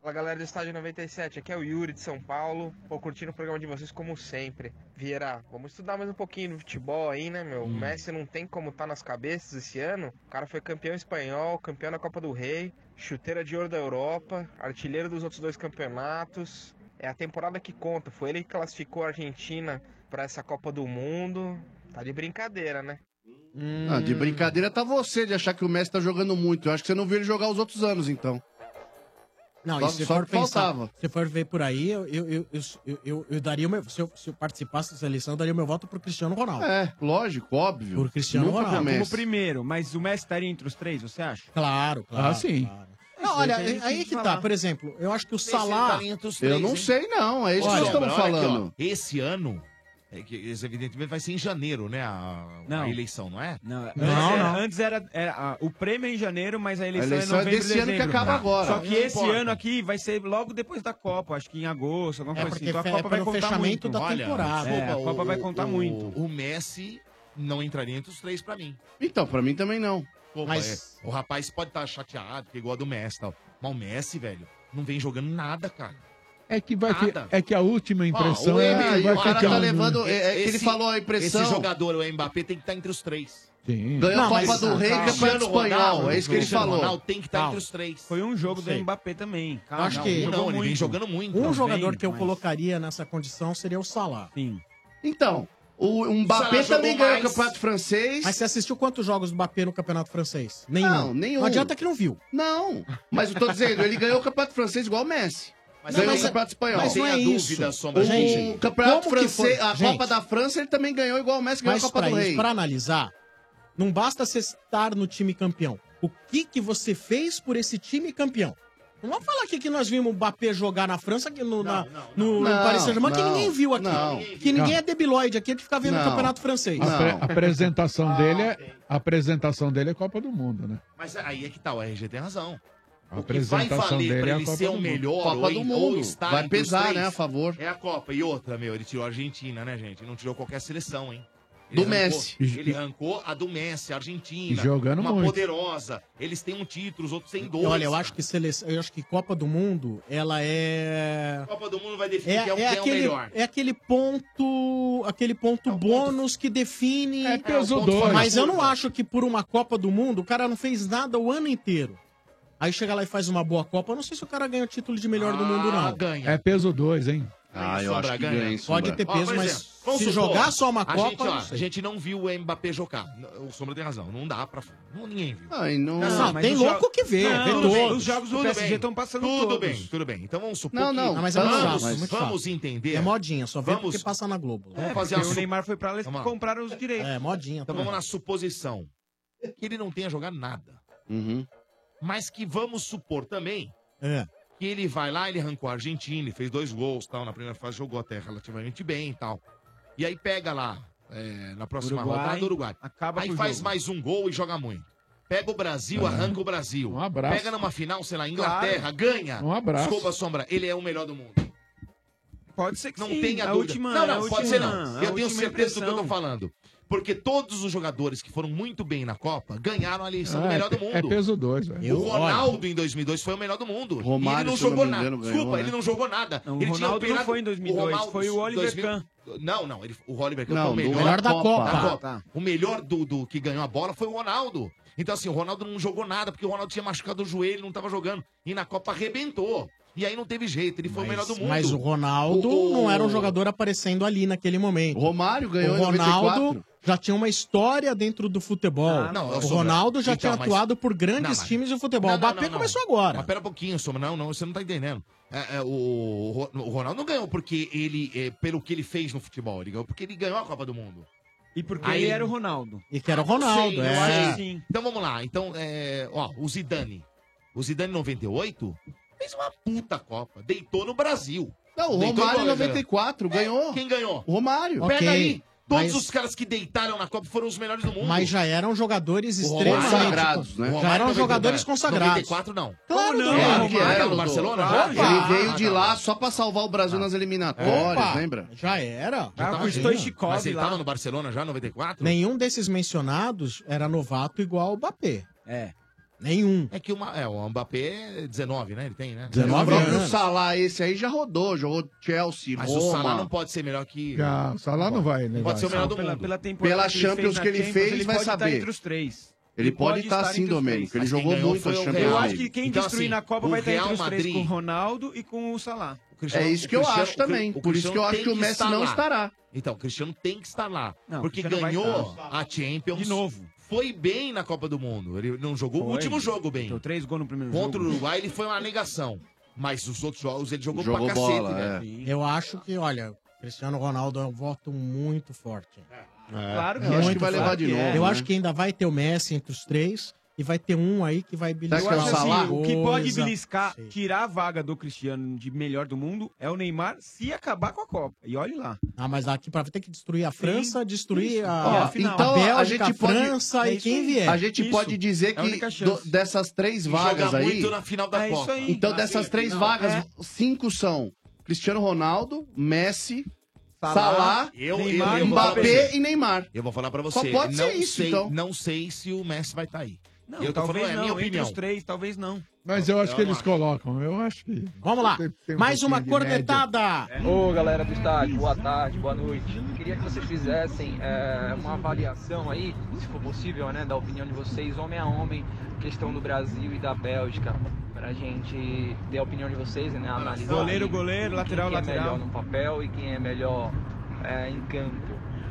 [SPEAKER 3] Fala galera do Estádio 97, aqui é o Yuri de São Paulo. Pô, curtindo o programa de vocês como sempre. Vieira, vamos estudar mais um pouquinho do futebol aí, né, meu? O Messi não tem como tá nas cabeças esse ano. O cara foi campeão espanhol, campeão da Copa do Rei, chuteira de ouro da Europa, artilheiro dos outros dois campeonatos. É a temporada que conta, foi ele que classificou a Argentina pra essa Copa do Mundo. Tá de brincadeira, né?
[SPEAKER 9] Ah, de brincadeira tá você de achar que o Messi tá jogando muito. Eu acho que você não viu ele jogar os outros anos, então.
[SPEAKER 1] Não,
[SPEAKER 9] Só-
[SPEAKER 1] e se
[SPEAKER 9] só
[SPEAKER 1] for
[SPEAKER 9] que
[SPEAKER 1] pensar,
[SPEAKER 9] faltava.
[SPEAKER 1] se for ver por aí, eu, eu, eu, eu, eu- eu daria o meu. Se eu, se eu participasse dessa eleição, eu daria o meu voto pro Cristiano Ronaldo.
[SPEAKER 9] É, lógico, óbvio.
[SPEAKER 1] Por Cristiano
[SPEAKER 10] Nunca
[SPEAKER 1] Ronaldo.
[SPEAKER 10] como primeiro, mas o Messi estaria entre os três, você acha?
[SPEAKER 1] Claro, claro.
[SPEAKER 10] Ah, sim.
[SPEAKER 1] claro. Não, olha, aí, aí que tá, por exemplo, eu acho que o Salah.
[SPEAKER 5] Olha,
[SPEAKER 9] é
[SPEAKER 1] Olha,
[SPEAKER 5] olha aqui, ó,
[SPEAKER 1] falando.
[SPEAKER 5] esse ano, é que esse evidentemente vai ser em janeiro, né? A, a
[SPEAKER 10] Não.
[SPEAKER 5] eleição, não é?
[SPEAKER 10] Não, antes,
[SPEAKER 5] Não, não.
[SPEAKER 10] Era, antes era, era, ah, o prêmio é em janeiro, mas a eleição,
[SPEAKER 5] eleição é
[SPEAKER 10] é novembro
[SPEAKER 5] desse
[SPEAKER 10] e
[SPEAKER 5] ano que
[SPEAKER 10] dezembro.
[SPEAKER 5] acaba agora.
[SPEAKER 10] Só que
[SPEAKER 5] Não
[SPEAKER 10] esse
[SPEAKER 5] importa.
[SPEAKER 10] ano aqui vai ser logo depois da Copa, acho que em agosto, alguma
[SPEAKER 5] É
[SPEAKER 10] coisa assim.
[SPEAKER 5] porque
[SPEAKER 10] Então a
[SPEAKER 5] fe-
[SPEAKER 10] Copa
[SPEAKER 5] é
[SPEAKER 10] vai
[SPEAKER 5] pelo
[SPEAKER 10] contar muito.
[SPEAKER 5] fechamento da temporada.
[SPEAKER 10] É, a
[SPEAKER 5] Desculpa,
[SPEAKER 10] Copa
[SPEAKER 5] o-
[SPEAKER 10] vai contar
[SPEAKER 5] o-
[SPEAKER 10] muito.
[SPEAKER 5] O Messi não entraria entre os três pra mim.
[SPEAKER 9] Então, pra mim também não.
[SPEAKER 5] Pô,
[SPEAKER 9] Mas-
[SPEAKER 5] é, o rapaz pode estar chateado, que igual a do Messi e tal. Mas o Messi, velho, não vem jogando nada, cara.
[SPEAKER 4] É que, vai fi-
[SPEAKER 5] Nada.
[SPEAKER 4] é que a última impressão é a que vai ficar.
[SPEAKER 5] tá
[SPEAKER 4] né?
[SPEAKER 5] um- é, Esse- Esse jogador, o Mbappé, tem que estar entre os três.
[SPEAKER 4] Sim.
[SPEAKER 9] Ganhou a
[SPEAKER 5] mas-
[SPEAKER 9] Copa do Rei,
[SPEAKER 5] calma.
[SPEAKER 9] campeonato
[SPEAKER 5] Cristiano
[SPEAKER 9] espanhol,
[SPEAKER 5] Ronaldo,
[SPEAKER 9] é isso que ele
[SPEAKER 5] Cristiano
[SPEAKER 9] falou.
[SPEAKER 5] Ronaldo tem que estar entre
[SPEAKER 10] Calma.
[SPEAKER 5] os três.
[SPEAKER 10] Foi um jogo
[SPEAKER 1] Não sei.
[SPEAKER 10] do Mbappé também.
[SPEAKER 1] Eu
[SPEAKER 10] Calma,
[SPEAKER 1] acho que
[SPEAKER 10] jogou muito.
[SPEAKER 1] Um
[SPEAKER 10] Não,
[SPEAKER 1] jogador
[SPEAKER 10] vem,
[SPEAKER 1] que eu
[SPEAKER 10] mas-
[SPEAKER 1] colocaria nessa condição seria o Salah.
[SPEAKER 10] Sim.
[SPEAKER 9] Então, o Mbappé também ganhou o campeonato francês.
[SPEAKER 1] Mas você assistiu quantos jogos do Mbappé no campeonato francês? Nenhum.
[SPEAKER 9] Não, nenhum.
[SPEAKER 1] Não adianta que não viu.
[SPEAKER 9] Não, mas eu tô dizendo, ele ganhou o campeonato francês igual o Messi.
[SPEAKER 1] Mas
[SPEAKER 9] ganhou
[SPEAKER 1] não, mas
[SPEAKER 9] o
[SPEAKER 1] é-
[SPEAKER 9] campeonato espanhol.
[SPEAKER 1] mas não é
[SPEAKER 9] Tem a dúvida,
[SPEAKER 1] isso.
[SPEAKER 9] Sombra.
[SPEAKER 1] Gente,
[SPEAKER 9] o campeonato
[SPEAKER 1] como que foi-
[SPEAKER 9] francês, a
[SPEAKER 1] Gente.
[SPEAKER 9] Copa da França, ele também ganhou igual o Messi ganhou a
[SPEAKER 1] Mas
[SPEAKER 9] Copa
[SPEAKER 1] pra,
[SPEAKER 9] do
[SPEAKER 1] isso,
[SPEAKER 9] Rei.
[SPEAKER 1] pra analisar, não basta você estar no time campeão. O que que você fez por esse time campeão? Não vamos falar aqui que nós vimos o Mbappé jogar na França, que no, na- no- no
[SPEAKER 4] não,
[SPEAKER 1] Paris Saint-Germain, que
[SPEAKER 4] não,
[SPEAKER 1] ninguém viu aqui.
[SPEAKER 4] não.
[SPEAKER 1] que ninguém
[SPEAKER 4] Não.
[SPEAKER 1] é debilóide aqui, a gente fica vendo o
[SPEAKER 4] Não.
[SPEAKER 1] campeonato francês.
[SPEAKER 4] A, pre- a apresentação dele é, a apresentação dele é Copa do Mundo, né?
[SPEAKER 5] Mas aí é que tá, o RG tem razão.
[SPEAKER 4] A
[SPEAKER 5] O que vai
[SPEAKER 4] apresentação
[SPEAKER 5] valer
[SPEAKER 4] dele é
[SPEAKER 5] pra
[SPEAKER 4] a
[SPEAKER 5] ele
[SPEAKER 4] Copa
[SPEAKER 5] ser
[SPEAKER 4] do
[SPEAKER 5] o
[SPEAKER 4] Mundo.
[SPEAKER 5] melhor
[SPEAKER 9] Copa
[SPEAKER 5] ou,
[SPEAKER 9] do
[SPEAKER 5] em-
[SPEAKER 9] Mundo.
[SPEAKER 5] ou estar
[SPEAKER 9] Vai
[SPEAKER 5] entre os
[SPEAKER 9] pesar,
[SPEAKER 5] três,
[SPEAKER 9] né, a favor.
[SPEAKER 5] É a Copa. E outra, meu, ele tirou a Argentina, né, gente? Ele não tirou qualquer seleção, hein?
[SPEAKER 9] Do
[SPEAKER 5] arrancou-
[SPEAKER 9] Messi.
[SPEAKER 5] Ele arrancou a do Messi, a Argentina.
[SPEAKER 4] E jogando
[SPEAKER 5] uma
[SPEAKER 4] muito.
[SPEAKER 5] poderosa. Eles têm um título, os outros têm dois.
[SPEAKER 1] Olha, eu
[SPEAKER 5] cara.
[SPEAKER 1] acho que seleção, eu acho que Copa do Mundo, ela é
[SPEAKER 5] A Copa do Mundo vai
[SPEAKER 1] é,
[SPEAKER 5] definir quem é,
[SPEAKER 1] é
[SPEAKER 5] o- quem é o
[SPEAKER 1] aquele,
[SPEAKER 5] melhor.
[SPEAKER 1] é aquele ponto, aquele ponto bônus que define. É
[SPEAKER 5] peso ponto dois. fora da
[SPEAKER 1] Mas eu
[SPEAKER 5] curva.
[SPEAKER 1] não acho que por uma Copa do Mundo o cara não fez nada o ano inteiro. Aí chega lá e faz uma boa Copa. Eu não sei se o cara ganha o título de melhor do mundo não.
[SPEAKER 5] Ah, Ganha.
[SPEAKER 4] É peso 2, hein?
[SPEAKER 9] Ah,
[SPEAKER 5] eu acho que ganha, hein,
[SPEAKER 1] Pode ter
[SPEAKER 5] Ó,
[SPEAKER 1] peso,
[SPEAKER 5] por
[SPEAKER 1] mas
[SPEAKER 5] exemplo, vamos
[SPEAKER 1] se
[SPEAKER 5] supor,
[SPEAKER 1] jogar só uma
[SPEAKER 5] a
[SPEAKER 1] Copa,
[SPEAKER 5] gente, ó,
[SPEAKER 1] não
[SPEAKER 5] a
[SPEAKER 1] sei.
[SPEAKER 5] gente não viu o Mbappé jogar. O Sombra tem razão. Não dá pra. não- Ninguém viu.
[SPEAKER 9] Ah, e não- Não,
[SPEAKER 5] Assim,
[SPEAKER 9] mas
[SPEAKER 5] tem
[SPEAKER 9] os
[SPEAKER 5] louco
[SPEAKER 9] jogos-
[SPEAKER 5] que vê.
[SPEAKER 9] Não,
[SPEAKER 5] vê
[SPEAKER 9] tudo bem,
[SPEAKER 5] todos.
[SPEAKER 9] os jogos do
[SPEAKER 5] Tudo
[SPEAKER 9] PSG
[SPEAKER 5] bem,
[SPEAKER 9] tão passando
[SPEAKER 5] Tudo
[SPEAKER 9] todos.
[SPEAKER 5] bem, tudo bem. Então vamos supor
[SPEAKER 9] Não,
[SPEAKER 5] que-
[SPEAKER 9] não,
[SPEAKER 1] Ah, mas é muito
[SPEAKER 5] vamos,
[SPEAKER 1] fácil, muito fácil.
[SPEAKER 5] vamos entender.
[SPEAKER 1] É modinha, só vê
[SPEAKER 5] vamos,
[SPEAKER 1] porque passa na Globo.
[SPEAKER 5] Vamos fazer a
[SPEAKER 1] porque
[SPEAKER 5] su-
[SPEAKER 1] o Neymar-
[SPEAKER 10] foi pra lá e
[SPEAKER 5] Vamos lá.
[SPEAKER 10] compraram os direitos.
[SPEAKER 1] É, modinha.
[SPEAKER 5] Então vamos na suposição. Que ele não tenha jogado nada.
[SPEAKER 9] Uhum.
[SPEAKER 5] Mas que vamos supor também
[SPEAKER 1] É.
[SPEAKER 5] que ele vai lá, ele arrancou a Argentina, ele fez dois gols, tal, na primeira fase jogou até relativamente bem e tal. E aí pega lá, é, na próxima
[SPEAKER 10] Uruguai,
[SPEAKER 5] rodada do Uruguai.
[SPEAKER 10] acaba
[SPEAKER 5] aí
[SPEAKER 10] com o
[SPEAKER 5] faz
[SPEAKER 10] jogo. Ah.
[SPEAKER 5] mais um gol e joga muito. Pega o Brasil, arranca o Brasil.
[SPEAKER 4] Um abraço.
[SPEAKER 5] Pega numa final, sei lá, Inglaterra, ganha.
[SPEAKER 4] Um abraço.
[SPEAKER 5] Desculpa, Sombra, ele é o melhor do mundo.
[SPEAKER 10] Pode ser que
[SPEAKER 5] não
[SPEAKER 10] sim,
[SPEAKER 5] tenha
[SPEAKER 10] a
[SPEAKER 5] dúvida.
[SPEAKER 10] última- é
[SPEAKER 5] não,
[SPEAKER 10] a
[SPEAKER 5] não,
[SPEAKER 10] última-
[SPEAKER 5] pode ser não.
[SPEAKER 10] a
[SPEAKER 5] Eu tenho
[SPEAKER 10] última
[SPEAKER 5] certeza do que eu tô
[SPEAKER 10] impressão.
[SPEAKER 5] falando. Porque todos os jogadores que foram muito bem na Copa ganharam a eleição do
[SPEAKER 4] Ah, é
[SPEAKER 5] melhor do
[SPEAKER 4] pe-
[SPEAKER 5] mundo.
[SPEAKER 4] é peso dois, velho. Eu-
[SPEAKER 5] O Ronaldo em 2002 foi o melhor do mundo.
[SPEAKER 4] Romário,
[SPEAKER 5] e ele não
[SPEAKER 4] se eu não
[SPEAKER 5] jogou
[SPEAKER 4] me
[SPEAKER 5] nada.
[SPEAKER 4] engano, ganhou,
[SPEAKER 5] Desculpa,
[SPEAKER 4] né?
[SPEAKER 5] ele não jogou nada.
[SPEAKER 10] é. Não, o
[SPEAKER 5] ele
[SPEAKER 10] Ronaldo não
[SPEAKER 5] operado-
[SPEAKER 10] foi em 2002, foi o Oliver Kahn.
[SPEAKER 5] Não, não, ele- o Oliver Kahn
[SPEAKER 10] Não,
[SPEAKER 5] foi o
[SPEAKER 10] do-
[SPEAKER 5] melhor,
[SPEAKER 10] melhor da Copa.
[SPEAKER 5] da Copa.
[SPEAKER 10] Tá.
[SPEAKER 5] O melhor do, do que ganhou a bola foi o Ronaldo. Então, assim, o Ronaldo não jogou nada, porque o Ronaldo tinha machucado o joelho, não tava jogando. E na Copa arrebentou. E aí não teve jeito, ele foi o melhor do mundo.
[SPEAKER 1] Mas o Ronaldo
[SPEAKER 5] O- o-
[SPEAKER 1] não era um jogador aparecendo ali naquele momento. O
[SPEAKER 9] Romário ganhou
[SPEAKER 1] O
[SPEAKER 9] em 94.
[SPEAKER 1] Ronaldo já tinha uma história dentro do futebol.
[SPEAKER 5] Ah, não, eu
[SPEAKER 1] o
[SPEAKER 5] sou-
[SPEAKER 1] Ronaldo já
[SPEAKER 5] Então,
[SPEAKER 1] tinha
[SPEAKER 5] mas-
[SPEAKER 1] atuado por
[SPEAKER 5] Não,
[SPEAKER 1] grandes
[SPEAKER 5] mas-
[SPEAKER 1] times de futebol.
[SPEAKER 5] Não,
[SPEAKER 1] Tá o
[SPEAKER 5] não,
[SPEAKER 1] Mbappé
[SPEAKER 5] não, não.
[SPEAKER 1] começou agora.
[SPEAKER 5] Mas pera um pouquinho, Soma. Não, não, você não tá entendendo. É, é, o, Ro- o Ronaldo não ganhou porque ele, é, pelo que ele fez no futebol. Ele ganhou porque ele ganhou a Copa do Mundo.
[SPEAKER 10] E porque ele era o Ronaldo.
[SPEAKER 1] E que era o Ronaldo,
[SPEAKER 5] eu
[SPEAKER 1] é.
[SPEAKER 5] acho que
[SPEAKER 10] Sim.
[SPEAKER 5] Então vamos lá. Então, é, ó, o Zidane. O Zidane 98 fez uma puta Copa. Deitou no Brasil.
[SPEAKER 9] Não, o
[SPEAKER 5] Deitou
[SPEAKER 9] Romário em
[SPEAKER 5] no Brasil.
[SPEAKER 9] 94 ganhou.
[SPEAKER 5] é, Quem ganhou?
[SPEAKER 9] O Romário.
[SPEAKER 5] Pega
[SPEAKER 1] Ok,
[SPEAKER 5] aí.
[SPEAKER 1] mas-
[SPEAKER 5] Todos os caras que deitaram na Copa foram os melhores do mundo.
[SPEAKER 1] Mas já eram jogadores
[SPEAKER 5] O Romário-
[SPEAKER 1] extremamente
[SPEAKER 5] Consagrados,
[SPEAKER 1] Já
[SPEAKER 5] né? O
[SPEAKER 9] é
[SPEAKER 5] Romário
[SPEAKER 9] um
[SPEAKER 1] eram
[SPEAKER 5] também
[SPEAKER 1] jogadores
[SPEAKER 5] jogou, né?
[SPEAKER 1] consagrados.
[SPEAKER 5] 94 não.
[SPEAKER 1] Claro
[SPEAKER 9] Não,
[SPEAKER 1] que era.
[SPEAKER 9] que
[SPEAKER 10] é
[SPEAKER 9] era
[SPEAKER 10] um
[SPEAKER 5] do
[SPEAKER 9] do
[SPEAKER 5] Barcelona?
[SPEAKER 9] Barcelona?
[SPEAKER 5] Opa!
[SPEAKER 9] Ele veio de lá só pra salvar o Brasil nas eliminatórias,
[SPEAKER 1] Opa!
[SPEAKER 9] lembra?
[SPEAKER 1] Já era.
[SPEAKER 5] Já tava
[SPEAKER 1] com o
[SPEAKER 5] assim,
[SPEAKER 1] Stoichkov
[SPEAKER 5] Mas ele
[SPEAKER 1] lá.
[SPEAKER 5] tava no Barcelona já, 94?
[SPEAKER 1] Nenhum desses mencionados era novato igual o Mbappé.
[SPEAKER 10] É.
[SPEAKER 1] Nenhum.
[SPEAKER 5] É que uma, é, o Mbappé é 19, né? Ele tem, né?
[SPEAKER 9] o próprio Salah, esse aí já rodou, jogou Chelsea,
[SPEAKER 5] Mas
[SPEAKER 9] Roma.
[SPEAKER 5] o Salah não pode ser melhor que...
[SPEAKER 9] Ah,
[SPEAKER 4] Já, o Salah não vai, né?
[SPEAKER 5] Pode ser o melhor do
[SPEAKER 10] Pela-
[SPEAKER 5] mundo.
[SPEAKER 10] pela temporada
[SPEAKER 9] Pela
[SPEAKER 10] que ele fez
[SPEAKER 9] Champions
[SPEAKER 10] na
[SPEAKER 9] que ele
[SPEAKER 10] Champions,
[SPEAKER 9] fez,
[SPEAKER 10] ele
[SPEAKER 9] vai
[SPEAKER 10] pode
[SPEAKER 9] saber.
[SPEAKER 10] Estar entre os três.
[SPEAKER 9] Ele pode estar
[SPEAKER 10] estar
[SPEAKER 9] sim,
[SPEAKER 10] entre os
[SPEAKER 9] Domênico,
[SPEAKER 10] três.
[SPEAKER 9] ele Mas jogou quem ganhou muito foi as o Champions
[SPEAKER 10] Eu
[SPEAKER 9] Real.
[SPEAKER 10] acho que quem
[SPEAKER 9] Então,
[SPEAKER 10] destruir
[SPEAKER 9] assim,
[SPEAKER 10] na Copa
[SPEAKER 9] o
[SPEAKER 10] vai estar
[SPEAKER 9] Real
[SPEAKER 10] entre os três
[SPEAKER 9] Madrid-
[SPEAKER 10] com o Ronaldo e com o Salah.
[SPEAKER 5] Cristiano-
[SPEAKER 9] É isso que eu
[SPEAKER 5] Cristiano-
[SPEAKER 9] acho também.
[SPEAKER 5] o Cri- o
[SPEAKER 9] Por isso que eu
[SPEAKER 5] Cristiano
[SPEAKER 9] acho que
[SPEAKER 5] tem
[SPEAKER 9] o Messi
[SPEAKER 5] estar
[SPEAKER 9] não
[SPEAKER 5] lá.
[SPEAKER 9] estará.
[SPEAKER 5] Então, o Cristiano tem que estar lá.
[SPEAKER 9] Não, o
[SPEAKER 5] porque
[SPEAKER 9] Cristiano vai
[SPEAKER 5] ganhou a Champions.
[SPEAKER 10] De novo.
[SPEAKER 5] Foi bem na Copa do Mundo. Ele não jogou o
[SPEAKER 10] Foi.
[SPEAKER 5] último jogo bem.
[SPEAKER 10] Deu três gols no primeiro
[SPEAKER 5] Contra o
[SPEAKER 10] jogo.
[SPEAKER 5] Uruguai ele foi uma negação. Mas os outros jogos ele jogou,
[SPEAKER 9] Jogou
[SPEAKER 5] pra cacete,
[SPEAKER 9] bola,
[SPEAKER 5] né?
[SPEAKER 9] é.
[SPEAKER 1] Eu acho que, olha, o Cristiano Ronaldo é um voto muito forte.
[SPEAKER 9] Claro que Eu é. acho que vai levar de
[SPEAKER 1] forte.
[SPEAKER 9] novo,
[SPEAKER 1] Eu
[SPEAKER 9] né?
[SPEAKER 1] acho que ainda vai ter o Messi entre os três e vai ter um aí que vai beliscar.
[SPEAKER 10] Eu acho assim,
[SPEAKER 1] alguma
[SPEAKER 10] o que pode
[SPEAKER 1] coisa.
[SPEAKER 10] beliscar, tirar a vaga do Cristiano de melhor do mundo é o Neymar se acabar com a Copa. E olhe lá.
[SPEAKER 1] Ah, mas daqui pra ter que destruir a França, destruir
[SPEAKER 10] Isso.
[SPEAKER 1] a,
[SPEAKER 10] Ó,
[SPEAKER 1] a
[SPEAKER 10] final.
[SPEAKER 9] Então,
[SPEAKER 1] Bélgica,
[SPEAKER 9] a gente
[SPEAKER 1] a
[SPEAKER 9] pode...
[SPEAKER 1] França
[SPEAKER 9] É
[SPEAKER 1] e
[SPEAKER 9] isso
[SPEAKER 1] quem
[SPEAKER 9] aí.
[SPEAKER 1] vier.
[SPEAKER 9] A gente pode dizer
[SPEAKER 1] É a
[SPEAKER 9] que
[SPEAKER 1] única
[SPEAKER 9] do-
[SPEAKER 1] chance.
[SPEAKER 9] dessas três
[SPEAKER 1] E
[SPEAKER 9] vagas
[SPEAKER 1] joga
[SPEAKER 9] aí...
[SPEAKER 1] muito na final da É Copa. isso aí.
[SPEAKER 9] Então,
[SPEAKER 1] Na
[SPEAKER 9] dessas três
[SPEAKER 1] semifinal.
[SPEAKER 9] vagas,
[SPEAKER 1] É.
[SPEAKER 9] cinco são Cristiano Ronaldo, Messi,
[SPEAKER 5] Salah,
[SPEAKER 9] Salah,
[SPEAKER 5] Tá eu- eu-
[SPEAKER 9] Neymar,
[SPEAKER 5] eu vou falar pra
[SPEAKER 9] Mbappé
[SPEAKER 5] você.
[SPEAKER 9] e Neymar.
[SPEAKER 5] Eu vou falar pra
[SPEAKER 9] Só
[SPEAKER 5] você.
[SPEAKER 9] pode
[SPEAKER 5] não
[SPEAKER 9] ser isso,
[SPEAKER 5] sei,
[SPEAKER 9] então.
[SPEAKER 5] Não sei se o Messi vai estar aí.
[SPEAKER 10] Não,
[SPEAKER 5] eu tô
[SPEAKER 10] talvez
[SPEAKER 5] falando, é a
[SPEAKER 10] não.
[SPEAKER 5] minha
[SPEAKER 10] entre
[SPEAKER 5] opinião.
[SPEAKER 10] os três, talvez não.
[SPEAKER 4] Mas eu acho
[SPEAKER 10] Eu
[SPEAKER 4] que
[SPEAKER 10] não
[SPEAKER 4] eles colocam, eu acho que.
[SPEAKER 1] Vamos lá,
[SPEAKER 4] Tem- tem um
[SPEAKER 1] mais uma
[SPEAKER 4] pouquinho de média.
[SPEAKER 1] cornetada.
[SPEAKER 6] Ô galera do estádio, boa tarde, boa noite. Queria que vocês fizessem é, uma avaliação aí, se for possível, né, da opinião de vocês, homem a homem, questão do Brasil e da Bélgica, pra gente ter a opinião de vocês, né, analisar.
[SPEAKER 10] Goleiro,
[SPEAKER 6] aí
[SPEAKER 10] goleiro,
[SPEAKER 6] quem
[SPEAKER 10] lateral,
[SPEAKER 6] que é
[SPEAKER 10] lateral.
[SPEAKER 6] melhor no papel e quem é melhor é, em campo,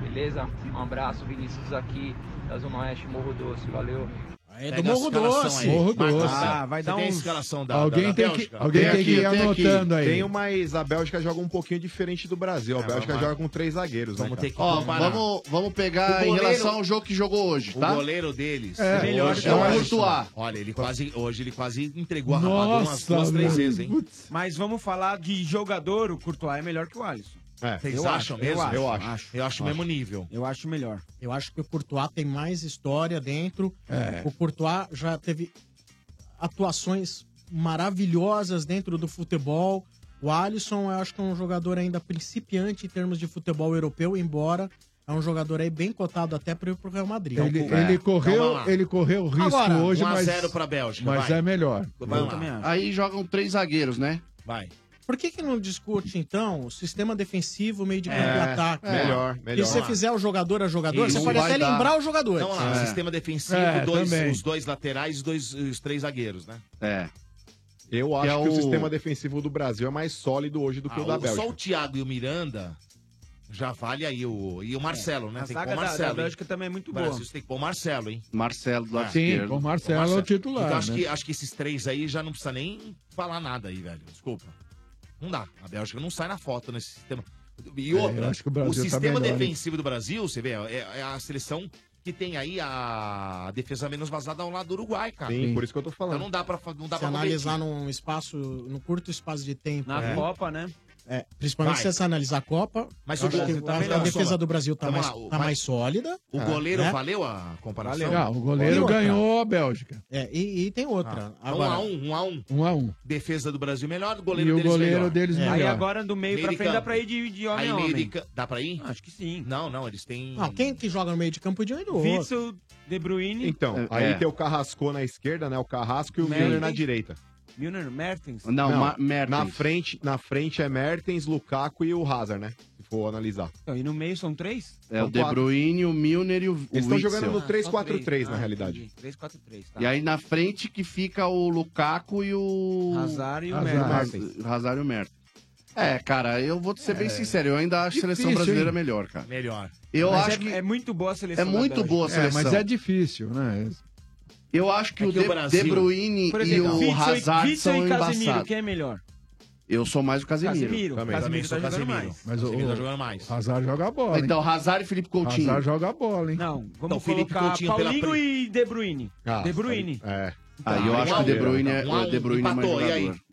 [SPEAKER 6] beleza? Um abraço, Vinícius aqui da Zona Oeste, Morro Doce, valeu.
[SPEAKER 1] É
[SPEAKER 6] do
[SPEAKER 5] Morro Doce.
[SPEAKER 4] Morro
[SPEAKER 5] Marcos,
[SPEAKER 4] Doce.
[SPEAKER 5] ah, vai dar
[SPEAKER 4] Você tem a
[SPEAKER 6] um
[SPEAKER 5] uns-
[SPEAKER 4] escalação da- Alguém da- da tem que- Bélgica? alguém
[SPEAKER 2] Tem
[SPEAKER 4] tem que ir
[SPEAKER 2] tem
[SPEAKER 4] anotando aí.
[SPEAKER 2] Tem, mas a Bélgica joga um pouquinho diferente do Brasil. A Bélgica
[SPEAKER 5] mas-
[SPEAKER 2] joga com três zagueiros, né,
[SPEAKER 5] Vamos
[SPEAKER 2] cara?
[SPEAKER 5] ter que
[SPEAKER 9] Ó,
[SPEAKER 5] comparar.
[SPEAKER 9] vamos, vamos pegar
[SPEAKER 5] O
[SPEAKER 9] em
[SPEAKER 5] goleiro-
[SPEAKER 9] relação ao jogo que jogou hoje,
[SPEAKER 5] O
[SPEAKER 9] tá?
[SPEAKER 5] goleiro deles.
[SPEAKER 9] É,
[SPEAKER 5] hoje
[SPEAKER 9] melhor que
[SPEAKER 5] eu
[SPEAKER 9] o
[SPEAKER 5] acho.
[SPEAKER 9] Courtois.
[SPEAKER 5] Olha, ele quase, hoje ele quase entregou a rapadura umas duas, três vezes, hein?
[SPEAKER 10] Mas vamos falar de jogador, o Courtois é melhor que o Alisson.
[SPEAKER 2] É,
[SPEAKER 5] Vocês
[SPEAKER 10] eu
[SPEAKER 5] acham
[SPEAKER 10] acho,
[SPEAKER 5] mesmo?
[SPEAKER 10] eu acho,
[SPEAKER 5] Eu
[SPEAKER 10] acho.
[SPEAKER 5] acho. Eu acho o mesmo nível.
[SPEAKER 10] Eu acho melhor.
[SPEAKER 1] Eu acho que o Courtois tem mais história dentro.
[SPEAKER 5] É.
[SPEAKER 1] O Courtois já teve atuações maravilhosas dentro do futebol. O Alisson, eu acho que é um jogador ainda principiante em termos de futebol europeu, embora é um jogador aí bem cotado até para o Real Madrid.
[SPEAKER 6] tá
[SPEAKER 4] Ele,
[SPEAKER 5] É.
[SPEAKER 1] É,
[SPEAKER 4] ele correu, ele correu o risco
[SPEAKER 1] Agora,
[SPEAKER 4] hoje,
[SPEAKER 1] 1 a
[SPEAKER 4] mas.
[SPEAKER 1] 0 pra
[SPEAKER 5] Bélgica,
[SPEAKER 4] Mas
[SPEAKER 1] vai.
[SPEAKER 4] é melhor.
[SPEAKER 9] Aí jogam três zagueiros, né?
[SPEAKER 5] Vai.
[SPEAKER 1] Por que, que não discute, então, o sistema defensivo, meio de campo
[SPEAKER 9] É,
[SPEAKER 1] e ataque?
[SPEAKER 9] melhor,
[SPEAKER 1] E
[SPEAKER 9] melhor.
[SPEAKER 1] se você fizer o jogador a jogador,
[SPEAKER 5] Isso.
[SPEAKER 1] você pode
[SPEAKER 5] Não vai
[SPEAKER 1] até
[SPEAKER 5] dar.
[SPEAKER 1] lembrar É. os jogadores.
[SPEAKER 5] Então, lá, sistema defensivo,
[SPEAKER 2] É,
[SPEAKER 5] dois, um,
[SPEAKER 2] também.
[SPEAKER 5] os dois laterais e dois- os três zagueiros, né?
[SPEAKER 9] É.
[SPEAKER 2] Eu acho que,
[SPEAKER 5] é
[SPEAKER 2] o...
[SPEAKER 5] o-
[SPEAKER 2] sistema defensivo do Brasil é mais sólido hoje do que o da
[SPEAKER 5] Ah, o-
[SPEAKER 2] Bélgica.
[SPEAKER 5] só o Thiago e o Miranda já vale aí o. E o Marcelo, né?
[SPEAKER 10] A
[SPEAKER 5] Tem que
[SPEAKER 10] zaga
[SPEAKER 5] pôr o
[SPEAKER 10] da-
[SPEAKER 5] Marcelo.
[SPEAKER 10] da
[SPEAKER 5] hein?
[SPEAKER 10] Bélgica também é muito
[SPEAKER 5] O
[SPEAKER 10] boa.
[SPEAKER 5] Brasil tem que pôr o Marcelo, hein?
[SPEAKER 9] Marcelo do lado
[SPEAKER 5] Sim,
[SPEAKER 9] esquerdo.
[SPEAKER 4] com o Marcelo é o titular,
[SPEAKER 5] Então, acho,
[SPEAKER 4] né?
[SPEAKER 5] que, acho que esses três aí já não precisa nem falar nada aí, velho. Desculpa. Não dá. A Bélgica não sai na foto nesse sistema. E
[SPEAKER 4] É,
[SPEAKER 5] outra,
[SPEAKER 4] eu acho que o
[SPEAKER 5] o,
[SPEAKER 4] Brasil tá
[SPEAKER 5] sistema
[SPEAKER 4] melhor, hein?
[SPEAKER 5] defensivo do Brasil, você vê, é, é a seleção que tem aí a defesa menos vazada ao lado do Uruguai, cara.
[SPEAKER 1] Sim, por isso que eu tô falando.
[SPEAKER 5] Então não dá pra, fa- não dá
[SPEAKER 1] Se
[SPEAKER 5] pra competir.
[SPEAKER 1] analisar num espaço, num curto espaço de tempo.
[SPEAKER 10] Na
[SPEAKER 1] né?
[SPEAKER 10] Copa, né?
[SPEAKER 1] É, principalmente
[SPEAKER 5] Vai.
[SPEAKER 1] se você analisar a Copa.
[SPEAKER 5] Mas
[SPEAKER 1] eu
[SPEAKER 5] o
[SPEAKER 1] acho
[SPEAKER 5] gol-
[SPEAKER 1] que
[SPEAKER 5] tá
[SPEAKER 1] a- a,
[SPEAKER 5] melhor,
[SPEAKER 1] defesa
[SPEAKER 5] Sola.
[SPEAKER 1] do Brasil tá,
[SPEAKER 5] Vamos
[SPEAKER 1] mais,
[SPEAKER 5] lá, o-
[SPEAKER 1] tá mais sólida.
[SPEAKER 5] O
[SPEAKER 1] Ah,
[SPEAKER 5] goleiro
[SPEAKER 1] né?
[SPEAKER 5] valeu a comparação?
[SPEAKER 4] Ah, o goleiro
[SPEAKER 1] E outra.
[SPEAKER 4] ganhou a Bélgica.
[SPEAKER 1] É, e, e tem outra.
[SPEAKER 5] Ah,
[SPEAKER 1] Agora-
[SPEAKER 5] um a um, um a um.
[SPEAKER 4] Um a um.
[SPEAKER 5] Defesa do Brasil melhor, goleiro
[SPEAKER 4] E o
[SPEAKER 5] deles
[SPEAKER 4] goleiro
[SPEAKER 5] melhor.
[SPEAKER 4] deles É. melhor.
[SPEAKER 10] Aí agora do meio pra
[SPEAKER 5] de
[SPEAKER 10] frente dá
[SPEAKER 5] campo.
[SPEAKER 10] pra ir de, de homem
[SPEAKER 5] Aí
[SPEAKER 10] a
[SPEAKER 5] meio de
[SPEAKER 10] homem.
[SPEAKER 5] ca- Dá pra ir? Acho que sim. Não, não, eles têm...
[SPEAKER 4] Ah,
[SPEAKER 1] Não, quem que joga no meio de campo de um e do outro?
[SPEAKER 10] Witzel, De Bruyne...
[SPEAKER 2] Então,
[SPEAKER 9] é.
[SPEAKER 1] É,
[SPEAKER 2] aí tem o Carrasco na esquerda, né? O Carrasco e o
[SPEAKER 10] Mertens.
[SPEAKER 2] Müller na direita.
[SPEAKER 10] Milner, Mertens.
[SPEAKER 2] Na frente, na frente é Mertens, Lukaku e o Hazard, né? Se for analisar.
[SPEAKER 10] Então, e no meio são três?
[SPEAKER 9] É
[SPEAKER 2] São
[SPEAKER 9] o De
[SPEAKER 2] quatro.
[SPEAKER 9] Bruyne, o Milner e o
[SPEAKER 2] Eles estão jogando no
[SPEAKER 10] Ah,
[SPEAKER 9] Witzel.
[SPEAKER 2] 3-4-3, na realidade.
[SPEAKER 10] 3-4-3, tá.
[SPEAKER 9] E aí na frente que fica o Lukaku e o.
[SPEAKER 10] Hazard e o
[SPEAKER 9] Hazard.
[SPEAKER 10] Mertens.
[SPEAKER 9] Hazard e o Mertens. É, cara, eu vou ser bem
[SPEAKER 10] É.
[SPEAKER 9] sincero, eu ainda acho a seleção
[SPEAKER 4] Difícil,
[SPEAKER 9] brasileira
[SPEAKER 4] hein?
[SPEAKER 9] melhor, cara.
[SPEAKER 5] Melhor.
[SPEAKER 9] Eu
[SPEAKER 10] Mas
[SPEAKER 9] acho
[SPEAKER 10] é,
[SPEAKER 9] que.
[SPEAKER 10] é muito boa a seleção.
[SPEAKER 9] é muito
[SPEAKER 10] da Bélgica.
[SPEAKER 9] boa a
[SPEAKER 4] É, mas
[SPEAKER 9] seleção.
[SPEAKER 4] é difícil, né?
[SPEAKER 9] Eu acho que
[SPEAKER 4] É
[SPEAKER 9] o
[SPEAKER 4] que
[SPEAKER 9] De,
[SPEAKER 4] o Brasil-
[SPEAKER 9] De Bruyne
[SPEAKER 10] Por
[SPEAKER 9] e
[SPEAKER 10] exemplo,
[SPEAKER 9] o
[SPEAKER 10] Witzel
[SPEAKER 9] Hazard
[SPEAKER 10] Witzel
[SPEAKER 9] são
[SPEAKER 10] e Casemiro,
[SPEAKER 9] embaçados.
[SPEAKER 10] quem é melhor?
[SPEAKER 9] Eu sou mais o Casemiro.
[SPEAKER 10] Casemiro. Também. Casemiro tá jogando mais.
[SPEAKER 4] Mas o-
[SPEAKER 10] Casemiro tá
[SPEAKER 5] jogando mais.
[SPEAKER 4] Hazard joga a bola. hein?
[SPEAKER 9] Então, Hazard e Felipe Coutinho.
[SPEAKER 4] Hazard joga a bola, hein?
[SPEAKER 10] Não,
[SPEAKER 9] Então,
[SPEAKER 10] vamos
[SPEAKER 9] Felipe
[SPEAKER 10] colocar
[SPEAKER 9] Coutinho pela
[SPEAKER 10] Paulinho
[SPEAKER 9] pri-
[SPEAKER 10] e De Bruyne.
[SPEAKER 9] Ah,
[SPEAKER 10] de Bruyne. Então,
[SPEAKER 2] É.
[SPEAKER 9] Aí eu acho
[SPEAKER 5] Tá, um
[SPEAKER 9] que
[SPEAKER 5] a
[SPEAKER 9] o De
[SPEAKER 5] um,
[SPEAKER 9] Bruyne é,
[SPEAKER 5] um a
[SPEAKER 9] o De
[SPEAKER 5] um,
[SPEAKER 9] Bruyne é mais
[SPEAKER 5] empatou, e aí?
[SPEAKER 9] jogador.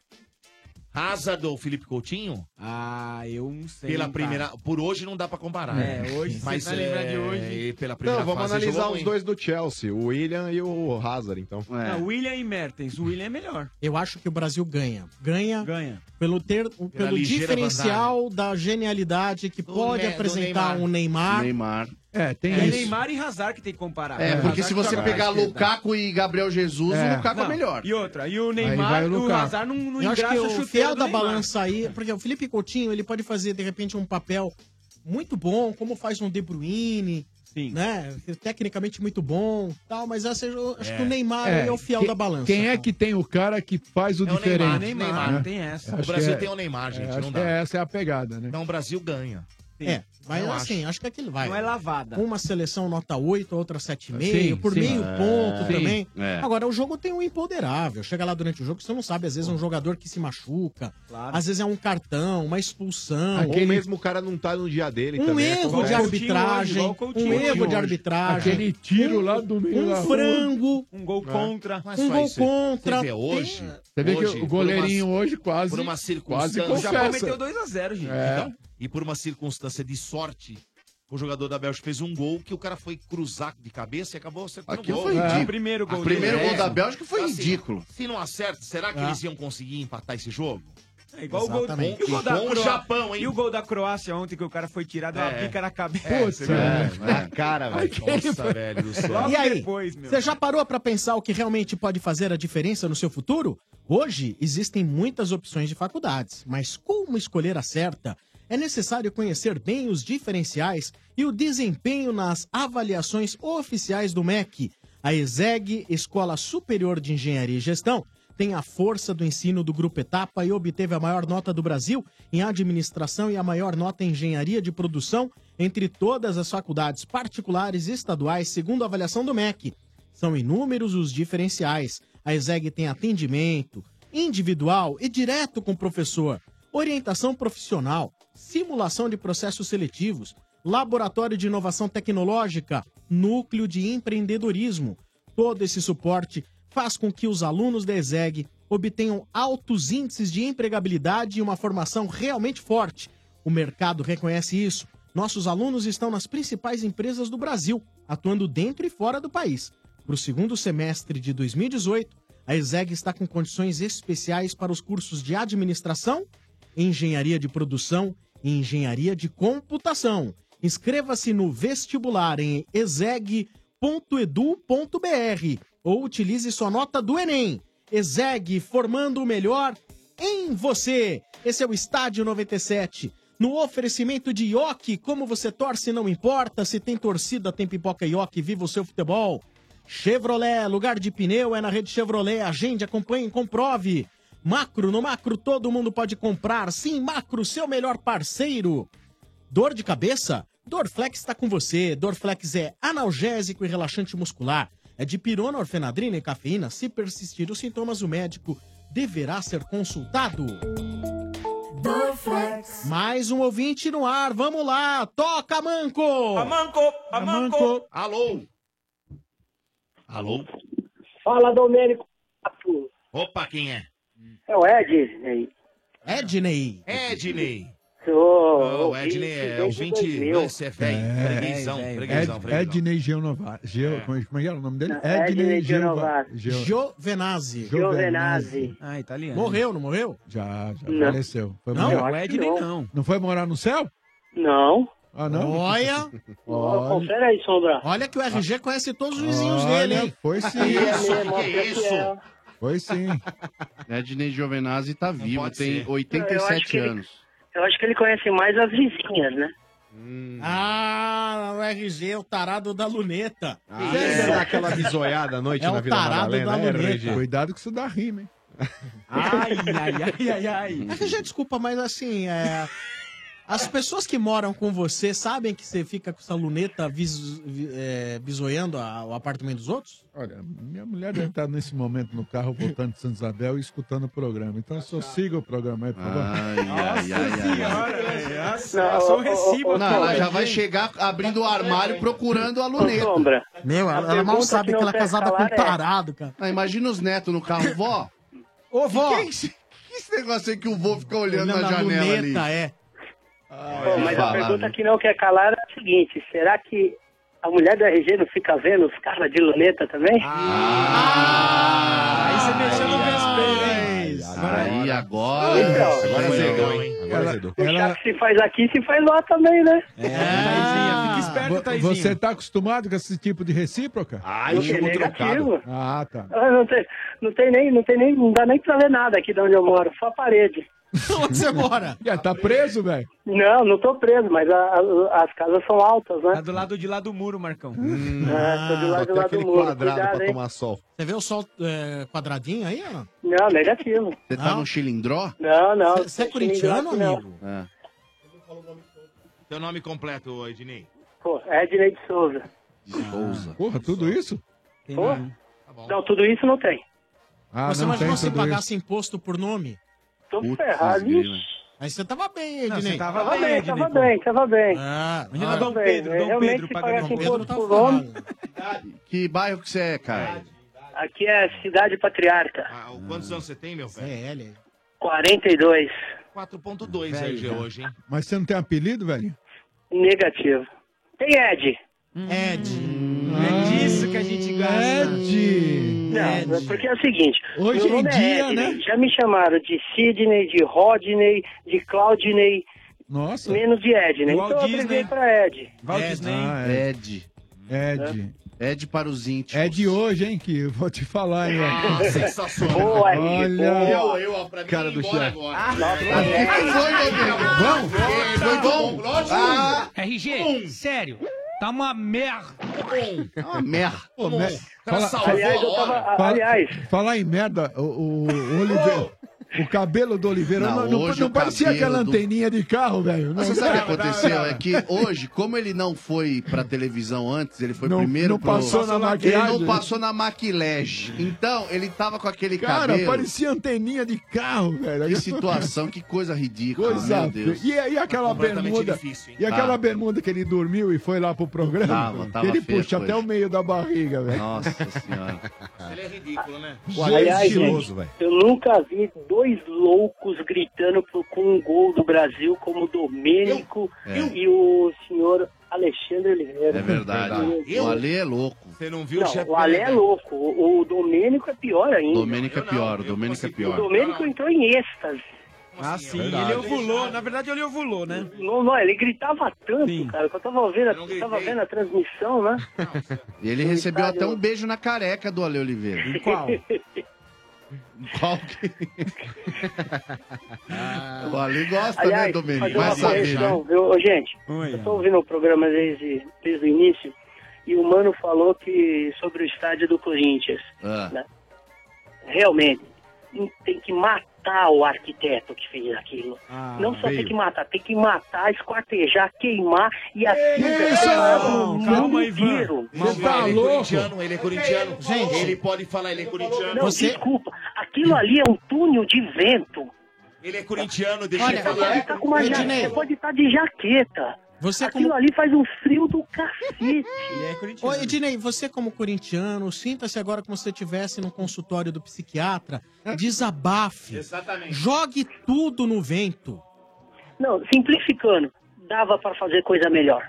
[SPEAKER 5] Hazard ou Felipe Coutinho?
[SPEAKER 10] Ah, eu não sei.
[SPEAKER 5] Pela
[SPEAKER 10] hein,
[SPEAKER 5] primeira,
[SPEAKER 10] cara.
[SPEAKER 5] por hoje não dá pra comparar.
[SPEAKER 10] É, hoje, se
[SPEAKER 5] mas
[SPEAKER 10] você lembrar de
[SPEAKER 5] é,
[SPEAKER 10] hoje-
[SPEAKER 5] Pela primeira
[SPEAKER 2] Não, vamos
[SPEAKER 5] fase,
[SPEAKER 2] analisar
[SPEAKER 4] um
[SPEAKER 5] jogou
[SPEAKER 2] os
[SPEAKER 5] bem.
[SPEAKER 2] dois do Chelsea, o William e o Hazard, então.
[SPEAKER 1] É.
[SPEAKER 4] É.
[SPEAKER 1] Ah,
[SPEAKER 10] Não, William e Mertens. O William é melhor.
[SPEAKER 1] Eu acho que o Brasil ganha. Ganha,
[SPEAKER 10] ganha.
[SPEAKER 1] pelo, ter, pelo
[SPEAKER 10] ligeira
[SPEAKER 1] diferencial da genialidade que pode
[SPEAKER 10] Ne- do
[SPEAKER 1] apresentar
[SPEAKER 10] Neymar.
[SPEAKER 1] um Neymar.
[SPEAKER 9] Neymar.
[SPEAKER 4] É, tem
[SPEAKER 10] é Neymar e Hazard que tem que comparar.
[SPEAKER 9] É, porque
[SPEAKER 10] Hazard
[SPEAKER 9] se você
[SPEAKER 10] joga
[SPEAKER 9] pegar
[SPEAKER 10] mais,
[SPEAKER 9] Lukaku e Gabriel Jesus,
[SPEAKER 10] É.
[SPEAKER 9] o Lukaku é
[SPEAKER 10] Não,
[SPEAKER 9] melhor.
[SPEAKER 10] E outra, e o
[SPEAKER 9] vai
[SPEAKER 10] Neymar,
[SPEAKER 9] o
[SPEAKER 10] o,
[SPEAKER 9] Lukaku.
[SPEAKER 10] Hazard não, não
[SPEAKER 1] eu acho
[SPEAKER 10] engraça
[SPEAKER 1] que
[SPEAKER 10] o
[SPEAKER 1] o
[SPEAKER 10] chuteiro
[SPEAKER 1] fiel
[SPEAKER 10] do
[SPEAKER 1] da
[SPEAKER 10] Neymar.
[SPEAKER 1] balança aí, porque o Felipe Coutinho, ele pode fazer, de repente, um papel muito bom, como faz um De Bruyne, né? Tecnicamente muito bom, tal, mas essa, eu acho
[SPEAKER 4] É.
[SPEAKER 1] que o Neymar
[SPEAKER 4] É,
[SPEAKER 1] ele é o fiel
[SPEAKER 4] que-
[SPEAKER 1] da balança.
[SPEAKER 4] Quem é que tem o cara que faz o
[SPEAKER 1] É o
[SPEAKER 4] diferente?
[SPEAKER 1] Neymar, Neymar,
[SPEAKER 4] né?
[SPEAKER 1] tem essa.
[SPEAKER 4] Eu
[SPEAKER 1] O
[SPEAKER 4] acho
[SPEAKER 1] Brasil
[SPEAKER 4] que
[SPEAKER 1] tem o Neymar, gente,
[SPEAKER 4] é, acho
[SPEAKER 1] não
[SPEAKER 4] que
[SPEAKER 1] dá.
[SPEAKER 4] Essa é a pegada, né?
[SPEAKER 5] Então o Brasil ganha.
[SPEAKER 1] É, mas
[SPEAKER 5] Eu
[SPEAKER 1] assim, acho. que aquele vai.
[SPEAKER 5] Não é lavada.
[SPEAKER 1] Uma seleção nota 8, a outra 7,5,
[SPEAKER 5] Sim,
[SPEAKER 1] por
[SPEAKER 5] sim.
[SPEAKER 1] meio
[SPEAKER 5] É,
[SPEAKER 1] ponto
[SPEAKER 5] sim.
[SPEAKER 1] também.
[SPEAKER 5] É.
[SPEAKER 1] Agora, o jogo tem um empoderável. Chega lá durante o jogo, você não sabe. Às vezes é um jogador que se machuca,
[SPEAKER 2] Claro.
[SPEAKER 1] às vezes é um cartão, uma expulsão.
[SPEAKER 2] Ou mesmo o cara não tá no dia dele
[SPEAKER 1] Um
[SPEAKER 2] também. é
[SPEAKER 1] erro
[SPEAKER 2] acontece.
[SPEAKER 1] de arbitragem, Igual o Coutinho um hoje, erro igual o de Coutinho hoje. arbitragem.
[SPEAKER 4] Aquele tiro lá do meio
[SPEAKER 1] um
[SPEAKER 4] da rua. É.
[SPEAKER 1] frango.
[SPEAKER 10] Um gol
[SPEAKER 5] contra.
[SPEAKER 1] Um gol contra.
[SPEAKER 5] Você vê hoje?
[SPEAKER 1] Tem-
[SPEAKER 4] Você vê
[SPEAKER 5] Hoje,
[SPEAKER 4] que o goleirinho
[SPEAKER 5] por uma-
[SPEAKER 4] hoje quase.
[SPEAKER 5] Por uma
[SPEAKER 4] quase
[SPEAKER 5] circunstância.
[SPEAKER 4] confessa.
[SPEAKER 10] 2x0, gente.
[SPEAKER 4] É.
[SPEAKER 5] Então, e por uma circunstância de sorte, o jogador da Bélgica fez um gol que o cara foi cruzar de cabeça e acabou acertando o
[SPEAKER 9] Aquilo
[SPEAKER 5] gol.
[SPEAKER 9] foi ridículo.
[SPEAKER 5] O É. primeiro gol,
[SPEAKER 9] é O primeiro
[SPEAKER 5] dele.
[SPEAKER 9] gol da Bélgica Tá foi
[SPEAKER 5] Assim,
[SPEAKER 9] ridículo.
[SPEAKER 5] Se não acerta, será que
[SPEAKER 9] É.
[SPEAKER 5] eles iam conseguir empatar esse jogo?
[SPEAKER 10] É igual o gol,
[SPEAKER 5] Exatamente.
[SPEAKER 10] e o gol da
[SPEAKER 5] Com o
[SPEAKER 10] Croá-
[SPEAKER 5] Japão, hein?
[SPEAKER 10] E o gol da Croácia ontem que o cara foi tirado, uma
[SPEAKER 5] É.
[SPEAKER 10] pica na cabeça.
[SPEAKER 5] É, Putz, você viu, né? é, na cara, velho.
[SPEAKER 10] Aquele
[SPEAKER 5] Nossa,
[SPEAKER 10] foi-
[SPEAKER 5] velho do céu.
[SPEAKER 10] Logo
[SPEAKER 1] E aí,
[SPEAKER 10] depois, meu.
[SPEAKER 1] você já parou pra pensar o que realmente pode fazer a diferença no seu futuro? Hoje existem muitas opções de faculdades, mas como escolher a certa? É necessário conhecer bem os diferenciais e o desempenho nas avaliações oficiais do MEC. A ESEG, Escola Superior de Engenharia e Gestão, tem a força do ensino do Grupo Etapa e obteve a maior nota do Brasil em administração e a maior nota em engenharia de produção entre todas as faculdades particulares e estaduais, segundo a avaliação do MEC. São inúmeros os diferenciais. A ESEG tem atendimento individual e direto com o professor, orientação profissional, simulação de processos seletivos, laboratório de inovação tecnológica, núcleo de empreendedorismo. Todo esse suporte faz com que os alunos da ESEG obtenham altos índices de empregabilidade e uma formação realmente forte. O mercado reconhece isso. Nossos alunos estão nas principais empresas do Brasil, atuando dentro e fora do país. Para o segundo semestre de 2018, a ESEG está com condições especiais para os cursos de administração, engenharia de produção e engenharia de computação. Inscreva-se no vestibular em exeg.edu.br ou utilize sua nota do Enem. ESEG, formando o melhor em você. Esse é o Estádio 97. No oferecimento de Ioki, como você torce, não importa. Se tem torcida, tem pipoca Ioki, viva o seu futebol. Chevrolet, lugar de pneu é na rede Chevrolet. Agende, acompanhe, comprove. Macro, no macro todo mundo pode comprar. Sim, macro, seu melhor parceiro. Dor de cabeça? Dorflex está com você. Dorflex é analgésico e relaxante muscular. É de pirona, orfenadrina e cafeína. Se persistir os sintomas, o médico deverá ser consultado. Dorflex. Mais um ouvinte no ar. Vamos lá. Toca, Manco.
[SPEAKER 10] Amanco,
[SPEAKER 1] Amanco.
[SPEAKER 5] Alô. Alô?
[SPEAKER 8] Fala, Domênico.
[SPEAKER 5] Opa, quem é?
[SPEAKER 8] É o Ed. né?
[SPEAKER 1] Edney.
[SPEAKER 5] Edney.
[SPEAKER 23] Sou
[SPEAKER 5] o Edney é o 20. Esse é velho. Freguesão, freguesão,
[SPEAKER 4] é, Ed,
[SPEAKER 5] freguesão.
[SPEAKER 4] Edney Geonovar. Geo, como é- Como é que era o nome dele?
[SPEAKER 23] Não, Edney Geonovar.
[SPEAKER 4] Geo-
[SPEAKER 1] Giovenazzi.
[SPEAKER 23] Giovenazzi.
[SPEAKER 10] Ah, italiano.
[SPEAKER 1] Morreu, não morreu?
[SPEAKER 4] Já, já
[SPEAKER 1] Não.
[SPEAKER 4] faleceu. Foi
[SPEAKER 1] Não,
[SPEAKER 4] morar-
[SPEAKER 1] o Edney não.
[SPEAKER 4] Não foi morar no céu?
[SPEAKER 23] Não.
[SPEAKER 4] Ah, não?
[SPEAKER 1] Olha.
[SPEAKER 4] Olha. Ah.
[SPEAKER 23] Confere aí, Sombra.
[SPEAKER 1] Olha que o RG conhece todos os vizinhos
[SPEAKER 4] Olha,
[SPEAKER 1] dele, hein? é
[SPEAKER 4] Foi sim. Foi sim.
[SPEAKER 9] Edney Giovenazzi É, tá vivo, tem
[SPEAKER 23] Eu acho que
[SPEAKER 9] 87
[SPEAKER 23] ele-
[SPEAKER 9] anos.
[SPEAKER 23] Eu acho que ele conhece mais as vizinhas, né?
[SPEAKER 1] Ah, o RG é o tarado da luneta.
[SPEAKER 29] Ah, é. Dá aquela bisoiada à noite
[SPEAKER 1] É
[SPEAKER 4] um
[SPEAKER 29] na
[SPEAKER 1] o
[SPEAKER 29] Vila
[SPEAKER 1] tarado
[SPEAKER 29] Madalena,
[SPEAKER 1] da
[SPEAKER 29] né,
[SPEAKER 1] luneta.
[SPEAKER 29] RG?
[SPEAKER 4] Cuidado que isso dá rima, hein?
[SPEAKER 1] Ai,
[SPEAKER 10] ai, ai, ai, ai.
[SPEAKER 23] Uhum.
[SPEAKER 1] RG, desculpa, mas assim, é, as pessoas que moram com você sabem que você fica com essa luneta vis, vi- é, bisoiando a- o apartamento dos outros?
[SPEAKER 4] Olha, minha mulher deve estar nesse momento no carro voltando de Santa Isabel e escutando o programa. Então eu só siga o programa aí, por favor.
[SPEAKER 9] Ai, ai, ai, ai. É um
[SPEAKER 4] Não, só o recibo,
[SPEAKER 9] Não,
[SPEAKER 4] cara.
[SPEAKER 9] ela já vai chegar abrindo o armário procurando a luneta.
[SPEAKER 23] Ô, Sombra,
[SPEAKER 1] Meu,
[SPEAKER 23] ela- ela mal sabe que ela é casada com um tarado,
[SPEAKER 1] cara.
[SPEAKER 9] Ah, imagina os netos no carro, vó.
[SPEAKER 1] Ô, vó.
[SPEAKER 9] Que, é esse- que esse negócio aí que o vô fica olhando
[SPEAKER 23] Olhando
[SPEAKER 9] na
[SPEAKER 23] a
[SPEAKER 9] janela ali?
[SPEAKER 23] luneta,
[SPEAKER 1] é.
[SPEAKER 23] Bom, mas a
[SPEAKER 9] falar,
[SPEAKER 23] pergunta
[SPEAKER 9] né?
[SPEAKER 23] que não quer calar é a seguinte: será que a mulher do RG não fica vendo os caras de luneta também?
[SPEAKER 10] Aí você mexeu no vespeiro, hein?
[SPEAKER 1] Ah,
[SPEAKER 9] Aí agora.
[SPEAKER 23] Então,
[SPEAKER 9] agora
[SPEAKER 23] zedou,
[SPEAKER 9] hein?
[SPEAKER 4] Ela-
[SPEAKER 23] Já que se faz aqui, se faz lá também, né?
[SPEAKER 4] Ah, Vo- Você tá acostumado com esse tipo de recíproca? Ah,
[SPEAKER 23] eu chego trocado.
[SPEAKER 4] Ah, tá.
[SPEAKER 23] Ah, Não tem, não tem nem, não tem nem, não dá nem pra ver nada aqui de onde eu moro, só a parede.
[SPEAKER 1] Onde você mora?
[SPEAKER 4] Já tá preso, velho?
[SPEAKER 23] Não, não tô preso, mas a- a- as casas são altas, né?
[SPEAKER 10] Tá do lado de lá do muro, Marcão.
[SPEAKER 23] É, tô de lá de lá do muro. Cuidado, hein?
[SPEAKER 29] sol.
[SPEAKER 1] Você vê o sol é, quadradinho aí, Alan?
[SPEAKER 23] Não, negativo.
[SPEAKER 9] Você tá no Chilindró?
[SPEAKER 23] Não, não.
[SPEAKER 1] Você é corintiano,
[SPEAKER 23] não.
[SPEAKER 1] amigo?
[SPEAKER 9] É.
[SPEAKER 5] Teu nome completo, Edney.
[SPEAKER 23] Pô, é Ednei de Souza.
[SPEAKER 9] Souza.
[SPEAKER 4] Ah, Porra, tudo isso?
[SPEAKER 23] Pô? Não, tudo isso não tem.
[SPEAKER 4] Ah,
[SPEAKER 1] você
[SPEAKER 4] não tem
[SPEAKER 1] imaginou se
[SPEAKER 4] tudo
[SPEAKER 1] pagasse imposto por nome?
[SPEAKER 23] Tô ferrado. grila.
[SPEAKER 1] Aí você tava bem, Ednei.
[SPEAKER 23] você tava Tava bem, bem, Ednei, tava pô. bem, tava bem.
[SPEAKER 1] Ah,
[SPEAKER 23] Imagina
[SPEAKER 1] ah,
[SPEAKER 23] Dom
[SPEAKER 1] tava
[SPEAKER 23] Pedro,
[SPEAKER 1] bem.
[SPEAKER 23] Dom Realmente, Pedro se um pagando pagasse imposto
[SPEAKER 1] Dom
[SPEAKER 23] por
[SPEAKER 1] ferrado.
[SPEAKER 23] nome,
[SPEAKER 9] Que bairro que você é, cara?
[SPEAKER 23] Aqui é Cidade Patriarca.
[SPEAKER 5] Ah, Quantos anos você tem, meu velho?
[SPEAKER 1] É, ele.
[SPEAKER 23] 42.
[SPEAKER 5] 4.2 RG é hoje, hein?
[SPEAKER 4] Mas você não tem apelido, velho?
[SPEAKER 23] Negativo. é? Tem Ed.
[SPEAKER 1] Ed.
[SPEAKER 4] É disso que a gente gosta. Ed!
[SPEAKER 23] Não, porque é o seguinte.
[SPEAKER 4] Hoje
[SPEAKER 23] meu
[SPEAKER 4] em
[SPEAKER 23] nome
[SPEAKER 4] dia,
[SPEAKER 23] é Ed,
[SPEAKER 4] né?
[SPEAKER 23] Já me chamaram de Sidney, de Rodney, de Claudinei,
[SPEAKER 4] Nossa.
[SPEAKER 23] menos de Ed, né?
[SPEAKER 9] Walt
[SPEAKER 23] Então eu
[SPEAKER 9] Disney.
[SPEAKER 23] aprendi pra Ed.
[SPEAKER 9] Ah, é. Ed.
[SPEAKER 4] Ed.
[SPEAKER 9] Ed para os íntimos.
[SPEAKER 4] É de hoje, hein, que eu vou te falar, hein?
[SPEAKER 9] Ah, sensacional.
[SPEAKER 23] Boa, Ed, tá.
[SPEAKER 4] Olha.
[SPEAKER 9] boa. Eu, eu, pra mim,
[SPEAKER 4] Cara do chefe.
[SPEAKER 23] Ah,
[SPEAKER 9] Tá Vamos? Foi bom? Ah,
[SPEAKER 14] RG, sério, tá uma merda.
[SPEAKER 9] uma merda.
[SPEAKER 4] Pô, mer-
[SPEAKER 14] Cara, salvou Né? Aliás, a eu tava- hora. a- aliás-
[SPEAKER 4] Falar em merda, o, o, o Oliveira. O cabelo do Oliveira
[SPEAKER 9] Não,
[SPEAKER 4] não, não-
[SPEAKER 9] hoje
[SPEAKER 4] não
[SPEAKER 9] o
[SPEAKER 4] parecia
[SPEAKER 9] cabelo
[SPEAKER 4] aquela
[SPEAKER 9] do-
[SPEAKER 4] anteninha de carro, velho.
[SPEAKER 9] Mas
[SPEAKER 4] Não,
[SPEAKER 9] você sabe o
[SPEAKER 4] não,
[SPEAKER 9] que aconteceu?
[SPEAKER 4] não.
[SPEAKER 9] É que hoje, como ele não foi pra televisão antes, ele foi
[SPEAKER 4] Não-
[SPEAKER 9] primeiro
[SPEAKER 4] não
[SPEAKER 9] pro-
[SPEAKER 4] passou na
[SPEAKER 9] Ele
[SPEAKER 4] maquiagem.
[SPEAKER 9] não passou na maquilage. Então, ele tava com aquele
[SPEAKER 4] Cara,
[SPEAKER 9] cabelo.
[SPEAKER 4] parecia anteninha de carro, velho.
[SPEAKER 9] Que situação, que coisa ridícula,
[SPEAKER 4] Coisa
[SPEAKER 9] meu Deus.
[SPEAKER 4] feia. E, aí aquela
[SPEAKER 9] Tá Completamente
[SPEAKER 4] bermuda.
[SPEAKER 9] difícil, hein?
[SPEAKER 4] e aquela
[SPEAKER 9] Tava.
[SPEAKER 4] bermuda que ele dormiu e foi lá pro programa.
[SPEAKER 9] Tava, tava
[SPEAKER 4] ele
[SPEAKER 9] feia
[SPEAKER 4] puxa
[SPEAKER 9] a
[SPEAKER 4] até
[SPEAKER 9] coisa.
[SPEAKER 4] o meio da barriga, velho.
[SPEAKER 9] Nossa senhora.
[SPEAKER 5] Ele é ridículo, né?
[SPEAKER 23] Aliás, gente, eu nunca vi dois loucos gritando pro- com um gol do Brasil como o Domênico
[SPEAKER 9] Eu-
[SPEAKER 23] e o senhor Alexandre Oliveira.
[SPEAKER 9] É verdade.
[SPEAKER 23] Eu-
[SPEAKER 9] O Alê é louco.
[SPEAKER 5] Você não
[SPEAKER 23] Não, o Ale é louco. O, o Domênico é pior ainda.
[SPEAKER 9] Domênico é pior, o Domênico é
[SPEAKER 23] O
[SPEAKER 9] pior.
[SPEAKER 23] Domênico entrou em êxtase.
[SPEAKER 10] Ah, sim,
[SPEAKER 23] Verdade.
[SPEAKER 14] é
[SPEAKER 10] ele ovulou. Na verdade, ele ovulou, né?
[SPEAKER 23] Não, não, ele gritava tanto, cara, que eu tava ouvindo, a- tava vendo a transmissão, né?
[SPEAKER 9] E ele recebeu
[SPEAKER 23] Itália,
[SPEAKER 9] até um
[SPEAKER 23] eu-
[SPEAKER 9] beijo na careca do Ale Oliveira.
[SPEAKER 23] Em qual?
[SPEAKER 9] qual que... o Ale gosta, né,
[SPEAKER 23] Aliás,
[SPEAKER 9] Domênico?
[SPEAKER 23] fazer uma
[SPEAKER 9] Vai saber,
[SPEAKER 23] correção,
[SPEAKER 9] né?
[SPEAKER 23] viu? Ô, gente,
[SPEAKER 9] Oi,
[SPEAKER 23] eu tô ouvindo o programa desde, desde o início e o Mano falou que sobre o estádio do Corinthians.
[SPEAKER 9] Ah.
[SPEAKER 23] né? Realmente, tem que matar o arquiteto que fez aquilo. Não só tem
[SPEAKER 14] Ah, veio.
[SPEAKER 23] que matar, tem que matar, esquartejar, queimar e assim...
[SPEAKER 5] isso,
[SPEAKER 23] Calma,
[SPEAKER 5] calma,
[SPEAKER 23] Ivan.
[SPEAKER 5] Mas
[SPEAKER 1] Tá
[SPEAKER 5] ele é corintiano, ele é corintiano. Gente, ele pode falar, ele é corintiano.
[SPEAKER 23] Não, desculpa, aquilo ali é um túnel de vento.
[SPEAKER 5] Ele é corintiano, deixa
[SPEAKER 23] Olha,
[SPEAKER 5] ele falar.
[SPEAKER 23] você, tá com uma ja- você pode estar de jaqueta.
[SPEAKER 1] Você
[SPEAKER 23] Aquilo
[SPEAKER 1] como-
[SPEAKER 23] ali faz um frio do cacete.
[SPEAKER 1] Ô, Ednei, você como corintiano, sinta-se agora como se você estivesse num consultório do psiquiatra.
[SPEAKER 23] É.
[SPEAKER 1] Desabafe.
[SPEAKER 5] Exatamente.
[SPEAKER 1] Jogue tudo no vento.
[SPEAKER 23] Não, simplificando, dava pra fazer coisa melhor.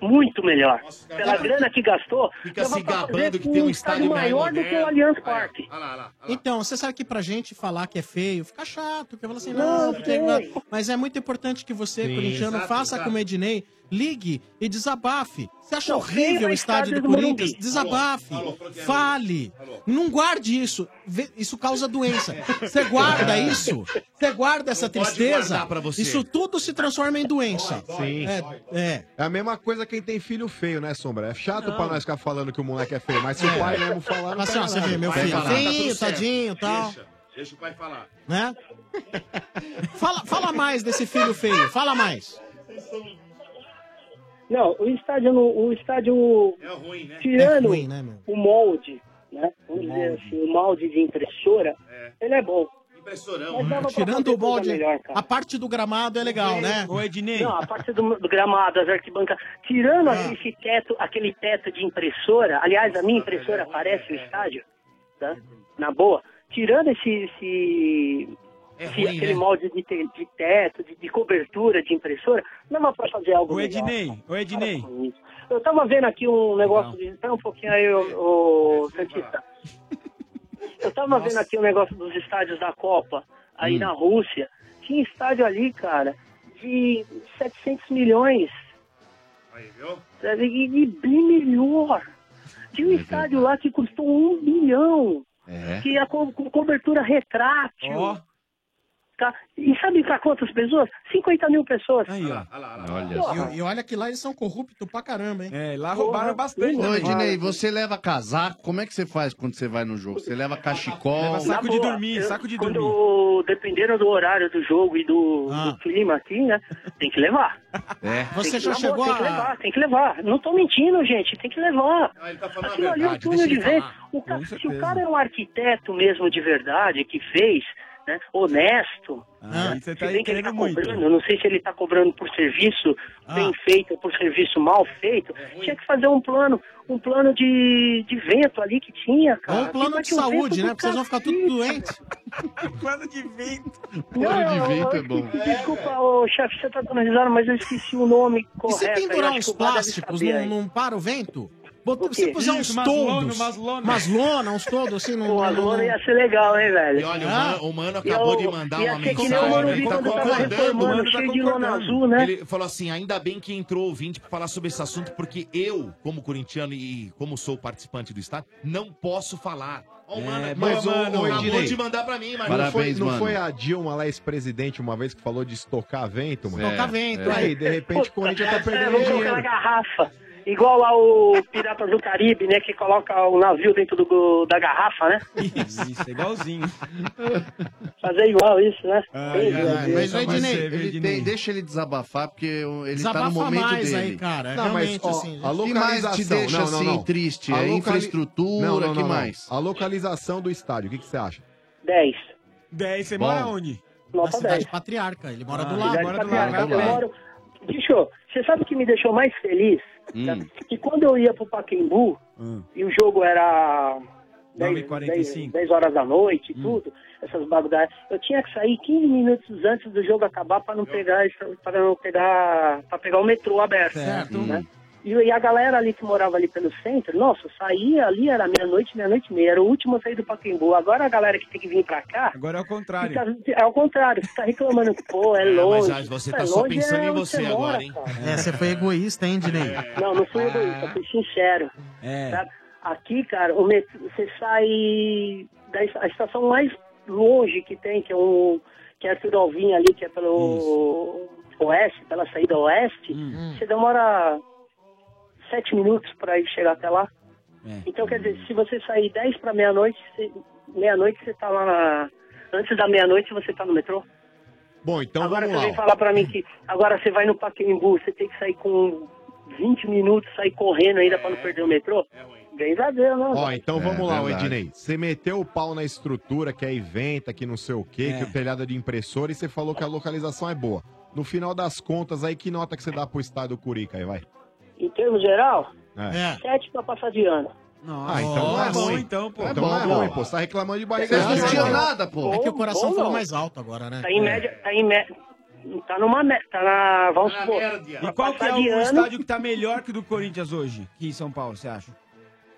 [SPEAKER 23] Muito melhor. Pela grana que gastou, dava pra fazer um estádio maior do que o Allianz Parque.
[SPEAKER 1] Então, você sabe que pra gente falar que é feio, fica chato, porque fala assim,
[SPEAKER 23] Não,
[SPEAKER 1] não, porque...
[SPEAKER 23] sei.
[SPEAKER 1] mas é muito importante que você,
[SPEAKER 23] Sim,
[SPEAKER 1] corintiano,
[SPEAKER 23] exato,
[SPEAKER 1] faça
[SPEAKER 23] exato.
[SPEAKER 1] como o Ednei, ligue e desabafe. Você acha
[SPEAKER 23] Não, feio
[SPEAKER 1] horrível
[SPEAKER 23] é
[SPEAKER 1] o
[SPEAKER 23] a estádio
[SPEAKER 1] estádio do
[SPEAKER 23] do Morumbi.
[SPEAKER 1] Corinthians? Desabafe,
[SPEAKER 23] Falou,
[SPEAKER 1] fale, não guarde isso, Vê- isso causa doença. Você guarda isso, você guarda essa
[SPEAKER 5] pode
[SPEAKER 1] tristeza,
[SPEAKER 5] guardar pra você.
[SPEAKER 1] isso tudo se transforma em doença.
[SPEAKER 2] Sim.
[SPEAKER 1] É, é.
[SPEAKER 2] a mesma coisa quem tem filho feio, né, Sombra? É chato
[SPEAKER 1] Não.
[SPEAKER 2] pra nós ficar falando que o moleque é feio, mas se o pai mesmo falar...
[SPEAKER 1] Mas,
[SPEAKER 2] pega
[SPEAKER 1] ó, você
[SPEAKER 2] nada.
[SPEAKER 1] vê, meu
[SPEAKER 2] Vai
[SPEAKER 1] filho,
[SPEAKER 2] falar, tá tudo
[SPEAKER 1] feinho,
[SPEAKER 2] certo.
[SPEAKER 1] tadinho e tal.
[SPEAKER 5] Deixa, deixa o pai falar.
[SPEAKER 1] né? fala, fala mais desse filho feio, fala mais.
[SPEAKER 23] Não, o estádio, no- o estádio tirando
[SPEAKER 1] É ruim, né, meu?
[SPEAKER 23] o molde, né? Vamos dizer assim, o molde de impressora, ele é bom.
[SPEAKER 5] Impressorão.
[SPEAKER 23] Mas dava pra
[SPEAKER 1] Tirando
[SPEAKER 23] fazer
[SPEAKER 1] o molde,
[SPEAKER 23] coisa melhor, cara.
[SPEAKER 1] a parte do gramado é legal, né?
[SPEAKER 23] Ô, Não, a parte do, do gramado, as arquibancadas. Tirando
[SPEAKER 1] Ah.
[SPEAKER 23] aquele, teto, aquele teto de impressora, aliás, a minha impressora
[SPEAKER 10] é
[SPEAKER 23] aparece no estádio,
[SPEAKER 10] Uhum.
[SPEAKER 23] tá? na boa. Tirando esse, esse, esse-
[SPEAKER 10] ruim,
[SPEAKER 23] aquele
[SPEAKER 10] né?
[SPEAKER 23] molde de, te- de teto, de, de cobertura de impressora, não dá pra fazer algo
[SPEAKER 10] Ô,
[SPEAKER 23] melhor.
[SPEAKER 10] Ednei, ô, Ednei.
[SPEAKER 23] Eu tava vendo aqui um negócio de. Espera um pouquinho aí, ô, ô Santista. Eu tava vendo aqui um negócio dos estádios da Copa, aí
[SPEAKER 19] Hum.
[SPEAKER 23] na Rússia. Tinha estádio ali, cara, de 700 milhões. né?
[SPEAKER 5] Aí, viu?
[SPEAKER 23] sabe? E, e bem melhor. Tinha um estádio lá que custou um bilhão.
[SPEAKER 9] É.
[SPEAKER 23] Que é com, com cobertura retrátil. Tá? E sabe pra quantas pessoas? 50 mil pessoas.
[SPEAKER 1] Aí, ó.
[SPEAKER 9] Olha só.
[SPEAKER 1] E, e olha que lá eles são corruptos pra caramba, hein?
[SPEAKER 10] É, lá
[SPEAKER 1] roubaram bastante
[SPEAKER 9] Ô,
[SPEAKER 1] também.
[SPEAKER 9] Ednei, você leva casaco? Como é que você faz quando você vai no jogo? Você leva cachecol?
[SPEAKER 23] Na boa, eu- quando, Dependendo do horário do jogo e do,
[SPEAKER 1] Ah.
[SPEAKER 23] do clima aqui, né? Tem que levar.
[SPEAKER 9] É.
[SPEAKER 23] tem
[SPEAKER 1] Você
[SPEAKER 23] que,
[SPEAKER 1] já
[SPEAKER 23] na boa, Tem
[SPEAKER 1] chegou
[SPEAKER 23] que
[SPEAKER 1] a... Ah,
[SPEAKER 23] levar, tem que levar. Não tô mentindo, gente. Tem que levar. Aquilo ali é um
[SPEAKER 1] tá verdade,
[SPEAKER 23] túnel de
[SPEAKER 1] deixa ele
[SPEAKER 23] vento.
[SPEAKER 1] falar.
[SPEAKER 23] O ca- Se
[SPEAKER 1] Com
[SPEAKER 23] o
[SPEAKER 1] certeza.
[SPEAKER 23] cara é um arquiteto mesmo de verdade, que fez, né? Honesto.
[SPEAKER 1] Ah,
[SPEAKER 23] né,
[SPEAKER 10] você
[SPEAKER 23] se
[SPEAKER 10] tá
[SPEAKER 23] bem que ele tá
[SPEAKER 10] querendo muito.
[SPEAKER 23] cobrando, eu não sei se ele tá cobrando por serviço
[SPEAKER 1] Ah.
[SPEAKER 23] bem feito ou por serviço mal feito.
[SPEAKER 1] É
[SPEAKER 23] Tinha que fazer um plano, um plano de, de vento ali que tinha, cara.
[SPEAKER 1] Ou um plano
[SPEAKER 23] Aquilo
[SPEAKER 1] de
[SPEAKER 23] tinha um vento
[SPEAKER 1] saúde,
[SPEAKER 23] do
[SPEAKER 1] né? Porque vocês vão ficar tudo doente.
[SPEAKER 10] Plano de vento. é
[SPEAKER 23] Não, eu- eu esqueci, Desculpa, ô, chefe, você tá dando risada, mas eu esqueci o nome
[SPEAKER 1] E
[SPEAKER 23] correto.
[SPEAKER 1] se
[SPEAKER 23] aí,
[SPEAKER 1] pendurar
[SPEAKER 23] acho
[SPEAKER 1] uns
[SPEAKER 23] que o Vá deve
[SPEAKER 1] plásticos,
[SPEAKER 23] saber
[SPEAKER 1] não,
[SPEAKER 23] aí.
[SPEAKER 1] não para o vento? Botou,
[SPEAKER 23] quê?
[SPEAKER 1] se puser uns
[SPEAKER 23] Isso, umas lona,
[SPEAKER 1] toldos,
[SPEAKER 23] umas lona.
[SPEAKER 1] umas lona, uns toldos, assim, não...
[SPEAKER 23] Pô, a
[SPEAKER 1] não-
[SPEAKER 23] Luana
[SPEAKER 1] não-
[SPEAKER 23] ia ser legal, hein, velho?
[SPEAKER 1] E olha, o Mano-
[SPEAKER 5] o Mano acabou de mandar uma mensagem, né? Ele tá concordando, o Mano tá concordando. Ele falou assim, ainda bem que entrou ouvinte pra falar sobre esse assunto, porque eu, como corintiano e como sou participante do estádio, não posso falar. Ó, o Mano,
[SPEAKER 2] É,
[SPEAKER 5] aqui,
[SPEAKER 2] mas,
[SPEAKER 5] ó,
[SPEAKER 2] ô,
[SPEAKER 5] mano,
[SPEAKER 2] ô,
[SPEAKER 5] acabou
[SPEAKER 2] Ednei.
[SPEAKER 5] de mandar pra mim, mas
[SPEAKER 2] não foi, não
[SPEAKER 5] mano.
[SPEAKER 2] foi a Dilma lá, ex-presidente, uma vez que falou de estocar vento, mano?
[SPEAKER 23] Estocar vento, é.
[SPEAKER 2] Aí, de repente, o Corinthians tá
[SPEAKER 23] É,
[SPEAKER 2] perdendo
[SPEAKER 23] vamos colocar na
[SPEAKER 2] dinheiro.
[SPEAKER 23] garrafa. Igual lá o Piratas do Caribe, né? Que coloca o navio dentro do- da garrafa, né?
[SPEAKER 10] Isso, é igualzinho.
[SPEAKER 23] Fazer igual isso, né? Beijo, meu Deus.
[SPEAKER 9] Mas, Ednei,
[SPEAKER 10] você,
[SPEAKER 9] ele
[SPEAKER 10] Ednei.
[SPEAKER 9] tem- deixa ele desabafar, porque eu- ele tá
[SPEAKER 2] Desabafa
[SPEAKER 9] no momento
[SPEAKER 2] mais
[SPEAKER 9] dele.
[SPEAKER 2] aí, cara, é Não, mas, realmente, ó, assim, a
[SPEAKER 9] que mais te
[SPEAKER 2] localização-
[SPEAKER 9] deixa
[SPEAKER 2] não, não,
[SPEAKER 9] assim
[SPEAKER 2] não.
[SPEAKER 9] triste?
[SPEAKER 2] A
[SPEAKER 9] é
[SPEAKER 2] locali-
[SPEAKER 9] infraestrutura,
[SPEAKER 2] Não, não, não,
[SPEAKER 9] que
[SPEAKER 2] não.
[SPEAKER 9] mais?
[SPEAKER 2] A localização do estádio, o que que você acha?
[SPEAKER 23] 10.
[SPEAKER 10] 10, você
[SPEAKER 2] Bom.
[SPEAKER 10] mora onde?
[SPEAKER 1] Na cidade patriarca, ele mora do
[SPEAKER 23] Ah,
[SPEAKER 1] lado.
[SPEAKER 23] cidade
[SPEAKER 1] Mora do
[SPEAKER 23] patriarca,
[SPEAKER 1] lado. É.
[SPEAKER 23] eu moro- Bicho, você sabe o que me deixou mais feliz? Que quando eu ia pro Pacaembu,
[SPEAKER 1] Ah.
[SPEAKER 23] e o jogo era 10, 10,
[SPEAKER 10] 9h45.
[SPEAKER 23] 10 horas da noite
[SPEAKER 1] Hum.
[SPEAKER 23] e tudo, essas bagulhas. Eu tinha que sair 15 minutos antes do jogo acabar pra não pegar para não pegar para pegar o metrô aberto,
[SPEAKER 1] Certo.
[SPEAKER 23] né? E, e a galera ali que morava ali pelo centro, nossa, eu saía ali, era meia-noite, meia-noite e meia, era o último a sair do Pacaembu. Agora a galera que tem que vir pra cá,
[SPEAKER 10] Agora é o contrário.
[SPEAKER 23] fica, é ao contrário, fica reclamando, pô, é longe.
[SPEAKER 10] mas você
[SPEAKER 23] Pô,
[SPEAKER 10] tá
[SPEAKER 23] é
[SPEAKER 10] só
[SPEAKER 23] longe,
[SPEAKER 10] pensando
[SPEAKER 23] é
[SPEAKER 10] em
[SPEAKER 23] onde
[SPEAKER 10] você
[SPEAKER 23] mora,
[SPEAKER 10] agora, hein?
[SPEAKER 23] cara.
[SPEAKER 1] É, você foi egoísta, hein, Dinei? É.
[SPEAKER 23] Não, não fui egoísta, fui sincero. sabe? Aqui, cara, o metrô, você sai da es- a estação mais longe que tem, que é um que é Arthur Alvim ali, que é pelo oeste, pela saída oeste,
[SPEAKER 10] Hum.
[SPEAKER 23] você demora sete minutos para ir chegar até lá. Então, quer dizer, se você sair 10 para meia-noite, você- meia-noite você tá lá na- Antes da meia-noite você tá no metrô.
[SPEAKER 2] Bom, então
[SPEAKER 23] Agora
[SPEAKER 2] vamos
[SPEAKER 23] você
[SPEAKER 2] lá.
[SPEAKER 23] vem
[SPEAKER 2] ó.
[SPEAKER 23] falar pra mim que agora você vai no Pacaembu, você tem que sair com 20 minutos, sair correndo ainda pra não perder o metrô?
[SPEAKER 10] É,
[SPEAKER 23] Graças a Deus, não.
[SPEAKER 2] Ó, então vamos lá, ô
[SPEAKER 9] verdade.
[SPEAKER 2] Ednei. Você meteu o pau na estrutura, que é inventa, que não sei o quê, que o telhado é de impressora, e você falou que a localização é boa. No final das contas, aí que nota que você dá pro estádio do Curica aí, vai?
[SPEAKER 23] Em termos geral,
[SPEAKER 2] É.
[SPEAKER 23] sete para passar de ano.
[SPEAKER 2] Ah, então não é ruim. Então não é ruim, pô. Você tá reclamando de barriga.
[SPEAKER 23] Vocês não
[SPEAKER 2] cheia.
[SPEAKER 23] tinham nada, pô.
[SPEAKER 1] É que o coração
[SPEAKER 23] Bom, bom,
[SPEAKER 1] falou
[SPEAKER 23] não.
[SPEAKER 1] mais alto agora, né?
[SPEAKER 23] Tá em média, tá em média. Tá numa média. Tá na. Vamos supor.
[SPEAKER 10] E qual que é o estádio que tá melhor que o do Corinthians hoje, que em São Paulo, você acha?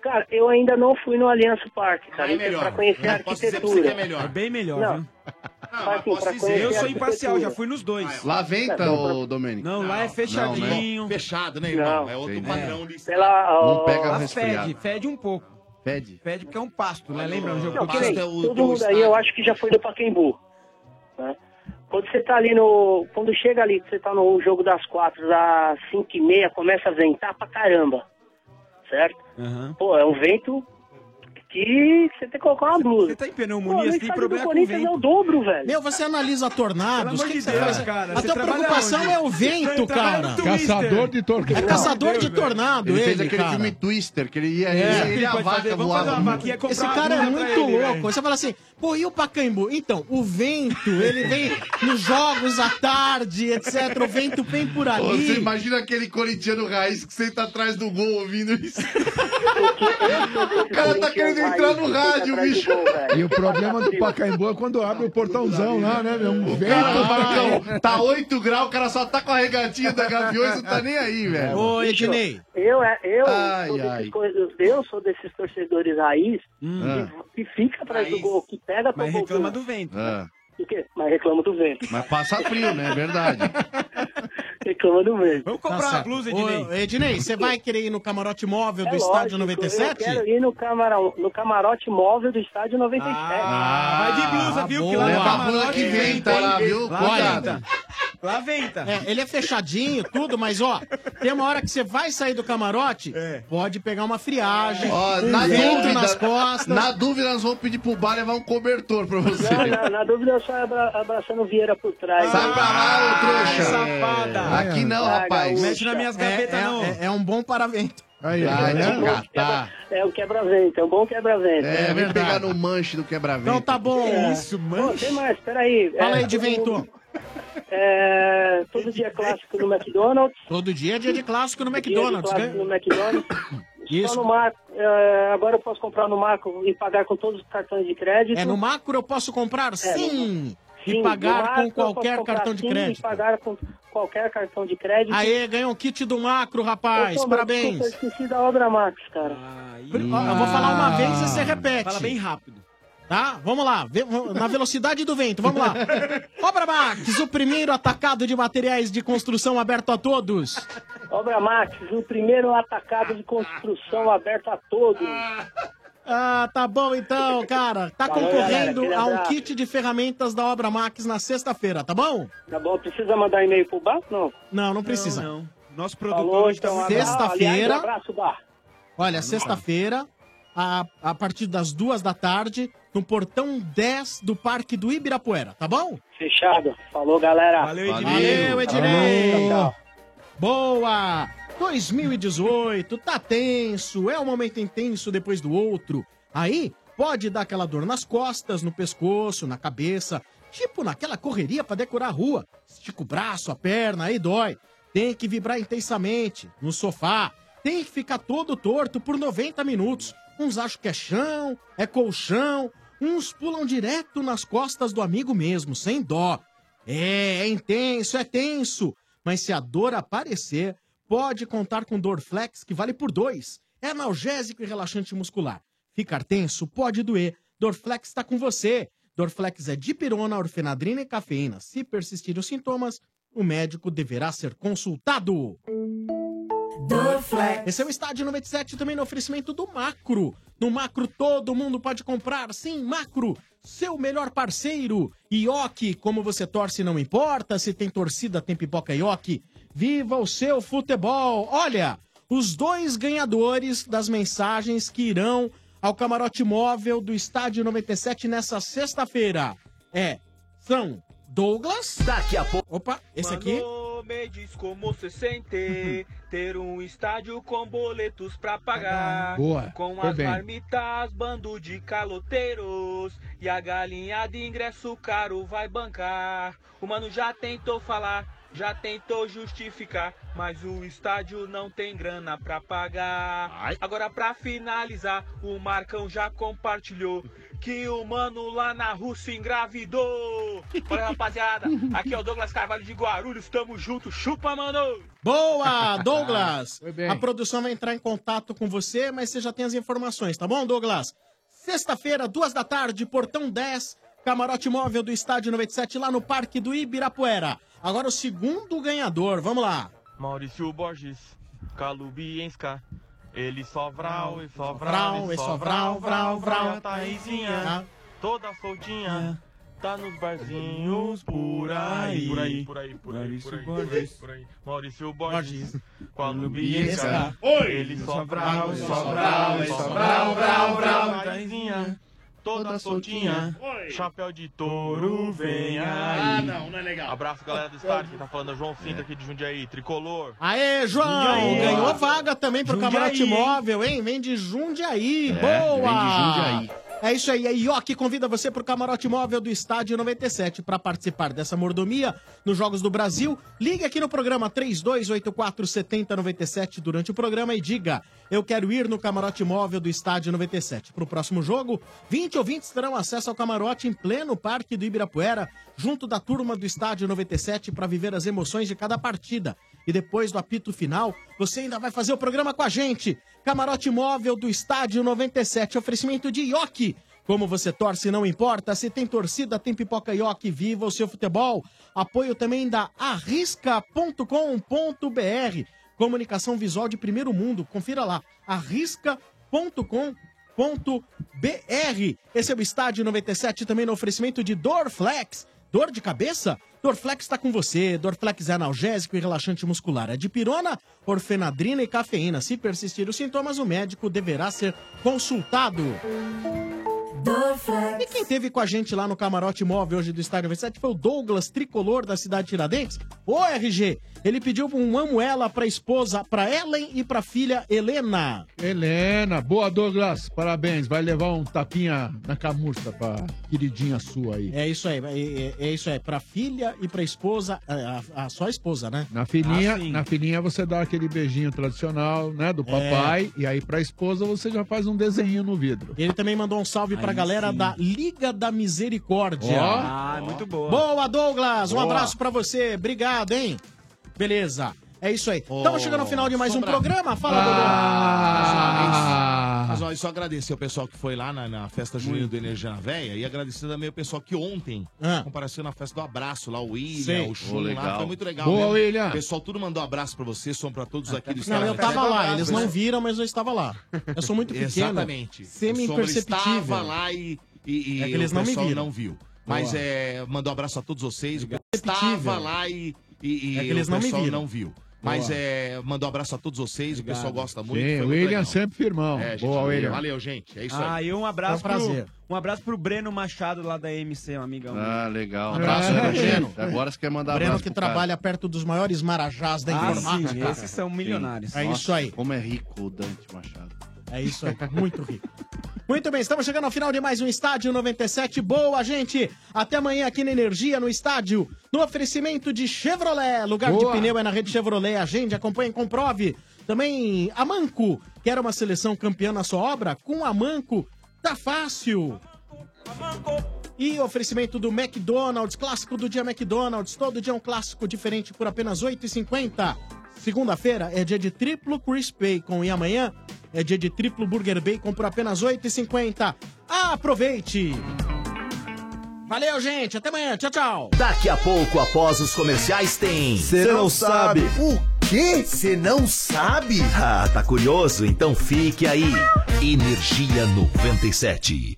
[SPEAKER 23] Cara, eu ainda não fui no Allianz Parque, cara.
[SPEAKER 10] é
[SPEAKER 23] Isso é
[SPEAKER 10] melhor.
[SPEAKER 23] pra conhecer a
[SPEAKER 10] Eu posso dizer pra você
[SPEAKER 23] arquitetura.
[SPEAKER 10] que é melhor. É bem melhor,
[SPEAKER 23] Não.
[SPEAKER 10] viu?
[SPEAKER 23] Mas, assim, pra conhecer
[SPEAKER 10] Eu
[SPEAKER 23] a
[SPEAKER 10] sou imparcial, já
[SPEAKER 23] arquitetura.
[SPEAKER 10] fui nos dois.
[SPEAKER 9] Lá
[SPEAKER 1] É,
[SPEAKER 9] vem, tá, ô, Domênico?
[SPEAKER 10] Não, lá é fechadinho.
[SPEAKER 5] Fechado, né,
[SPEAKER 10] irmão?
[SPEAKER 9] É outro
[SPEAKER 10] padrão
[SPEAKER 5] de
[SPEAKER 23] Ela, ó,
[SPEAKER 9] Não pega
[SPEAKER 10] Lá
[SPEAKER 9] resfriado.
[SPEAKER 10] fede, fede um pouco.
[SPEAKER 9] Fede?
[SPEAKER 10] Fede porque é um pasto, né? Lembra? Um jogo
[SPEAKER 23] Não,
[SPEAKER 10] que
[SPEAKER 23] peraí,
[SPEAKER 10] é o-
[SPEAKER 23] todo
[SPEAKER 10] do
[SPEAKER 23] mundo aí eu acho que já foi do Pacaembu. né? Quando você tá ali no. Quando chega ali, que você tá no jogo das quatro, das cinco e meia, começa a ventar pra caramba. Certo? Pô, é um vento que você tem que colocar uma blusa. Você
[SPEAKER 10] tá em
[SPEAKER 23] Pô,
[SPEAKER 10] pneumonia,
[SPEAKER 23] no
[SPEAKER 10] você tem
[SPEAKER 23] estádio
[SPEAKER 10] problema
[SPEAKER 23] do
[SPEAKER 10] com o
[SPEAKER 23] Corinthians é
[SPEAKER 10] vento.
[SPEAKER 23] o dobro, velho.
[SPEAKER 1] Meu, você analisa
[SPEAKER 10] Pelo
[SPEAKER 1] tornados, o
[SPEAKER 10] amor
[SPEAKER 1] que,
[SPEAKER 10] de
[SPEAKER 1] que você
[SPEAKER 10] Deus,
[SPEAKER 1] faz?
[SPEAKER 10] cara,
[SPEAKER 1] A
[SPEAKER 10] você
[SPEAKER 1] tua
[SPEAKER 10] trabalha
[SPEAKER 1] preocupação
[SPEAKER 10] onde?
[SPEAKER 1] é o
[SPEAKER 10] Você
[SPEAKER 1] vento,
[SPEAKER 10] trabalha
[SPEAKER 1] cara.
[SPEAKER 10] no Twister.
[SPEAKER 4] Caçador de torpedo.
[SPEAKER 1] É caçador de tornado,
[SPEAKER 9] Ele
[SPEAKER 1] ele,
[SPEAKER 9] fez aquele
[SPEAKER 1] cara.
[SPEAKER 9] filme Twister, que ele ia.
[SPEAKER 1] É.
[SPEAKER 9] Ele, ele, a vaca voava.
[SPEAKER 1] Esse cara é muito louco. Você fala assim, pô, e o Pacaembu? Então, o vento, ele vem nos jogos à tarde, etc. O vento vem por
[SPEAKER 9] Pô, Você
[SPEAKER 1] ali.
[SPEAKER 9] imagina aquele corintiano raiz que senta atrás do gol ouvindo isso.
[SPEAKER 23] o
[SPEAKER 9] cara tá querendo entrar no rádio, bicho.
[SPEAKER 4] E o problema do Pacaembu é quando abre o portãozão lá, né, meu? Um vento,
[SPEAKER 9] Cara,
[SPEAKER 4] Marcão.
[SPEAKER 9] Ah, Marcão, tá 8 graus, o cara só tá com a regatinha da Gaviões, não tá nem aí, velho.
[SPEAKER 23] Bicho, Eu, é- eu,
[SPEAKER 9] Ai,
[SPEAKER 23] sou dessas
[SPEAKER 9] ai. Hum.
[SPEAKER 23] coisas- eu sou desses torcedores raiz que, que fica atrás do gol, que pega pra
[SPEAKER 9] Ah. Mas reclama do vento. Ah.
[SPEAKER 23] O quê? Mas reclama do vento.
[SPEAKER 9] Mas passa frio, né? É verdade.
[SPEAKER 23] Reclama do vento.
[SPEAKER 10] Vamos
[SPEAKER 1] Tá certo. Ô, Ednei, você vai querer ir no camarote móvel do estádio
[SPEAKER 23] É Eu
[SPEAKER 1] 97?
[SPEAKER 23] quero ir no, camarão, no camarote móvel do estádio 97.
[SPEAKER 1] Ah, vai de blusa, viu? Que lá
[SPEAKER 9] Tá
[SPEAKER 1] no camarote venta, lá, viu? Cuidado.
[SPEAKER 10] Lá venta.
[SPEAKER 1] É, ele é fechadinho, tudo, mas ó, tem uma hora que você vai sair do camarote, pode pegar uma friagem,
[SPEAKER 9] Ó,
[SPEAKER 1] um
[SPEAKER 9] na
[SPEAKER 1] vento
[SPEAKER 9] dúvida-
[SPEAKER 1] nas costas.
[SPEAKER 9] Na dúvida, nós vamos pedir pro bar levar um cobertor pra você.
[SPEAKER 23] Não, na, na dúvida, eu só abra, abraçando o Vieira por trás. Sai pra
[SPEAKER 1] Ah,
[SPEAKER 9] lá,
[SPEAKER 23] ô trouxa. safada.
[SPEAKER 1] É.
[SPEAKER 9] Aqui não, rapaz.
[SPEAKER 1] Mexe nas minhas gavetas, não. É, é um bom paravento.
[SPEAKER 4] Aí,
[SPEAKER 9] Vai
[SPEAKER 1] ó,
[SPEAKER 9] te
[SPEAKER 1] né?
[SPEAKER 9] catar.
[SPEAKER 23] É o quebra-vento, é um bom quebra-vento.
[SPEAKER 9] É, vem pegar no manche do quebra-vento.
[SPEAKER 1] Então tá bom.
[SPEAKER 23] É.
[SPEAKER 1] mano.
[SPEAKER 23] Pô, tem mais, peraí.
[SPEAKER 1] Fala
[SPEAKER 23] É,
[SPEAKER 1] aí de vento.
[SPEAKER 23] É, todo dia clássico no McDonald's.
[SPEAKER 1] Todo dia é dia de clássico no
[SPEAKER 23] Dia de
[SPEAKER 1] McDonald's,
[SPEAKER 23] clássico
[SPEAKER 1] né?
[SPEAKER 23] No McDonald's.
[SPEAKER 1] Isso.
[SPEAKER 23] Só no Marco. é, agora eu posso comprar no Marco e pagar com todos os cartões de crédito. É,
[SPEAKER 1] É, no macro eu posso comprar? sim. E pagar
[SPEAKER 23] no Marco
[SPEAKER 1] com
[SPEAKER 23] eu posso
[SPEAKER 1] qualquer
[SPEAKER 23] comprar
[SPEAKER 1] cartão de
[SPEAKER 23] sim,
[SPEAKER 1] crédito.
[SPEAKER 23] E pagar com qualquer cartão de crédito.
[SPEAKER 1] Aê, ganhou um kit do macro, rapaz.
[SPEAKER 23] Eu tô, mas,
[SPEAKER 1] Parabéns.
[SPEAKER 23] desculpa, Eu esqueci da obra Max, cara.
[SPEAKER 1] Ó, eu vou falar uma vez e você repete.
[SPEAKER 10] Ah. Fala bem rápido.
[SPEAKER 1] Tá? Vamos lá. Ve- v- Na velocidade do vento, vamos lá. Obra Max, o primeiro atacado de materiais de construção aberto a todos.
[SPEAKER 23] Obra Max, o primeiro atacado de construção aberto a todos.
[SPEAKER 1] Ah, tá bom então, cara. Tá
[SPEAKER 23] Falou,
[SPEAKER 1] concorrendo
[SPEAKER 23] galera, aquele
[SPEAKER 1] a um
[SPEAKER 23] abraço.
[SPEAKER 1] kit de ferramentas da Obra Max na sexta-feira, tá bom?
[SPEAKER 23] Tá bom, precisa mandar e-mail pro bar? Não.
[SPEAKER 1] Não, não precisa.
[SPEAKER 10] Nosso
[SPEAKER 23] Falou,
[SPEAKER 10] produtor
[SPEAKER 1] tá
[SPEAKER 10] está
[SPEAKER 23] então. abra- aliás,
[SPEAKER 1] Sexta-feira.
[SPEAKER 23] abraço, bar.
[SPEAKER 1] Olha, sexta-feira, a, a partir das duas da tarde, no portão 10 do Parque do Ibirapuera, tá bom?
[SPEAKER 23] Fechado. Falou, galera.
[SPEAKER 1] Valeu, Ednei. Valeu, Ednei. Boa! 2018, tá tenso, é um momento intenso depois do outro. Aí pode dar aquela dor nas costas, no pescoço, na cabeça, tipo naquela correria pra decorar a rua. Estica o braço, a perna, aí dói. Tem que vibrar intensamente, no sofá. Tem que ficar todo torto por 90 minutos. Uns acham que é chão, é colchão. Uns pulam direto nas costas do amigo mesmo, sem dó. É, é intenso, é tenso. Mas se a dor aparecer, pode contar com Dorflex, que vale por dois. É analgésico e relaxante muscular. Ficar tenso pode doer. Dorflex está com você. Dorflex é dipirona, orfenadrina e cafeína. Se persistirem os sintomas, o médico deverá ser consultado. Esse é o Estádio 97 também no oferecimento do Macro. No Macro todo mundo pode comprar, sim, Macro, seu melhor parceiro. Ioki, como você torce não importa, se tem torcida tem pipoca Ioki. Viva o seu futebol. Olha, os dois ganhadores das mensagens que irão ao camarote móvel do Estádio 97 nessa sexta-feira é são Douglas. Daqui a pouco. Opa, esse aqui.
[SPEAKER 21] Mano, me diz como você sente ter um estádio com boletos pra pagar.
[SPEAKER 4] Boa,
[SPEAKER 21] Com
[SPEAKER 4] foi
[SPEAKER 21] as
[SPEAKER 4] bem.
[SPEAKER 21] marmitas, bando de caloteiros e a galinha de ingresso caro vai bancar. O mano já tentou falar, já tentou justificar, mas o estádio não tem grana pra pagar. Agora pra finalizar, o Marcão já compartilhou que o mano lá na Rússia engravidou. Olha rapaziada, aqui é o Douglas Carvalho de Guarulhos, tamo junto, chupa mano!
[SPEAKER 1] Boa, Douglas!
[SPEAKER 21] Foi bem.
[SPEAKER 1] A produção vai entrar em contato com você, mas você já tem as informações, tá bom, Douglas? Sexta-feira, duas da tarde, portão 10, camarote móvel do Estádio 97, lá no Parque do Ibirapuera. Agora o segundo ganhador, vamos lá.
[SPEAKER 22] Maurício Borges, Kalubienska, ele só vral, e só
[SPEAKER 1] Vral,
[SPEAKER 22] vral,
[SPEAKER 1] e só vral, vral, vral.
[SPEAKER 22] E a Taizinha, toda soltinha, tá nos barzinhos por aí, por aí, por aí, por aí, por aí, por aí, por aí. Maurício Borges, Kalubienska,
[SPEAKER 18] Oi!
[SPEAKER 22] ele só vral, e só vral, e só
[SPEAKER 18] vral,
[SPEAKER 22] vral,
[SPEAKER 18] vral,
[SPEAKER 22] vral,
[SPEAKER 18] vral.
[SPEAKER 22] vral, Taizinha, toda soltinha, chapéu de touro, vem aí.
[SPEAKER 18] Ah, não, não é legal.
[SPEAKER 22] Abraço, galera do estádio, que tá falando é o João Cinta aqui de Jundiaí, tricolor.
[SPEAKER 1] Aê, João!
[SPEAKER 22] Jundiaí.
[SPEAKER 1] Ganhou vaga também pro
[SPEAKER 22] Jundiaí,
[SPEAKER 1] camarote
[SPEAKER 22] hein?
[SPEAKER 1] móvel, hein? Vem de Jundiaí,
[SPEAKER 22] É,
[SPEAKER 1] boa!
[SPEAKER 22] vem de Jundiaí.
[SPEAKER 1] É isso aí, a IOC convida você pro camarote móvel do Estádio 97 para participar dessa mordomia nos Jogos do Brasil. Ligue aqui no programa 32847097 durante o programa e diga: Eu quero ir no camarote móvel do Estádio 97. Pro próximo jogo, 20 ouvintes terão acesso ao camarote em pleno Parque do Ibirapuera, junto da turma do Estádio 97 para viver as emoções de cada partida. E depois do apito final, você ainda vai fazer o programa com a gente. Camarote móvel do Estádio 97, oferecimento de Ioki. Como você torce, não importa. Se tem torcida, tem pipoca Ioki. Viva o seu futebol. Apoio também da arrisca.com.br. Comunicação visual de primeiro mundo. Confira lá. arrisca.com.br www.dorflex.com.br. Esse é o Estádio 97, também no oferecimento de Dorflex. Dor de cabeça? Dorflex está com você. Dorflex é analgésico e relaxante muscular. É de pirona, orfenadrina e cafeína. Se persistir os sintomas, o médico deverá ser consultado. E quem teve com a gente lá no camarote móvel hoje do Estádio 97 foi o Douglas Tricolor da cidade de Tiradentes. Ô, RG, ele pediu um amo ela pra esposa, pra Ellen e pra filha Helena.
[SPEAKER 4] Helena, boa Douglas, parabéns. Vai levar um tapinha na camurça pra queridinha sua aí.
[SPEAKER 1] É isso aí, é, é- é isso aí. Pra filha e pra esposa, é, a, a- a só esposa, né?
[SPEAKER 4] Na filhinha,
[SPEAKER 1] Ah, sim.
[SPEAKER 4] na filhinha você dá aquele beijinho tradicional, né, do papai, e aí pra esposa você já faz um desenhinho no vidro.
[SPEAKER 1] Ele também mandou um salve pra galera da Liga da Misericórdia.
[SPEAKER 4] Ó.
[SPEAKER 10] Ah, muito boa.
[SPEAKER 1] Boa, Douglas. Um
[SPEAKER 10] Boa.
[SPEAKER 1] abraço pra você. Obrigado, hein? Beleza. É isso aí. Estamos chegando ao final de mais um
[SPEAKER 5] Sobra-
[SPEAKER 1] programa. Fala, Ah,
[SPEAKER 5] Ah,
[SPEAKER 1] Douglas.
[SPEAKER 5] Mas, ó, só agradecer o pessoal que foi lá na, na festa junina do Energia na Véia e agradecer também o pessoal que ontem
[SPEAKER 1] Ah.
[SPEAKER 5] compareceu na festa do abraço lá, o William,
[SPEAKER 4] Sim.
[SPEAKER 5] é o
[SPEAKER 4] Ô,
[SPEAKER 5] Chum
[SPEAKER 4] legal.
[SPEAKER 5] lá, foi muito legal.
[SPEAKER 4] Boa,
[SPEAKER 5] mesmo.
[SPEAKER 4] William.
[SPEAKER 5] O pessoal tudo mandou um abraço pra você, som pra todos aqui do
[SPEAKER 1] Não,
[SPEAKER 5] Estado.
[SPEAKER 1] eu tava lá. Eles não viram, mas eu estava lá. Eu sou muito pequeno.
[SPEAKER 5] Exatamente.
[SPEAKER 1] Semi-imperceptível.
[SPEAKER 5] O Sombra estava lá e, e, e
[SPEAKER 1] É que eles
[SPEAKER 5] o
[SPEAKER 1] não me
[SPEAKER 5] pessoal
[SPEAKER 1] viram.
[SPEAKER 5] não viu. Mas
[SPEAKER 1] Boa.
[SPEAKER 5] é, mandou abraço a todos vocês. O
[SPEAKER 1] Perceptível.
[SPEAKER 5] Estava lá e, e, e
[SPEAKER 1] É que eles
[SPEAKER 5] o
[SPEAKER 1] não me
[SPEAKER 5] pessoal
[SPEAKER 1] viram.
[SPEAKER 5] não viu. Mas
[SPEAKER 1] Boa.
[SPEAKER 5] é, mandou abraço a todos vocês. O pessoal gosta muito.
[SPEAKER 4] Sim,
[SPEAKER 5] foi
[SPEAKER 4] o
[SPEAKER 5] muito
[SPEAKER 4] William
[SPEAKER 5] legal.
[SPEAKER 4] sempre firmão.
[SPEAKER 5] É, gente,
[SPEAKER 4] boa,
[SPEAKER 5] valeu,
[SPEAKER 4] William.
[SPEAKER 5] Valeu, gente. É isso
[SPEAKER 10] ah,
[SPEAKER 5] aí.
[SPEAKER 10] e um abraço
[SPEAKER 5] Foi um prazer.
[SPEAKER 10] pro um abraço pro Breno Machado lá da MC, um amigão.
[SPEAKER 9] Ah, legal.
[SPEAKER 10] É.
[SPEAKER 9] Abraço, é.
[SPEAKER 1] Breno.
[SPEAKER 9] Agora você quer mandar
[SPEAKER 1] Breno
[SPEAKER 9] abraço
[SPEAKER 1] que
[SPEAKER 9] pro cara.
[SPEAKER 1] trabalha perto dos maiores marajás da
[SPEAKER 9] Ah,
[SPEAKER 1] informática.
[SPEAKER 9] sim, esses
[SPEAKER 10] são milionários.
[SPEAKER 1] É isso aí.
[SPEAKER 9] Como é rico o Dante Machado.
[SPEAKER 1] É isso aí, muito rico. Muito bem, estamos chegando ao final de mais um Estádio 97. Boa, gente! Até amanhã aqui na Energia, no estádio, no oferecimento de Chevrolet. Lugar
[SPEAKER 4] Boa.
[SPEAKER 1] de pneu é na rede Chevrolet. Agende, acompanhe, comprove. Também a Manco. Quer uma seleção campeã na sua obra? Com a Manco, tá fácil. E oferecimento do McDonald's, clássico do dia McDonald's. Todo dia é um clássico diferente por apenas R$ 8,50. Segunda-feira é dia de triplo crisp bacon e amanhã é dia de triplo burger bacon por apenas R$ 8,50. Aproveite! Valeu, gente. Até amanhã. Tchau, tchau.
[SPEAKER 11] Daqui a pouco, após os comerciais, tem.
[SPEAKER 1] Cê não sabe.
[SPEAKER 11] O quê? Você não sabe? Ah, tá curioso? Então fique aí. Energia 97.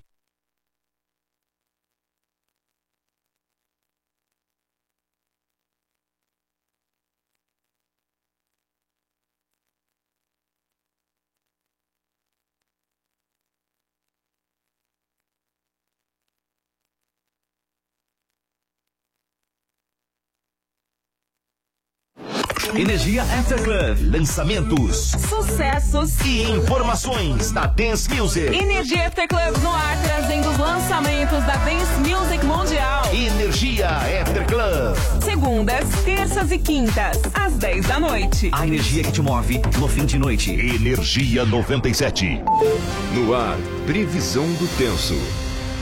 [SPEAKER 11] Energia After Club. Lançamentos.
[SPEAKER 19] Sucessos
[SPEAKER 11] e informações da Dance Music.
[SPEAKER 19] Energia After Club no ar, trazendo os lançamentos da Dance Music Mundial.
[SPEAKER 11] Energia After Club.
[SPEAKER 19] Segundas, terças
[SPEAKER 20] terças e quintas, às 10 da noite.
[SPEAKER 11] A energia que te move no fim de noite. Energia 97.
[SPEAKER 30] No ar, previsão do tenso.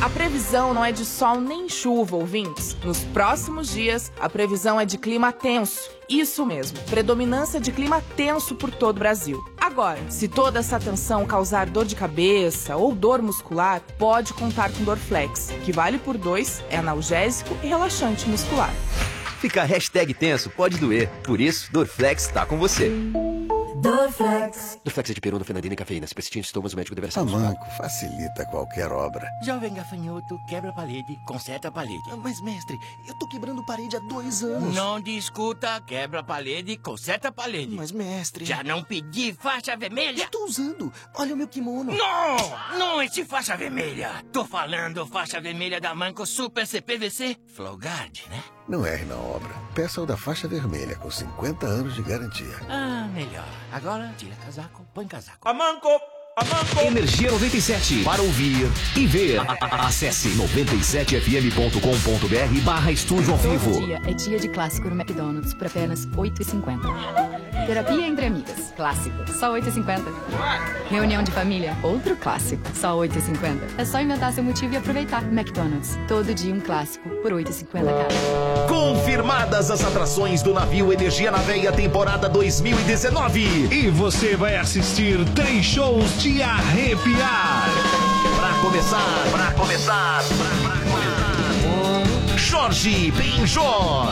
[SPEAKER 20] A previsão não é de sol nem chuva, ouvintes. Nos próximos dias, a previsão é de clima tenso. Isso mesmo, predominância de clima tenso por todo o Brasil. Agora, se toda essa tensão causar dor de cabeça ou dor muscular, pode contar com Dorflex, que vale por dois, é analgésico e relaxante muscular.
[SPEAKER 6] Ficar hashtag tenso pode doer. Por isso, Dorflex está com você.
[SPEAKER 20] Dorflex.
[SPEAKER 6] Dorflex é de perona, fenadina e cafeína. Se persistir em sintomas, o médico deverá ser
[SPEAKER 1] Tamanco facilita qualquer obra.
[SPEAKER 14] Jovem gafanhoto, quebra a parede, conserta a parede.
[SPEAKER 1] Mas, mestre, eu tô quebrando parede há dois anos.
[SPEAKER 14] Não discuta, quebra a parede, conserta a parede.
[SPEAKER 1] Mas, mestre.
[SPEAKER 14] Já não pedi faixa vermelha?
[SPEAKER 1] Eu tô usando. Olha o meu kimono.
[SPEAKER 14] Não! Não esse faixa vermelha! Tô falando faixa vermelha da Manco Super CPVC Flowguard, né?
[SPEAKER 1] Não erre na obra. Peça o da faixa vermelha com 50 anos de garantia.
[SPEAKER 14] Ah, melhor. Agora tira casaco, põe casaco.
[SPEAKER 1] A manco!
[SPEAKER 11] Energia 97. Para ouvir e ver. A- a- Acesse 97fm.com.br barra estúdio ao
[SPEAKER 31] Todo
[SPEAKER 11] vivo.
[SPEAKER 31] dia é dia de clássico no McDonald's por apenas 8,50. Terapia entre amigas, clássico, só 8,50. Reunião de família, outro clássico, só 8,50. É só inventar seu motivo e aproveitar. McDonald's, todo dia um clássico por 8,50 cada.
[SPEAKER 11] Confirmadas as atrações do navio Energia na Veia temporada 2019. E você vai assistir três shows de arrepiar. Pra começar, pra começar, pra, pra começar. Jorge Benjor.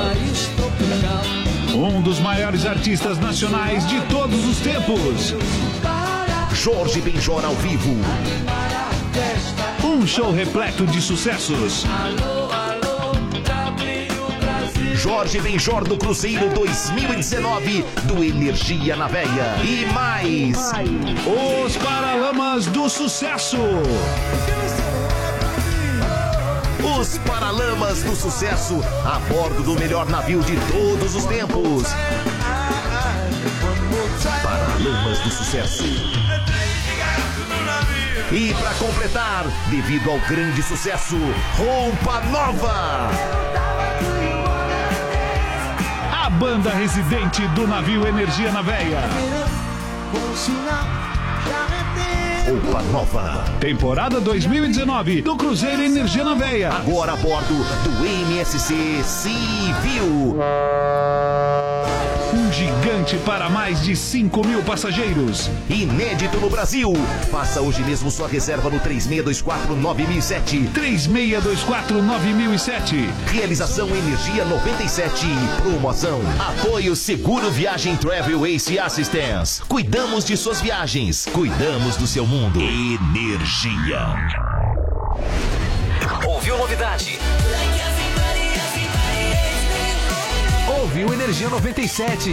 [SPEAKER 5] Um dos maiores artistas nacionais de todos os tempos.
[SPEAKER 11] Jorge Benjor ao vivo.
[SPEAKER 5] Um show repleto de sucessos.
[SPEAKER 11] Jorge Benjor do Cruzeiro 2019 do Energia na Veia. E mais.
[SPEAKER 5] Os Paralamas do Sucesso.
[SPEAKER 11] Os Paralamas do Sucesso a bordo do melhor navio de todos os tempos. Paralamas do Sucesso. E para completar, devido ao grande sucesso, Roupa Nova.
[SPEAKER 5] A banda residente do navio Energia na Veia.
[SPEAKER 11] Roupa Nova.
[SPEAKER 5] Temporada 2019 do Cruzeiro Energia na Veia.
[SPEAKER 11] Agora a bordo do MSC Civil.
[SPEAKER 5] Um gigante para mais de 5 mil passageiros.
[SPEAKER 11] Inédito no Brasil. Faça hoje mesmo sua reserva no 36249007.
[SPEAKER 5] 36249007.
[SPEAKER 11] Realização Energia 97 e promoção. Apoio Seguro Viagem Travel Ace Assistance. Cuidamos de suas viagens. Cuidamos do seu mundo. Energia.
[SPEAKER 6] Ouviu novidade?
[SPEAKER 11] Ouviu Energia 97.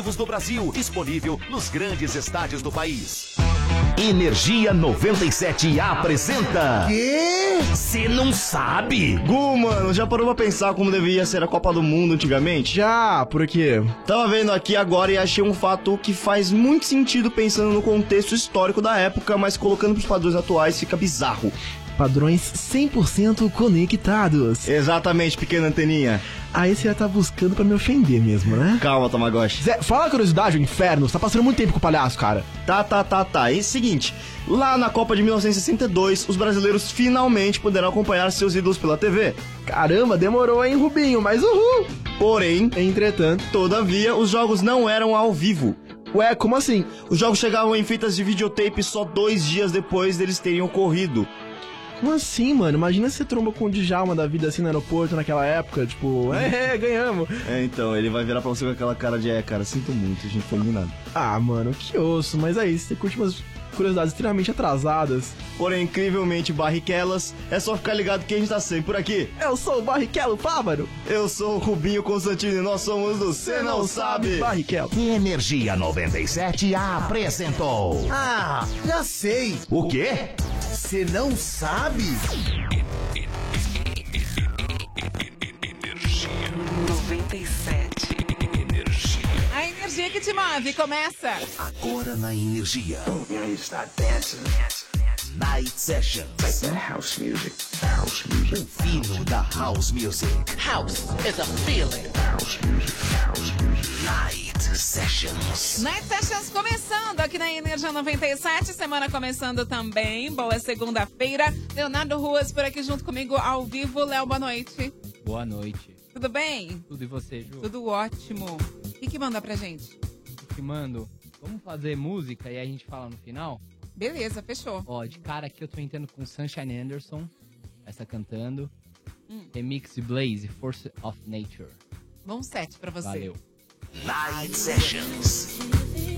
[SPEAKER 11] do Brasil, disponível nos grandes estádios do país. Energia 97 apresenta.
[SPEAKER 32] Quê? Você não sabe? Gu, mano, já parou pra pensar como deveria ser a Copa do Mundo antigamente? Já, porque tava vendo aqui agora e achei um fato que faz muito sentido pensando no contexto histórico da época, mas colocando pros padrões atuais fica bizarro.
[SPEAKER 9] Padrões 100% conectados.
[SPEAKER 32] Exatamente, pequena anteninha.
[SPEAKER 9] Aí você já tá buscando pra me ofender mesmo, né?
[SPEAKER 32] Calma, Tamagotchi.
[SPEAKER 9] Zé, fala a curiosidade, o inferno. Você tá passando muito tempo com o palhaço, cara.
[SPEAKER 32] Tá, tá, tá, tá. E seguinte, lá na Copa de 1962, os brasileiros finalmente poderão acompanhar seus ídolos pela TV.
[SPEAKER 9] Caramba, demorou, hein, Rubinho? Mas uhul!
[SPEAKER 32] Porém,
[SPEAKER 9] entretanto,
[SPEAKER 32] todavia, os jogos não eram ao vivo.
[SPEAKER 9] Ué, como assim?
[SPEAKER 32] Os jogos chegavam em fitas de videotape só dois dias depois deles terem ocorrido.
[SPEAKER 9] Como assim, mano? Imagina se você tromba com o Djalma da vida assim no aeroporto naquela época, tipo, é, ganhamos.
[SPEAKER 32] É, então, ele vai virar pra você com aquela cara de é, cara, sinto muito, a gente foi eliminado. é
[SPEAKER 9] Ah, mano, que osso. Mas aí, se você curte umas
[SPEAKER 32] curiosidades extremamente atrasadas, porém incrivelmente barriquelas. É só ficar ligado que a gente tá sempre por aqui. Eu sou o Barrichello Fávaro. Eu sou o Rubinho Constantino e nós somos do Cê Não Sabe. Barrichello.
[SPEAKER 11] Que Energia 97 apresentou.
[SPEAKER 5] Ah, já sei.
[SPEAKER 11] O quê?
[SPEAKER 5] Você não sabe?
[SPEAKER 8] Energia 97. Energia.
[SPEAKER 20] A energia que te move começa.
[SPEAKER 11] Agora na energia. Night Sessions. House music. House music. O fino da house music.
[SPEAKER 8] House is a feeling.
[SPEAKER 11] Night Sessions.
[SPEAKER 20] Night Sessions começando aqui na Energia 97, semana começando também. Boa segunda-feira. Leonardo Ruas por aqui junto comigo ao vivo. Léo, boa noite.
[SPEAKER 6] Boa noite.
[SPEAKER 20] Tudo bem?
[SPEAKER 6] Tudo e você, Ju?
[SPEAKER 20] Tudo ótimo. O que, que manda pra gente?
[SPEAKER 6] Te mando. Vamos fazer música e a gente fala no final?
[SPEAKER 20] Beleza, fechou.
[SPEAKER 6] Ó, de cara aqui eu tô entrando com Sunshine Anderson, essa cantando.
[SPEAKER 20] Hum.
[SPEAKER 6] Remix Blaze, Force of Nature.
[SPEAKER 20] Bom set pra você.
[SPEAKER 6] Valeu.
[SPEAKER 11] Night Sessions.